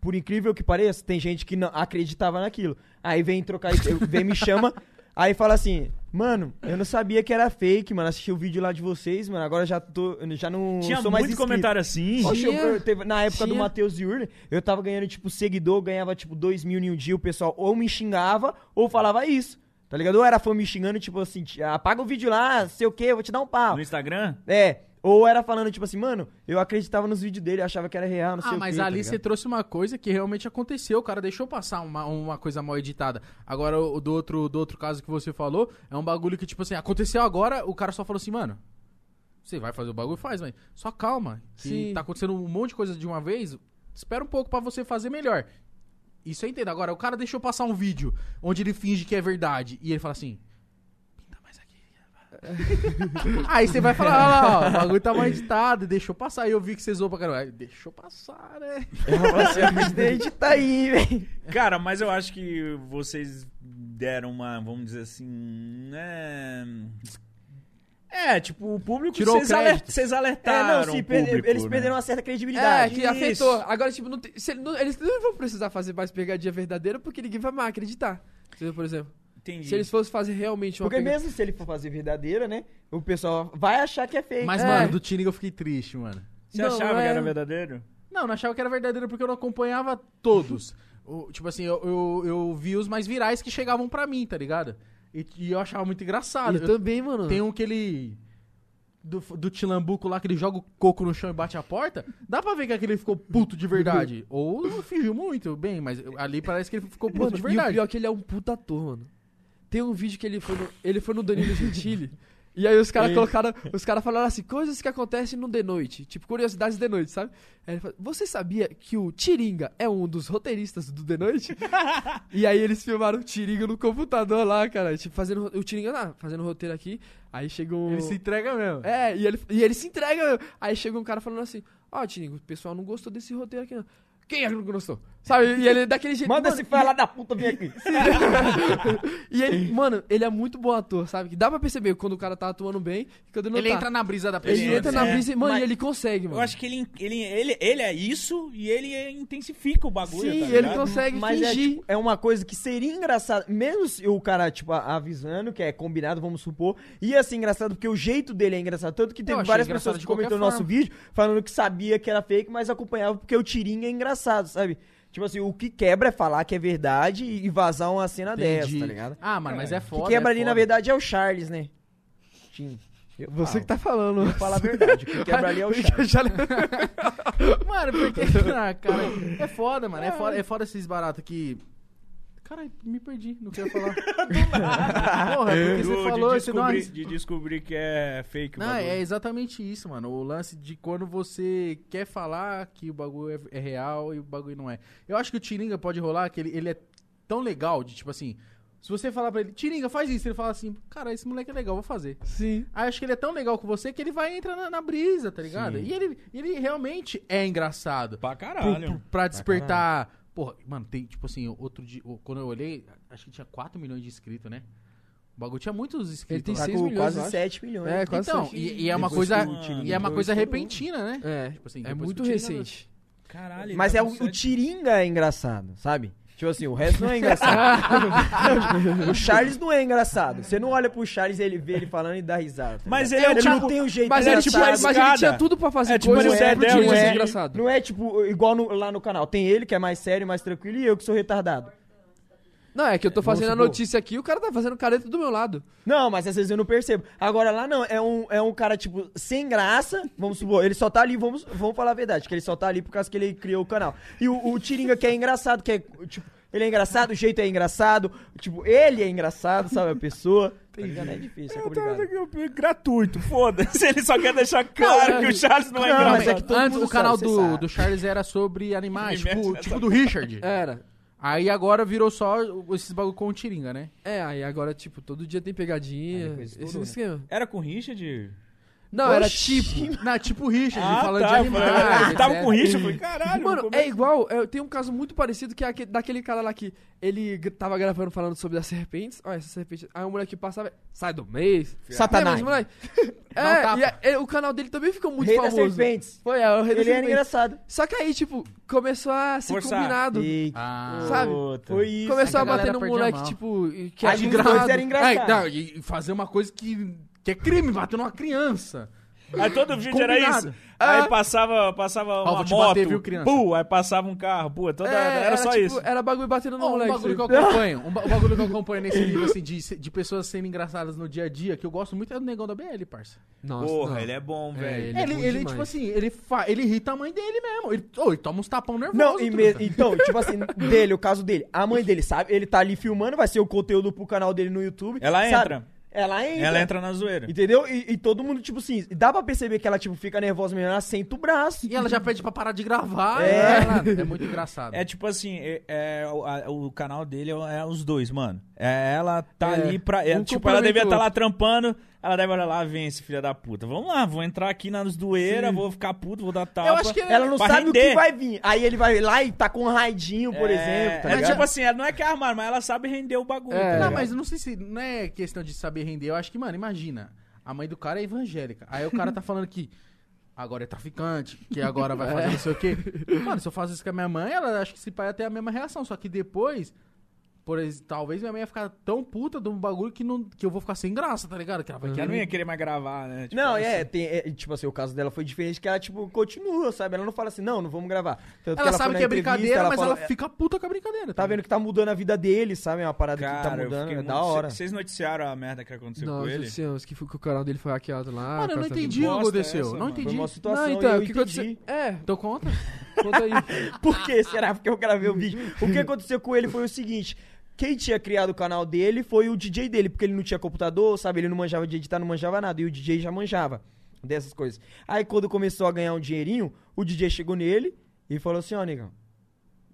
[SPEAKER 4] por incrível que pareça, tem gente que não acreditava naquilo. Aí vem trocar, vem me chama, aí fala assim, Mano, eu não sabia que era fake, mano. Assisti o vídeo lá de vocês, mano. Agora já tô. eu Já não.
[SPEAKER 1] Tinha muito
[SPEAKER 4] sou mais inscrito.
[SPEAKER 1] comentário assim.
[SPEAKER 4] Oxe, eu-
[SPEAKER 5] Tinha,
[SPEAKER 4] eu teve- na época do
[SPEAKER 5] tinha.
[SPEAKER 4] Matheus Yurne, eu tava ganhando, tipo, seguidor, ganhava, tipo, dois mil em um dia. O pessoal ou me xingava ou falava isso. Tá ligado? Ou era fã me xingando, tipo assim, "Ti- apaga o vídeo lá, sei o quê, eu vou te dar um pau.
[SPEAKER 1] No Instagram?
[SPEAKER 4] É. Ou era falando, tipo assim, mano, eu acreditava nos vídeos dele, eu achava que era real, não sei
[SPEAKER 3] Ah,
[SPEAKER 4] o
[SPEAKER 3] mas
[SPEAKER 4] quê, tá
[SPEAKER 3] ali
[SPEAKER 4] ligado?
[SPEAKER 3] você trouxe uma coisa que realmente aconteceu. O cara deixou passar uma, uma coisa mal editada. Agora, o do outro, do outro caso que você falou, é um bagulho que, tipo assim, aconteceu agora, o cara só falou assim, mano. Você vai fazer o bagulho? Faz, mas só calma. Que
[SPEAKER 5] Sim.
[SPEAKER 3] tá acontecendo um monte de coisa de uma vez. Espera um pouco pra você fazer melhor. Isso eu entendo. Agora, o cara deixou passar um vídeo onde ele finge que é verdade. E ele fala assim. Pinta mais aqui. Aí você vai falar, olha lá, ó, o bagulho tá mal editado, deixou passar. E eu vi que vocês zoam pra caramba. Aí, Deixou passar, né?
[SPEAKER 4] Eu falava assim, "Ah, mas daí de tá aí, velho.
[SPEAKER 1] Cara, mas eu acho que vocês deram uma, vamos dizer assim, é... É, tipo, o público,
[SPEAKER 3] Tirou
[SPEAKER 1] vocês,
[SPEAKER 3] o crédito.
[SPEAKER 1] aler- vocês
[SPEAKER 4] É,
[SPEAKER 1] alertaram
[SPEAKER 4] não, se
[SPEAKER 1] o
[SPEAKER 4] per-
[SPEAKER 1] público,
[SPEAKER 4] eles
[SPEAKER 1] né?
[SPEAKER 4] perderam uma certa
[SPEAKER 5] É,
[SPEAKER 4] credibilidade.
[SPEAKER 5] que afetou. Agora, tipo, não tem- se ele não- eles não vão precisar fazer mais pegadinha verdadeira porque ninguém vai mais acreditar. Entendeu, Por exemplo,
[SPEAKER 1] né? Entendi.
[SPEAKER 5] se eles fossem fazer realmente uma
[SPEAKER 4] Porque
[SPEAKER 5] pega-
[SPEAKER 4] mesmo se ele for fazer verdadeira, né? O pessoal vai achar que é fake.
[SPEAKER 3] Mas,
[SPEAKER 5] É.
[SPEAKER 3] mano, do Tinig eu fiquei triste, mano.
[SPEAKER 1] Você
[SPEAKER 5] Não,
[SPEAKER 1] achava
[SPEAKER 5] é-
[SPEAKER 1] que era verdadeiro?
[SPEAKER 3] Não, não achava que era verdadeiro porque eu não acompanhava todos. O- tipo assim, eu, eu, eu vi os mais virais que chegavam pra mim, tá ligado? E, e eu achava muito engraçado.
[SPEAKER 5] Eu
[SPEAKER 3] Eu-
[SPEAKER 5] também, mano.
[SPEAKER 3] Tem um que ele. Do, do Tilambuco lá, que ele joga o coco no chão e bate a porta. Dá pra ver que aquele ficou puto de verdade. Ou fingiu muito, bem, mas ali parece que ele ficou puto
[SPEAKER 5] Mano,
[SPEAKER 3] de
[SPEAKER 5] E o
[SPEAKER 3] verdade.
[SPEAKER 5] pior é que ele é um puta ator, mano. Tem um vídeo que ele foi no, ele foi no Danilo Gentili. e aí os caras colocaram. Os caras falaram assim, coisas que acontecem no The Noite. Tipo, curiosidades The Noite, sabe? Aí ele falou, você sabia que o Tiringa é um dos roteiristas do The Noite? e aí eles filmaram o Tiringa no computador lá, cara. Tipo, fazendo. ro- O Tiringa lá, fazendo roteiro aqui. Aí chega um.
[SPEAKER 3] Ele se entrega mesmo.
[SPEAKER 5] É, e ele, e ele se entrega. meu. Aí chega um cara falando assim: Ó, Tirinho, o pessoal não gostou desse roteiro aqui, não. Quem é que não gostou? Sabe? E ele daquele jeito.
[SPEAKER 4] Manda
[SPEAKER 5] mano,
[SPEAKER 4] esse fala da puta vir aqui.
[SPEAKER 5] E ele, mano, ele é muito bom ator, sabe? Que dá pra perceber quando o cara tá atuando bem e quando ele não
[SPEAKER 3] Ele
[SPEAKER 5] tá.
[SPEAKER 3] entra na brisa da
[SPEAKER 5] ele
[SPEAKER 3] pessoa.
[SPEAKER 1] Ele
[SPEAKER 5] entra
[SPEAKER 1] entra,
[SPEAKER 5] na
[SPEAKER 1] é.
[SPEAKER 5] brisa e, mano,
[SPEAKER 1] Mas-
[SPEAKER 5] e ele consegue, mano.
[SPEAKER 1] Eu acho que ele, ele, ele, ele é isso e ele intensifica o bagulho,
[SPEAKER 5] Sim,
[SPEAKER 1] tá
[SPEAKER 5] ele
[SPEAKER 1] ligado?
[SPEAKER 5] consegue
[SPEAKER 4] Mas é,
[SPEAKER 5] fingir.
[SPEAKER 4] tipo, é uma coisa que seria engraçado, mesmo se o cara, tipo, a- avisando, que é combinado, vamos supor, ia ser engraçado, porque o jeito dele é engraçado. Tanto que
[SPEAKER 3] Eu
[SPEAKER 4] teve
[SPEAKER 3] achei
[SPEAKER 4] várias
[SPEAKER 3] engraçado
[SPEAKER 4] pessoas que
[SPEAKER 3] de qualquer
[SPEAKER 4] comentaram no nosso
[SPEAKER 3] forma.
[SPEAKER 4] vídeo, falando que sabia que era fake, mas acompanhava porque o tirinho é engraçado, sabe? Tipo assim, o que quebra é falar que é verdade e e vazar uma cena dessa, tá ligado?
[SPEAKER 3] Ah, mano, mas é
[SPEAKER 4] O
[SPEAKER 3] foda.
[SPEAKER 4] que quebra
[SPEAKER 3] é
[SPEAKER 4] ali, na
[SPEAKER 3] foda.
[SPEAKER 4] verdade, é o Charles, né? Tim. Eu,
[SPEAKER 5] Você
[SPEAKER 4] ah,
[SPEAKER 5] que tá falando.
[SPEAKER 4] eu falo a verdade. O que quebra ali é o Charles.
[SPEAKER 3] Mano, porque. Ah, cara, é foda, mano. É foda, é foda esses baratos que. Cara, me perdi, não queria falar. Porra, é, porque
[SPEAKER 1] Do-
[SPEAKER 3] você
[SPEAKER 1] É. de,
[SPEAKER 3] falou esse
[SPEAKER 1] descobrir,
[SPEAKER 3] nome.
[SPEAKER 1] de descobrir que é fake o
[SPEAKER 3] Não,
[SPEAKER 1] bagulho.
[SPEAKER 3] é exatamente isso, mano. O lance de quando você quer falar que o bagulho é, é real e o bagulho não é. Eu acho que o Tiringa pode rolar, que ele, ele é tão legal de tipo assim. Se você falar pra ele, Tiringa, faz isso, ele fala assim, cara, esse moleque é legal, vou fazer.
[SPEAKER 5] Sim.
[SPEAKER 3] Aí acho que ele é tão legal com você que ele vai entrar na, na brisa, tá ligado? E ele, ele realmente é engraçado.
[SPEAKER 1] Pra
[SPEAKER 3] Pro-
[SPEAKER 1] caralho.
[SPEAKER 3] pro- Pra despertar. Porra, mano, tem, tipo assim, outro dia. o- Quando eu olhei, acho que tinha 4 milhões de inscritos, né? O bagulho tinha muitos inscritos.
[SPEAKER 5] tem
[SPEAKER 3] lá.
[SPEAKER 4] Tá
[SPEAKER 5] 6
[SPEAKER 4] com
[SPEAKER 5] milhões, eu
[SPEAKER 4] quase
[SPEAKER 5] acho.
[SPEAKER 4] 7 milhões. né?
[SPEAKER 5] É, quase
[SPEAKER 3] Então,
[SPEAKER 5] que-
[SPEAKER 3] e, e é uma
[SPEAKER 1] depois
[SPEAKER 3] coisa.
[SPEAKER 1] que o Tiringa tipo,
[SPEAKER 3] E é uma
[SPEAKER 5] entrou,
[SPEAKER 3] coisa
[SPEAKER 5] estourou.
[SPEAKER 3] repentina, né?
[SPEAKER 5] É.
[SPEAKER 3] Tipo assim,
[SPEAKER 5] É
[SPEAKER 3] depois
[SPEAKER 5] muito
[SPEAKER 3] que o Tiringa-
[SPEAKER 5] recente.
[SPEAKER 1] Caralho.
[SPEAKER 4] Mas
[SPEAKER 1] tá
[SPEAKER 4] é
[SPEAKER 1] com
[SPEAKER 4] o, o
[SPEAKER 1] sete-
[SPEAKER 4] Tiringa é engraçado, sabe? Tipo assim, o resto não é engraçado. o Charles não é engraçado. Você não olha pro Charles e ele vê ele falando e dá risada. tá
[SPEAKER 1] Mas
[SPEAKER 4] ligado?
[SPEAKER 1] ele é o
[SPEAKER 4] ele
[SPEAKER 1] tipo...
[SPEAKER 4] não tem um jeito
[SPEAKER 5] Mas
[SPEAKER 1] é
[SPEAKER 5] ele,
[SPEAKER 1] tipo
[SPEAKER 5] tipo,
[SPEAKER 1] a
[SPEAKER 4] engraçado.
[SPEAKER 5] mas ele
[SPEAKER 1] escada.
[SPEAKER 5] tinha tudo pra fazer
[SPEAKER 1] É tipo
[SPEAKER 5] coisas
[SPEAKER 1] a Zé
[SPEAKER 5] pro
[SPEAKER 1] Del,
[SPEAKER 5] Tiringa
[SPEAKER 1] né?
[SPEAKER 5] ser
[SPEAKER 1] É.
[SPEAKER 5] engraçado.
[SPEAKER 4] Não é tipo igual no- lá no canal. Tem ele que é mais sério, mais tranquilo e eu que sou retardado.
[SPEAKER 5] Não, é que eu tô fazendo a
[SPEAKER 4] supor.
[SPEAKER 5] notícia aqui e o cara tá fazendo careta do meu lado.
[SPEAKER 4] Não, mas às vezes eu não percebo. Agora lá não, é um, é um cara tipo sem graça, vamos supor, ele só tá ali, vamos, vamos falar a verdade, que ele só tá ali por causa que ele criou o canal. E o, o Tiringa que é engraçado, que é tipo, ele é engraçado, o jeito é engraçado, tipo, ele é engraçado, sabe a pessoa. Tá ligado? É difícil, é
[SPEAKER 1] Eu tava
[SPEAKER 4] complicado.
[SPEAKER 1] aqui, Gratuito, foda-se. Ele só quer deixar claro que o Charles não é
[SPEAKER 4] Não,
[SPEAKER 1] engraçado.
[SPEAKER 4] mas é que todo
[SPEAKER 3] Antes
[SPEAKER 4] mundo
[SPEAKER 3] o canal
[SPEAKER 4] sabe, cê
[SPEAKER 3] do,
[SPEAKER 4] sabe.
[SPEAKER 3] do Charles era sobre animais,
[SPEAKER 1] Me mete
[SPEAKER 3] tipo,
[SPEAKER 1] nessa
[SPEAKER 3] tipo do Richard.
[SPEAKER 1] É.
[SPEAKER 5] Era.
[SPEAKER 3] Aí agora virou só esses bagulho com o Tiringa, né?
[SPEAKER 5] É, aí agora, tipo, todo dia tem pegadinha.
[SPEAKER 4] Aí a coisa
[SPEAKER 5] esse
[SPEAKER 4] estourou, né?
[SPEAKER 5] esquema.
[SPEAKER 1] Era com o Richard?
[SPEAKER 5] Não, era tipo.
[SPEAKER 3] Não, tipo o Richard,
[SPEAKER 1] Ah,
[SPEAKER 3] falando
[SPEAKER 1] tá,
[SPEAKER 3] de
[SPEAKER 1] eu falei,
[SPEAKER 3] animais.
[SPEAKER 1] eu tava
[SPEAKER 5] etc.
[SPEAKER 1] com rixa, eu falei, caralho,
[SPEAKER 5] Mano,
[SPEAKER 1] vou comer.
[SPEAKER 5] é igual. é, tem um caso muito parecido que é aque- daquele cara lá que ele g- tava gravando falando sobre as serpentes. Olha, essa serpente. Aí o moleque passava, sai do mês.
[SPEAKER 4] Satanás.
[SPEAKER 5] Lembra desse moleque?
[SPEAKER 3] Dá um
[SPEAKER 5] É,
[SPEAKER 3] tapa.
[SPEAKER 5] e a- ele- o canal dele também ficou muito
[SPEAKER 4] tá Rei das
[SPEAKER 5] famoso.
[SPEAKER 4] serpentes.
[SPEAKER 5] Foi, é, o rei das
[SPEAKER 4] Ele era
[SPEAKER 5] serpentes.
[SPEAKER 4] engraçado.
[SPEAKER 5] Só que aí, tipo, começou a ser
[SPEAKER 1] Forçar.
[SPEAKER 5] combinado.
[SPEAKER 4] E-
[SPEAKER 3] Ah.
[SPEAKER 5] Sabe?
[SPEAKER 1] Puta.
[SPEAKER 4] Foi isso.
[SPEAKER 5] Começou
[SPEAKER 3] É
[SPEAKER 5] a,
[SPEAKER 3] que a
[SPEAKER 5] bater
[SPEAKER 3] galera
[SPEAKER 5] no
[SPEAKER 3] perde a
[SPEAKER 5] moleque,
[SPEAKER 3] mão.
[SPEAKER 5] tipo, e- que
[SPEAKER 4] Ah,
[SPEAKER 5] era
[SPEAKER 4] de
[SPEAKER 5] engraçado.
[SPEAKER 4] graça era engraçado.
[SPEAKER 3] É, não, e fazer uma coisa que, que é crime, bater numa criança.
[SPEAKER 1] Aí todo vídeo era
[SPEAKER 3] Combinado.
[SPEAKER 1] isso. Aí passava, passava
[SPEAKER 3] vou
[SPEAKER 1] uma
[SPEAKER 3] te
[SPEAKER 1] moto,
[SPEAKER 3] bater, viu, criança?
[SPEAKER 1] pum, aí passava um carro, pum, toda,
[SPEAKER 5] É,
[SPEAKER 1] era, só
[SPEAKER 5] tipo,
[SPEAKER 1] isso.
[SPEAKER 5] Era bagulho batendo no
[SPEAKER 3] Ó, um
[SPEAKER 5] moleque.
[SPEAKER 3] bagulho que eu
[SPEAKER 5] sabe?
[SPEAKER 3] acompanho, um ba- um bagulho que eu acompanho nesse nível assim, de, de pessoas sendo engraçadas no dia a dia, que eu gosto muito, é o negão da BL, parça.
[SPEAKER 5] Nossa,
[SPEAKER 1] Porra,
[SPEAKER 5] não.
[SPEAKER 1] ele é bom,
[SPEAKER 5] É,
[SPEAKER 1] velho.
[SPEAKER 5] ele-
[SPEAKER 3] Ele, ele,
[SPEAKER 5] bom demais.
[SPEAKER 3] tipo assim, ele, fa... ele irrita a mãe dele mesmo. Ele, Ô, ele toma uns tapão nervoso. tá?
[SPEAKER 4] Não, e
[SPEAKER 3] truta.
[SPEAKER 4] mesmo, então, tipo assim, dele, o caso dele, a mãe dele, sabe? Ele tá ali filmando, vai ser o conteúdo pro canal dele no YouTube.
[SPEAKER 1] Ela
[SPEAKER 4] sabe? então-
[SPEAKER 1] entra.
[SPEAKER 4] Ela entra.
[SPEAKER 1] Ela entra na zoeira.
[SPEAKER 4] Entendeu? E, e todo mundo, tipo assim, dá pra perceber que ela, tipo, fica nervosa mesmo, ela senta o braço.
[SPEAKER 3] E ela já pede pra parar de gravar.
[SPEAKER 4] É.
[SPEAKER 3] ela- é muito engraçado.
[SPEAKER 1] É tipo assim, é, é, o, a- o canal dele é, é os dois, mano. É, ela tá
[SPEAKER 5] É,
[SPEAKER 1] ali pra. é,
[SPEAKER 5] um
[SPEAKER 1] tipo, ela devia
[SPEAKER 5] complementa o
[SPEAKER 1] estar lá trampando. Ela deve olhar lá, vem esse filho da puta. Vamos lá, vou entrar aqui nas doeiras, vou ficar puto, vou dar tapa.
[SPEAKER 3] Eu acho que ele-
[SPEAKER 4] Ela não
[SPEAKER 1] Pra
[SPEAKER 4] sabe o
[SPEAKER 1] render.
[SPEAKER 4] que vai vir. Aí ele vai lá e tá com um raidinho, por exemplo, tá
[SPEAKER 1] é,
[SPEAKER 4] ligado?
[SPEAKER 1] tipo assim, ela não é que é armar, mas ela sabe render o bagulho.
[SPEAKER 5] É.
[SPEAKER 1] tá
[SPEAKER 3] Não,
[SPEAKER 1] ligado?
[SPEAKER 3] mas eu não sei se não é questão de saber render. Eu acho que, mano, imagina. A mãe do cara é evangélica. Aí o cara tá falando que agora é traficante, que agora vai fazer não sei o quê. Mano, se eu faço isso com a minha mãe, ela acho que se pai é até a mesma reação. Só que depois, por ex- talvez minha mãe ia ficar tão puta do bagulho que, não, que eu vou ficar sem graça, tá ligado? Que ela vai
[SPEAKER 1] Que ela
[SPEAKER 3] querer
[SPEAKER 4] Uhum.
[SPEAKER 1] não
[SPEAKER 3] me-
[SPEAKER 1] ia querer mais gravar, né? Tipo,
[SPEAKER 4] não, é,
[SPEAKER 1] assim.
[SPEAKER 4] tem, é, tipo assim, o caso dela foi diferente, que ela, tipo, continua, sabe? Ela não fala assim, não, não vamos gravar. Tanto
[SPEAKER 3] Ela,
[SPEAKER 4] foi
[SPEAKER 3] sabe
[SPEAKER 4] na
[SPEAKER 3] que é
[SPEAKER 4] entrevista,
[SPEAKER 3] brincadeira, mas
[SPEAKER 4] falou-
[SPEAKER 3] ela fica puta com a brincadeira.
[SPEAKER 4] Tá vendo que tá mudando a vida dele, sabe? É uma parada
[SPEAKER 1] Cara,
[SPEAKER 4] que tá
[SPEAKER 1] eu
[SPEAKER 4] mudando,
[SPEAKER 1] fiquei
[SPEAKER 4] é
[SPEAKER 1] muito-
[SPEAKER 4] da hora.
[SPEAKER 1] Vocês noticiaram a merda que aconteceu com
[SPEAKER 5] Nossa
[SPEAKER 1] ele?
[SPEAKER 5] senhora, que, foi- que o canal dele foi hackeado lá.
[SPEAKER 3] Mano, eu não
[SPEAKER 5] cara, tá tudo
[SPEAKER 3] entendi o que
[SPEAKER 1] bosta
[SPEAKER 3] aconteceu.
[SPEAKER 1] essa,
[SPEAKER 3] não
[SPEAKER 1] mano.
[SPEAKER 3] entendi.
[SPEAKER 4] Foi uma situação
[SPEAKER 5] Não,
[SPEAKER 4] e
[SPEAKER 5] então,
[SPEAKER 4] eu
[SPEAKER 5] o que
[SPEAKER 4] entendi.
[SPEAKER 5] aconteceu? É,
[SPEAKER 3] Então conta.
[SPEAKER 5] conta aí.
[SPEAKER 4] Por que será? Porque eu gravei o vídeo. O que aconteceu com ele foi o seguinte. Quem tinha criado o canal dele foi o DJ dele, porque ele não tinha computador, sabe? Ele não manjava de editar, não manjava nada. E o DJ já manjava dessas coisas. Aí quando começou a ganhar um dinheirinho, o DJ chegou nele e falou assim, ó, negão,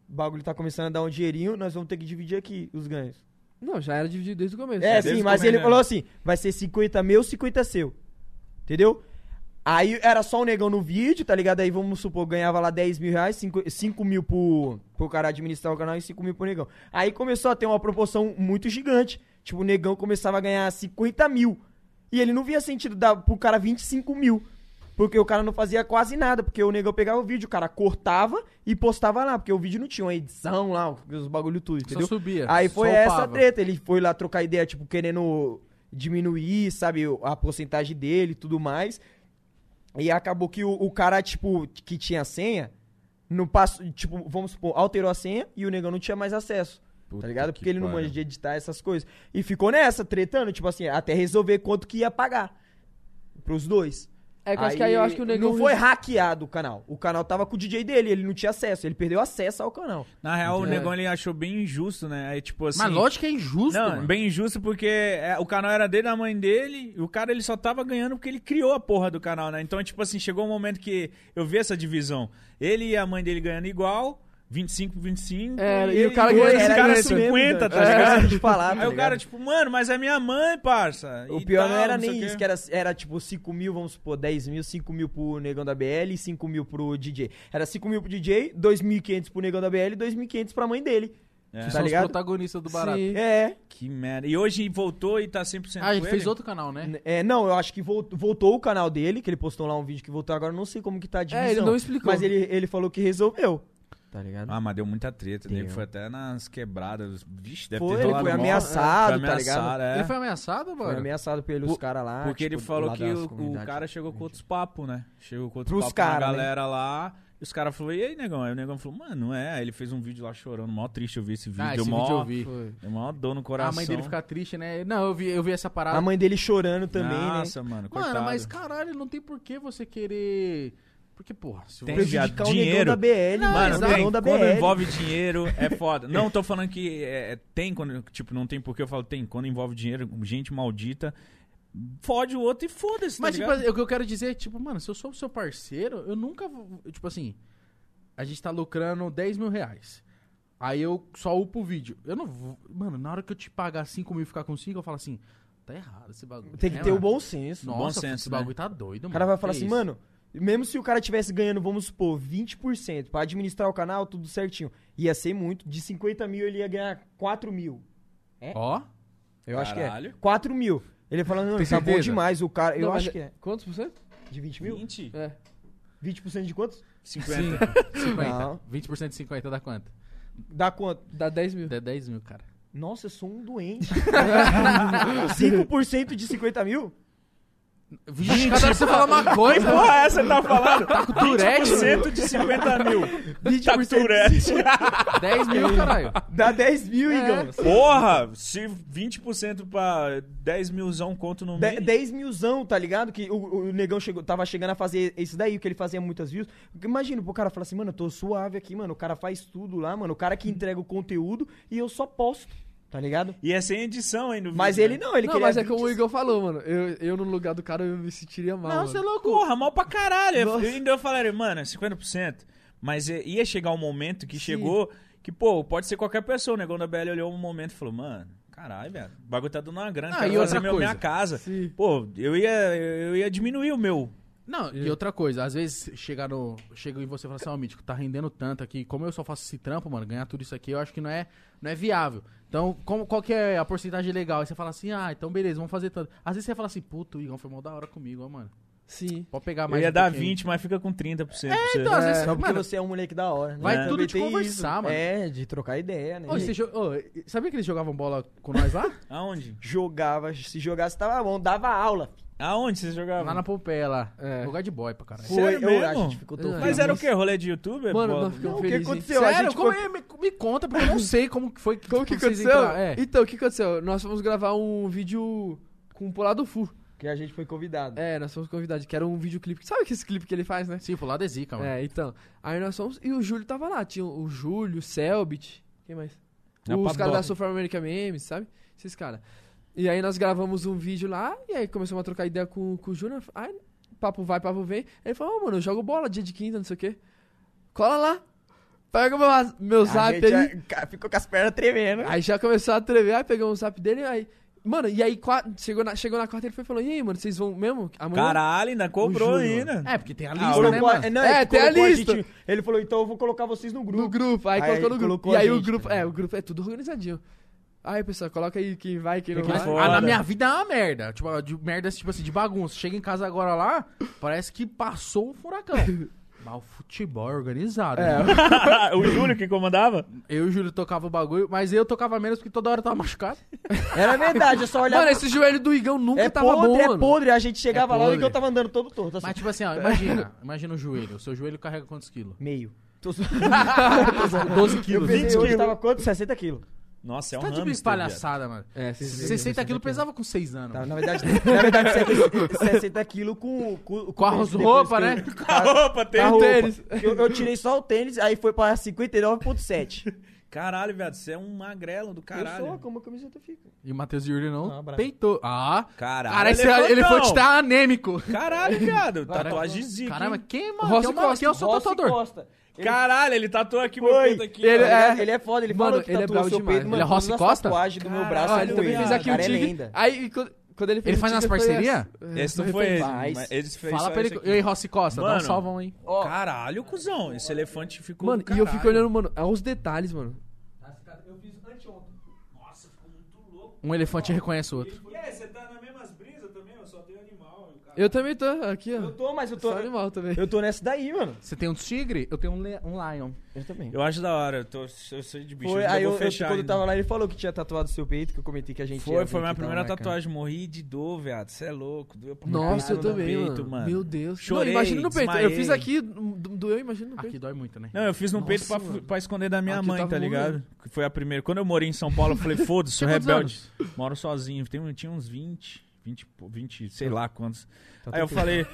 [SPEAKER 4] o bagulho tá começando a dar um dinheirinho, nós vamos ter que dividir aqui os ganhos.
[SPEAKER 5] Não, já era dividido desde o começo.
[SPEAKER 4] É,
[SPEAKER 1] desde
[SPEAKER 4] sim,
[SPEAKER 1] o
[SPEAKER 4] mas
[SPEAKER 1] começo,
[SPEAKER 4] ele
[SPEAKER 1] né?
[SPEAKER 4] falou assim: vai ser 50 meu, 50 seu. Entendeu? Aí era só o negão no vídeo, tá ligado? Aí vamos supor, ganhava lá 10 mil reais, 5, mil pro, pro cara administrar o canal e 5 mil pro negão. Aí começou a ter uma proporção muito gigante. Tipo, o negão começava a ganhar 50 mil. E ele não via sentido dar pro cara 25 mil. Porque o cara não fazia quase nada, porque o negão pegava o vídeo, o cara cortava e postava lá, porque o vídeo não tinha uma edição lá, os bagulho tudo, entendeu?
[SPEAKER 3] subia.
[SPEAKER 4] Aí foi
[SPEAKER 3] só
[SPEAKER 4] essa a
[SPEAKER 3] upava.
[SPEAKER 4] treta. Ele foi lá trocar ideia, tipo, querendo diminuir, sabe, o- a porcentagem dele e tudo mais. E acabou que o, o cara, tipo, que tinha a senha, não passou, tipo, vamos supor, alterou a senha e o negão não tinha mais acesso. tá ligado? Porque ele não manja de editar essas coisas. E ficou nessa, tretando, tipo assim, até resolver quanto que ia pagar. Pros dois.
[SPEAKER 5] É que eu acho que aí eu acho que o negão.
[SPEAKER 4] Não foi hackeado o canal. O canal tava com o DJ dele, ele não tinha acesso. Ele perdeu acesso ao canal.
[SPEAKER 1] Na real, o
[SPEAKER 5] Entendi.
[SPEAKER 1] negão ele achou bem injusto, né? Aí, tipo assim.
[SPEAKER 3] Mas lógico que é injusto,
[SPEAKER 1] Não,
[SPEAKER 3] mano.
[SPEAKER 1] bem injusto porque é, o canal era dele, da mãe dele, e o cara ele só tava ganhando porque ele criou a porra do canal, né? Então, tipo assim, chegou um momento que eu vi essa divisão. Ele e a mãe dele ganhando igual, 25 por 25.
[SPEAKER 5] É, e o
[SPEAKER 1] ele-
[SPEAKER 5] cara
[SPEAKER 1] e
[SPEAKER 5] ganhando
[SPEAKER 1] esse cara
[SPEAKER 5] 50,
[SPEAKER 1] 50, tá
[SPEAKER 4] É,
[SPEAKER 1] ligado?
[SPEAKER 4] de falar, tá
[SPEAKER 1] Aí o cara,
[SPEAKER 4] ligado?
[SPEAKER 1] tipo, mano, mas é minha mãe, parça.
[SPEAKER 4] O
[SPEAKER 1] e tal,
[SPEAKER 4] pior não era
[SPEAKER 1] sei
[SPEAKER 4] nem
[SPEAKER 1] o
[SPEAKER 4] isso,
[SPEAKER 1] quê.
[SPEAKER 4] que era, era tipo 5 mil, vamos supor, 10 mil, 5 mil pro Negão da BL e 5 mil pro DJ. Era 5 mil pro DJ, 2.500 pro Negão da BL e 2.500 pra mãe dele.
[SPEAKER 1] É.
[SPEAKER 3] Que
[SPEAKER 4] tá
[SPEAKER 3] são os
[SPEAKER 4] ligado?
[SPEAKER 3] protagonistas do barato.
[SPEAKER 5] Sim.
[SPEAKER 4] É,
[SPEAKER 1] Que merda. E hoje voltou e tá 100%
[SPEAKER 3] Ah, ele
[SPEAKER 1] com
[SPEAKER 3] fez
[SPEAKER 1] ele?
[SPEAKER 3] outro canal, né?
[SPEAKER 4] é, não, eu acho que voltou, voltou o canal dele, que ele postou lá um vídeo que voltou agora, eu não sei como que tá a divisão.
[SPEAKER 5] É, ele não explicou.
[SPEAKER 4] Mas ele, ele falou que resolveu, tá ligado?
[SPEAKER 1] Ah, mas deu muita treta. Dele.
[SPEAKER 4] Deu.
[SPEAKER 1] Foi até nas quebradas. Vixe, deve
[SPEAKER 4] foi,
[SPEAKER 1] ter
[SPEAKER 4] ele
[SPEAKER 1] rolado
[SPEAKER 4] foi
[SPEAKER 1] mó-
[SPEAKER 4] ameaçado,
[SPEAKER 1] foi
[SPEAKER 4] tá ligado?
[SPEAKER 1] ameaçado, é.
[SPEAKER 3] Ele foi ameaçado,
[SPEAKER 4] Foi
[SPEAKER 3] mano?
[SPEAKER 4] ameaçado pelos
[SPEAKER 1] Por-
[SPEAKER 4] caras lá.
[SPEAKER 1] Porque
[SPEAKER 4] tipo,
[SPEAKER 1] ele falou
[SPEAKER 4] lá
[SPEAKER 1] que
[SPEAKER 4] das
[SPEAKER 1] o, o
[SPEAKER 4] comunidades.
[SPEAKER 1] cara chegou com outros papos, né? Chegou com outros
[SPEAKER 4] Pros
[SPEAKER 1] papos
[SPEAKER 4] cara,
[SPEAKER 1] na
[SPEAKER 4] né?
[SPEAKER 1] galera lá. E os caras falaram, e aí, negão? Aí o negão falou, mano, não é. Aí ele fez um vídeo lá chorando, mó triste eu vi esse vídeo.
[SPEAKER 3] Ah,
[SPEAKER 1] deu
[SPEAKER 3] esse
[SPEAKER 1] mó,
[SPEAKER 3] vídeo eu vi.
[SPEAKER 5] Foi.
[SPEAKER 1] Deu mó dor no coração.
[SPEAKER 3] A mãe dele ficar triste, né? Não, eu vi, eu vi essa parada.
[SPEAKER 4] A mãe dele chorando também, né?
[SPEAKER 1] Nossa, mano,
[SPEAKER 3] Mano,
[SPEAKER 1] coitado.
[SPEAKER 3] mas caralho, não tem por que você querer... Porque, porra... Se
[SPEAKER 1] Tem
[SPEAKER 3] você-
[SPEAKER 1] viado,
[SPEAKER 4] Prejudicar o Negão
[SPEAKER 1] dinheiro.
[SPEAKER 4] da BL,
[SPEAKER 3] Não,
[SPEAKER 4] mano,
[SPEAKER 1] Mano,
[SPEAKER 4] o
[SPEAKER 1] tem,
[SPEAKER 4] Negão da
[SPEAKER 1] quando
[SPEAKER 4] BL.
[SPEAKER 1] envolve dinheiro, é foda. Não, tô falando que é, tem, quando, tipo, não tem porque eu falo tem. Quando envolve dinheiro, gente maldita, fode o outro e foda-se, tá
[SPEAKER 3] Mas, tipo,
[SPEAKER 1] ligado?
[SPEAKER 3] o que eu quero dizer é, tipo, mano, se eu sou o seu parceiro, eu nunca vou. Tipo assim, a gente tá lucrando 10 mil reais. Aí eu só upo o vídeo. Eu não vou. Mano, na hora que eu te pagar 5 mil e ficar com 5, eu falo assim. tá errado esse bagulho.
[SPEAKER 4] Tem que
[SPEAKER 3] É,
[SPEAKER 4] ter o
[SPEAKER 3] mano.
[SPEAKER 4] bom senso.
[SPEAKER 3] Nossa,
[SPEAKER 1] Bom
[SPEAKER 3] filho,
[SPEAKER 1] senso,
[SPEAKER 3] esse
[SPEAKER 1] né?
[SPEAKER 3] bagulho tá doido, mano.
[SPEAKER 4] O cara vai
[SPEAKER 3] Que
[SPEAKER 4] falar assim,
[SPEAKER 3] isso?
[SPEAKER 4] mano, mesmo se o cara tivesse ganhando, vamos supor, 20% pra administrar o canal, tudo certinho, ia ser muito. De 50 mil ele ia ganhar 4 mil.
[SPEAKER 3] Ó,
[SPEAKER 4] Eu acho que é.
[SPEAKER 1] Caralho.
[SPEAKER 4] 4 mil. Ele fala, não,
[SPEAKER 3] Tem
[SPEAKER 4] tá bom
[SPEAKER 3] certeza?
[SPEAKER 4] demais o cara. Eu
[SPEAKER 5] Não, mas
[SPEAKER 4] acho que é.
[SPEAKER 5] Quantos por cento?
[SPEAKER 4] De 20 mil?
[SPEAKER 1] 20?
[SPEAKER 5] É.
[SPEAKER 4] 20% de quantos?
[SPEAKER 1] 50.
[SPEAKER 3] 50.
[SPEAKER 4] Não.
[SPEAKER 3] 20% de 50 dá quanto?
[SPEAKER 4] Dá quanto?
[SPEAKER 5] Dá 10 mil.
[SPEAKER 3] Dá 10 mil, cara.
[SPEAKER 4] Nossa, eu sou um doente. 5% de 50 mil?
[SPEAKER 3] Vixe, cada hora você fala uma coisa.
[SPEAKER 1] Porra, essa tá falando?
[SPEAKER 3] Tá com turete.
[SPEAKER 1] 1% de 50 mil.
[SPEAKER 4] 20%
[SPEAKER 1] Tá com Tourette.
[SPEAKER 3] 10 mil, caralho.
[SPEAKER 4] Dá 10 mil,
[SPEAKER 5] É.
[SPEAKER 4] Igão.
[SPEAKER 1] Porra, se 20% pra 10 milzão conto no
[SPEAKER 4] De-
[SPEAKER 1] mínimo.
[SPEAKER 4] 10 milzão, tá ligado? Que o, o negão chegou, tava chegando a fazer isso daí, que ele fazia muitas views. Porque Imagina, o cara falar assim, mano, eu tô suave aqui, mano. O cara faz tudo lá, mano. O cara que entrega o conteúdo e eu só posto, tá ligado?
[SPEAKER 1] E é sem edição ainda. né?
[SPEAKER 4] Mas ele não, ele
[SPEAKER 5] não,
[SPEAKER 4] queria.
[SPEAKER 5] mas é como o
[SPEAKER 4] 20.
[SPEAKER 5] Igor falou, mano. Eu, eu no lugar do cara eu me sentiria mal.
[SPEAKER 3] Não,
[SPEAKER 5] mano.
[SPEAKER 3] você é louco.
[SPEAKER 1] Porra, mal pra caralho. Eu-
[SPEAKER 5] Nossa.
[SPEAKER 1] Eu ainda falaria, mano, é 50%. Mas é- ia chegar um momento que
[SPEAKER 5] Sim.
[SPEAKER 1] chegou que, pô, pode ser qualquer pessoa. O negão da BL olhou um momento e falou, mano, caralho, velho. O bagulho tá dando uma grana.
[SPEAKER 3] Ah,
[SPEAKER 1] quero
[SPEAKER 3] e outra
[SPEAKER 1] fazer meu,
[SPEAKER 3] coisa.
[SPEAKER 1] minha casa.
[SPEAKER 5] Sim.
[SPEAKER 1] Pô, eu ia, eu ia diminuir o meu.
[SPEAKER 3] Não, e outra coisa, às vezes chegar no. Chega em você e fala assim, ó, Mítico, tá rendendo tanto aqui. Como eu só faço esse trampo, mano, ganhar tudo isso aqui, eu acho que não é, não é viável. Então, como, qual que é a porcentagem legal? Aí você fala assim, ah, então beleza, vamos fazer tanto. Às vezes você fala assim, puto, o Igão foi mal da hora comigo, ó, mano.
[SPEAKER 5] Sim.
[SPEAKER 3] Pode pegar
[SPEAKER 1] Eu
[SPEAKER 3] mais.
[SPEAKER 1] ia
[SPEAKER 3] um
[SPEAKER 1] dar
[SPEAKER 3] pouquinho.
[SPEAKER 1] 20, mas fica com 30%. pra você.
[SPEAKER 3] Então, às
[SPEAKER 5] É,
[SPEAKER 3] vezes,
[SPEAKER 4] Só porque
[SPEAKER 3] mano,
[SPEAKER 4] você é um moleque da hora, né?
[SPEAKER 3] vai
[SPEAKER 4] Também
[SPEAKER 3] tudo de
[SPEAKER 4] tem
[SPEAKER 3] conversar, mano.
[SPEAKER 4] É, de trocar ideia, né?
[SPEAKER 5] Ô,
[SPEAKER 4] E
[SPEAKER 5] você jo- ô, sabia que eles jogavam bola com nós lá?
[SPEAKER 1] Aonde?
[SPEAKER 4] Jogava, se jogasse tava bom, dava aula.
[SPEAKER 1] Aonde vocês jogavam?
[SPEAKER 3] lá na Pompeia, lá.
[SPEAKER 5] É.
[SPEAKER 3] Lugar de boy pra caralho.
[SPEAKER 1] Sério mesmo? É.
[SPEAKER 4] a gente ficou tão
[SPEAKER 5] Mas
[SPEAKER 1] Mas
[SPEAKER 4] feliz.
[SPEAKER 1] era o quê? Rolê de youtuber?
[SPEAKER 5] Mano,
[SPEAKER 1] Bo-
[SPEAKER 5] nós ficamos
[SPEAKER 4] Não, o que
[SPEAKER 5] felizes. hein?
[SPEAKER 4] aconteceu? a
[SPEAKER 3] Sério?
[SPEAKER 4] gente
[SPEAKER 3] Como
[SPEAKER 4] foi-
[SPEAKER 3] é? Me, me conta, porque eu não sei como que foi que
[SPEAKER 5] Como que
[SPEAKER 3] vocês
[SPEAKER 5] aconteceu?
[SPEAKER 3] entraram. É.
[SPEAKER 5] Então, o que aconteceu? Nós fomos gravar um vídeo com o Polado Fu.
[SPEAKER 4] Que a gente foi convidado.
[SPEAKER 5] É, nós fomos convidados, que era um videoclipe. Sabe que esse clipe que ele faz, né?
[SPEAKER 3] Sim, pro lado é zica, mano.
[SPEAKER 5] É, então. Aí nós fomos e o Júlio tava lá. Tinha o Júlio, o Selbit. Quem mais?
[SPEAKER 4] É
[SPEAKER 1] Na
[SPEAKER 5] Os
[SPEAKER 1] Padoca.
[SPEAKER 5] caras da Sofra America Memes, sabe? Esses caras. E aí nós gravamos um vídeo lá, e aí começamos a trocar ideia com, com o Júnior. Aí, papo vai, papo vem. Aí ele falou, ô mano, eu jogo bola dia de quinta, não sei o quê. Cola lá. Pega meu, meu
[SPEAKER 4] A
[SPEAKER 5] zap
[SPEAKER 4] gente
[SPEAKER 5] aí.
[SPEAKER 4] já- ca- ficou com as pernas tremendo.
[SPEAKER 5] Aí já começou a tremer, aí pegamos o zap dele, aí. Mano, e aí qua- chegou na, chegou na quarta ele foi e falou: E aí, mano, vocês vão mesmo? Amanhã?
[SPEAKER 1] Caralho, ainda cobrou
[SPEAKER 5] Júnior.
[SPEAKER 1] ainda.
[SPEAKER 3] É, porque tem a
[SPEAKER 1] Ah,
[SPEAKER 3] lista,
[SPEAKER 1] o
[SPEAKER 3] né,
[SPEAKER 4] Colocou a-
[SPEAKER 3] mano?
[SPEAKER 4] não,
[SPEAKER 5] É,
[SPEAKER 4] ele
[SPEAKER 5] tem a
[SPEAKER 4] colocou
[SPEAKER 5] lista.
[SPEAKER 4] gente- ele falou, então eu vou colocar vocês no grupo.
[SPEAKER 5] No grupo. Aí,
[SPEAKER 4] Aí
[SPEAKER 5] colocou no grupo.
[SPEAKER 4] colocou
[SPEAKER 5] e
[SPEAKER 4] a
[SPEAKER 5] aí o
[SPEAKER 4] gente,
[SPEAKER 5] grupo.
[SPEAKER 4] tá
[SPEAKER 5] É, o grupo é tudo organizadinho. Aí, pessoal, coloca aí quem vai, quem não
[SPEAKER 1] Quem
[SPEAKER 5] vai.
[SPEAKER 1] for.
[SPEAKER 3] Ah, na
[SPEAKER 1] Fora.
[SPEAKER 3] minha vida é uma merda. Tipo, de merda, tipo assim, de bagunça. Chega em casa agora lá, parece que passou um furacão. Mas o futebol é organizado. né?
[SPEAKER 1] o Júlio que comandava?
[SPEAKER 3] Eu e o Júlio tocava o bagulho, mas eu tocava menos porque toda hora eu tava machucado.
[SPEAKER 4] Era verdade, é só olhar.
[SPEAKER 5] Mano, esse joelho do Igão nunca
[SPEAKER 4] é
[SPEAKER 5] tava
[SPEAKER 4] podre,
[SPEAKER 5] bom,
[SPEAKER 4] é
[SPEAKER 5] mano.
[SPEAKER 4] podre. A gente chegava
[SPEAKER 3] É
[SPEAKER 4] lá e
[SPEAKER 3] podre.
[SPEAKER 4] eu tava andando todo torto. Assim,
[SPEAKER 3] Mas tipo assim, ó, imagina. Imagina o joelho. O seu joelho carrega quantos quilos?
[SPEAKER 4] meio. Tô...
[SPEAKER 3] 12
[SPEAKER 4] Eu
[SPEAKER 3] quilos.
[SPEAKER 4] pesei
[SPEAKER 1] 20
[SPEAKER 4] hoje,
[SPEAKER 1] quilos.
[SPEAKER 4] tava quanto? 60 quilos.
[SPEAKER 1] Nossa, é um
[SPEAKER 3] Tá de
[SPEAKER 1] hamster,
[SPEAKER 3] palhaçada, mano.
[SPEAKER 5] É, vocês
[SPEAKER 3] 60 quilos pesava com 6 anos.
[SPEAKER 4] Tá,
[SPEAKER 3] mano.
[SPEAKER 4] na verdade, na verdade 60, 60 quilos com, com,
[SPEAKER 3] Com as
[SPEAKER 4] depois
[SPEAKER 3] roupas,
[SPEAKER 4] que eu-
[SPEAKER 3] né?
[SPEAKER 1] viado. A roupa tem um
[SPEAKER 4] Com a
[SPEAKER 1] o
[SPEAKER 4] roupa.
[SPEAKER 1] tênis.
[SPEAKER 4] Eu, eu tirei só o tênis, aí foi pra 59,7.
[SPEAKER 1] Caralho, viado, você é um magrelo do
[SPEAKER 4] Eu sou
[SPEAKER 1] caralho.
[SPEAKER 4] como a camiseta fica.
[SPEAKER 3] E o Matheus e o Yuri
[SPEAKER 4] Ah,
[SPEAKER 3] não
[SPEAKER 4] bravo.
[SPEAKER 3] peitou. Ah,
[SPEAKER 1] Caralho,
[SPEAKER 3] cara, esse-
[SPEAKER 1] Tá. elefantão.
[SPEAKER 3] ele foi te dar anêmico.
[SPEAKER 1] Caralho, viado,
[SPEAKER 3] Vai,
[SPEAKER 1] tatuagem de zica.
[SPEAKER 3] Caramba,
[SPEAKER 1] Caralho,
[SPEAKER 3] quem, mano?
[SPEAKER 5] Rossi
[SPEAKER 3] Quem é o maluco?
[SPEAKER 5] Costa,
[SPEAKER 3] Quem é o seu
[SPEAKER 4] Rossi
[SPEAKER 3] tatuador?
[SPEAKER 4] Costa. Ele
[SPEAKER 1] Caralho, ele tatuou aqui meu
[SPEAKER 4] Foi.
[SPEAKER 1] peito aqui.
[SPEAKER 4] Ele,
[SPEAKER 5] Ele
[SPEAKER 1] ó.
[SPEAKER 4] é,
[SPEAKER 5] é-
[SPEAKER 4] ele é foda, ele
[SPEAKER 5] Mano,
[SPEAKER 4] falou que
[SPEAKER 5] ele é
[SPEAKER 4] tatuou
[SPEAKER 5] bravo
[SPEAKER 4] o seu
[SPEAKER 5] demais.
[SPEAKER 4] peito, mano,
[SPEAKER 3] Ele é
[SPEAKER 4] todas
[SPEAKER 3] Rossi
[SPEAKER 4] as
[SPEAKER 3] Costa?
[SPEAKER 4] tatuagens do meu
[SPEAKER 1] Caralho,
[SPEAKER 4] braço.
[SPEAKER 5] Ó,
[SPEAKER 4] é
[SPEAKER 5] ele
[SPEAKER 4] com
[SPEAKER 5] também
[SPEAKER 1] ele,
[SPEAKER 5] fez
[SPEAKER 1] ah,
[SPEAKER 5] aqui o
[SPEAKER 4] cara, é
[SPEAKER 5] Tigre.
[SPEAKER 4] lenda.
[SPEAKER 5] aí, quando, quando ele fez
[SPEAKER 3] Ele
[SPEAKER 5] o
[SPEAKER 3] faz
[SPEAKER 5] Tigre,
[SPEAKER 3] nas
[SPEAKER 5] foi
[SPEAKER 3] parcerias?
[SPEAKER 5] essa. É,
[SPEAKER 1] Esse não foi ele,
[SPEAKER 4] faz.
[SPEAKER 1] mas eles fez
[SPEAKER 3] Fala
[SPEAKER 1] só
[SPEAKER 3] pra
[SPEAKER 1] esse
[SPEAKER 3] ele.
[SPEAKER 1] aqui.
[SPEAKER 3] E aí, Rossi Costa, dá um
[SPEAKER 1] Mano.
[SPEAKER 3] salvão aí.
[SPEAKER 4] Ó,
[SPEAKER 1] Caralho, cuzão, esse elefante ficou
[SPEAKER 5] Mano,
[SPEAKER 1] do
[SPEAKER 5] e eu fico
[SPEAKER 1] caralho.
[SPEAKER 5] olhando, mano, aos detalhes, mano.
[SPEAKER 3] Um elefante reconhece o outro.
[SPEAKER 1] E aí, você tá nas mesmas brisas também? Eu só tenho animal. cara.
[SPEAKER 5] Eu também tô aqui,
[SPEAKER 4] Eu
[SPEAKER 5] ó.
[SPEAKER 4] tô, mas eu tô.
[SPEAKER 5] Sou animal também.
[SPEAKER 4] Eu tô nessa daí, mano.
[SPEAKER 3] Você tem um tigre? Eu tenho um, le- um lion.
[SPEAKER 4] Eu também.
[SPEAKER 1] Eu acho da hora, eu, tô, eu sou de bicho.
[SPEAKER 4] Foi,
[SPEAKER 1] ainda
[SPEAKER 4] aí eu,
[SPEAKER 1] vou
[SPEAKER 4] eu-
[SPEAKER 1] fechar
[SPEAKER 4] quando eu
[SPEAKER 1] ainda.
[SPEAKER 4] tava lá, ele falou que tinha tatuado seu peito, que eu comentei que a gente ia
[SPEAKER 1] Foi,
[SPEAKER 4] vir
[SPEAKER 1] foi minha
[SPEAKER 4] aqui e tal,
[SPEAKER 1] primeira
[SPEAKER 4] né, cara?
[SPEAKER 1] tatuagem. Morri de dor, viado. Você é louco. Doeu pra
[SPEAKER 5] Nossa,
[SPEAKER 1] caralho
[SPEAKER 5] eu
[SPEAKER 1] no
[SPEAKER 5] também,
[SPEAKER 1] peito,
[SPEAKER 5] mano. Meu Deus.
[SPEAKER 1] Chorei,
[SPEAKER 5] não, imagina no peito. Eu
[SPEAKER 1] desmaiei.
[SPEAKER 5] fiz aqui, do- doeu, imagina no peito.
[SPEAKER 3] Aqui dói muito, né?
[SPEAKER 1] Não, eu fiz no
[SPEAKER 5] Nossa,
[SPEAKER 1] peito pra,
[SPEAKER 5] mano.
[SPEAKER 1] pra esconder da minha
[SPEAKER 5] Aqui um eu
[SPEAKER 1] mãe,
[SPEAKER 5] tava
[SPEAKER 1] tá ligado? Que foi a primeira. Quando eu morei em São Paulo, eu falei, foda-se, sou
[SPEAKER 3] Tinha quantos
[SPEAKER 1] rebelde. Moro sozinho. Tem, tinha uns 20, 20, e pou- 20, sei lá quantos.
[SPEAKER 4] Tá
[SPEAKER 1] Aí eu
[SPEAKER 4] tranquilo.
[SPEAKER 1] falei.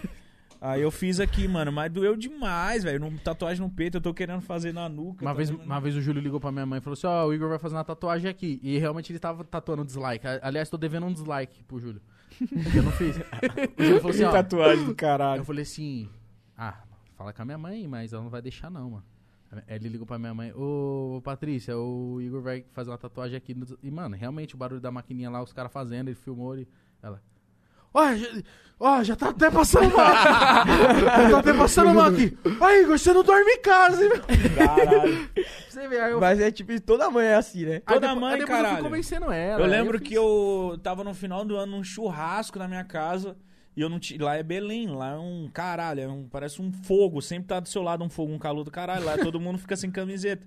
[SPEAKER 1] Aí eu fiz aqui, mano, mas doeu demais, velho. Num- Tatuagem no peito, eu tô querendo fazer na nuca.
[SPEAKER 3] Uma
[SPEAKER 1] tá
[SPEAKER 3] vez,
[SPEAKER 1] ligado?
[SPEAKER 3] uma vez o Júlio ligou pra minha mãe e falou assim: Ó, o Igor vai fazer uma tatuagem aqui. E realmente ele tava tatuando um dislike. A- Aliás, tô devendo um dislike pro Júlio. Eu não fiz. O Júlio falou assim:
[SPEAKER 1] Que
[SPEAKER 3] ó,
[SPEAKER 1] tatuagem do
[SPEAKER 3] Eu
[SPEAKER 1] caralho.
[SPEAKER 3] falei assim: Ah, fala com a minha mãe, mas ela não vai deixar, não, mano. Aí ele ligou pra minha mãe, ô Patrícia, o Igor vai fazer uma tatuagem aqui. no- E, mano, realmente o barulho da maquininha lá, os caras fazendo, ele filmou, ele. Ela. Ó, já, ó, já tá até passando mal. já tá até passando mal aqui. Ai, Igor, você não dorme em casa, hein, meu?
[SPEAKER 1] Caralho.
[SPEAKER 5] Você vê, aí eu...
[SPEAKER 4] Mas é tipo, toda manhã é assim, né?
[SPEAKER 3] Aí
[SPEAKER 1] Toda
[SPEAKER 3] depo- aí
[SPEAKER 1] mãe,
[SPEAKER 3] depois eu fui
[SPEAKER 1] caralho.
[SPEAKER 3] convencendo ela.
[SPEAKER 1] Eu
[SPEAKER 3] aí
[SPEAKER 1] lembro
[SPEAKER 3] fiz-
[SPEAKER 1] que eu tava no final do ano num churrasco na minha casa. E eu não tinha. Lá é Belém, lá é um caralho, é um, parece um fogo. Sempre tá do seu lado um fogo, um calor do caralho. Lá todo mundo fica sem camiseta.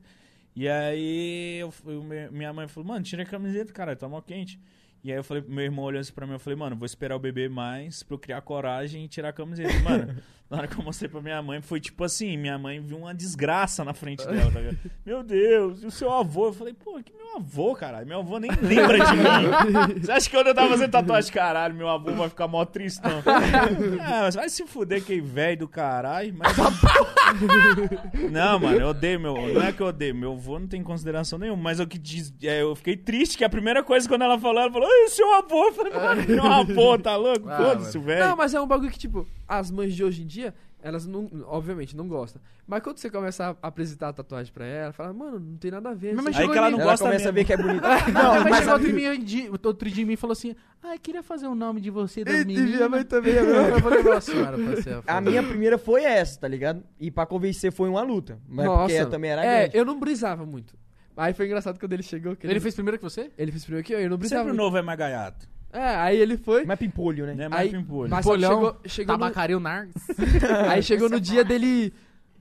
[SPEAKER 1] E aí eu fui- eu- me- minha mãe falou, mano, tira a camiseta, cara, tá mal quente. E aí eu falei, meu irmão olhou assim pra mim, eu falei, mano, vou esperar o bebê mais pra eu criar coragem e tirar a camiseta. Mano, na hora que eu mostrei pra minha mãe, foi tipo assim, minha mãe viu uma desgraça na frente dela, tá ligado? Meu Deus, e o seu avô? Eu falei, pô, que meu avô, caralho? Meu avô nem lembra de mim. Você acha que quando eu tava fazendo tatuagem, caralho, meu avô vai ficar mó tristão. Ah, mas vai se fuder que velho do caralho, mas não, mano, eu odeio meu. Não é que eu odeio, meu avô não tem consideração nenhuma, mas eu que diz. é, eu fiquei triste que a primeira coisa quando ela falou, ela falou, ai, seu avô, eu falei, mano, meu avô, tá louco?
[SPEAKER 3] Ah,
[SPEAKER 1] Foda-se, velho.
[SPEAKER 5] Não, mas é um bagulho que, tipo, as mães de hoje em dia, elas não, obviamente, não gostam. Mas quando você começa a apresentar a tatuagem pra ela, fala, mano, não tem nada a ver.
[SPEAKER 3] Mas-
[SPEAKER 5] isso
[SPEAKER 3] mas
[SPEAKER 5] aí".
[SPEAKER 1] Aí
[SPEAKER 3] chegou
[SPEAKER 1] que ela
[SPEAKER 3] em mim.
[SPEAKER 1] não
[SPEAKER 4] ela
[SPEAKER 1] gosta
[SPEAKER 4] começa
[SPEAKER 1] mesmo.
[SPEAKER 4] a ver que é bonito.
[SPEAKER 3] Não,
[SPEAKER 4] Não,
[SPEAKER 3] mas,
[SPEAKER 4] mas
[SPEAKER 3] chegou outro, em mim, de- outro dia em mim e falou assim: Ah, eu queria fazer o nome de você das
[SPEAKER 4] E minha mãe
[SPEAKER 3] meninas.
[SPEAKER 4] também é
[SPEAKER 3] Eu
[SPEAKER 4] mesmo.
[SPEAKER 3] falei, vou levar a senhora pra ser
[SPEAKER 4] A minha primeira foi essa, tá ligado? E pra convencer foi uma luta. Mas porque ela também era
[SPEAKER 5] é,
[SPEAKER 4] grande.
[SPEAKER 5] eu não brisava muito. Aí foi engraçado quando ele chegou. Que ele,
[SPEAKER 3] Ele fez primeiro que você?
[SPEAKER 5] ele fez primeiro que eu, eu não brisava.
[SPEAKER 1] Sempre o
[SPEAKER 5] muito.
[SPEAKER 1] novo é mais gaiato.
[SPEAKER 5] É, aí ele foi.
[SPEAKER 4] Mas pimpolho, né?
[SPEAKER 1] Né?
[SPEAKER 5] Aí-
[SPEAKER 1] Mais pimpolho.
[SPEAKER 5] Mas só que
[SPEAKER 3] Polhão,
[SPEAKER 5] chegou, chegou no-
[SPEAKER 3] Tabacaria Nargs.
[SPEAKER 5] Aí chegou
[SPEAKER 3] é
[SPEAKER 5] no dia dele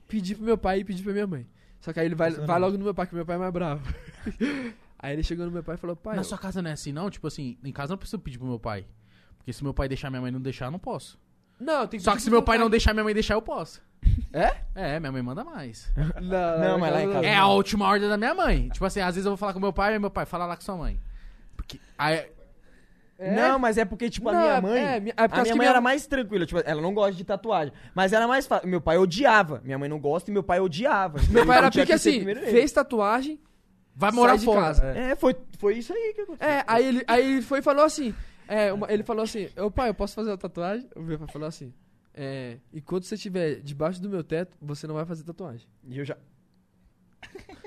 [SPEAKER 5] pedir pro meu pai e pedir pra minha mãe. Só que aí ele vai, vai logo no meu pai, que meu pai é mais bravo. aí ele chegou no meu pai e falou, pai,
[SPEAKER 3] Na
[SPEAKER 5] eu-
[SPEAKER 3] sua casa não é assim, não? Tipo assim, em casa eu não preciso pedir pro meu pai. Porque se meu pai deixar, minha mãe não deixar, eu não posso.
[SPEAKER 5] não, tem
[SPEAKER 3] Só que se meu pai não deixar, minha mãe deixar, eu posso.
[SPEAKER 5] É?
[SPEAKER 3] É, minha mãe manda mais.
[SPEAKER 5] Não, não,
[SPEAKER 4] Não, mas lá em casa
[SPEAKER 3] É a última ordem da minha mãe. Tipo assim, às vezes eu vou falar com meu pai, aí meu pai, fala lá com sua mãe. Porque. Aí,
[SPEAKER 5] É?
[SPEAKER 4] Não, mas é porque, tipo,
[SPEAKER 5] Não,
[SPEAKER 4] a minha
[SPEAKER 5] é-
[SPEAKER 4] mãe.
[SPEAKER 5] é, mi- é por
[SPEAKER 4] a
[SPEAKER 5] causa
[SPEAKER 4] minha
[SPEAKER 5] que
[SPEAKER 4] mãe
[SPEAKER 5] minha-
[SPEAKER 4] era mais tranquila, tipo, ela não gosta de tatuagem. Mas era mais fácil. Meu pai odiava. Minha mãe não gosta e meu pai odiava. Então,
[SPEAKER 5] Meu pai era
[SPEAKER 4] Tinha
[SPEAKER 5] pique
[SPEAKER 4] que ser
[SPEAKER 5] assim,
[SPEAKER 4] primeiro ele.
[SPEAKER 5] fez tatuagem,
[SPEAKER 3] vai morar
[SPEAKER 5] sai de
[SPEAKER 3] fora.
[SPEAKER 5] casa.
[SPEAKER 4] É, foi, foi isso aí que aconteceu.
[SPEAKER 5] É, aí ele, aí ele foi e falou assim. é, uma- ele falou assim, ô pai, eu posso fazer a tatuagem? O meu pai falou assim. É, enquanto você estiver debaixo do meu teto, você não vai fazer tatuagem.
[SPEAKER 4] E eu já,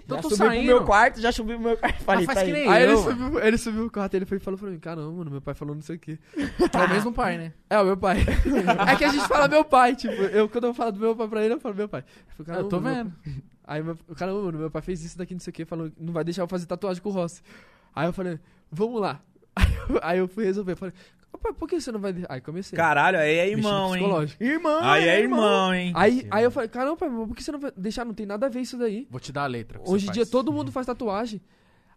[SPEAKER 3] Então
[SPEAKER 4] já
[SPEAKER 3] eu tô
[SPEAKER 4] subi
[SPEAKER 3] saindo.
[SPEAKER 4] pro meu quarto, já subi pro meu
[SPEAKER 5] Ah,
[SPEAKER 4] quarto. Falei,
[SPEAKER 3] faz
[SPEAKER 4] tá
[SPEAKER 3] que
[SPEAKER 4] aí.
[SPEAKER 3] nem-
[SPEAKER 5] Aí ele
[SPEAKER 3] eu,
[SPEAKER 5] subiu, ele subiu o quarto, ele foi e falou pra mim, caramba, mano, meu pai falou não sei o quê.
[SPEAKER 3] É o mesmo pai, né?
[SPEAKER 5] É, o meu pai. é que a gente fala meu pai, tipo, eu quando eu falo do meu pai pra ele, eu falo meu pai. Eu, falo,
[SPEAKER 3] eu tô
[SPEAKER 5] "Caramba, meu
[SPEAKER 3] vendo.
[SPEAKER 5] Aí meu, o cara, "Ô, mano, meu pai fez isso daqui, não sei o que, falou, não vai deixar eu fazer tatuagem com o Rossi. Aí eu falei, vamos lá. Aí eu, aí eu fui resolver, falei, "Ô, pai, por que você não vai deixar? Aí comecei.
[SPEAKER 1] Caralho, aí é
[SPEAKER 5] mexendo
[SPEAKER 1] irmão, hein?
[SPEAKER 5] psicológico.
[SPEAKER 4] Ah, Irmão!
[SPEAKER 1] Aí é irmão, hein?
[SPEAKER 5] Aí, aí eu falei, caramba, pai, mas por que você não vai deixar? Não tem nada a ver isso daí.
[SPEAKER 3] Vou te dar a letra. que você
[SPEAKER 5] Hoje em dia
[SPEAKER 3] faz. Uhum.
[SPEAKER 5] todo mundo faz tatuagem.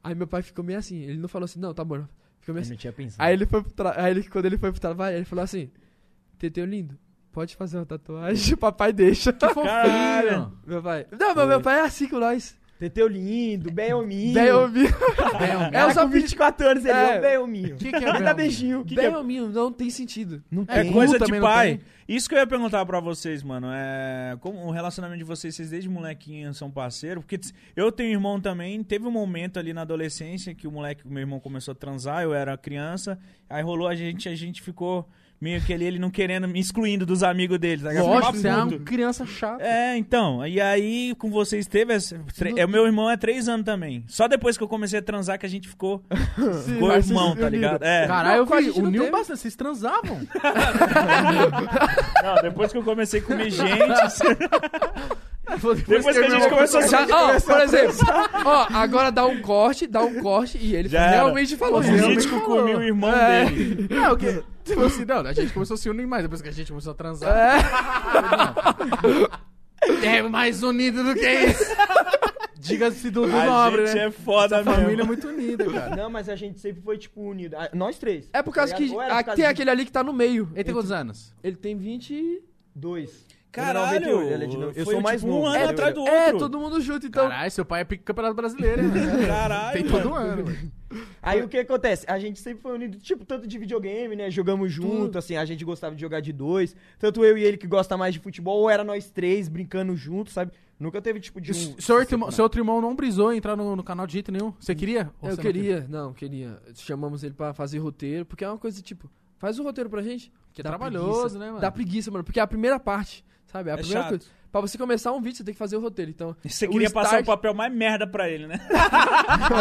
[SPEAKER 5] Aí meu pai ficou meio assim, ele não falou assim, não, tá bom. não." Ficou
[SPEAKER 4] Eu
[SPEAKER 5] meio
[SPEAKER 3] É
[SPEAKER 5] assim.
[SPEAKER 4] não tinha pensado.
[SPEAKER 5] Aí ele foi pro tra... aí ele, quando ele foi pro trabalho, ele falou assim, Teteu lindo, pode fazer uma tatuagem, papai deixa.
[SPEAKER 3] Que fofinho.
[SPEAKER 1] Caralho.
[SPEAKER 5] Meu pai. Não, mas meu pai é assim com nós.
[SPEAKER 4] Teteu lindo, Belminho.
[SPEAKER 5] Bem hominho.
[SPEAKER 3] Bem, ó,
[SPEAKER 5] É,
[SPEAKER 4] Ela
[SPEAKER 5] eu só
[SPEAKER 4] com
[SPEAKER 5] pedi-
[SPEAKER 4] 24 anos, ele
[SPEAKER 5] É.
[SPEAKER 4] é o Belminho.
[SPEAKER 3] que, que é
[SPEAKER 4] Me dá
[SPEAKER 3] Bel?
[SPEAKER 4] beijinho.
[SPEAKER 1] Que que
[SPEAKER 5] Bem
[SPEAKER 1] é-
[SPEAKER 5] hominho, não tem sentido.
[SPEAKER 4] Não
[SPEAKER 3] É
[SPEAKER 1] É
[SPEAKER 4] tem.
[SPEAKER 3] cu
[SPEAKER 1] coisa
[SPEAKER 3] também
[SPEAKER 1] de
[SPEAKER 3] não
[SPEAKER 1] pai.
[SPEAKER 3] tem?
[SPEAKER 1] Isso que eu ia perguntar pra vocês, mano. É como o relacionamento de vocês, vocês desde molequinho são parceiros? Porque tz, eu tenho um irmão também. Teve um momento ali na adolescência que o moleque, o meu irmão começou a transar, eu era criança. Aí rolou a gente, a gente ficou meio que ali, ele não querendo, me excluindo dos amigos dele. Tá? ligado?
[SPEAKER 3] Lógico,
[SPEAKER 1] Ficava
[SPEAKER 3] você é
[SPEAKER 1] puto.
[SPEAKER 3] uma criança chata.
[SPEAKER 1] É, então. E aí, com vocês teve. essa- tre- é, O meu irmão é três anos também. Só depois que eu comecei a transar que a gente ficou. ficou
[SPEAKER 5] mas
[SPEAKER 1] irmão,
[SPEAKER 5] vocês
[SPEAKER 1] tá ligado? É.
[SPEAKER 5] Não,
[SPEAKER 3] Caralho,
[SPEAKER 5] com a
[SPEAKER 3] eu vi,
[SPEAKER 5] gente não
[SPEAKER 3] uniu
[SPEAKER 5] teve.
[SPEAKER 3] bastante, vocês transavam.
[SPEAKER 1] Não, depois que eu comecei a comer gente. depois que a gente
[SPEAKER 5] Irmão,
[SPEAKER 1] começou a
[SPEAKER 5] já,
[SPEAKER 1] sair.
[SPEAKER 5] ó, por exemplo, ó, agora dá um corte, dá um corte e ele
[SPEAKER 1] Já
[SPEAKER 5] realmente falou.
[SPEAKER 1] O
[SPEAKER 5] realmente
[SPEAKER 1] político
[SPEAKER 5] falou.
[SPEAKER 1] comia o irmão
[SPEAKER 5] É.
[SPEAKER 1] dele.
[SPEAKER 3] É, o que? Tipo assim, não, a gente começou a se unir mais, depois que a gente começou a transar.
[SPEAKER 5] É,
[SPEAKER 3] É mais unido do que isso. Diga-se do, do
[SPEAKER 1] A
[SPEAKER 3] nobre,
[SPEAKER 1] gente
[SPEAKER 3] né?
[SPEAKER 1] é foda mesmo.
[SPEAKER 3] Família muito unida, cara.
[SPEAKER 4] Não, mas a gente sempre foi, tipo, unido. Ah, Nós três.
[SPEAKER 5] é por causa
[SPEAKER 4] Tá
[SPEAKER 5] que
[SPEAKER 4] ligado? Ou era por
[SPEAKER 5] a-
[SPEAKER 4] causa
[SPEAKER 5] tem
[SPEAKER 4] de
[SPEAKER 5] aquele ali que tá no meio.
[SPEAKER 3] Ele tem quantos anos?
[SPEAKER 5] Ele tem 20 e-
[SPEAKER 4] Dois. Ele é
[SPEAKER 1] Caralho,
[SPEAKER 4] 98, ele é de novo. Eu
[SPEAKER 1] foi,
[SPEAKER 4] sou mais
[SPEAKER 1] tipo,
[SPEAKER 4] novo.
[SPEAKER 1] um ano
[SPEAKER 4] É,
[SPEAKER 1] atrás do outro.
[SPEAKER 5] É, todo mundo junto, então.
[SPEAKER 3] Caralho, seu pai é pique campeonato brasileiro, hein? mano?
[SPEAKER 1] Caralho,
[SPEAKER 3] é Tem
[SPEAKER 1] mano.
[SPEAKER 3] todo ano, velho.
[SPEAKER 4] Aí o que acontece? A gente sempre foi unido, tipo, tanto de videogame, né? Jogamos junto, assim, a gente gostava de jogar de dois. Tanto eu e ele que gosta mais de futebol, ou era nós três brincando junto, sabe? Nunca teve, tipo, de um.
[SPEAKER 3] Seu, outro irmão- seu outro irmão não brisou em entrar no, no canal de jeito nenhum? Você Hum. queria? Ou
[SPEAKER 5] Eu
[SPEAKER 3] você não
[SPEAKER 5] queria, não, queria. Chamamos ele pra fazer roteiro, porque é uma coisa tipo, Faz o roteiro pra gente.
[SPEAKER 3] Que é
[SPEAKER 5] Dá
[SPEAKER 3] trabalhoso,
[SPEAKER 5] preguiça.
[SPEAKER 3] né, mano?
[SPEAKER 5] Dá preguiça, mano, porque é a primeira parte, sabe? É a
[SPEAKER 1] É
[SPEAKER 5] primeira
[SPEAKER 1] chato.
[SPEAKER 5] coisa. Pra você começar um vídeo, você tem que fazer o roteiro. Então,
[SPEAKER 1] Você
[SPEAKER 5] o
[SPEAKER 1] queria passar
[SPEAKER 5] start-
[SPEAKER 1] o papel mais merda pra ele, né?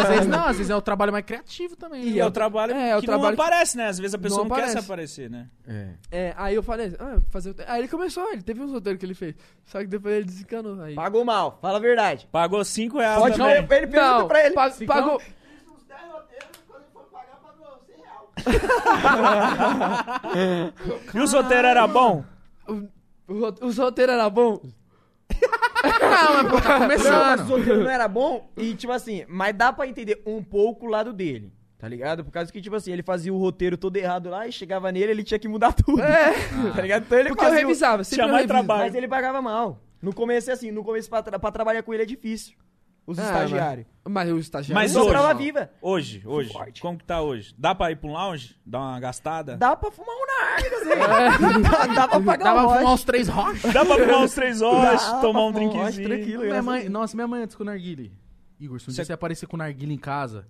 [SPEAKER 3] Às vezes não, às vezes é o trabalho mais criativo também. né?
[SPEAKER 5] E
[SPEAKER 1] E é
[SPEAKER 5] eu-
[SPEAKER 1] o trabalho
[SPEAKER 5] é, é o
[SPEAKER 1] que
[SPEAKER 5] trabalho que-
[SPEAKER 1] não aparece, né? Às vezes a pessoa
[SPEAKER 5] Não
[SPEAKER 1] não, quer se
[SPEAKER 5] aparece.
[SPEAKER 1] aparecer, né?
[SPEAKER 4] É.
[SPEAKER 5] é, aí eu falei, ah, fazer o... Aí ele começou, ele teve uns roteiros que ele fez. Só que depois ele desencanou. Aí.
[SPEAKER 4] Pagou mal, fala a verdade.
[SPEAKER 1] Pagou 5 reais
[SPEAKER 4] Pode não,
[SPEAKER 1] também.
[SPEAKER 4] ele pergunta pra ele.
[SPEAKER 5] pa-
[SPEAKER 4] Cicão,
[SPEAKER 5] pagou.
[SPEAKER 1] E o roteiro era bom?
[SPEAKER 5] o- o ro- Os roteiros eram bons?
[SPEAKER 4] Não, mas o
[SPEAKER 3] começando.
[SPEAKER 4] roteiro não era bom. E, tipo assim, mas dá pra entender um pouco o lado dele. Tá ligado? Por causa que, tipo assim, ele fazia o roteiro todo errado lá e chegava nele, ele tinha que mudar tudo.
[SPEAKER 5] É.
[SPEAKER 4] Tá ligado? Então ele
[SPEAKER 5] Porque eu
[SPEAKER 4] fazia o-
[SPEAKER 5] revisava, sempre
[SPEAKER 1] Tinha
[SPEAKER 5] eu
[SPEAKER 1] mais
[SPEAKER 5] reviso.
[SPEAKER 1] trabalho.
[SPEAKER 4] Mas ele pagava mal. No começo é assim, no começo pra, tra- pra trabalhar com ele é difícil. Os
[SPEAKER 5] Ah,
[SPEAKER 3] né?
[SPEAKER 4] estagiários.
[SPEAKER 5] Mas o estagiário...
[SPEAKER 1] Mas
[SPEAKER 4] Mas eu
[SPEAKER 1] hoje-
[SPEAKER 4] tava viva.
[SPEAKER 1] Hoje, hoje.
[SPEAKER 4] Forte.
[SPEAKER 1] Como que tá hoje? Dá pra ir pra um lounge? Dar uma gastada?
[SPEAKER 4] Dá pra fumar um narco, assim. dá, dá pra pagar um
[SPEAKER 3] Dava pra fumar
[SPEAKER 4] rocha.
[SPEAKER 3] uns três rochas.
[SPEAKER 1] Dá pra fumar uns três horas,
[SPEAKER 4] Dá pra
[SPEAKER 1] tomar um
[SPEAKER 4] fumar um rocha,
[SPEAKER 1] drinkzinho.
[SPEAKER 4] tranquilo.
[SPEAKER 3] Minha
[SPEAKER 4] graças a
[SPEAKER 3] mãe,
[SPEAKER 4] Deus.
[SPEAKER 3] nossa, minha mãe é antes com o narguile. Igor, se um dia
[SPEAKER 1] Você-
[SPEAKER 3] você aparecer com o narguile em casa,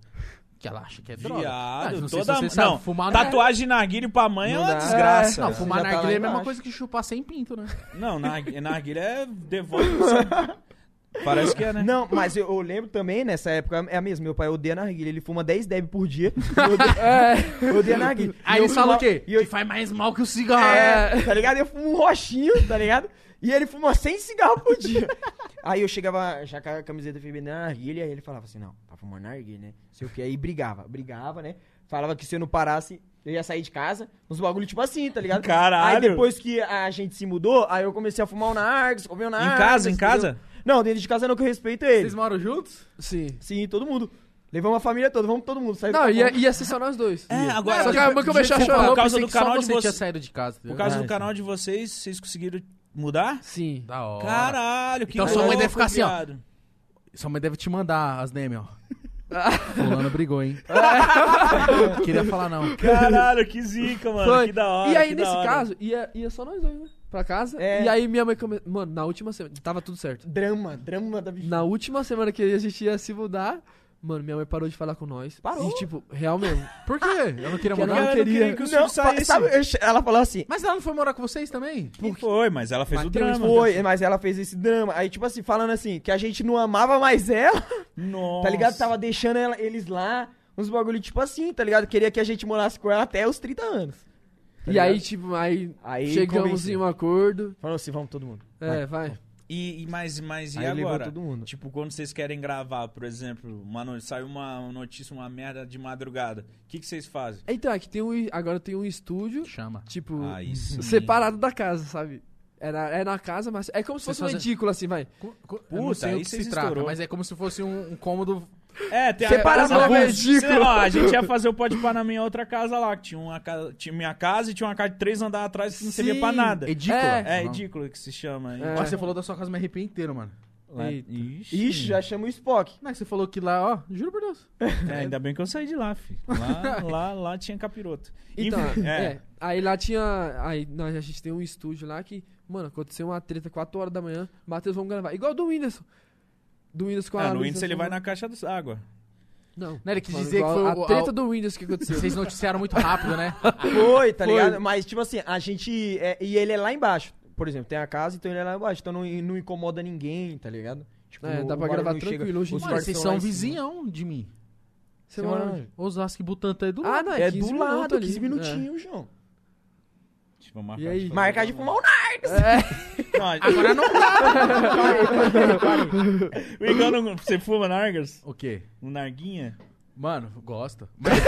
[SPEAKER 3] que ela acha que é droga.
[SPEAKER 1] Viado,
[SPEAKER 3] Ah, não sei se
[SPEAKER 1] toda...
[SPEAKER 3] você sabe,
[SPEAKER 1] não,
[SPEAKER 3] fumar né? narguilé-
[SPEAKER 1] tatuagem na narguilha pra mãe é
[SPEAKER 4] Não
[SPEAKER 1] uma
[SPEAKER 4] dá.
[SPEAKER 1] desgraça.
[SPEAKER 3] Não,
[SPEAKER 4] Você
[SPEAKER 3] fumar
[SPEAKER 4] já tá lá
[SPEAKER 3] narguilé é a mesma
[SPEAKER 4] embaixo.
[SPEAKER 3] coisa que chupar sem pinto, né?
[SPEAKER 1] Não, nargu- narguilha é devolve. você- Parece que é, né?
[SPEAKER 4] Não, mas eu, eu lembro também, nessa época, é a mesma. Meu pai odeia narguilha. Ele fuma 10 deb por dia. Eu odeio- Eu odeia narguilha.
[SPEAKER 3] Aí
[SPEAKER 4] E eu
[SPEAKER 3] eles falam o
[SPEAKER 4] fumava-
[SPEAKER 3] quê?
[SPEAKER 4] E eu,
[SPEAKER 3] Que faz mais mal que o cigarro.
[SPEAKER 1] Ah,
[SPEAKER 4] É, tá ligado? Eu fumo um roxinho, tá ligado? E ele fuma 100 cigarros por dia. Aí eu chegava já com a camiseta feminina na narguilha, aí ele falava assim, não, tá fumando narguilha, né? Não Sei o que, aí brigava, brigava, né? Falava que se eu não parasse, eu ia sair de casa, uns bagulho tipo assim, tá ligado?
[SPEAKER 1] Caralho.
[SPEAKER 4] Aí depois que a gente se mudou, aí eu comecei a fumar o narguilha, comer o narguilha.
[SPEAKER 1] Em casa, em
[SPEAKER 4] entendeu?
[SPEAKER 1] casa?
[SPEAKER 4] Não, dentro de casa não, que eu respeito ele.
[SPEAKER 3] Vocês moram juntos?
[SPEAKER 5] Sim.
[SPEAKER 4] Sim, todo mundo. Levamos a família toda, vamos todo mundo. Sair
[SPEAKER 5] Não, ia, ia ser só nós dois.
[SPEAKER 1] É, agora-
[SPEAKER 5] Só que a mãe começou a
[SPEAKER 1] Por
[SPEAKER 5] chorar.
[SPEAKER 1] causa do canal
[SPEAKER 3] só
[SPEAKER 1] de
[SPEAKER 3] você
[SPEAKER 1] vocês.
[SPEAKER 3] tinha saído de casa.
[SPEAKER 1] Por
[SPEAKER 3] entendeu?
[SPEAKER 1] causa do
[SPEAKER 4] Verdade.
[SPEAKER 1] canal de vocês, vocês conseguiram mudar?
[SPEAKER 5] Sim.
[SPEAKER 3] Da hora.
[SPEAKER 1] Caralho, que
[SPEAKER 3] Então sua mãe
[SPEAKER 1] louco,
[SPEAKER 3] deve ficar assim, ó.
[SPEAKER 1] viado.
[SPEAKER 3] Sua mãe deve te mandar as neme, ó. Fulano brigou, hein? Queria falar não.
[SPEAKER 1] Caralho, que zica, mano.
[SPEAKER 5] Foi.
[SPEAKER 1] Que da hora.
[SPEAKER 5] E aí,
[SPEAKER 1] que da
[SPEAKER 5] nesse
[SPEAKER 1] hora.
[SPEAKER 5] caso, ia, ia só nós dois, né? Pra casa.
[SPEAKER 4] É.
[SPEAKER 5] E aí minha mãe começou. Mano, na última semana. Tava tudo certo.
[SPEAKER 4] Drama, drama da bicha.
[SPEAKER 5] Na última semana que a gente ia se mudar, mano, minha mãe parou de falar com nós.
[SPEAKER 4] Parou?
[SPEAKER 5] E tipo, real mesmo.
[SPEAKER 3] Por quê? Ela não queria
[SPEAKER 5] Que
[SPEAKER 1] Cara, eu
[SPEAKER 3] morar?
[SPEAKER 1] não
[SPEAKER 5] queria.
[SPEAKER 1] queria que o filho
[SPEAKER 4] pa-
[SPEAKER 1] saísse.
[SPEAKER 4] sabe, eu- ela falou assim,
[SPEAKER 3] Mas ela não foi morar com vocês também?
[SPEAKER 1] Foi, mas ela fez
[SPEAKER 5] Mas
[SPEAKER 1] o
[SPEAKER 5] tem um
[SPEAKER 1] drama.
[SPEAKER 4] Foi, mas ela fez esse drama. Aí, tipo assim, falando assim, que a gente não amava mais ela,
[SPEAKER 1] Nossa.
[SPEAKER 4] tá ligado? Tava deixando ela- eles lá, uns bagulho tipo assim, tá ligado? Queria que a gente morasse com ela até os 30 anos. Tá
[SPEAKER 5] e aí,
[SPEAKER 4] ligado?
[SPEAKER 5] tipo, aí,
[SPEAKER 4] Aí
[SPEAKER 5] chegamos
[SPEAKER 4] convenceu.
[SPEAKER 5] em um acordo.
[SPEAKER 4] Falou assim, vamos todo mundo.
[SPEAKER 5] É, vai.
[SPEAKER 1] E, e mais, mais e
[SPEAKER 4] Aí levou
[SPEAKER 1] agora?
[SPEAKER 4] todo mundo.
[SPEAKER 1] Tipo, quando vocês querem gravar, por exemplo, uma no... saiu uma notícia, uma merda de madrugada. O que, que vocês fazem?
[SPEAKER 5] Então, é que tem um. Agora tem um estúdio,
[SPEAKER 3] Chama.
[SPEAKER 5] tipo,
[SPEAKER 1] Ah, isso.
[SPEAKER 5] separado da casa, sabe? É na, é na casa, mas. É como se
[SPEAKER 3] Vocês
[SPEAKER 5] fosse um
[SPEAKER 3] fazem-
[SPEAKER 5] ridículo, assim, vai.
[SPEAKER 3] Co- co- eu não
[SPEAKER 1] Puta,
[SPEAKER 3] sei o
[SPEAKER 1] aí
[SPEAKER 3] que se
[SPEAKER 1] vocês
[SPEAKER 3] trata,
[SPEAKER 1] estourou.
[SPEAKER 3] mas é como se fosse um, um cômodo.
[SPEAKER 1] É, tem
[SPEAKER 5] Separado
[SPEAKER 1] a casa...
[SPEAKER 5] do
[SPEAKER 1] Sei
[SPEAKER 5] ridículo.
[SPEAKER 1] lá, a gente ia fazer o pode pá na minha outra casa lá, que tinha, uma casa... tinha minha casa e tinha uma casa de três andares atrás que não servia pra nada.
[SPEAKER 3] Edícula.
[SPEAKER 1] É,
[SPEAKER 3] Não.
[SPEAKER 1] ridículo que se chama.
[SPEAKER 5] É.
[SPEAKER 3] Ó, você falou da sua casa, me arrepiei inteiro, mano.
[SPEAKER 1] Lá-
[SPEAKER 5] Eita.
[SPEAKER 1] Ixi.
[SPEAKER 4] Ixi, já chama o Spock.
[SPEAKER 3] Não, é que você falou que lá, ó, juro por Deus.
[SPEAKER 1] É, ainda bem que eu saí de lá, filho. Lá, lá, lá tinha capiroto.
[SPEAKER 5] Então,
[SPEAKER 1] Enfim,
[SPEAKER 5] é. Aí lá tinha. Aí nós, a gente tem um estúdio lá que, mano, aconteceu uma treta 4 horas da manhã. Matheus, vamos gravar. Igual do Whindersson. Do Whindersson com a
[SPEAKER 1] Ah, no
[SPEAKER 5] Luísa
[SPEAKER 1] Windows ele
[SPEAKER 3] assim,
[SPEAKER 1] vai
[SPEAKER 3] né?
[SPEAKER 5] Sonza.
[SPEAKER 1] na caixa d'água.
[SPEAKER 5] Não.
[SPEAKER 3] Não, ele quis
[SPEAKER 5] Falando
[SPEAKER 3] dizer que
[SPEAKER 5] igual
[SPEAKER 3] foi
[SPEAKER 5] a,
[SPEAKER 3] o- a-
[SPEAKER 5] treta do Whindersson que aconteceu.
[SPEAKER 3] Vocês noticiaram muito rápido, né?
[SPEAKER 4] Foi, tá
[SPEAKER 5] Foi.
[SPEAKER 4] ligado? Mas, tipo assim, a gente. é- e ele é lá embaixo. Por exemplo, tem a casa, então ele é lá embaixo. Então não, não incomoda ninguém, tá ligado? Tipo,
[SPEAKER 5] É,
[SPEAKER 4] o-
[SPEAKER 5] dá
[SPEAKER 4] o
[SPEAKER 5] pra
[SPEAKER 4] barulho
[SPEAKER 5] gravar
[SPEAKER 4] não chega,
[SPEAKER 5] tranquilo hoje em
[SPEAKER 4] os
[SPEAKER 5] dia.
[SPEAKER 3] Mano,
[SPEAKER 4] quartos
[SPEAKER 3] vocês
[SPEAKER 4] lá
[SPEAKER 3] são
[SPEAKER 4] em cima.
[SPEAKER 3] vizinhão de mim.
[SPEAKER 5] Você mora
[SPEAKER 4] Semana-
[SPEAKER 5] onde?
[SPEAKER 3] Osasco e Butantã é do
[SPEAKER 5] Ah,
[SPEAKER 3] lado.
[SPEAKER 5] não,
[SPEAKER 4] É
[SPEAKER 5] 15
[SPEAKER 4] do
[SPEAKER 5] minutos
[SPEAKER 4] lado,
[SPEAKER 5] ali. É.
[SPEAKER 4] 15 minutinhos, João.
[SPEAKER 1] Deixa eu marcar
[SPEAKER 5] E aí?
[SPEAKER 1] de fazer.
[SPEAKER 4] Marcar de fumar um o
[SPEAKER 1] Não, a-
[SPEAKER 3] Agora não
[SPEAKER 1] o Igor não... Você fuma Nargas?
[SPEAKER 3] O quê?
[SPEAKER 1] Um Narguinha?
[SPEAKER 3] Mano, gosta. Mas,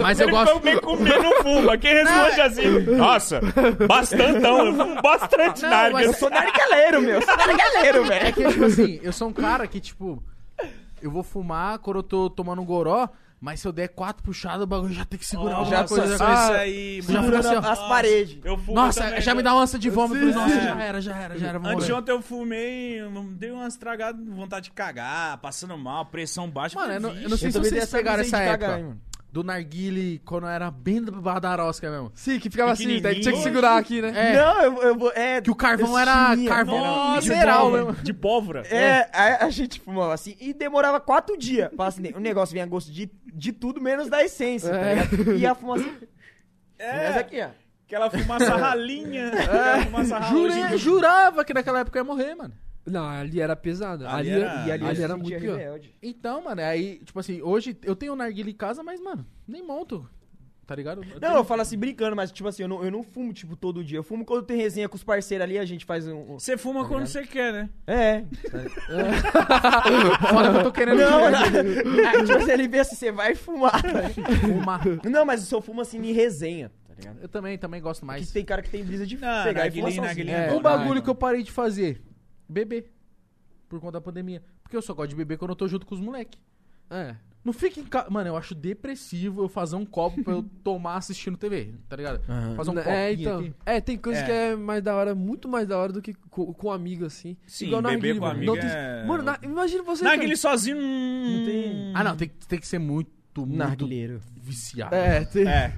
[SPEAKER 3] Mas eu
[SPEAKER 1] ele ficou
[SPEAKER 3] gosto.
[SPEAKER 1] meio com medo, não fuma. Quem responde assim? Nossa, bastantão. Eu fumo bastante
[SPEAKER 3] Não,
[SPEAKER 1] Nargas.
[SPEAKER 4] Eu sou nargueleiro, meu. Eu sou nargueleiro,
[SPEAKER 3] É
[SPEAKER 4] velho.
[SPEAKER 3] que, tipo assim, eu sou um cara que, tipo, eu vou fumar quando eu tô tomando um goró, mas se eu der quatro puxadas, o bagulho já tem que segurar
[SPEAKER 1] Nossa,
[SPEAKER 3] alguma coisa.
[SPEAKER 1] isso
[SPEAKER 3] Ah,
[SPEAKER 1] aí, é
[SPEAKER 3] já
[SPEAKER 1] mano.
[SPEAKER 3] fui assim, ó.
[SPEAKER 4] As paredes.
[SPEAKER 1] Eu fumo
[SPEAKER 3] Nossa,
[SPEAKER 1] também,
[SPEAKER 3] já me
[SPEAKER 1] eu-
[SPEAKER 3] dá uma ânsia de vômito.
[SPEAKER 5] Sim,
[SPEAKER 3] Nossa,
[SPEAKER 1] é.
[SPEAKER 3] já era, já era, já era. vou morrer.
[SPEAKER 1] Anteontem eu fumei, dei uma estragada, vontade de cagar, passando mal, pressão baixa.
[SPEAKER 3] Mano, eu não,
[SPEAKER 1] falei,
[SPEAKER 3] eu não sei
[SPEAKER 4] Eu
[SPEAKER 3] se
[SPEAKER 4] também tenho
[SPEAKER 3] vocês
[SPEAKER 4] essa
[SPEAKER 3] pegaram
[SPEAKER 4] brisa
[SPEAKER 3] essa
[SPEAKER 4] aí de cagar,
[SPEAKER 3] época
[SPEAKER 4] hein, mano.
[SPEAKER 3] do narguile quando eu era bem badarosca mesmo.
[SPEAKER 5] Sim, que ficava assim, daí tinha que
[SPEAKER 1] Pequenininho.
[SPEAKER 5] segurar aqui, né?
[SPEAKER 3] É.
[SPEAKER 4] Não, eu, eu vou. É,
[SPEAKER 3] Que o carvão era
[SPEAKER 4] tinha.
[SPEAKER 3] carvão
[SPEAKER 1] Nossa,
[SPEAKER 3] mineral
[SPEAKER 1] de pólvora,
[SPEAKER 3] mesmo.
[SPEAKER 1] De pólvora.
[SPEAKER 4] É, a, a gente fumava assim e demorava quatro assim, dias. pra acender. o negócio vinha gosto de, de tudo menos da essência, tá
[SPEAKER 5] É.
[SPEAKER 4] ligado? E a fumaça.
[SPEAKER 1] É.
[SPEAKER 3] é
[SPEAKER 4] Essa aqui, ó.
[SPEAKER 1] Aquela fumaça ralinha. Aquela fumaça ralinha.
[SPEAKER 3] Jurei- jurava que naquela época eu ia morrer, mano.
[SPEAKER 5] Não, ali era pesado.
[SPEAKER 1] Ali
[SPEAKER 5] Ali,
[SPEAKER 1] era-
[SPEAKER 5] era,
[SPEAKER 1] e ali
[SPEAKER 5] ali
[SPEAKER 4] Esse
[SPEAKER 5] era muito
[SPEAKER 4] dia
[SPEAKER 5] pior.
[SPEAKER 4] rebelde.
[SPEAKER 3] Então, mano, aí, tipo assim, hoje eu tenho narguilha em casa, mas, mano, nem monto. Tá ligado? Eu
[SPEAKER 4] Não,
[SPEAKER 3] tenho-
[SPEAKER 4] eu falo assim brincando, mas tipo assim, eu não, eu não fumo, tipo, todo dia. Eu fumo quando tem resenha com os parceiros ali, a gente faz um. um-
[SPEAKER 1] Você fuma quando você quer, né?
[SPEAKER 4] É.
[SPEAKER 3] Fala que eu tô querendo
[SPEAKER 4] Não,
[SPEAKER 3] te-
[SPEAKER 4] não. Aí, tipo assim, ele vê assim, você vai fumar. tá ligado?
[SPEAKER 3] fumar.
[SPEAKER 4] Não, mas se eu fumo assim em resenha, tá ligado?
[SPEAKER 3] Eu também, também gosto mais.
[SPEAKER 4] Que tem cara que tem brisa de
[SPEAKER 1] Não,
[SPEAKER 4] pegar e
[SPEAKER 1] narguilé,
[SPEAKER 4] fumar sozinho.
[SPEAKER 1] narguilé.
[SPEAKER 3] É,
[SPEAKER 1] Não,
[SPEAKER 3] um
[SPEAKER 1] não,
[SPEAKER 3] bagulho
[SPEAKER 1] não.
[SPEAKER 3] que eu parei de fazer. Beber. Por conta da pandemia. Porque eu só gosto de beber quando eu tô junto com os moleques.
[SPEAKER 5] É.
[SPEAKER 3] Não fica em casa. Mano, eu acho depressivo eu fazer um copo pra eu tomar assistindo TV, tá ligado? Fazer um copo.
[SPEAKER 5] é, então. É, tem coisa
[SPEAKER 1] É.
[SPEAKER 5] que é mais da hora, muito mais da hora do que co- com amigo, assim.
[SPEAKER 1] Sim,
[SPEAKER 5] na
[SPEAKER 1] beber
[SPEAKER 5] narguilha,
[SPEAKER 1] com
[SPEAKER 5] mano.
[SPEAKER 1] amigo
[SPEAKER 5] Não tem-
[SPEAKER 1] é-
[SPEAKER 5] Mano, na- imagina você. cara.
[SPEAKER 1] Naquele sozinho. hum, Não
[SPEAKER 4] tem-
[SPEAKER 3] Ah, não, tem, que- tem que ser muito, muito
[SPEAKER 4] Narguileiro.
[SPEAKER 3] viciado.
[SPEAKER 5] É, tem.
[SPEAKER 1] É.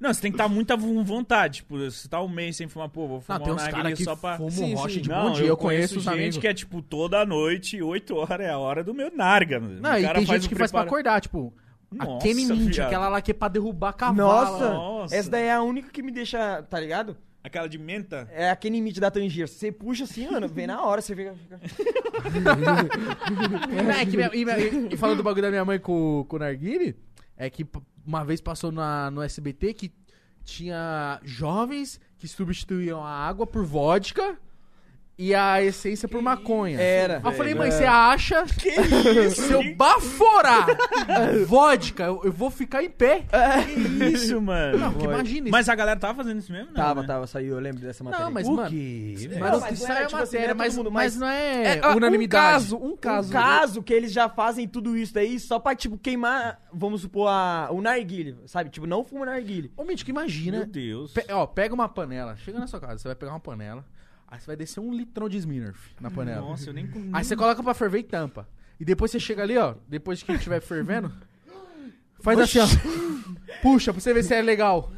[SPEAKER 1] Não, você tem que estar muita vo- vontade. Tipo, se tá um mês sem fumar, pô, vou
[SPEAKER 3] Não,
[SPEAKER 1] fumar
[SPEAKER 3] tem
[SPEAKER 1] um
[SPEAKER 3] uns
[SPEAKER 1] narguilé
[SPEAKER 3] caras que
[SPEAKER 1] só pra.
[SPEAKER 3] fumam
[SPEAKER 5] Sim,
[SPEAKER 3] rocha
[SPEAKER 5] sim.
[SPEAKER 3] de
[SPEAKER 1] Não,
[SPEAKER 3] bom dia. Eu conheço os
[SPEAKER 1] gente
[SPEAKER 3] amigos.
[SPEAKER 1] que é tipo toda noite, 8 horas é a hora do meu narga. mano.
[SPEAKER 3] Não,
[SPEAKER 1] o
[SPEAKER 3] e
[SPEAKER 1] um cara
[SPEAKER 3] tem
[SPEAKER 1] faz
[SPEAKER 3] gente
[SPEAKER 1] o
[SPEAKER 3] que faz pra
[SPEAKER 1] preparo-
[SPEAKER 3] acordar, tipo... a
[SPEAKER 1] Nossa,
[SPEAKER 3] Kenny Mint,
[SPEAKER 1] viado.
[SPEAKER 3] aquela lá que é pra derrubar cavalo.
[SPEAKER 4] Nossa,
[SPEAKER 1] Nossa.
[SPEAKER 4] essa daí é a única que me deixa, tá ligado?
[SPEAKER 1] Aquela de menta?
[SPEAKER 4] É aquele limite da Tangier. Você puxa assim, mano, vem na hora, você fica. fica-
[SPEAKER 3] Não, é que minha- e, minha- e falando do bagulho da minha mãe com, com o Narguile, é que p- uma vez passou na, no SBT que tinha jovens que substituíam a água por vodka e a essência por maconha.
[SPEAKER 4] Era,
[SPEAKER 3] Aí eu
[SPEAKER 4] velho.
[SPEAKER 3] falei, mãe, você acha que se eu baforar vodka, eu, eu vou ficar em pé?
[SPEAKER 1] Que isso, mano.
[SPEAKER 3] Não, porque imagina isso.
[SPEAKER 1] Mas a galera tava fazendo isso mesmo? Não,
[SPEAKER 4] Tava,
[SPEAKER 1] né?
[SPEAKER 4] tava, saiu, eu lembro dessa matéria.
[SPEAKER 3] Não, mas,
[SPEAKER 4] O
[SPEAKER 3] mano,
[SPEAKER 4] quê?
[SPEAKER 3] mas,
[SPEAKER 4] Não,
[SPEAKER 3] não,
[SPEAKER 4] mas
[SPEAKER 3] isso
[SPEAKER 4] não
[SPEAKER 3] aí
[SPEAKER 4] era,
[SPEAKER 3] é
[SPEAKER 4] tipo assim, não
[SPEAKER 3] matéria,
[SPEAKER 4] era
[SPEAKER 3] mas,
[SPEAKER 4] todo mundo,
[SPEAKER 3] mas
[SPEAKER 4] mas-
[SPEAKER 3] não é,
[SPEAKER 5] É, ah,
[SPEAKER 3] unanimidade.
[SPEAKER 5] Um caso, um caso.
[SPEAKER 4] caso, né? que eles já fazem tudo isso daí só pra, tipo, queimar, vamos supor, a, o narguile, sabe? Tipo, não fuma narguile.
[SPEAKER 3] Ô, Mítico,
[SPEAKER 1] Meu
[SPEAKER 3] imagina
[SPEAKER 1] Deus.
[SPEAKER 3] né? Pe- ó, pega uma panela. Chega na sua casa, você vai pegar uma panela. Aí você vai descer um litrão de Smirnoff na panela.
[SPEAKER 1] Nossa, eu nem comi.
[SPEAKER 3] Aí você coloca pra ferver e tampa. E depois você chega ali, ó. Depois que estiver fervendo, faz assim, ó. Puxa, pra você ver se é legal.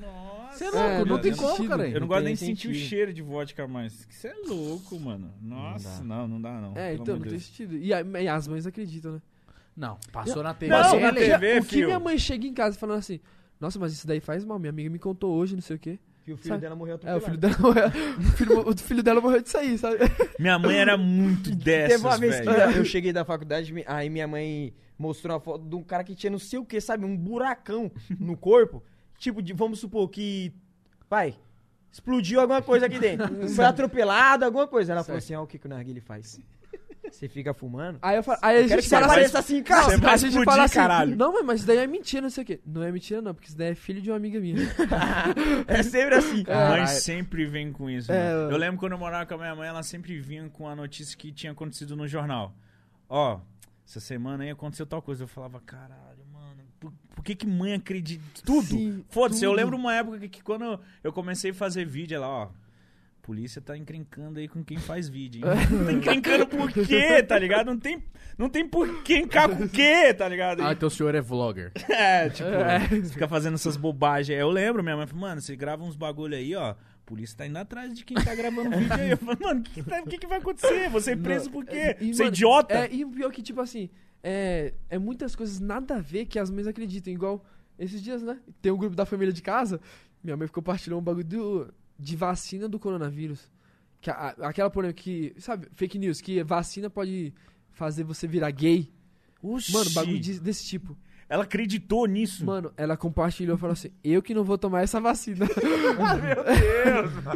[SPEAKER 3] Você é louco,
[SPEAKER 5] É,
[SPEAKER 3] não
[SPEAKER 5] não
[SPEAKER 3] tem
[SPEAKER 5] tem
[SPEAKER 3] como,
[SPEAKER 5] sentido.
[SPEAKER 3] cara.
[SPEAKER 1] Eu não
[SPEAKER 5] Não
[SPEAKER 1] gosto
[SPEAKER 5] tem
[SPEAKER 1] nem de sentir o
[SPEAKER 5] sentido.
[SPEAKER 1] cheiro de vodka mais. Que Você é louco, mano. Nossa, não, não dá não.
[SPEAKER 5] É,
[SPEAKER 1] Pelo
[SPEAKER 5] então,
[SPEAKER 1] amor de
[SPEAKER 5] não tem
[SPEAKER 1] Deus.
[SPEAKER 5] sentido. E, a- e as mães acreditam, né?
[SPEAKER 3] Não, passou na TV.
[SPEAKER 1] Passou
[SPEAKER 3] é
[SPEAKER 1] na
[SPEAKER 3] lei.
[SPEAKER 1] TV,
[SPEAKER 5] o que
[SPEAKER 1] fio.
[SPEAKER 5] minha mãe chega em casa falando assim: Nossa, mas isso daí faz mal. Minha amiga me contou hoje, não sei o quê.
[SPEAKER 4] Que o filho
[SPEAKER 5] Sabe?
[SPEAKER 4] dela morreu
[SPEAKER 5] É,
[SPEAKER 4] atropelado.
[SPEAKER 5] o filho dela morreu. O filho, o filho dela morreu disso aí, sabe?
[SPEAKER 1] Minha mãe era muito dessas,
[SPEAKER 4] Teve uma vez que
[SPEAKER 1] velho.
[SPEAKER 4] eu cheguei da faculdade, mi- aí minha mãe mostrou uma foto de um cara que tinha não sei o que, sabe? Um buracão no corpo. Tipo, de, vamos supor que. Vai. Explodiu alguma coisa aqui dentro. Foi atropelado, alguma coisa. Ela falou assim: olha o que, que o narguile faz. Você fica fumando?
[SPEAKER 5] Aí, eu falo, aí a
[SPEAKER 4] Quero que você
[SPEAKER 5] gente fala assim.
[SPEAKER 4] apareça assim, cara.
[SPEAKER 1] Você vai
[SPEAKER 5] a gente
[SPEAKER 1] explodir,
[SPEAKER 5] fala assim,
[SPEAKER 1] é caralho.
[SPEAKER 5] não, mãe, mas isso daí é mentira, não sei o quê. Não é mentira, não, porque isso daí é filho de uma amiga minha.
[SPEAKER 4] É sempre assim.
[SPEAKER 1] Mãe
[SPEAKER 3] Caralho.
[SPEAKER 1] sempre vem com isso.
[SPEAKER 5] É,
[SPEAKER 1] mano.
[SPEAKER 5] eu-
[SPEAKER 1] Eu lembro quando eu morava com a minha mãe, ela sempre vinha com a notícia que tinha acontecido no jornal. Ó, essa semana aí aconteceu tal coisa. Eu falava, caralho, mano, por, por que que mãe acredita? Tudo!
[SPEAKER 5] Sim,
[SPEAKER 1] Foda-se, eu
[SPEAKER 5] tudo.
[SPEAKER 1] lembro uma época que, que quando eu- eu comecei a fazer vídeo, ela, ó. Polícia tá encrencando aí com quem faz vídeo, hein? tá encrencando por quê, tá ligado? Não tem, não tem por que encar com o quê, tá ligado?
[SPEAKER 3] Ah, então o senhor é vlogger.
[SPEAKER 1] É, tipo, você fica fazendo essas bobagens. Eu lembro, minha mãe falou, mano, você grava uns bagulho aí, ó. A polícia tá indo atrás de quem tá gravando vídeo aí. Eu falo, mano, o que, que, tá- o que que vai acontecer? Você é preso por quê?
[SPEAKER 5] E,
[SPEAKER 1] Você é
[SPEAKER 5] mano,
[SPEAKER 1] idiota?
[SPEAKER 5] É, e o pior que, tipo assim, é, é muitas coisas nada a ver que as mães acreditam. Igual esses dias, né? Tem um grupo da família de casa, minha mãe compartilhou um bagulho do- de vacina do coronavírus. Que a- a- aquela polêmica que, sabe, fake news, que vacina pode fazer você virar gay.
[SPEAKER 1] Oxi. Hum.
[SPEAKER 5] Mano, bagulho de- desse tipo.
[SPEAKER 1] Ela acreditou nisso.
[SPEAKER 5] Mano, ela compartilhou e falou assim: Eu que não vou tomar essa vacina.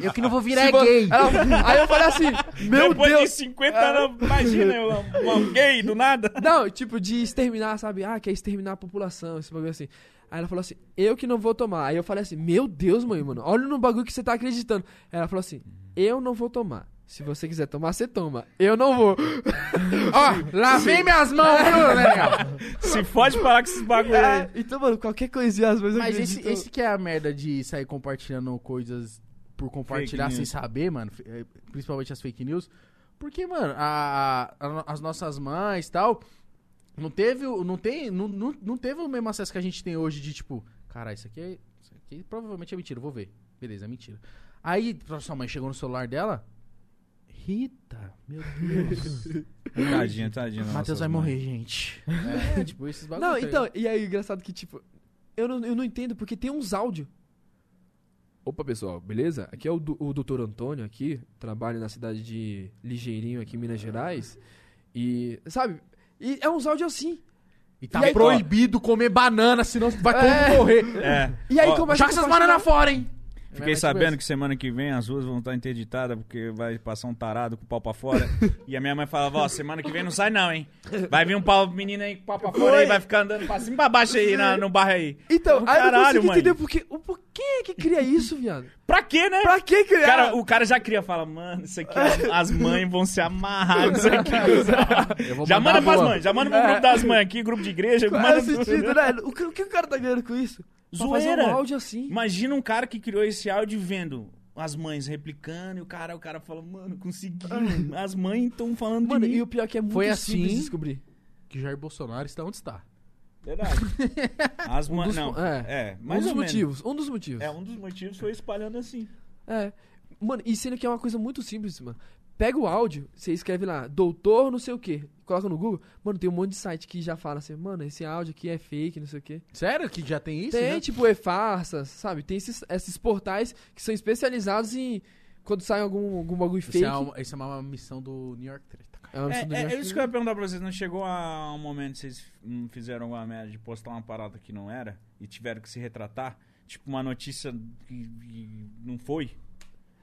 [SPEAKER 3] Eu que não vou
[SPEAKER 5] Se vo- Ela- aí eu falei assim: Meu
[SPEAKER 1] Depois
[SPEAKER 5] Deus. Ah.
[SPEAKER 1] de 50 anos, imagina eu, um gay do nada.
[SPEAKER 5] Não, tipo, de exterminar, sabe? Ah, quer exterminar a população, esse bagulho assim. Aí ela falou assim, eu que não vou tomar. Aí eu falei assim, meu Deus, mãe, mano, olha no bagulho que você tá acreditando. Aí ela falou assim, eu não vou tomar. Se você quiser tomar, você toma. Eu não vou.
[SPEAKER 3] Ó, lavei minhas mãos, viu, né, cara?
[SPEAKER 1] Se pode parar com esses bagulho aí.
[SPEAKER 5] Então, mano, qualquer coisinha as vezes
[SPEAKER 3] Mas esse, esse que é a merda de sair compartilhando coisas por compartilhar
[SPEAKER 1] Fake
[SPEAKER 3] sem
[SPEAKER 1] news.
[SPEAKER 3] saber, mano. Fe- eh, Principalmente as fake news. Porque, mano, a- a no- as nossas mães e tal, não teve, o- não, tem, não, não, não teve o mesmo acesso que a gente tem hoje de tipo, cara, isso aqui, é- isso aqui provavelmente é mentira, eu vou ver. Beleza, é mentira. Aí, a sua mãe chegou no celular dela. Rita, meu Deus.
[SPEAKER 5] É.
[SPEAKER 1] Tadinha, tadinha.
[SPEAKER 3] Matheus
[SPEAKER 1] nossas
[SPEAKER 3] vai
[SPEAKER 1] mães.
[SPEAKER 3] morrer, gente. É, tipo,
[SPEAKER 5] então,
[SPEAKER 3] esses bagulhos.
[SPEAKER 5] Não, então, e aí, engraçado que, tipo, eu não, eu não entendo, porque tem uns áudios Opa, pessoal, beleza? Aqui é o, du- o doutor Antônio aqui, trabalho na cidade de Ligeirinho, aqui em Minas Gerais. E, sabe, e é uns áudios assim.
[SPEAKER 3] E
[SPEAKER 5] E
[SPEAKER 3] tá
[SPEAKER 5] aí,
[SPEAKER 3] proibido comer banana, senão vai todo
[SPEAKER 5] É.
[SPEAKER 3] mundo morrer.
[SPEAKER 1] É.
[SPEAKER 5] E aí
[SPEAKER 1] Ó,
[SPEAKER 5] começa a
[SPEAKER 3] Joga essas bananas fora, hein?
[SPEAKER 1] Fiquei
[SPEAKER 3] é tipo
[SPEAKER 5] é tipo
[SPEAKER 1] sabendo que semana que vem as ruas vão estar interditadas porque vai passar um tarado com o pau pra fora. e a minha mãe falava, ó, semana que vem não sai não, hein? Vai vir um pau menino aí com o pau pra fora aí, vai ficar andando pra cima e pra baixo aí na- no barro aí.
[SPEAKER 5] Então,
[SPEAKER 1] Oh,
[SPEAKER 5] aí eu não
[SPEAKER 1] caralho,
[SPEAKER 5] consigo
[SPEAKER 1] mano.
[SPEAKER 5] entender por que- o porquê que cria isso, viado.
[SPEAKER 1] Pra quê, né?
[SPEAKER 5] Pra que criar?
[SPEAKER 1] Cara, o cara já cria, fala, mano, isso aqui, as, as mães vão se amarrar com isso aqui.
[SPEAKER 3] Eu vou
[SPEAKER 1] já
[SPEAKER 3] mandar
[SPEAKER 1] manda pras
[SPEAKER 3] boa.
[SPEAKER 1] mães, já manda pro grupo das mães aqui, grupo de igreja,
[SPEAKER 5] É. Qual
[SPEAKER 1] manda
[SPEAKER 5] é o
[SPEAKER 1] tudo.
[SPEAKER 5] sentido, né?
[SPEAKER 4] O que, o que o cara tá ganhando com isso?
[SPEAKER 5] Pra fazer um
[SPEAKER 1] Zoeira.
[SPEAKER 5] áudio assim.
[SPEAKER 1] Imagina um cara que criou esse áudio vendo as mães replicando e o cara, o cara fala, mano, consegui. mano. As mães estão falando
[SPEAKER 5] Ah. Mano,
[SPEAKER 1] de mim.
[SPEAKER 5] e o pior é que é muito
[SPEAKER 3] Foi
[SPEAKER 5] simples
[SPEAKER 3] assim?
[SPEAKER 5] descobrir.
[SPEAKER 3] Que Jair Bolsonaro está onde está.
[SPEAKER 1] Verdade. As
[SPEAKER 5] Um
[SPEAKER 1] mães,
[SPEAKER 5] dos,
[SPEAKER 1] não.
[SPEAKER 5] é,
[SPEAKER 1] É,
[SPEAKER 5] um
[SPEAKER 1] mais
[SPEAKER 5] dos
[SPEAKER 1] ou menos.
[SPEAKER 5] motivos, um dos motivos.
[SPEAKER 1] É, um dos motivos foi espalhando assim.
[SPEAKER 5] É. Mano, e sendo que é uma coisa muito simples, mano. Pega o áudio, você escreve lá, doutor não sei o quê, coloca no Google. Mano, tem um monte de site que já fala assim, mano, esse áudio aqui é fake, não sei o quê.
[SPEAKER 3] Sério que já tem isso? né?
[SPEAKER 5] tem,
[SPEAKER 3] já?
[SPEAKER 5] tipo, e-farsas, sabe? Tem esses, esses portais que são especializados em... Quando sai algum, algum bagulho
[SPEAKER 3] Isso
[SPEAKER 5] fake...
[SPEAKER 3] é, uma, isso é uma missão do New York Treta, cara.
[SPEAKER 5] É
[SPEAKER 1] É,
[SPEAKER 5] uma mistura do
[SPEAKER 1] é,
[SPEAKER 3] né?
[SPEAKER 5] Jeff
[SPEAKER 1] é isso que eu ia perguntar pra vocês. Não chegou a um momento que vocês hum, fizeram alguma merda de postar uma parada que não era e tiveram que se retratar? Tipo, uma notícia que, que não foi?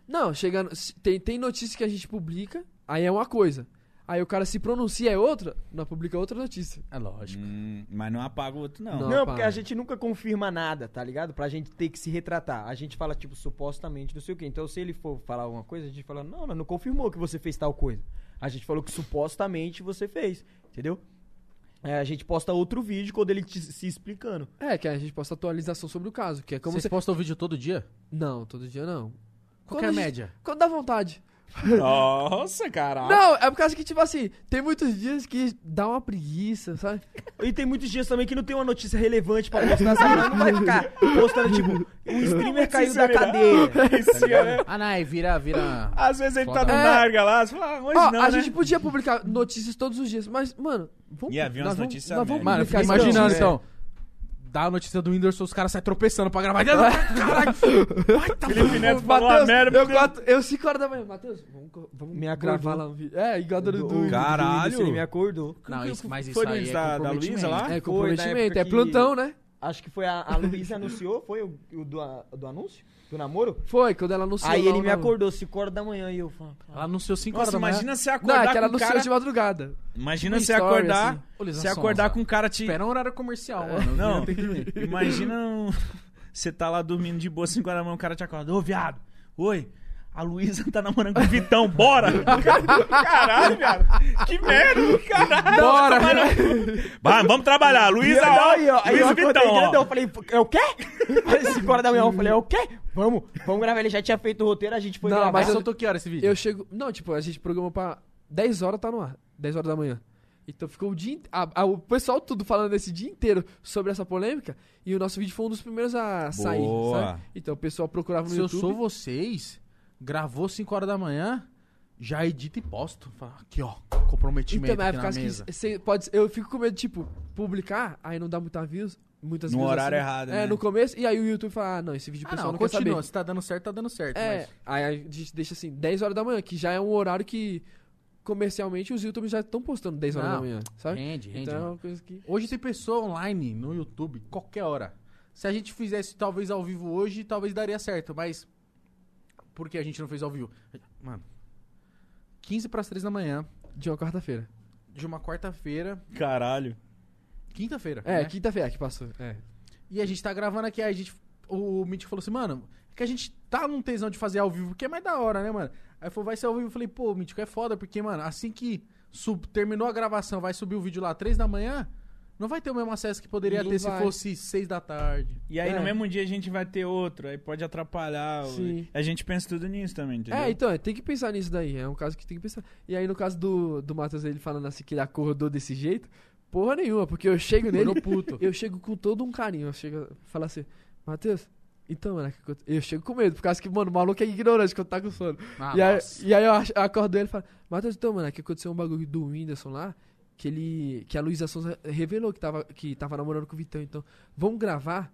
[SPEAKER 5] Não, chegando. Tem, tem notícia que a gente publica, aí é uma coisa. Aí o cara se pronuncia, é outra, nós publica outra notícia.
[SPEAKER 3] É lógico.
[SPEAKER 1] Hum, mas não apaga o outro, não.
[SPEAKER 5] Não.
[SPEAKER 4] Não, porque
[SPEAKER 5] para.
[SPEAKER 4] a gente nunca confirma nada, tá ligado? Pra gente ter que se retratar. A gente fala, tipo, supostamente, não sei o quê. Então, se ele for falar alguma coisa, a gente fala, não, não, não confirmou que você fez tal coisa. A gente falou que supostamente você fez, entendeu? É, a gente posta outro vídeo quando ele te- se explicando.
[SPEAKER 5] É, que a gente posta atualização sobre o caso, que é como
[SPEAKER 3] Vocês
[SPEAKER 5] você.
[SPEAKER 3] postam vídeo todo dia?
[SPEAKER 5] Não, todo dia não.
[SPEAKER 3] Qual
[SPEAKER 5] Quando
[SPEAKER 3] que é
[SPEAKER 5] a
[SPEAKER 3] a
[SPEAKER 5] gente-
[SPEAKER 3] média?
[SPEAKER 5] Quando dá vontade.
[SPEAKER 1] Nossa, caralho.
[SPEAKER 5] Não, é por causa que, tipo assim, tem muitos dias que dá uma preguiça, sabe?
[SPEAKER 4] E tem muitos dias também que não tem uma notícia relevante pra postar, sabe? Não vai ficar postando, tipo, o streamer caiu
[SPEAKER 5] é
[SPEAKER 4] da cadeira.
[SPEAKER 1] Esse é-
[SPEAKER 3] Ah, não, aí vira, vira...
[SPEAKER 1] Às vezes ele tá
[SPEAKER 3] Foda.
[SPEAKER 1] no
[SPEAKER 5] É.
[SPEAKER 1] narga lá, você fala, ah, hoje
[SPEAKER 5] Ó,
[SPEAKER 1] não,
[SPEAKER 5] a
[SPEAKER 1] né?
[SPEAKER 5] gente podia publicar notícias todos os dias, mas, mano, vamos.
[SPEAKER 1] E havia
[SPEAKER 5] nós
[SPEAKER 1] umas
[SPEAKER 5] vamos-
[SPEAKER 1] notícias
[SPEAKER 5] nós vamos
[SPEAKER 1] merda.
[SPEAKER 3] Mano, eu
[SPEAKER 5] publicar
[SPEAKER 3] fiquei
[SPEAKER 5] isso
[SPEAKER 3] imaginando,
[SPEAKER 5] todos os dias.
[SPEAKER 3] então. Dá a notícia do Whindersson, os caras saem tropeçando pra gravar. Caralho! Ai, tá
[SPEAKER 1] Felipe Neto falou uma
[SPEAKER 5] Matheus,
[SPEAKER 1] merda.
[SPEAKER 5] eu, quatro, eu 5 horas da manhã, Matheus, vamos, co- vamos
[SPEAKER 4] Me
[SPEAKER 5] gravar
[SPEAKER 4] acordou.
[SPEAKER 5] lá um vídeo. É, igual a do, do,
[SPEAKER 4] Do-
[SPEAKER 1] Caralho.
[SPEAKER 4] Ele me acordou.
[SPEAKER 3] Não, isso, mas isso
[SPEAKER 1] Foi no
[SPEAKER 3] aí é
[SPEAKER 1] Insta da
[SPEAKER 3] comprometimento.
[SPEAKER 1] Luísa lá?
[SPEAKER 5] É,
[SPEAKER 4] Foi, na
[SPEAKER 5] comprometimento,
[SPEAKER 4] época
[SPEAKER 5] é
[SPEAKER 4] que-
[SPEAKER 5] plantão, né?
[SPEAKER 4] Acho que foi a, a Luísa anunciou, foi o, o do, a- do anúncio? Do namoro?
[SPEAKER 5] Foi, quando ela anunciou.
[SPEAKER 4] Aí
[SPEAKER 5] lá
[SPEAKER 4] ele
[SPEAKER 5] o
[SPEAKER 4] me
[SPEAKER 5] nome.
[SPEAKER 4] acordou 5 horas da manhã e eu falo. "Ah,
[SPEAKER 3] Ela anunciou 5 horas
[SPEAKER 1] Nossa,
[SPEAKER 3] da manhã.
[SPEAKER 1] tipo assim, imagina se acordar
[SPEAKER 5] Não, é que ela
[SPEAKER 1] com o
[SPEAKER 5] anunciou
[SPEAKER 1] cara...
[SPEAKER 5] de madrugada.
[SPEAKER 1] Imagina
[SPEAKER 5] Tipo
[SPEAKER 1] se
[SPEAKER 5] story,
[SPEAKER 1] acordar...
[SPEAKER 5] assim.
[SPEAKER 3] Ô, Luísa,
[SPEAKER 1] Se
[SPEAKER 3] só,
[SPEAKER 1] acordar
[SPEAKER 3] só.
[SPEAKER 1] com um cara te...
[SPEAKER 3] Espera um horário comercial,
[SPEAKER 5] É.
[SPEAKER 3] mano.
[SPEAKER 1] Não.
[SPEAKER 3] tem que dormir.
[SPEAKER 1] Imagina um- você tá lá dormindo de boa, 5 horas da manhã, o cara te acorda. Ô, viado, oi, a Luísa tá namorando com o Vitão, bora! Caralho, viado, que merda, caralho!
[SPEAKER 5] Bora!
[SPEAKER 1] Vai, vamos trabalhar,
[SPEAKER 4] E eu,
[SPEAKER 1] Luísa,
[SPEAKER 4] não,
[SPEAKER 1] ó,
[SPEAKER 4] e eu, aí eu
[SPEAKER 1] Luísa e
[SPEAKER 4] acordei
[SPEAKER 1] Vitão, ó.
[SPEAKER 4] grandão, eu falei, é o quê? Aí 5 horas da manhã eu falei, é o quê? Vamos, vamos gravar. Ele já tinha feito o roteiro, a gente foi
[SPEAKER 5] Não,
[SPEAKER 4] gravar.
[SPEAKER 3] Mas
[SPEAKER 5] Mas eu-
[SPEAKER 3] soltou que hora esse vídeo?
[SPEAKER 5] Eu chego. Não, tipo, a gente programou pra 10 horas tá no ar. 10 horas da manhã. Então ficou o dia. in- a- a- o pessoal tudo falando esse dia inteiro sobre essa polêmica. E o nosso vídeo foi um dos primeiros a sair,
[SPEAKER 1] Boa.
[SPEAKER 5] sabe? Então o pessoal procurava no
[SPEAKER 3] Se eu
[SPEAKER 5] YouTube.
[SPEAKER 3] sou vocês, gravou 5 horas da manhã, já edita e posto. Fala, aqui, ó, comprometimento
[SPEAKER 5] Então, é
[SPEAKER 3] aqui
[SPEAKER 5] por
[SPEAKER 3] na
[SPEAKER 5] causa que
[SPEAKER 3] mesa.
[SPEAKER 5] cê pode, eu fico com medo, tipo, publicar, aí não dá muita views. Muitas
[SPEAKER 1] No
[SPEAKER 5] views
[SPEAKER 1] horário
[SPEAKER 5] assim.
[SPEAKER 1] errado,
[SPEAKER 5] É,
[SPEAKER 1] né?
[SPEAKER 5] no começo. E aí o YouTube fala, ah, não, esse vídeo o
[SPEAKER 3] Ah,
[SPEAKER 5] pessoal
[SPEAKER 3] não,
[SPEAKER 5] não, quer saber.
[SPEAKER 3] continua. Se tá dando certo, tá dando certo.
[SPEAKER 5] É, aí a gente deixa assim, 10 horas da manhã, que já é um horário que comercialmente os YouTubers já estão postando 10 horas
[SPEAKER 3] Não,
[SPEAKER 5] da manhã,
[SPEAKER 3] mas
[SPEAKER 5] sabe?
[SPEAKER 3] rende, rende.
[SPEAKER 5] então é
[SPEAKER 3] mano.
[SPEAKER 5] uma coisa que.
[SPEAKER 3] tá? Hoje tem pessoa online no YouTube, qualquer hora. Se a gente fizesse talvez ao vivo hoje, talvez daria certo, mas. Por que a gente não fez ao vivo? Mano. 15 pras 3 da manhã,
[SPEAKER 5] De uma quarta-feira.
[SPEAKER 3] de uma quarta-feira,
[SPEAKER 1] Caralho.
[SPEAKER 3] quinta-feira.
[SPEAKER 5] É,
[SPEAKER 3] né?
[SPEAKER 5] quinta-feira que passou. É.
[SPEAKER 3] E a gente tá gravando aqui, aí a gente. O Mitch falou assim, mano, é que a gente tá num tesão de fazer ao vivo, porque é mais da hora, né, mano? Aí falou, vai ser ao vivo. Eu falei, pô, Mítico, é foda, porque, mano, assim que sub, terminou a gravação, vai subir o vídeo lá três da manhã, não vai ter o mesmo acesso que poderia
[SPEAKER 5] Não
[SPEAKER 3] ter
[SPEAKER 5] vai.
[SPEAKER 3] se fosse seis da tarde.
[SPEAKER 1] E aí
[SPEAKER 5] É.
[SPEAKER 1] no mesmo dia a gente vai ter outro, aí pode atrapalhar. o-
[SPEAKER 5] Sim.
[SPEAKER 1] A gente pensa tudo nisso também, entendeu?
[SPEAKER 5] É, então, é, tem que pensar nisso daí. É um caso que tem que pensar. E aí, no caso do, do Matheus, ele falando assim que ele acordou desse jeito, porra nenhuma, porque eu chego nele.
[SPEAKER 3] Ficou puto.
[SPEAKER 5] Eu chego com todo um carinho. Eu chego a falar assim, Matheus, então, mano, o que aconte- eu chego com medo, por causa que, mano, o maluco é ignorante quando tá com sono.
[SPEAKER 3] Ah,
[SPEAKER 5] e, aí,
[SPEAKER 3] nossa.
[SPEAKER 5] e aí eu ach- eu acordo ele e falo, Matheus, então, mano, é que aconteceu um bagulho do Whindersson lá, que ele. que a Luísa Sonza revelou que tava, que tava namorando com o Vitão, então, vamos gravar.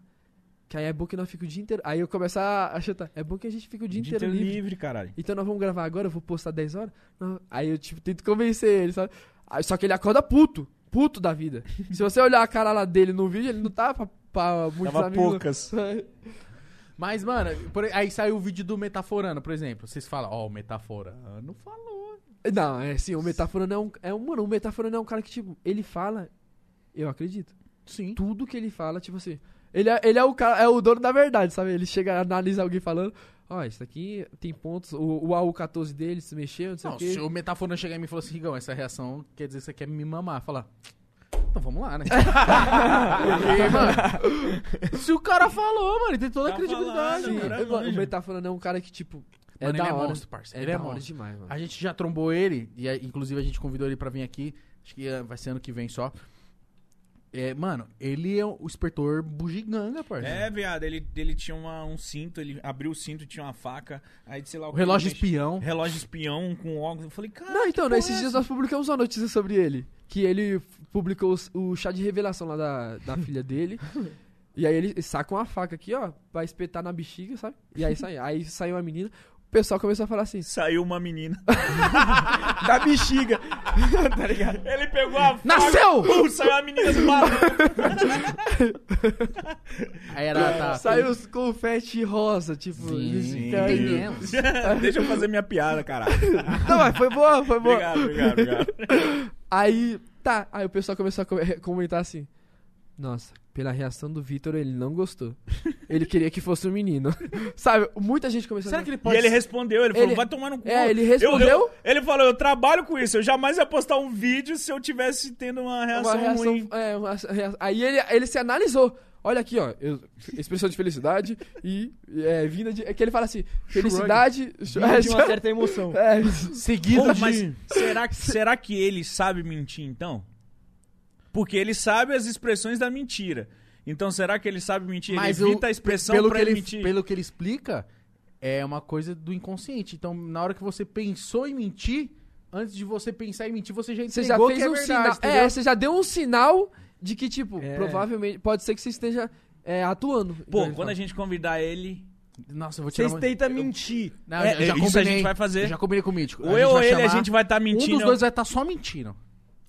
[SPEAKER 5] Que aí é bom que nós fica o dia inteiro. Aí eu começo a a chutar. É bom que a gente fica o dia,
[SPEAKER 1] Dia inteiro
[SPEAKER 5] livre.
[SPEAKER 1] livre, caralho.
[SPEAKER 5] Então nós vamos gravar agora, eu vou postar 10 horas. Não. Aí eu, tipo, tento convencer ele, sabe? Aí, só que ele acorda puto. Puto da vida. Se você olhar a cara lá dele no vídeo, ele não tá pra, pra muitos
[SPEAKER 1] Tava
[SPEAKER 5] amigos.
[SPEAKER 1] poucas.
[SPEAKER 3] Mas, mano, por aí- aí saiu o vídeo do Metaforano, por exemplo. Vocês falam, ó, o Metaforano falou.
[SPEAKER 5] Não, é assim, o metaforando é um. É um mano, o metaforando é um cara que, tipo, ele fala. Eu acredito.
[SPEAKER 3] Sim.
[SPEAKER 5] Tudo que ele fala, tipo assim. Ele é, ele é o cara, é o dono da verdade, sabe? Ele chega, analisa alguém falando. Ó, isso daqui tem pontos. O, o AU-14 dele se mexeu, não sei
[SPEAKER 3] Não,
[SPEAKER 5] o quê.
[SPEAKER 3] se o Metaforano chegar em mim e falar assim, Rigão, essa reação quer dizer que você quer me mamar. Falar, então vamos lá, né? Porque, mano, se o cara falou, mano, ele tem toda a
[SPEAKER 1] Tá
[SPEAKER 3] credibilidade.
[SPEAKER 1] falando,
[SPEAKER 5] Sim,
[SPEAKER 1] cara.
[SPEAKER 3] mano.
[SPEAKER 1] é
[SPEAKER 5] mano, o
[SPEAKER 1] longe.
[SPEAKER 5] metaforando é um cara que, tipo. É
[SPEAKER 3] Mano,
[SPEAKER 5] da
[SPEAKER 3] ele é
[SPEAKER 5] hora.
[SPEAKER 3] monstro, parça.
[SPEAKER 5] É
[SPEAKER 3] Ele é
[SPEAKER 5] da hora
[SPEAKER 3] monstro.
[SPEAKER 5] demais, mano.
[SPEAKER 3] A gente já trombou ele, e aí, inclusive a gente convidou ele pra vir aqui. Acho que eh, vai ser ano que vem só. É, mano, ele é o espertor bugiganga, parça.
[SPEAKER 1] É, viado, ele, ele tinha uma- um cinto, ele abriu o cinto, tinha uma faca, aí sei lá
[SPEAKER 3] O
[SPEAKER 1] que
[SPEAKER 3] relógio
[SPEAKER 1] ele mexe-
[SPEAKER 3] espião.
[SPEAKER 1] Relógio espião com óculos. Eu falei, cara.
[SPEAKER 5] Não, então,
[SPEAKER 1] que porra
[SPEAKER 5] nesses
[SPEAKER 1] é
[SPEAKER 5] dias
[SPEAKER 1] essa?
[SPEAKER 5] nós publicamos uma notícia sobre ele. Que ele f- publicou os- o chá de revelação lá da, da filha dele. E aí ele saca uma faca aqui, ó, pra espetar na bexiga, sabe? E aí sai, aí saiu uma menina. O pessoal começou a falar assim.
[SPEAKER 1] Saiu uma menina.
[SPEAKER 4] Da bexiga. tá ligado?
[SPEAKER 1] Ele pegou a faca.
[SPEAKER 5] Nasceu!
[SPEAKER 1] pum, saiu a menina do mato.
[SPEAKER 3] Aí
[SPEAKER 1] É,
[SPEAKER 3] era, tá,
[SPEAKER 5] É, Saiu os confete rosa, tipo.
[SPEAKER 3] Sim,
[SPEAKER 5] eles-
[SPEAKER 3] entendemos.
[SPEAKER 1] Deixa eu fazer minha piada, caralho.
[SPEAKER 5] Não, mas foi boa, foi boa.
[SPEAKER 1] Obrigado, obrigado, obrigado.
[SPEAKER 5] Aí, tá. Aí o pessoal começou a co- comentar assim. Nossa, pela reação do Vitor, ele não gostou. Ele queria que fosse um menino. Sabe, muita gente começou
[SPEAKER 3] Será
[SPEAKER 5] a...
[SPEAKER 3] que ele pode
[SPEAKER 1] E ele respondeu, ele falou,
[SPEAKER 5] Ele-
[SPEAKER 1] vai tomar no cu.
[SPEAKER 5] É, ele
[SPEAKER 1] Eu-
[SPEAKER 5] respondeu.
[SPEAKER 1] eu- ele falou, eu trabalho com isso, eu jamais ia postar um vídeo se eu tivesse tendo uma reação,
[SPEAKER 5] uma reação,
[SPEAKER 1] ruim.
[SPEAKER 5] é, uma rea- Aí ele, ele se analisou. Olha aqui, ó. eu- expressão de felicidade e é, vinda de. É que ele fala assim: felicidade.
[SPEAKER 4] De uma certa emoção.
[SPEAKER 5] é,
[SPEAKER 3] seguido
[SPEAKER 1] Pô,
[SPEAKER 3] de...
[SPEAKER 1] mas será que, será que ele sabe mentir, então? Porque ele sabe as expressões da mentira. Então, será que ele sabe mentir?
[SPEAKER 3] Mas
[SPEAKER 1] ele
[SPEAKER 3] o-
[SPEAKER 1] evita a expressão
[SPEAKER 3] pelo
[SPEAKER 1] pra
[SPEAKER 3] que ele,
[SPEAKER 1] mentir.
[SPEAKER 3] pelo que ele explica, é uma coisa do inconsciente. Então, na hora que você pensou em mentir, antes de você pensar em mentir, você já
[SPEAKER 5] você
[SPEAKER 3] entregou
[SPEAKER 5] já fez
[SPEAKER 3] que é
[SPEAKER 5] um
[SPEAKER 3] verdade,
[SPEAKER 5] sinal.
[SPEAKER 3] entendeu?
[SPEAKER 5] É, você já deu um sinal de que, tipo,
[SPEAKER 4] É.
[SPEAKER 5] provavelmente. Pode ser que você esteja é, atuando. Então,
[SPEAKER 1] Pô,
[SPEAKER 5] ele
[SPEAKER 1] quando
[SPEAKER 5] fala.
[SPEAKER 1] a gente convidar ele...
[SPEAKER 3] Nossa, eu vou tirar
[SPEAKER 4] Vocês
[SPEAKER 3] uma-
[SPEAKER 4] tentam mentir.
[SPEAKER 3] Não,
[SPEAKER 1] É,
[SPEAKER 3] eu já
[SPEAKER 1] isso a
[SPEAKER 3] combinei.
[SPEAKER 1] gente vai fazer.
[SPEAKER 3] Eu já combinei com o Mítico.
[SPEAKER 1] Ou eu ou
[SPEAKER 3] vai
[SPEAKER 1] ele, a
[SPEAKER 3] chamar-
[SPEAKER 1] gente vai estar
[SPEAKER 3] Um
[SPEAKER 1] mentindo.
[SPEAKER 3] dos dois vai estar só mentindo.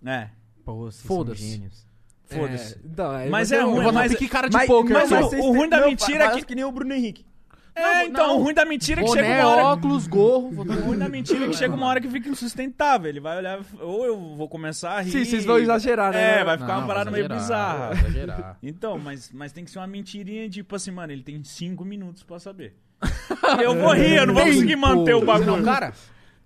[SPEAKER 1] É,
[SPEAKER 4] Pô, vocês
[SPEAKER 3] Foda-se.
[SPEAKER 4] gênios.
[SPEAKER 1] foda-se.
[SPEAKER 5] É, então, aí
[SPEAKER 1] Mas
[SPEAKER 5] vai ser
[SPEAKER 1] é
[SPEAKER 5] um-
[SPEAKER 1] ruim,
[SPEAKER 3] Eu vou
[SPEAKER 1] mas-
[SPEAKER 3] dar que cara de
[SPEAKER 4] Mas-
[SPEAKER 3] poker.
[SPEAKER 1] mas
[SPEAKER 3] irmão.
[SPEAKER 1] o- o ruim da
[SPEAKER 4] não,
[SPEAKER 1] mentira é
[SPEAKER 4] faz
[SPEAKER 1] que-
[SPEAKER 4] que nem o Bruno Henrique.
[SPEAKER 1] É,
[SPEAKER 3] Não,
[SPEAKER 1] então,
[SPEAKER 3] não.
[SPEAKER 1] o ruim da mentira é que chega
[SPEAKER 3] Boné,
[SPEAKER 1] uma hora...
[SPEAKER 3] óculos, gorro. vou dar-
[SPEAKER 1] O ruim da mentira é que chega uma hora que fica insustentável. Ele vai olhar... Ou eu vou começar a rir...
[SPEAKER 5] Sim, vocês vão exagerar, né?
[SPEAKER 1] É, vai ficar
[SPEAKER 3] Não,
[SPEAKER 1] uma
[SPEAKER 3] vou
[SPEAKER 1] parada meio
[SPEAKER 3] exagerar,
[SPEAKER 1] bizarra.
[SPEAKER 3] vou exagerar.
[SPEAKER 1] Então, mas, mas tem que ser uma mentirinha, tipo assim, mano, ele tem cinco minutos pra saber. Eu vou rir, eu não vou conseguir
[SPEAKER 3] Tempo.
[SPEAKER 1] manter o
[SPEAKER 3] Você não, é um
[SPEAKER 1] bagulho.
[SPEAKER 3] cara?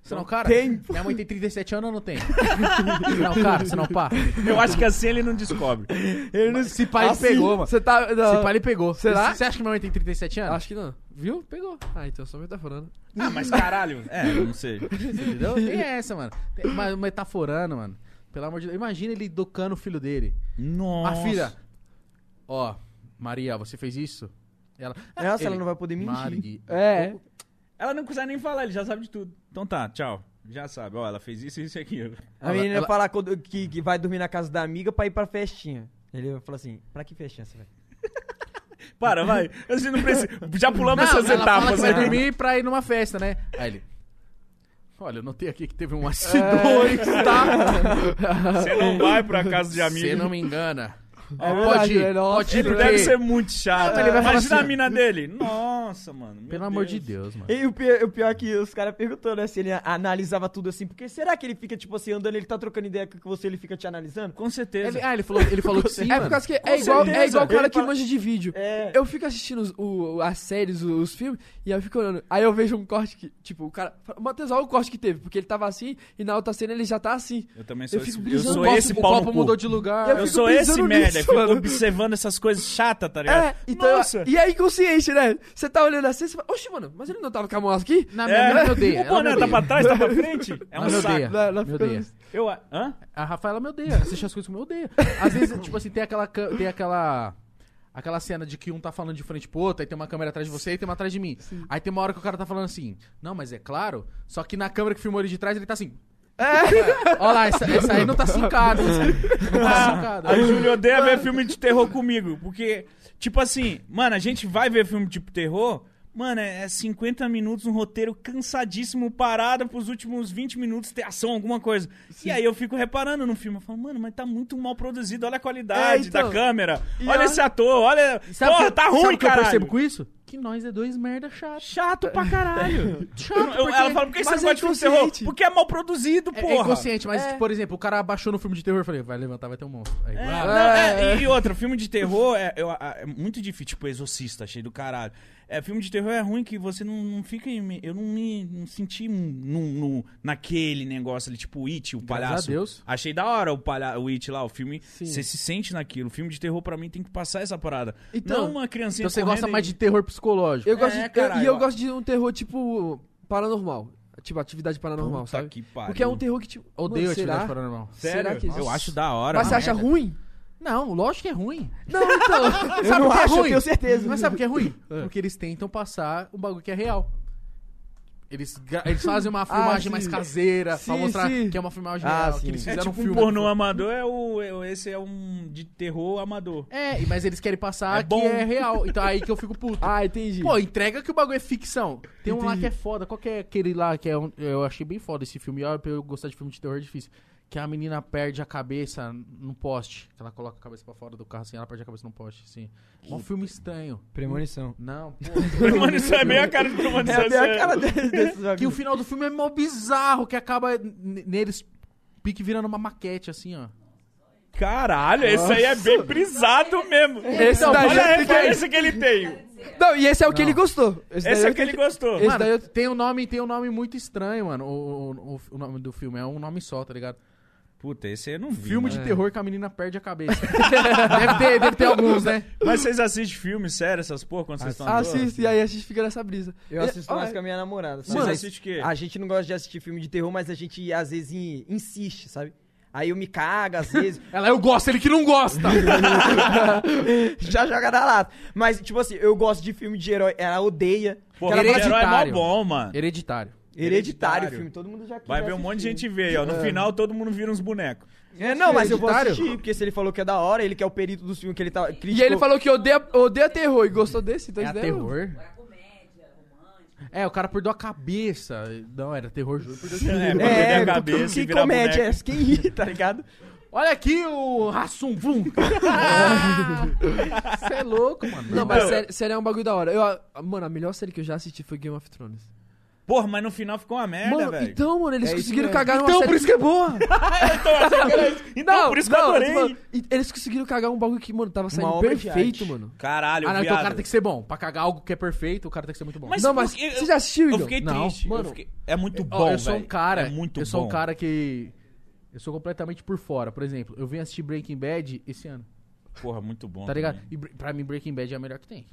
[SPEAKER 3] Você não, é um cara?
[SPEAKER 4] Tempo.
[SPEAKER 3] Minha mãe tem 37 anos ou não tem? Você não, é um cara? Você não, pá?
[SPEAKER 1] Eu acho que assim ele não descobre.
[SPEAKER 3] Ele não... Se pai
[SPEAKER 4] Assim.
[SPEAKER 3] pegou, mano.
[SPEAKER 5] Você tá.
[SPEAKER 3] Esse
[SPEAKER 5] não,
[SPEAKER 3] pai ele pegou.
[SPEAKER 5] Será?
[SPEAKER 3] Você acha que minha mãe tem 37 anos?
[SPEAKER 5] Acho que não. Viu? Pegou. Ah, então só metaforando.
[SPEAKER 1] Ah, mas caralho. É, não sei.
[SPEAKER 3] Entendeu? Tem é essa, mano. Tem, mas metaforando, mano. Pelo amor de Deus. Imagina ele educando o filho dele.
[SPEAKER 1] Nossa.
[SPEAKER 3] A filha. Ó, Maria, você fez isso? Ela.
[SPEAKER 4] Nossa,
[SPEAKER 3] ele-
[SPEAKER 4] ela não vai poder mentir.
[SPEAKER 3] Mari.
[SPEAKER 5] É.
[SPEAKER 1] Ela não consegue nem falar, ele já sabe de tudo. Então tá, tchau. Já sabe, ó, ela fez isso e isso e aquilo.
[SPEAKER 4] A
[SPEAKER 3] Ela-
[SPEAKER 4] menina
[SPEAKER 3] ela-
[SPEAKER 4] fala quando- que, que vai dormir na casa da amiga pra ir pra festinha. Ele vai falar assim, pra que festinha você vai?
[SPEAKER 1] Para, vai. A gente não precisa. Já pulamos
[SPEAKER 3] Não,
[SPEAKER 1] essas
[SPEAKER 3] ela fala que
[SPEAKER 1] etapas né?
[SPEAKER 3] vai
[SPEAKER 1] aqui.
[SPEAKER 3] dormir pra ir numa festa, né? Aí ele. Olha, eu notei aqui que teve um acidente, tá?
[SPEAKER 1] Você não vai pra casa de amigo.
[SPEAKER 3] Você não me engana.
[SPEAKER 5] É
[SPEAKER 3] pode
[SPEAKER 5] verdade,
[SPEAKER 3] ir,
[SPEAKER 5] né? Nossa,
[SPEAKER 3] pode ir,
[SPEAKER 1] Ele
[SPEAKER 3] porque...
[SPEAKER 1] deve ser muito chato.
[SPEAKER 3] Não, ele vai falar
[SPEAKER 1] Imagina
[SPEAKER 3] assim,
[SPEAKER 1] a mina dele. Nossa, mano. meu
[SPEAKER 3] Pelo amor de Deus, mano.
[SPEAKER 4] E o pior, o pior é que os caras perguntou, né? Se ele analisava tudo assim. Porque será que ele fica, tipo assim, andando, ele tá trocando ideia com você, ele fica te analisando?
[SPEAKER 1] Com certeza.
[SPEAKER 3] Ele- ah, ele falou, ele falou que sim,
[SPEAKER 5] É
[SPEAKER 3] mano.
[SPEAKER 5] por causa que
[SPEAKER 1] Com
[SPEAKER 5] é igual, é
[SPEAKER 1] certeza.
[SPEAKER 5] igual o cara
[SPEAKER 4] Ele
[SPEAKER 5] que
[SPEAKER 4] fala-
[SPEAKER 5] manja de vídeo.
[SPEAKER 4] É.
[SPEAKER 5] Eu fico assistindo os- o- as séries, os, os filmes, e aí eu fico olhando. Aí eu vejo um corte que, tipo, o cara. fala, Matheus, olha o corte que teve, porque ele tava assim, e na outra cena ele já tá assim.
[SPEAKER 1] Eu também sou
[SPEAKER 5] Eu
[SPEAKER 1] esse.
[SPEAKER 5] fico
[SPEAKER 1] Eu
[SPEAKER 5] brisando.
[SPEAKER 1] sou
[SPEAKER 3] O copo-
[SPEAKER 1] esse
[SPEAKER 3] o
[SPEAKER 1] pau no
[SPEAKER 3] copo
[SPEAKER 1] cu.
[SPEAKER 3] mudou de lugar.
[SPEAKER 5] Eu
[SPEAKER 1] Eu
[SPEAKER 5] fico
[SPEAKER 1] sou esse
[SPEAKER 5] pensando
[SPEAKER 1] merda,
[SPEAKER 5] nisso,
[SPEAKER 1] fico
[SPEAKER 5] mano.
[SPEAKER 1] observando essas coisas chatas, tá ligado?
[SPEAKER 5] É, então.
[SPEAKER 1] Nossa!
[SPEAKER 5] E é inconsciente, né? Você tá olhando assim, você fala, oxe, mano, mas ele não tava com a mão aqui?
[SPEAKER 3] Na minha
[SPEAKER 1] É.
[SPEAKER 3] ela me odeia.
[SPEAKER 1] O
[SPEAKER 3] ela me
[SPEAKER 1] boné tá
[SPEAKER 3] odeia.
[SPEAKER 1] pra trás, tá pra frente? É um
[SPEAKER 3] Ela me
[SPEAKER 1] saco.
[SPEAKER 3] odeia.
[SPEAKER 5] Lá- lá
[SPEAKER 3] Me
[SPEAKER 5] fica-
[SPEAKER 3] odeia.
[SPEAKER 1] Eu, a- hã?
[SPEAKER 3] A Rafaela me odeia. Assiste as coisas como eu odeio. Às vezes, tipo assim, tem aquela. ca- Tem aquela... Aquela cena de que um tá falando de frente pro outro, aí tem uma câmera atrás de você e tem uma atrás de mim. Aí tem uma hora que o cara tá falando assim, não, mas é claro, só que na câmera que filmou ele de trás, ele tá assim. Olha lá, essa, essa aí não tá sincada. essa aí Não tá sincada.
[SPEAKER 1] Ah. A Júlia odeia ver filme de terror comigo, porque, tipo assim, mano, a gente vai ver filme tipo terror, mano, é é 50 minutos, um roteiro cansadíssimo, parado pros últimos 20 minutos ter ação, alguma coisa. E aí eu fico reparando no filme, eu falo, mano, mas tá muito mal produzido, olha a qualidade
[SPEAKER 5] É, então.
[SPEAKER 1] da câmera,
[SPEAKER 5] E
[SPEAKER 1] olha
[SPEAKER 5] a-
[SPEAKER 1] esse ator, olha...
[SPEAKER 3] Sabe o
[SPEAKER 1] Porra,
[SPEAKER 3] que-
[SPEAKER 1] tá
[SPEAKER 3] sabe
[SPEAKER 1] ruim,
[SPEAKER 3] o que eu percebo
[SPEAKER 1] cara.
[SPEAKER 3] com isso? Que nós é dois merda chato.
[SPEAKER 1] Chato pra caralho.
[SPEAKER 3] Chato,
[SPEAKER 1] Eu- eu-
[SPEAKER 3] porque-
[SPEAKER 1] ela fala, por que você
[SPEAKER 5] assim. mas
[SPEAKER 1] não gosta de filme
[SPEAKER 5] é
[SPEAKER 1] de terror?
[SPEAKER 5] inconsciente.
[SPEAKER 1] Porque é mal produzido,
[SPEAKER 3] É,
[SPEAKER 1] porra.
[SPEAKER 3] é inconsciente, mas,
[SPEAKER 5] É.
[SPEAKER 3] por exemplo, o cara abaixou no filme de terror e falei, vai levantar, vai ter um monstro. Aí,
[SPEAKER 1] É,
[SPEAKER 3] vai.
[SPEAKER 1] não, é,
[SPEAKER 5] é,
[SPEAKER 1] e- E outra, filme de terror é, eu- a- é muito difícil. Tipo, Exorcista, cheio do caralho. É, filme de terror é ruim que você não, não fica em. me- Eu não me não senti num- num- num- naquele negócio ali, tipo It, o
[SPEAKER 3] Graças
[SPEAKER 1] palhaço.
[SPEAKER 3] a Deus.
[SPEAKER 1] Achei da hora o, palha o It lá, o filme.
[SPEAKER 5] Sim.
[SPEAKER 1] Você se sente naquilo. O filme de terror, pra mim, tem que passar essa parada.
[SPEAKER 5] Então-
[SPEAKER 1] não uma criancinha
[SPEAKER 3] Então você
[SPEAKER 1] correndo
[SPEAKER 3] gosta
[SPEAKER 1] e-
[SPEAKER 3] mais de terror psicológico.
[SPEAKER 5] Eu gosto
[SPEAKER 1] É,
[SPEAKER 5] de, eu-
[SPEAKER 1] caralho,
[SPEAKER 5] e eu
[SPEAKER 1] ó.
[SPEAKER 5] gosto de um terror tipo paranormal. Tipo, atividade paranormal,
[SPEAKER 1] Puta
[SPEAKER 5] sabe?
[SPEAKER 1] que pariu.
[SPEAKER 5] Porque é um terror que, tipo.
[SPEAKER 3] Odeio
[SPEAKER 5] mano,
[SPEAKER 3] atividade
[SPEAKER 5] será?
[SPEAKER 3] paranormal.
[SPEAKER 1] Sério?
[SPEAKER 5] Será que
[SPEAKER 1] Eu
[SPEAKER 5] existe?
[SPEAKER 1] acho da hora.
[SPEAKER 5] Mas você
[SPEAKER 1] né?
[SPEAKER 5] acha ruim?
[SPEAKER 3] Não, lógico que é ruim.
[SPEAKER 5] Não, então.
[SPEAKER 3] Mas sabe o que é
[SPEAKER 4] acho, eu
[SPEAKER 3] ruim?
[SPEAKER 4] tenho certeza.
[SPEAKER 3] Mas sabe o que é ruim? Porque eles tentam passar um bagulho que é real. Eles, gra- eles fazem uma filmagem
[SPEAKER 5] sim.
[SPEAKER 3] mais caseira pra
[SPEAKER 5] Sim,
[SPEAKER 3] mostrar
[SPEAKER 5] sim.
[SPEAKER 3] que é uma filmagem
[SPEAKER 4] Ah,
[SPEAKER 3] real.
[SPEAKER 4] sim.
[SPEAKER 3] Que eles
[SPEAKER 1] É
[SPEAKER 3] fizeram
[SPEAKER 1] tipo
[SPEAKER 3] um filme.
[SPEAKER 1] um pornô amador, é o, é- esse é um de terror amador.
[SPEAKER 3] É, e- mas eles querem passar
[SPEAKER 1] É
[SPEAKER 3] que
[SPEAKER 1] bom.
[SPEAKER 3] é real. Então aí que eu fico puto.
[SPEAKER 5] Ah, entendi.
[SPEAKER 3] Pô, entrega que o bagulho é ficção. Tem um lá que é foda. Qual que é aquele lá que é um- eu achei bem foda esse filme? Olha, pra eu gostar de filme de terror é difícil. Que a menina perde a cabeça num poste. Que ela coloca a cabeça pra fora do carro assim, ela perde a cabeça num poste, assim. Um filme estranho.
[SPEAKER 4] Premonição.
[SPEAKER 3] Não, pô.
[SPEAKER 1] Mano, isso é bem a cara de
[SPEAKER 4] É,
[SPEAKER 1] premonição.
[SPEAKER 4] até a
[SPEAKER 1] sério.
[SPEAKER 4] cara desse, desses
[SPEAKER 3] que o
[SPEAKER 4] amigos.
[SPEAKER 3] final do filme é mó bizarro, que acaba n- neles pique virando uma maquete, assim, ó.
[SPEAKER 1] Caralho, esse aí é bem brisado mesmo.
[SPEAKER 5] Esse
[SPEAKER 1] Então,
[SPEAKER 5] daí
[SPEAKER 1] olha
[SPEAKER 5] eu
[SPEAKER 1] a
[SPEAKER 5] fiquei-
[SPEAKER 3] é
[SPEAKER 1] referência que ele tem.
[SPEAKER 5] Não, e esse é o que ele gostou.
[SPEAKER 1] Esse
[SPEAKER 5] daí
[SPEAKER 1] é
[SPEAKER 5] eu
[SPEAKER 1] que ele
[SPEAKER 5] entendi.
[SPEAKER 1] gostou.
[SPEAKER 5] Esse
[SPEAKER 3] Mano,
[SPEAKER 5] daí eu-
[SPEAKER 3] tem um nome, tem um nome muito estranho, mano. O, o- o- o nome do filme é um nome só, tá ligado?
[SPEAKER 1] Puta, esse aí eu não vi.
[SPEAKER 3] Filme
[SPEAKER 5] né?
[SPEAKER 1] mano.
[SPEAKER 3] de terror que a menina perde a cabeça. deve, ter, deve ter alguns, né?
[SPEAKER 1] Mas vocês assistem filme sério, essas porra, quando vocês estão na rua?
[SPEAKER 5] Assiste, e aí a gente fica nessa brisa. É,
[SPEAKER 4] Eu
[SPEAKER 5] E-
[SPEAKER 4] assisto
[SPEAKER 5] ó,
[SPEAKER 4] mais com a minha namorada, sabe?
[SPEAKER 1] Vocês
[SPEAKER 4] Mas
[SPEAKER 1] assistem o quê?
[SPEAKER 4] A gente não gosta de assistir filme de terror, mas a gente às vezes in- insiste, sabe? Aí eu me cago, às vezes.
[SPEAKER 3] Ela, eu gosto, ele que não gosta.
[SPEAKER 4] já joga na lata. Mas, tipo assim, eu gosto de filme de herói. Ela odeia.
[SPEAKER 1] Porra,
[SPEAKER 3] Cara,
[SPEAKER 1] o herói é mó
[SPEAKER 3] hereditário.
[SPEAKER 1] bom, mano.
[SPEAKER 3] Hereditário.
[SPEAKER 1] Hereditário.
[SPEAKER 4] Hereditário, o filme. Todo mundo já quer
[SPEAKER 3] é
[SPEAKER 1] Vai ver um monte de
[SPEAKER 4] assistir.
[SPEAKER 1] gente ver aí, ó. No final, todo mundo vira uns bonecos.
[SPEAKER 4] É, não, mas eu vou
[SPEAKER 3] Hereditário?
[SPEAKER 4] assistir, porque se ele falou que é da hora, ele que é o perito do filme que ele tá
[SPEAKER 5] E
[SPEAKER 4] criticou.
[SPEAKER 1] Tipo-
[SPEAKER 5] ele falou que odeia, odeia terror e gostou desse, então
[SPEAKER 3] É
[SPEAKER 5] isso
[SPEAKER 3] a
[SPEAKER 5] daí eu-
[SPEAKER 3] terror? É, o cara perdeu a cabeça. Não, era terror, juro. por Deus.
[SPEAKER 1] É, pra perder
[SPEAKER 4] É,
[SPEAKER 1] a
[SPEAKER 4] é
[SPEAKER 1] cabeça e
[SPEAKER 4] que
[SPEAKER 1] virar
[SPEAKER 4] comédia é
[SPEAKER 1] boneco.
[SPEAKER 4] essa? Quem ri, tá ligado?
[SPEAKER 3] Olha aqui o Rassum Vum. Você é louco, mano.
[SPEAKER 5] Não, mas
[SPEAKER 1] Não.
[SPEAKER 5] série, série é um bagulho da hora. Eu, a- mano, a melhor série que eu já assisti foi Game of Thrones.
[SPEAKER 3] é.
[SPEAKER 1] Porra, mas no final ficou uma merda,
[SPEAKER 5] mano,
[SPEAKER 1] É, né, velho.
[SPEAKER 5] então, mano, eles
[SPEAKER 4] É isso
[SPEAKER 5] conseguiram
[SPEAKER 4] mesmo.
[SPEAKER 5] cagar uma série...
[SPEAKER 3] que é boa.
[SPEAKER 1] Então, achei que era isso. Então, por isso que eu
[SPEAKER 5] não,
[SPEAKER 1] adorei.
[SPEAKER 5] mano, e- eles conseguiram cagar um bagulho que, mano, tava saindo
[SPEAKER 4] obra de
[SPEAKER 5] perfeito,
[SPEAKER 4] arte.
[SPEAKER 5] mano.
[SPEAKER 1] Caralho,
[SPEAKER 3] Ah, não, então o
[SPEAKER 1] viado.
[SPEAKER 3] cara tem que ser bom. Pra cagar algo que é perfeito, o cara tem que ser muito bom.
[SPEAKER 1] Mas
[SPEAKER 5] não, mas
[SPEAKER 1] por que-
[SPEAKER 5] você já assistiu,
[SPEAKER 1] Eu
[SPEAKER 5] Igor?
[SPEAKER 1] fiquei
[SPEAKER 3] Não,
[SPEAKER 1] triste. eu
[SPEAKER 3] mano.
[SPEAKER 1] fiquei- É muito
[SPEAKER 3] Ó,
[SPEAKER 1] bom,
[SPEAKER 3] eu sou um
[SPEAKER 1] velho.
[SPEAKER 3] cara.
[SPEAKER 1] É muito
[SPEAKER 3] eu sou um
[SPEAKER 1] bom.
[SPEAKER 3] cara que. Eu sou completamente por fora. Por exemplo, eu vim assistir Breaking Bad esse ano.
[SPEAKER 1] Porra, muito bom.
[SPEAKER 3] Tá ligado?
[SPEAKER 5] Uhum.
[SPEAKER 1] também.
[SPEAKER 3] E Bre- pra mim, Breaking Bad é a melhor que tem.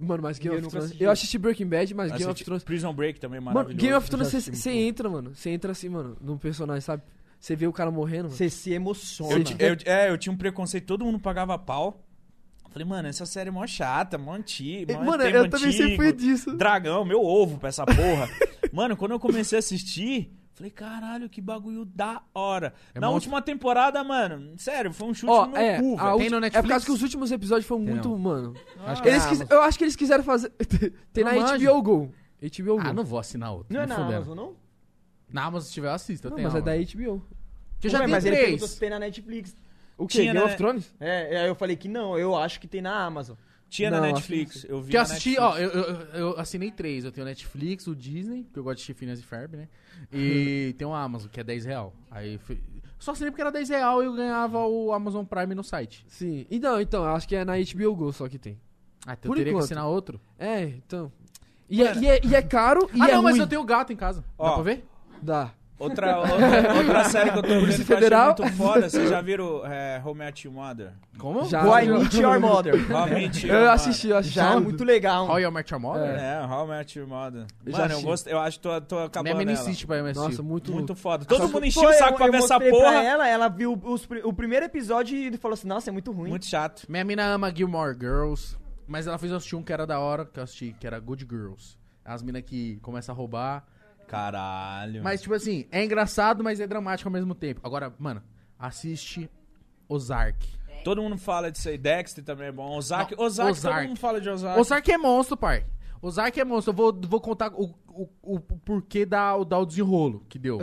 [SPEAKER 5] Mano, mas Game
[SPEAKER 4] Eu
[SPEAKER 5] of
[SPEAKER 4] nunca
[SPEAKER 5] Thrones...
[SPEAKER 4] assisti.
[SPEAKER 5] Eu assisti Breaking Bad, mas Game of
[SPEAKER 1] Assisti-
[SPEAKER 5] Thrones...
[SPEAKER 1] Assim, Prison Break também é
[SPEAKER 5] Mano,
[SPEAKER 1] maravilhoso.
[SPEAKER 5] Game of Thrones,
[SPEAKER 4] já assisti
[SPEAKER 5] você
[SPEAKER 4] muito.
[SPEAKER 5] entra, mano. Você entra assim, mano, num personagem, sabe? Você vê o cara morrendo, mano.
[SPEAKER 4] Você se emociona.
[SPEAKER 1] Eu ti- eu- é, eu tinha um preconceito, todo mundo pagava pau. Eu Falei, mano, essa série é mó chata, mó antiga. mó
[SPEAKER 5] Mano,
[SPEAKER 1] tema
[SPEAKER 5] eu também sempre
[SPEAKER 1] antigo,
[SPEAKER 5] fui disso.
[SPEAKER 1] Dragão, meu ovo pra essa porra. mano, quando eu comecei a assistir, falei, caralho, que bagulho da hora.
[SPEAKER 3] É
[SPEAKER 1] Na
[SPEAKER 3] mó-
[SPEAKER 1] última temporada, mano, sério, foi um chute
[SPEAKER 5] Ó,
[SPEAKER 1] no
[SPEAKER 5] é,
[SPEAKER 1] cu,
[SPEAKER 5] a
[SPEAKER 1] velho.
[SPEAKER 3] Tem
[SPEAKER 5] ulti-
[SPEAKER 3] no
[SPEAKER 5] é por
[SPEAKER 3] Netflix? Ah,
[SPEAKER 5] causa que os últimos episódios foram muito, mano.
[SPEAKER 4] Acho
[SPEAKER 5] Eles quis- eu acho que eles quiseram fazer. Tem na
[SPEAKER 3] Não
[SPEAKER 5] HBO
[SPEAKER 3] manjo.
[SPEAKER 5] Go. HBO Go.
[SPEAKER 3] Ah, não vou assinar outro.
[SPEAKER 4] Não é
[SPEAKER 3] me
[SPEAKER 4] na
[SPEAKER 3] fudendo.
[SPEAKER 4] Amazon, não?
[SPEAKER 3] Na Amazon, se tiver, eu assisto. Eu
[SPEAKER 5] Não,
[SPEAKER 3] tenho
[SPEAKER 5] mas é da
[SPEAKER 3] Amazon.
[SPEAKER 5] HBO.
[SPEAKER 3] Eu já
[SPEAKER 4] Ué,
[SPEAKER 3] tenho
[SPEAKER 4] mas ele perguntou
[SPEAKER 3] três.
[SPEAKER 4] se tem na Netflix.
[SPEAKER 5] O
[SPEAKER 1] quê? Tinha, Game né? of
[SPEAKER 5] Thrones?
[SPEAKER 4] É, aí eu falei que não, eu acho que tem na Amazon.
[SPEAKER 1] Tinha
[SPEAKER 5] Não, assim,
[SPEAKER 1] na
[SPEAKER 5] acho
[SPEAKER 1] Netflix, eu vi
[SPEAKER 3] Que eu
[SPEAKER 1] na
[SPEAKER 3] assisti,
[SPEAKER 1] Netflix.
[SPEAKER 3] ó, eu, eu- eu assinei três. Eu tenho o Netflix, o Disney, que eu gosto de assistir Phineas e Ferb, né? E tem o Amazon, que é 10 real. Aí fui- Só assinei porque era 10 real e eu ganhava o Amazon Prime no site.
[SPEAKER 5] Sim. Então, então, eu acho que é na HBO Go só que tem.
[SPEAKER 3] Ah, então
[SPEAKER 5] Por
[SPEAKER 3] eu teria
[SPEAKER 5] enquanto.
[SPEAKER 3] que assinar outro.
[SPEAKER 5] É, então. E, é, e, é, e é caro e
[SPEAKER 3] ah,
[SPEAKER 5] é
[SPEAKER 3] não, mas
[SPEAKER 5] ruim.
[SPEAKER 3] eu tenho gato em casa. Dá
[SPEAKER 1] Ó.
[SPEAKER 3] pra ver?
[SPEAKER 5] Dá.
[SPEAKER 1] Outra, outra, outra série que eu tô vendo que eu
[SPEAKER 5] Federal.
[SPEAKER 1] achei muito foda, vocês já viram é, Home at Your Mother?
[SPEAKER 3] Como?
[SPEAKER 5] Já. Ah,
[SPEAKER 4] Why
[SPEAKER 5] eu-
[SPEAKER 4] Meet Your Mother.
[SPEAKER 1] Novamente,
[SPEAKER 5] Eu
[SPEAKER 1] mano.
[SPEAKER 5] assisti, eu assisti.
[SPEAKER 4] Já é muito legal.
[SPEAKER 3] How you Met Your Mother?
[SPEAKER 1] É, How I Met Your Mother.
[SPEAKER 5] Eu
[SPEAKER 1] Mano,
[SPEAKER 5] já
[SPEAKER 1] eu,
[SPEAKER 5] assisti.
[SPEAKER 1] gosto, eu acho que tô, tô
[SPEAKER 3] Minha
[SPEAKER 1] acabando
[SPEAKER 3] menina
[SPEAKER 1] ela.
[SPEAKER 3] insiste pra eu assistir.
[SPEAKER 5] Nossa,
[SPEAKER 1] Muito
[SPEAKER 5] muito, muito
[SPEAKER 1] foda. Todo
[SPEAKER 4] Só
[SPEAKER 1] mundo
[SPEAKER 4] que,
[SPEAKER 1] encheu
[SPEAKER 4] pô,
[SPEAKER 1] o saco
[SPEAKER 4] eu-
[SPEAKER 1] pra
[SPEAKER 4] eu
[SPEAKER 1] ver essa
[SPEAKER 4] mostrei pra
[SPEAKER 1] porra.
[SPEAKER 4] ela, ela viu os pri- o primeiro episódio e falou assim, nossa, é muito ruim.
[SPEAKER 1] Muito chato.
[SPEAKER 3] Minha mina ama Gilmore Girls, É mas ela fez eu assistir um que era da hora, que eu assisti, que era Good Girls. As minas que começam a roubar,
[SPEAKER 1] Caralho.
[SPEAKER 3] Mas, tipo assim, é engraçado, mas é dramático ao mesmo tempo. Agora, mano, assiste Ozark.
[SPEAKER 1] Todo mundo fala disso aí. Dexter também é bom. Ozark,
[SPEAKER 3] Não,
[SPEAKER 1] Ozark,
[SPEAKER 3] Ozark.
[SPEAKER 1] todo mundo fala de Ozark.
[SPEAKER 3] Ozark é monstro, pai. Ozark é monstro. Eu vou, vou contar o, o, o porquê da, da, o desenrolo que deu.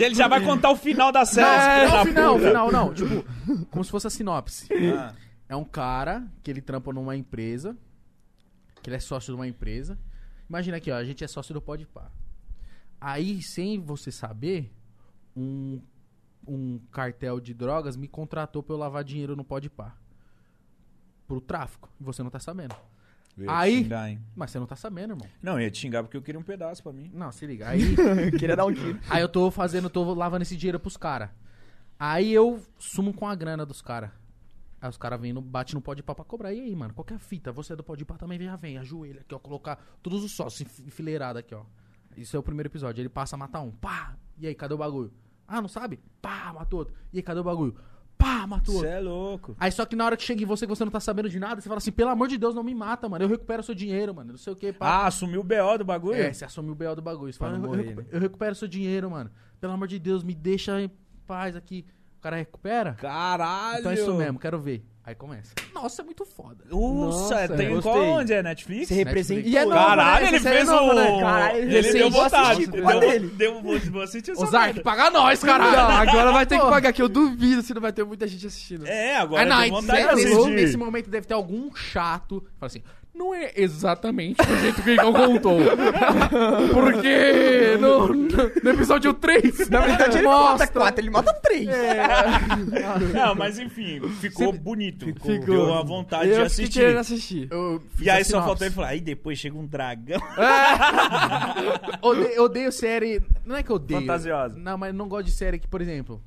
[SPEAKER 1] Ele já vai contar o final da série. esse
[SPEAKER 3] não, é,
[SPEAKER 1] filho da
[SPEAKER 3] final,
[SPEAKER 1] puta.
[SPEAKER 3] final, não. Tipo, como se fosse a sinopse.
[SPEAKER 1] Ah.
[SPEAKER 3] É um cara que ele trampa numa empresa, que ele é sócio de uma empresa. Imagina aqui, ó, a gente é sócio do Podpah. Aí, sem você saber, um, um cartel de drogas me contratou pra eu lavar dinheiro no Podpah. Pro tráfico. E você não tá sabendo.
[SPEAKER 1] Eu ia
[SPEAKER 3] Aí-
[SPEAKER 1] xingar, hein?
[SPEAKER 3] Mas você não tá sabendo, irmão.
[SPEAKER 1] Não, eu ia te xingar porque eu queria um pedaço pra mim.
[SPEAKER 3] Não, se liga. Aí,
[SPEAKER 4] Queria dar um tiro.
[SPEAKER 3] aí eu tô fazendo, tô lavando esse dinheiro pros caras. Aí eu sumo com a grana dos caras. Aí os caras vêm, no- bate no pó de pá pra cobrar. E aí, mano, qual que é a fita? Você é do pó de pá também, já vem, ajoelha aqui, ó, colocar todos os sócios enfi- enfileirado aqui, ó. Isso é o primeiro episódio. Ele passa a matar um, pá! E aí, cadê o bagulho? Ah, não sabe? Pá, matou outro. E aí, cadê o bagulho? Pá, matou outro.
[SPEAKER 1] Você é louco.
[SPEAKER 3] Aí só que na hora que chega em você que você não tá sabendo de nada, você fala assim, pelo amor de Deus, não me mata, mano. Eu recupero seu dinheiro, mano. Não sei o que, pá.
[SPEAKER 1] Ah, assumiu o BO do bagulho?
[SPEAKER 3] É, você assumiu o B.O. do bagulho. Você
[SPEAKER 4] Pra
[SPEAKER 3] fala,
[SPEAKER 4] não
[SPEAKER 3] eu,
[SPEAKER 4] morrer,
[SPEAKER 3] eu recu-
[SPEAKER 4] né?
[SPEAKER 3] eu recupero seu dinheiro, mano. Pelo amor de Deus, me deixa em paz aqui. O cara recupera?
[SPEAKER 1] Caralho.
[SPEAKER 3] Então é isso mesmo, quero ver. Aí começa. Nossa, é muito foda.
[SPEAKER 1] Nossa,
[SPEAKER 5] Nossa,
[SPEAKER 1] tem
[SPEAKER 4] eu
[SPEAKER 1] qual
[SPEAKER 4] gostei.
[SPEAKER 1] onde? É Netflix?
[SPEAKER 4] Você representa.
[SPEAKER 5] E é novo,
[SPEAKER 1] Caralho,
[SPEAKER 5] né?
[SPEAKER 1] ele
[SPEAKER 5] Essa série
[SPEAKER 1] fez
[SPEAKER 5] é nova,
[SPEAKER 1] o...
[SPEAKER 5] né?
[SPEAKER 4] Caralho, ele
[SPEAKER 1] ele
[SPEAKER 4] fez-
[SPEAKER 1] deu
[SPEAKER 4] vou
[SPEAKER 1] vontade.
[SPEAKER 4] assistir, culpa
[SPEAKER 1] Deu,
[SPEAKER 4] dele.
[SPEAKER 1] deu, vou, vou assistir essa
[SPEAKER 3] Ozark,
[SPEAKER 1] merda.
[SPEAKER 3] paga nós,
[SPEAKER 5] Não,
[SPEAKER 3] caralho.
[SPEAKER 5] agora vai ter que
[SPEAKER 3] Porra.
[SPEAKER 5] pagar, que eu duvido se não vai ter muita gente assistindo.
[SPEAKER 1] É,
[SPEAKER 3] Ah,
[SPEAKER 1] agora
[SPEAKER 3] não,
[SPEAKER 1] deu
[SPEAKER 3] aí
[SPEAKER 1] vontade de
[SPEAKER 3] deve- nesse,
[SPEAKER 1] assistir.
[SPEAKER 3] nesse momento deve ter algum chato. que Fala assim, não é exatamente do jeito que o Igão contou. Porque no, no episódio 3,
[SPEAKER 4] Na verdade, ele não mata quatro, ele mata três.
[SPEAKER 1] É. Não, mas enfim, ficou bonito.
[SPEAKER 4] Ficou.
[SPEAKER 1] Deu a vontade tá de
[SPEAKER 5] eu fiquei
[SPEAKER 1] assistir.
[SPEAKER 5] querendo assistir.
[SPEAKER 3] Eu fiz
[SPEAKER 1] E
[SPEAKER 3] a
[SPEAKER 1] aí só
[SPEAKER 3] sinopse.
[SPEAKER 1] faltou ele falar, aí depois chega um dragão.
[SPEAKER 3] Odeio, odeio série. Não é que eu odeio.
[SPEAKER 1] Fantasiosa.
[SPEAKER 3] Não, mas não gosto de série que, por exemplo,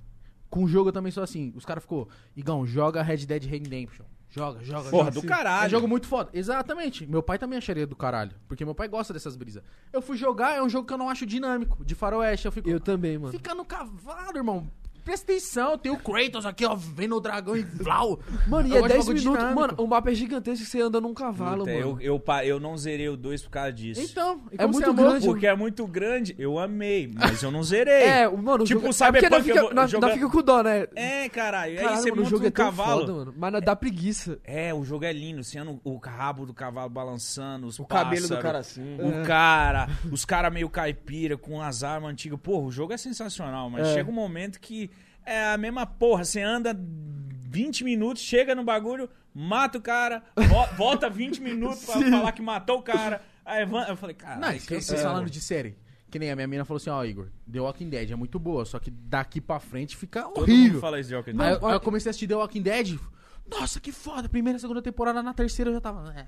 [SPEAKER 3] com jogo eu também sou assim. Os caras ficou, Igão, joga Red Dead Redemption. Joga, joga,
[SPEAKER 1] Porra,
[SPEAKER 3] joga.
[SPEAKER 1] do
[SPEAKER 3] É
[SPEAKER 1] caralho.
[SPEAKER 3] jogo muito foda. Exatamente. Meu pai também acharia do caralho. Porque meu pai gosta dessas brisas. Eu fui jogar, é um jogo que eu não acho dinâmico. De faroeste, eu fico.
[SPEAKER 5] Eu também, mano.
[SPEAKER 3] Fica no cavalo, irmão. Presta atenção, tem o Kratos aqui, ó, vendo o dragão e vlau.
[SPEAKER 5] Mano, e
[SPEAKER 3] Eu
[SPEAKER 5] é
[SPEAKER 3] gosto de
[SPEAKER 5] 10
[SPEAKER 3] bagulho
[SPEAKER 5] minutos.
[SPEAKER 3] dinâmico.
[SPEAKER 5] Mano, o mapa é gigantesco e você anda num cavalo,
[SPEAKER 1] Puta,
[SPEAKER 5] mano.
[SPEAKER 1] eu, eu, pa- eu não zerei o 2 por causa disso.
[SPEAKER 3] Então, e
[SPEAKER 5] É
[SPEAKER 3] como você
[SPEAKER 5] muito
[SPEAKER 3] amou?
[SPEAKER 5] grande.
[SPEAKER 1] Porque é muito grande, eu amei, mas eu não zerei.
[SPEAKER 5] É, o- mano, o
[SPEAKER 1] Tipo,
[SPEAKER 5] jogo...
[SPEAKER 1] sabe
[SPEAKER 5] é porque
[SPEAKER 1] quando
[SPEAKER 5] nós
[SPEAKER 1] que eu
[SPEAKER 5] fica,
[SPEAKER 1] vou
[SPEAKER 5] nós- nós
[SPEAKER 1] jogar-
[SPEAKER 5] fica com dó, né?
[SPEAKER 1] É, caralho. aí
[SPEAKER 5] Caralho,
[SPEAKER 1] você
[SPEAKER 5] mano, o
[SPEAKER 1] monta
[SPEAKER 5] jogo
[SPEAKER 1] um
[SPEAKER 5] é tão
[SPEAKER 1] cavalo.
[SPEAKER 5] foda, mano. Mas dá preguiça.
[SPEAKER 1] É, o jogo é lindo, você anda o rabo do cavalo balançando, os
[SPEAKER 4] O cabelo do
[SPEAKER 1] pássaros,
[SPEAKER 4] cara assim.
[SPEAKER 3] É.
[SPEAKER 1] O cara, os caras meio caipira, com as armas antigas. Porra, o jogo é sensacional, mas chega um momento que é a mesma porra. Você anda 20 minutos, chega no bagulho, mata o cara, vo- volta 20 minutos pra falar que matou o cara. Aí van- eu falei, cara,
[SPEAKER 3] Não, isso é. que
[SPEAKER 1] é
[SPEAKER 3] vocês falando de série. Que nem a minha mina falou assim, ó, Igor, The Walking Dead é muito boa, só que daqui pra frente fica
[SPEAKER 1] todo mundo
[SPEAKER 3] horrível.
[SPEAKER 1] fala isso de Walking
[SPEAKER 3] Aí,
[SPEAKER 1] Dead.
[SPEAKER 3] eu- aí eu comecei a assistir The Walking Dead, nossa, que foda, primeira, segunda temporada, na terceira eu já tava... é.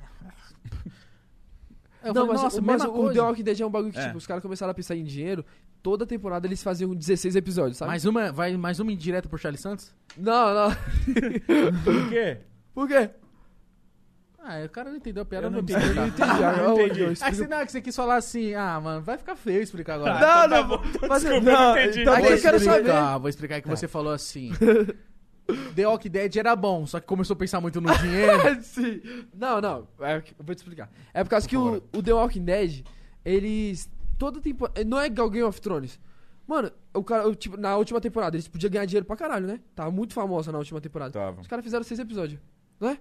[SPEAKER 3] Aí É, Eu
[SPEAKER 5] não,
[SPEAKER 3] falei,
[SPEAKER 5] mas,
[SPEAKER 3] nossa,
[SPEAKER 5] o- mas
[SPEAKER 3] mesma
[SPEAKER 5] o
[SPEAKER 3] coisa.
[SPEAKER 5] The Walking Dead é um bagulho que,
[SPEAKER 1] É.
[SPEAKER 5] tipo, os caras começaram a pensar em dinheiro. Toda temporada eles faziam 16 episódios, sabe?
[SPEAKER 3] Mais uma, vai mais uma indireta pro Charlie Santos?
[SPEAKER 5] Não, não.
[SPEAKER 1] Por quê?
[SPEAKER 5] Por quê?
[SPEAKER 3] Ah, o cara não entendeu a piada,
[SPEAKER 1] Eu não
[SPEAKER 3] vou
[SPEAKER 1] entendi.
[SPEAKER 3] explicar.
[SPEAKER 1] Eu
[SPEAKER 5] Já,
[SPEAKER 1] não
[SPEAKER 5] ó,
[SPEAKER 1] entendi.
[SPEAKER 5] eu
[SPEAKER 3] Aí você,
[SPEAKER 5] explico-
[SPEAKER 3] não, que você quis falar assim, ah, mano, vai ficar feio explicar agora.
[SPEAKER 1] Tá,
[SPEAKER 4] Não,
[SPEAKER 1] então tá
[SPEAKER 4] não,
[SPEAKER 1] bom, então
[SPEAKER 5] mas-
[SPEAKER 1] desculpa, eu
[SPEAKER 4] não,
[SPEAKER 1] não entendi.
[SPEAKER 4] então-
[SPEAKER 5] Aí
[SPEAKER 4] vou
[SPEAKER 5] eu quero
[SPEAKER 3] explicar,
[SPEAKER 5] saber.
[SPEAKER 3] Vou explicar que você falou assim. The Walking Dead era bom, só que começou a pensar muito no dinheiro.
[SPEAKER 5] Sim. Não, não. É, que- eu vou te explicar. É por causa que o, o The Walking Dead, eles. Toda temporada. Não é igual Game of Thrones. Mano, o cara, o tipo, na última temporada, eles podiam ganhar dinheiro pra caralho, né? Tava muito famosa na última temporada.
[SPEAKER 1] Tava.
[SPEAKER 5] Os caras fizeram seis episódios, né?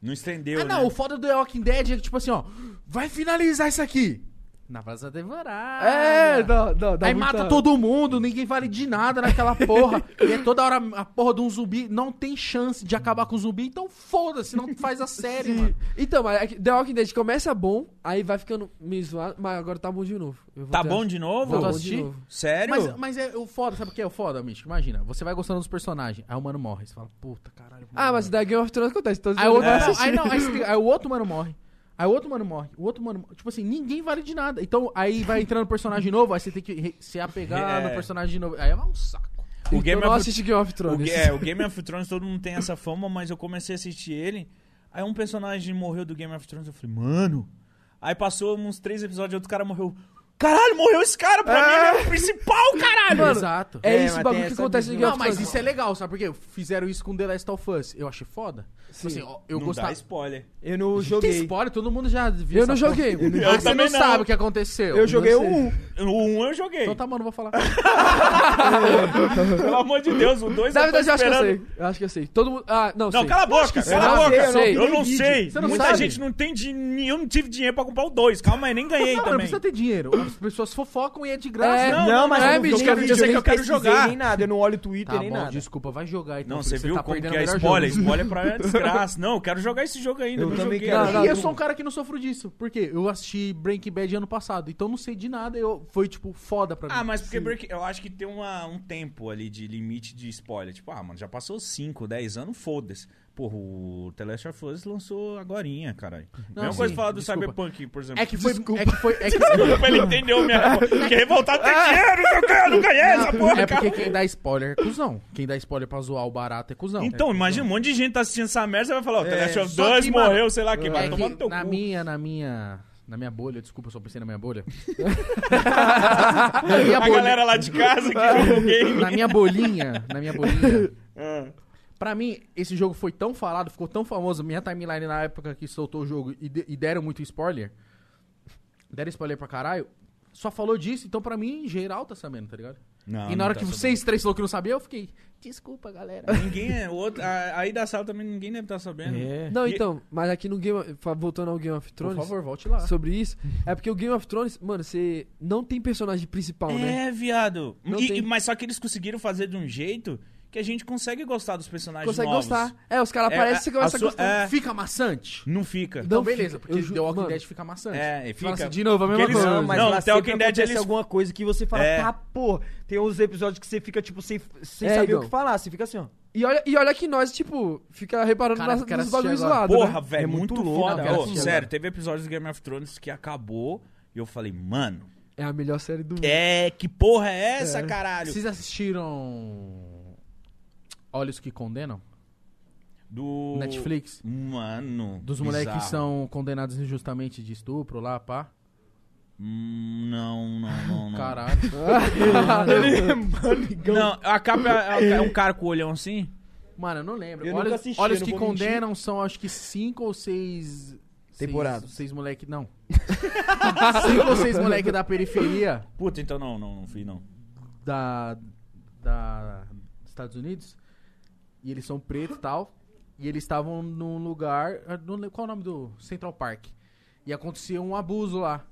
[SPEAKER 1] Não estendeu,
[SPEAKER 3] ah, não,
[SPEAKER 1] né?
[SPEAKER 3] o foda do The Walking Dead é que, tipo assim, ó, vai finalizar isso aqui. Na brasa devorar.
[SPEAKER 5] É, não, não, dá
[SPEAKER 3] Aí
[SPEAKER 5] muita-
[SPEAKER 3] mata todo mundo, ninguém vale de nada naquela porra. e é toda hora a porra de um zumbi não tem chance de acabar com o zumbi, então foda-se, não faz a série, mano.
[SPEAKER 5] Então, mas é que The Walking Dead começa bom, aí vai ficando meio zoado, mas agora tá bom de novo. Eu vou
[SPEAKER 1] Tá
[SPEAKER 5] ter-
[SPEAKER 1] bom de novo?
[SPEAKER 5] Tá bom
[SPEAKER 3] assistir?
[SPEAKER 5] de novo.
[SPEAKER 1] Sério?
[SPEAKER 3] Mas, mas é o foda, sabe o que é o foda, Mítico? Imagina, você vai gostando dos personagens, aí o mano morre, você fala, puta caralho. mano.
[SPEAKER 5] Ah, mas da Game of Thrones acontece. Todos
[SPEAKER 3] Aí o outro,
[SPEAKER 1] É.
[SPEAKER 3] não, aí, não, aí você tem- aí o outro mano morre. Aí o outro mano morre. O outro mano. Tipo assim, ninguém vale de nada. Então aí vai entrando personagem novo, aí você tem que re- se apegar
[SPEAKER 1] É.
[SPEAKER 3] no personagem novo. Aí é um saco.
[SPEAKER 1] o
[SPEAKER 5] eu
[SPEAKER 1] Game
[SPEAKER 5] não
[SPEAKER 1] of
[SPEAKER 5] assisti Game of
[SPEAKER 1] O,
[SPEAKER 5] Thrones.
[SPEAKER 1] Ga- é, o Game of Thrones, todo mundo tem essa fama, mas eu comecei a assistir ele. Aí um personagem morreu do Game of Thrones, eu falei, mano. Aí passou uns três episódios, outro cara morreu. Caralho, morreu esse cara pra mim, ele é o principal, caralho! caralho.
[SPEAKER 5] Mano,
[SPEAKER 3] Então, Exato.
[SPEAKER 5] É,
[SPEAKER 4] É,
[SPEAKER 5] isso
[SPEAKER 4] mas
[SPEAKER 5] o bagulho
[SPEAKER 4] tem
[SPEAKER 5] que
[SPEAKER 4] essa
[SPEAKER 5] acontece no Game
[SPEAKER 4] visão.
[SPEAKER 3] Não,
[SPEAKER 5] of
[SPEAKER 3] mas
[SPEAKER 5] Thrones.
[SPEAKER 3] isso é legal, sabe por quê? Fizeram isso com The Last of Us. Eu achei foda. Tipo
[SPEAKER 5] Sim.
[SPEAKER 3] assim, ó, eu
[SPEAKER 1] não
[SPEAKER 3] gostava.
[SPEAKER 1] dá spoiler.
[SPEAKER 4] Eu não
[SPEAKER 3] Tem
[SPEAKER 4] joguei.
[SPEAKER 3] spoiler, todo mundo já viu.
[SPEAKER 5] Eu
[SPEAKER 3] essa
[SPEAKER 5] não
[SPEAKER 3] porra. Ah,
[SPEAKER 5] joguei.
[SPEAKER 1] Eu
[SPEAKER 3] você não
[SPEAKER 1] também não.
[SPEAKER 3] sabe o que aconteceu.
[SPEAKER 4] Eu joguei
[SPEAKER 5] sei.
[SPEAKER 4] um.
[SPEAKER 1] O 1 eu joguei.
[SPEAKER 3] Então tá, mano, vou falar.
[SPEAKER 1] Pelo amor de Deus, o 2
[SPEAKER 5] Na
[SPEAKER 1] eu tô
[SPEAKER 5] verdade, eu acho que eu
[SPEAKER 1] esperando.
[SPEAKER 5] sei. Eu acho que eu sei. Todo mundo. Ah, não,
[SPEAKER 1] Não,
[SPEAKER 5] sei.
[SPEAKER 1] cala a boca,
[SPEAKER 4] eu
[SPEAKER 1] cala
[SPEAKER 4] não
[SPEAKER 1] a boca.
[SPEAKER 4] sei,
[SPEAKER 5] eu não
[SPEAKER 1] Eu
[SPEAKER 5] vi
[SPEAKER 1] não
[SPEAKER 4] vídeo.
[SPEAKER 1] sei.
[SPEAKER 3] Você não
[SPEAKER 1] Muita
[SPEAKER 3] sabe?
[SPEAKER 1] gente não tem dinheiro. Eu não tive dinheiro pra comprar o 2. Calma aí, nem ganhei
[SPEAKER 3] Não, não
[SPEAKER 1] também.
[SPEAKER 3] precisa ter dinheiro. As pessoas fofocam e é de graça.
[SPEAKER 5] É,
[SPEAKER 1] Não,
[SPEAKER 4] Não, mas
[SPEAKER 5] é,
[SPEAKER 4] eu não
[SPEAKER 5] bicho,
[SPEAKER 4] vi
[SPEAKER 5] quero
[SPEAKER 4] nem
[SPEAKER 5] dizer
[SPEAKER 4] vídeo,
[SPEAKER 1] que eu quero
[SPEAKER 4] pesquisei
[SPEAKER 1] jogar.
[SPEAKER 4] nem nada, eu não olho o Twitter
[SPEAKER 3] Tá
[SPEAKER 4] nem
[SPEAKER 3] bom,
[SPEAKER 4] nada.
[SPEAKER 3] desculpa, vai jogar então.
[SPEAKER 1] Não,
[SPEAKER 3] porque
[SPEAKER 1] você viu
[SPEAKER 3] tá
[SPEAKER 1] como que
[SPEAKER 3] perdendo o
[SPEAKER 1] é
[SPEAKER 3] melhor
[SPEAKER 1] spoiler?
[SPEAKER 3] jogo.
[SPEAKER 1] Spoiler pra é desgraça. Não, eu quero jogar esse jogo ainda.
[SPEAKER 4] Eu
[SPEAKER 1] não
[SPEAKER 4] também
[SPEAKER 1] joguei.
[SPEAKER 4] quero.
[SPEAKER 1] ainda.
[SPEAKER 5] Não,
[SPEAKER 3] e
[SPEAKER 5] não.
[SPEAKER 3] eu sou um cara que não sofro disso. Por quê? Eu assisti Breaking Bad ano passado, então não sei de nada. Eu, foi, tipo, foda pra mim.
[SPEAKER 1] Ah, mas porque
[SPEAKER 3] Sim.
[SPEAKER 1] Breaking- eu acho que tem uma- um tempo ali de limite de spoiler. Tipo, ah, mano, já passou 5, 10 anos, foda-se. Porra, o The Last of Us lançou agorinha, caralho.
[SPEAKER 3] Não,
[SPEAKER 1] Mesma coisa
[SPEAKER 3] sim,
[SPEAKER 1] falar do
[SPEAKER 3] desculpa.
[SPEAKER 1] Cyberpunk, por exemplo.
[SPEAKER 3] É que foi.
[SPEAKER 4] Desculpa.
[SPEAKER 3] É que foi. É, que,
[SPEAKER 1] Desculpa, ele entendeu mesmo. Fiquei revoltado, tem dinheiro, eu ganhei, eu não ganhei essa porra,
[SPEAKER 3] Ah. é
[SPEAKER 1] cara.
[SPEAKER 3] porque quem dá spoiler é cuzão. Quem dá spoiler pra zoar o barato é cuzão.
[SPEAKER 1] Então,
[SPEAKER 3] É
[SPEAKER 1] imagina um monte de gente tá assistindo essa merda, você vai falar, ó, The Last of
[SPEAKER 3] só
[SPEAKER 1] Us
[SPEAKER 3] que, mano,
[SPEAKER 1] morreu, sei lá, quem
[SPEAKER 3] É
[SPEAKER 1] vai
[SPEAKER 3] que
[SPEAKER 1] tomar no teu
[SPEAKER 3] na
[SPEAKER 1] cu.
[SPEAKER 3] minha, na minha. Na minha bolha, desculpa, eu só pensei na minha bolha. na, minha
[SPEAKER 1] A
[SPEAKER 3] bolha
[SPEAKER 1] galera lá de casa que jogou game.
[SPEAKER 3] na minha bolinha, na minha bolinha.
[SPEAKER 1] Ah,
[SPEAKER 3] Pra mim, esse jogo foi tão falado, ficou tão famoso. Minha timeline na época que soltou o jogo e, de- e deram muito spoiler. Deram spoiler pra caralho. Só falou disso, então pra mim, em geral, tá sabendo, tá ligado?
[SPEAKER 1] não,
[SPEAKER 3] e na
[SPEAKER 1] não
[SPEAKER 3] hora
[SPEAKER 1] tá
[SPEAKER 3] que
[SPEAKER 1] sabendo.
[SPEAKER 3] vocês três falaram que não sabia, eu fiquei. Desculpa, galera.
[SPEAKER 1] Ninguém é. o outro- a- aí da sala também ninguém deve estar sabendo.
[SPEAKER 3] É.
[SPEAKER 5] Não,
[SPEAKER 1] É. E-
[SPEAKER 5] então, mas aqui no Game of, fa- voltando ao Game of
[SPEAKER 3] Por
[SPEAKER 5] Thrones,
[SPEAKER 3] favor, volte lá.
[SPEAKER 5] sobre isso, é porque o Game of Thrones, mano, você não tem personagem principal, né?
[SPEAKER 1] É, viado.
[SPEAKER 5] Não
[SPEAKER 1] E-
[SPEAKER 5] tem.
[SPEAKER 1] e- mas só que eles conseguiram fazer de um jeito que a gente consegue gostar dos personagens
[SPEAKER 5] Consegue
[SPEAKER 1] novos.
[SPEAKER 5] gostar. É, os caras
[SPEAKER 1] É,
[SPEAKER 5] aparecem e
[SPEAKER 1] a-
[SPEAKER 5] você
[SPEAKER 1] a
[SPEAKER 5] começa a
[SPEAKER 1] sua-
[SPEAKER 5] gostar.
[SPEAKER 1] é.
[SPEAKER 3] Então, Fica maçante.
[SPEAKER 1] Não fica.
[SPEAKER 5] Não
[SPEAKER 3] então, beleza,
[SPEAKER 5] fica,
[SPEAKER 3] porque
[SPEAKER 5] eu ju-
[SPEAKER 3] The Walking
[SPEAKER 5] mano.
[SPEAKER 3] Dead fica maçante.
[SPEAKER 1] É, e
[SPEAKER 3] Fala
[SPEAKER 1] fica-
[SPEAKER 3] assim, de novo, a mesma
[SPEAKER 1] porque eles-
[SPEAKER 3] coisa.
[SPEAKER 4] Não, mas
[SPEAKER 1] Não,
[SPEAKER 4] lá
[SPEAKER 1] The Walking
[SPEAKER 4] sempre
[SPEAKER 1] Dead,
[SPEAKER 4] acontece
[SPEAKER 1] eles-
[SPEAKER 4] alguma coisa que você fala,
[SPEAKER 1] É.
[SPEAKER 4] tá, pô. Tem uns episódios que você fica, tipo, sem, sem
[SPEAKER 5] É,
[SPEAKER 4] saber
[SPEAKER 5] Igão.
[SPEAKER 4] o que falar. Você fica assim, ó.
[SPEAKER 5] E olha, e olha que nós, tipo, fica reparando
[SPEAKER 3] Caraca,
[SPEAKER 5] nas,
[SPEAKER 3] quero
[SPEAKER 5] nos
[SPEAKER 3] assistir
[SPEAKER 5] bagulhos
[SPEAKER 3] agora.
[SPEAKER 5] zoados.
[SPEAKER 1] Porra,
[SPEAKER 5] né?
[SPEAKER 1] velho,
[SPEAKER 4] É
[SPEAKER 1] muito,
[SPEAKER 4] muito louco,
[SPEAKER 1] foda.
[SPEAKER 3] cara,
[SPEAKER 1] Ô,
[SPEAKER 3] assim,
[SPEAKER 1] sério,
[SPEAKER 3] agora.
[SPEAKER 1] teve episódios do Game of Thrones que acabou e eu falei, mano,
[SPEAKER 5] É a melhor série do mundo.
[SPEAKER 1] é, que porra é essa, caralho?
[SPEAKER 3] Vocês assistiram. Olhos que Condenam?
[SPEAKER 1] Do.
[SPEAKER 3] Netflix?
[SPEAKER 1] Mano.
[SPEAKER 3] Dos moleques que
[SPEAKER 1] bizarro.
[SPEAKER 3] são condenados injustamente de estupro lá, pá.
[SPEAKER 1] Hum, não, não, não. não.
[SPEAKER 3] Caralho.
[SPEAKER 4] é,
[SPEAKER 1] Não, a capa é, é um cara com o olhão assim?
[SPEAKER 3] Mano, eu não lembro.
[SPEAKER 4] Eu
[SPEAKER 3] olha,
[SPEAKER 4] nunca assisti,
[SPEAKER 3] olha os
[SPEAKER 4] não
[SPEAKER 3] que
[SPEAKER 4] vou mentir.
[SPEAKER 3] condenam são acho que cinco ou seis.
[SPEAKER 4] Temporadas.
[SPEAKER 3] Seis, seis moleque. Não. cinco ou seis moleque da periferia
[SPEAKER 1] Puta, então não, não, não fui, não.
[SPEAKER 3] da. da. dos Estados Unidos. E eles são pretos e tal. E eles estavam num lugar. eu não lembro- Qual é o nome do? Central Park. E aconteceu um abuso lá.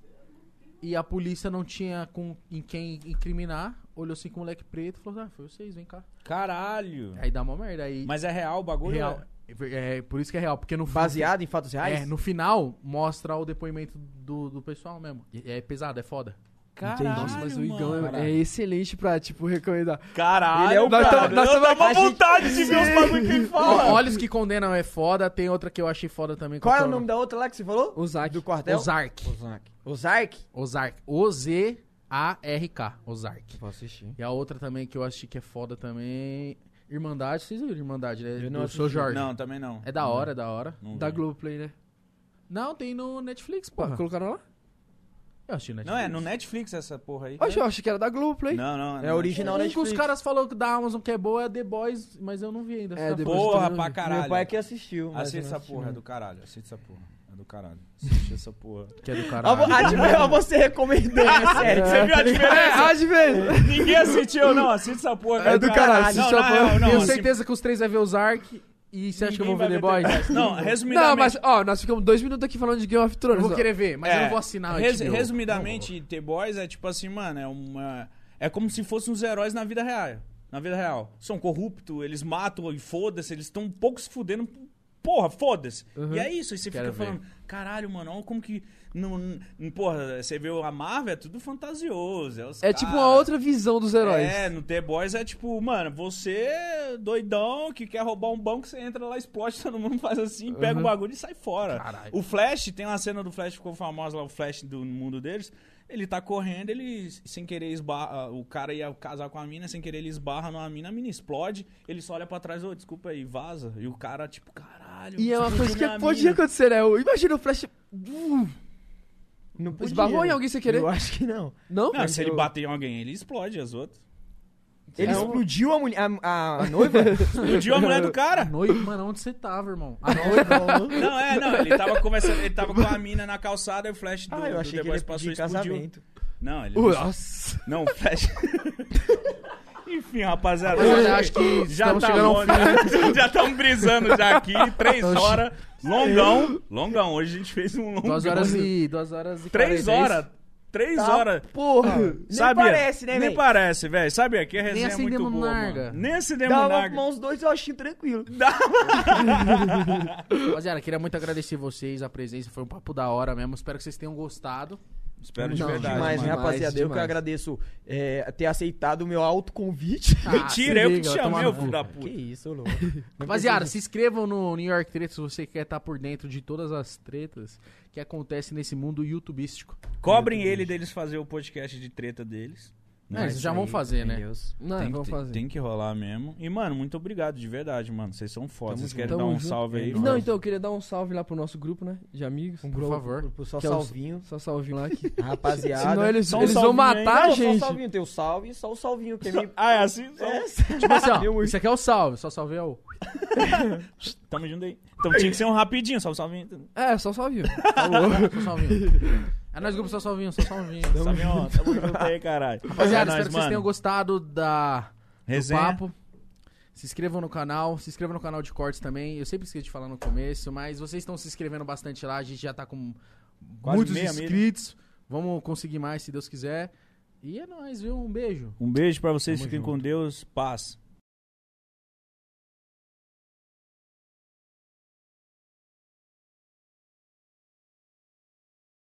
[SPEAKER 3] E a polícia não tinha com, em quem incriminar. Olhou assim com o moleque preto e falou: Ah, foi vocês, vem cá.
[SPEAKER 1] Caralho.
[SPEAKER 3] Aí dá uma merda. Aí
[SPEAKER 1] Mas é real o bagulho?
[SPEAKER 3] É. real. É, é, por isso que é real, porque no
[SPEAKER 4] Baseado em fatos reais?
[SPEAKER 3] é, no final mostra o depoimento do, do pessoal mesmo. E É pesado, é foda.
[SPEAKER 1] Caralho,
[SPEAKER 5] Nossa, mas o Igão
[SPEAKER 1] mano.
[SPEAKER 5] é- é, excelente pra, tipo, recomendar.
[SPEAKER 1] Caralho,
[SPEAKER 4] Ele é o
[SPEAKER 1] nós
[SPEAKER 4] cara.
[SPEAKER 1] tamo- Nós
[SPEAKER 4] Nós
[SPEAKER 1] estamos
[SPEAKER 4] tamo-
[SPEAKER 1] com vontade de ver os bagulho que ele
[SPEAKER 3] Ó,
[SPEAKER 1] fala.
[SPEAKER 3] Olhos que condenam é foda, tem outra que eu achei foda também.
[SPEAKER 4] Qual é
[SPEAKER 3] que
[SPEAKER 4] o nome da outra lá que você falou?
[SPEAKER 5] Ozark.
[SPEAKER 4] Do quartel?
[SPEAKER 3] Ozark.
[SPEAKER 4] Ozark. Ozark?
[SPEAKER 3] Ozark. O-Z-A-R-K. Ozark.
[SPEAKER 4] Vou assistir.
[SPEAKER 3] E a outra também que eu achei que é foda também. Irmandade, vocês viram Irmandade, né?
[SPEAKER 4] Eu não
[SPEAKER 3] do Sou
[SPEAKER 4] assisti.
[SPEAKER 3] Jorge.
[SPEAKER 1] Não, também não.
[SPEAKER 3] É da hora, é da hora.
[SPEAKER 1] Não,
[SPEAKER 5] Da
[SPEAKER 1] vi.
[SPEAKER 5] Globoplay, né?
[SPEAKER 3] Não, tem no Netflix,
[SPEAKER 5] Pô,
[SPEAKER 3] porra.
[SPEAKER 5] colocaram lá?
[SPEAKER 3] Eu assisti no
[SPEAKER 1] Não, é
[SPEAKER 3] Netflix.
[SPEAKER 1] no Netflix essa porra
[SPEAKER 3] É.
[SPEAKER 1] aí. né?
[SPEAKER 5] Oxe, eu achei que era da Globoplay.
[SPEAKER 1] Não, não.
[SPEAKER 4] É
[SPEAKER 1] não.
[SPEAKER 4] original
[SPEAKER 3] Um que
[SPEAKER 4] Netflix.
[SPEAKER 3] os caras falaram que da Amazon que é boa é The Boys, mas eu não vi ainda.
[SPEAKER 5] É,
[SPEAKER 3] Tá
[SPEAKER 5] The
[SPEAKER 3] foda.
[SPEAKER 5] Boys.
[SPEAKER 1] Porra,
[SPEAKER 5] Depois
[SPEAKER 1] pra
[SPEAKER 5] também.
[SPEAKER 1] caralho.
[SPEAKER 4] Meu pai é que assistiu. mas
[SPEAKER 1] Assista
[SPEAKER 4] eu não
[SPEAKER 1] essa
[SPEAKER 4] assisti,
[SPEAKER 1] porra, é
[SPEAKER 4] não.
[SPEAKER 1] do caralho. Assista essa porra. É do caralho. Assiste essa porra.
[SPEAKER 3] Que é do
[SPEAKER 4] Ó, vo-
[SPEAKER 3] caralho.
[SPEAKER 4] ah, tipo, ó, você recomendou, né? Sério.
[SPEAKER 1] Você viu a diferença?
[SPEAKER 5] É, de vez.
[SPEAKER 1] Ninguém assistiu, não. Assista essa porra.
[SPEAKER 5] É do caralho, assiste
[SPEAKER 1] Não,
[SPEAKER 5] a
[SPEAKER 1] na real,
[SPEAKER 5] porra.
[SPEAKER 1] não.
[SPEAKER 3] Ah, Tenho
[SPEAKER 1] assim,
[SPEAKER 3] certeza que os três vai ver o Zark e você acha que eu vou ver
[SPEAKER 1] ninguém
[SPEAKER 3] The
[SPEAKER 1] vai
[SPEAKER 3] Boys?
[SPEAKER 1] ver The Boys? Não, resumidamente.
[SPEAKER 5] Não, mas, ó, nós ficamos dois minutos aqui falando de Game of Thrones.
[SPEAKER 3] Eu vou
[SPEAKER 5] ó.
[SPEAKER 3] querer ver, mas eu
[SPEAKER 1] É,
[SPEAKER 3] não vou assinar. tipo, o
[SPEAKER 1] res-
[SPEAKER 3] HBO.
[SPEAKER 1] Resumidamente, The Boys é tipo assim, mano, é uma. É como se fossem os heróis na vida real. Na vida real. São corruptos, eles matam e foda-se, eles estão um pouco se fudendo. Porra, foda-se. E é isso, aí você
[SPEAKER 3] Uhum. Quero
[SPEAKER 1] fica
[SPEAKER 3] ver.
[SPEAKER 1] falando, caralho, mano, olha como que. Não, não- porra, você vê a Marvel, é tudo fantasioso. os
[SPEAKER 5] É tipo
[SPEAKER 1] caras.
[SPEAKER 5] uma outra visão dos heróis.
[SPEAKER 1] É, no The Boys é tipo, mano, você é doidão que quer roubar um banco, você entra lá, explode, todo mundo faz assim, pega
[SPEAKER 5] Uhum.
[SPEAKER 1] o bagulho e sai fora.
[SPEAKER 3] Caralho.
[SPEAKER 1] O Flash, tem uma cena do Flash que ficou famosa lá, o Flash do mundo deles. Ele tá correndo, ele sem querer esbarra. O cara ia casar com a mina, sem querer ele esbarra numa mina, a mina explode. Ele só olha pra trás, ô, desculpa aí, vaza. E o cara, tipo, caralho.
[SPEAKER 5] E é uma
[SPEAKER 1] explodiu
[SPEAKER 5] coisa
[SPEAKER 1] minha
[SPEAKER 5] que podia
[SPEAKER 1] mina.
[SPEAKER 5] acontecer, né? Eu- Imagina o Flash. Uh,
[SPEAKER 4] Não podia.
[SPEAKER 5] Esbarrou em alguém sem querer?
[SPEAKER 4] Eu acho que não.
[SPEAKER 5] Não?
[SPEAKER 1] Não, se ele
[SPEAKER 4] Eu-
[SPEAKER 1] bater em alguém, ele explode as outras.
[SPEAKER 4] Ele
[SPEAKER 5] É um-
[SPEAKER 4] explodiu a, mulher, a, a noiva?
[SPEAKER 1] Explodiu a mulher do
[SPEAKER 3] A
[SPEAKER 1] cara.
[SPEAKER 3] noiva, mano, onde você tava, irmão? A noiva.
[SPEAKER 1] Não, é, não. Ele tava conversando, ele tava com a mina na calçada e o flash do,
[SPEAKER 4] ah, eu
[SPEAKER 1] do
[SPEAKER 4] achei
[SPEAKER 1] The
[SPEAKER 4] que ele
[SPEAKER 1] Boys
[SPEAKER 4] ia
[SPEAKER 1] passou
[SPEAKER 4] pedir
[SPEAKER 1] e explodiu.
[SPEAKER 4] casamento.
[SPEAKER 1] Não, ele.
[SPEAKER 5] Uh, Nossa.
[SPEAKER 1] Não, o flash. Enfim, rapaziada.
[SPEAKER 3] Mas eu acho que
[SPEAKER 1] já
[SPEAKER 3] estamos
[SPEAKER 1] tá
[SPEAKER 3] chegando um ao
[SPEAKER 1] bom, né? Já estamos brisando já aqui, três horas. Longão. Longão. Hoje a gente fez um longão.
[SPEAKER 3] Duas horas e. é Duas horas e.
[SPEAKER 1] Três
[SPEAKER 3] 46.
[SPEAKER 1] horas. Três
[SPEAKER 4] Tá,
[SPEAKER 1] horas.
[SPEAKER 4] Porra. Nem
[SPEAKER 1] Sabe?
[SPEAKER 4] parece, né,
[SPEAKER 1] Nem
[SPEAKER 4] velho?
[SPEAKER 1] parece, velho. Sabe aqui a resenha é
[SPEAKER 3] acendemos
[SPEAKER 1] muito boa,
[SPEAKER 3] narga.
[SPEAKER 1] mano. Nem se
[SPEAKER 4] Dava
[SPEAKER 1] demonarga.
[SPEAKER 4] uns dois, eu achei tranquilo.
[SPEAKER 3] Rapaziada, queria muito agradecer vocês, a presença. Foi um papo da hora mesmo. Espero que vocês tenham gostado.
[SPEAKER 1] Espero de
[SPEAKER 5] Não,
[SPEAKER 1] verdade,
[SPEAKER 4] Demais,
[SPEAKER 5] demais,
[SPEAKER 4] né,
[SPEAKER 1] mano.
[SPEAKER 4] rapaziada. Eu que
[SPEAKER 5] demais.
[SPEAKER 4] agradeço é, ter aceitado o meu autoconvite.
[SPEAKER 1] Mentira,
[SPEAKER 3] Tá, se
[SPEAKER 1] eu que
[SPEAKER 3] liga,
[SPEAKER 1] te
[SPEAKER 3] vai tomar
[SPEAKER 1] chamei,
[SPEAKER 3] no
[SPEAKER 1] ô filho
[SPEAKER 3] cu.
[SPEAKER 1] da
[SPEAKER 4] Que
[SPEAKER 1] puta.
[SPEAKER 4] isso, louco.
[SPEAKER 3] Rapaziada, se inscrevam no New York Treta se você quer estar por dentro de todas as tretas que acontecem nesse mundo youtubístico.
[SPEAKER 1] Cobrem ele deles fazer o podcast de treta deles.
[SPEAKER 3] É, eles já vão fazer, né?
[SPEAKER 5] Não,
[SPEAKER 1] Tem,
[SPEAKER 5] vamos
[SPEAKER 1] que,
[SPEAKER 5] fazer.
[SPEAKER 1] tem que rolar mesmo. E, mano, muito obrigado, de verdade, mano. Vocês são foda. Vocês querem
[SPEAKER 5] junto.
[SPEAKER 1] dar um
[SPEAKER 5] Tamo junto.
[SPEAKER 1] salve aí?
[SPEAKER 5] Não, então eu queria dar um salve lá pro nosso grupo, né? De amigos.
[SPEAKER 3] Por favor.
[SPEAKER 4] Um Pro só
[SPEAKER 5] Que é o-
[SPEAKER 4] salvinho.
[SPEAKER 5] Só salvinho lá que.
[SPEAKER 4] Rapaziada.
[SPEAKER 5] Senão eles,
[SPEAKER 1] Só um
[SPEAKER 5] eles vão
[SPEAKER 1] salvinho
[SPEAKER 5] matar
[SPEAKER 4] Não,
[SPEAKER 5] a gente.
[SPEAKER 4] Só o salvinho. Tem o salve e só o salvinho. Que me...
[SPEAKER 1] Ah, é assim? Só-
[SPEAKER 3] Tipo assim, ó, isso aqui é o salve, só salve é o.
[SPEAKER 1] Tamo junto aí. Então tinha que ser um rapidinho, só um salvinho.
[SPEAKER 5] É, só salvinho.
[SPEAKER 1] Tá
[SPEAKER 3] Só salvinho. É nós grupo só salvinho, só salvinho.
[SPEAKER 1] Salvinho, ó. Tamo junto aí, caralho.
[SPEAKER 3] Rapaziada,
[SPEAKER 1] É nóis,
[SPEAKER 3] espero que vocês
[SPEAKER 1] mano. Né?
[SPEAKER 3] tenham gostado da, do
[SPEAKER 1] Resenha.
[SPEAKER 3] papo. Se inscrevam no canal, se inscrevam no canal de cortes também. Eu sempre esqueci de falar no começo, mas vocês estão se inscrevendo bastante lá. A gente já tá com
[SPEAKER 1] Quase
[SPEAKER 3] muitos
[SPEAKER 1] meia milha.
[SPEAKER 3] inscritos. Vamos conseguir mais, se Deus quiser. E é nóis, viu? Um beijo.
[SPEAKER 1] Um beijo pra vocês,
[SPEAKER 3] Tamo
[SPEAKER 1] fiquem
[SPEAKER 3] junto.
[SPEAKER 1] com Deus. Paz.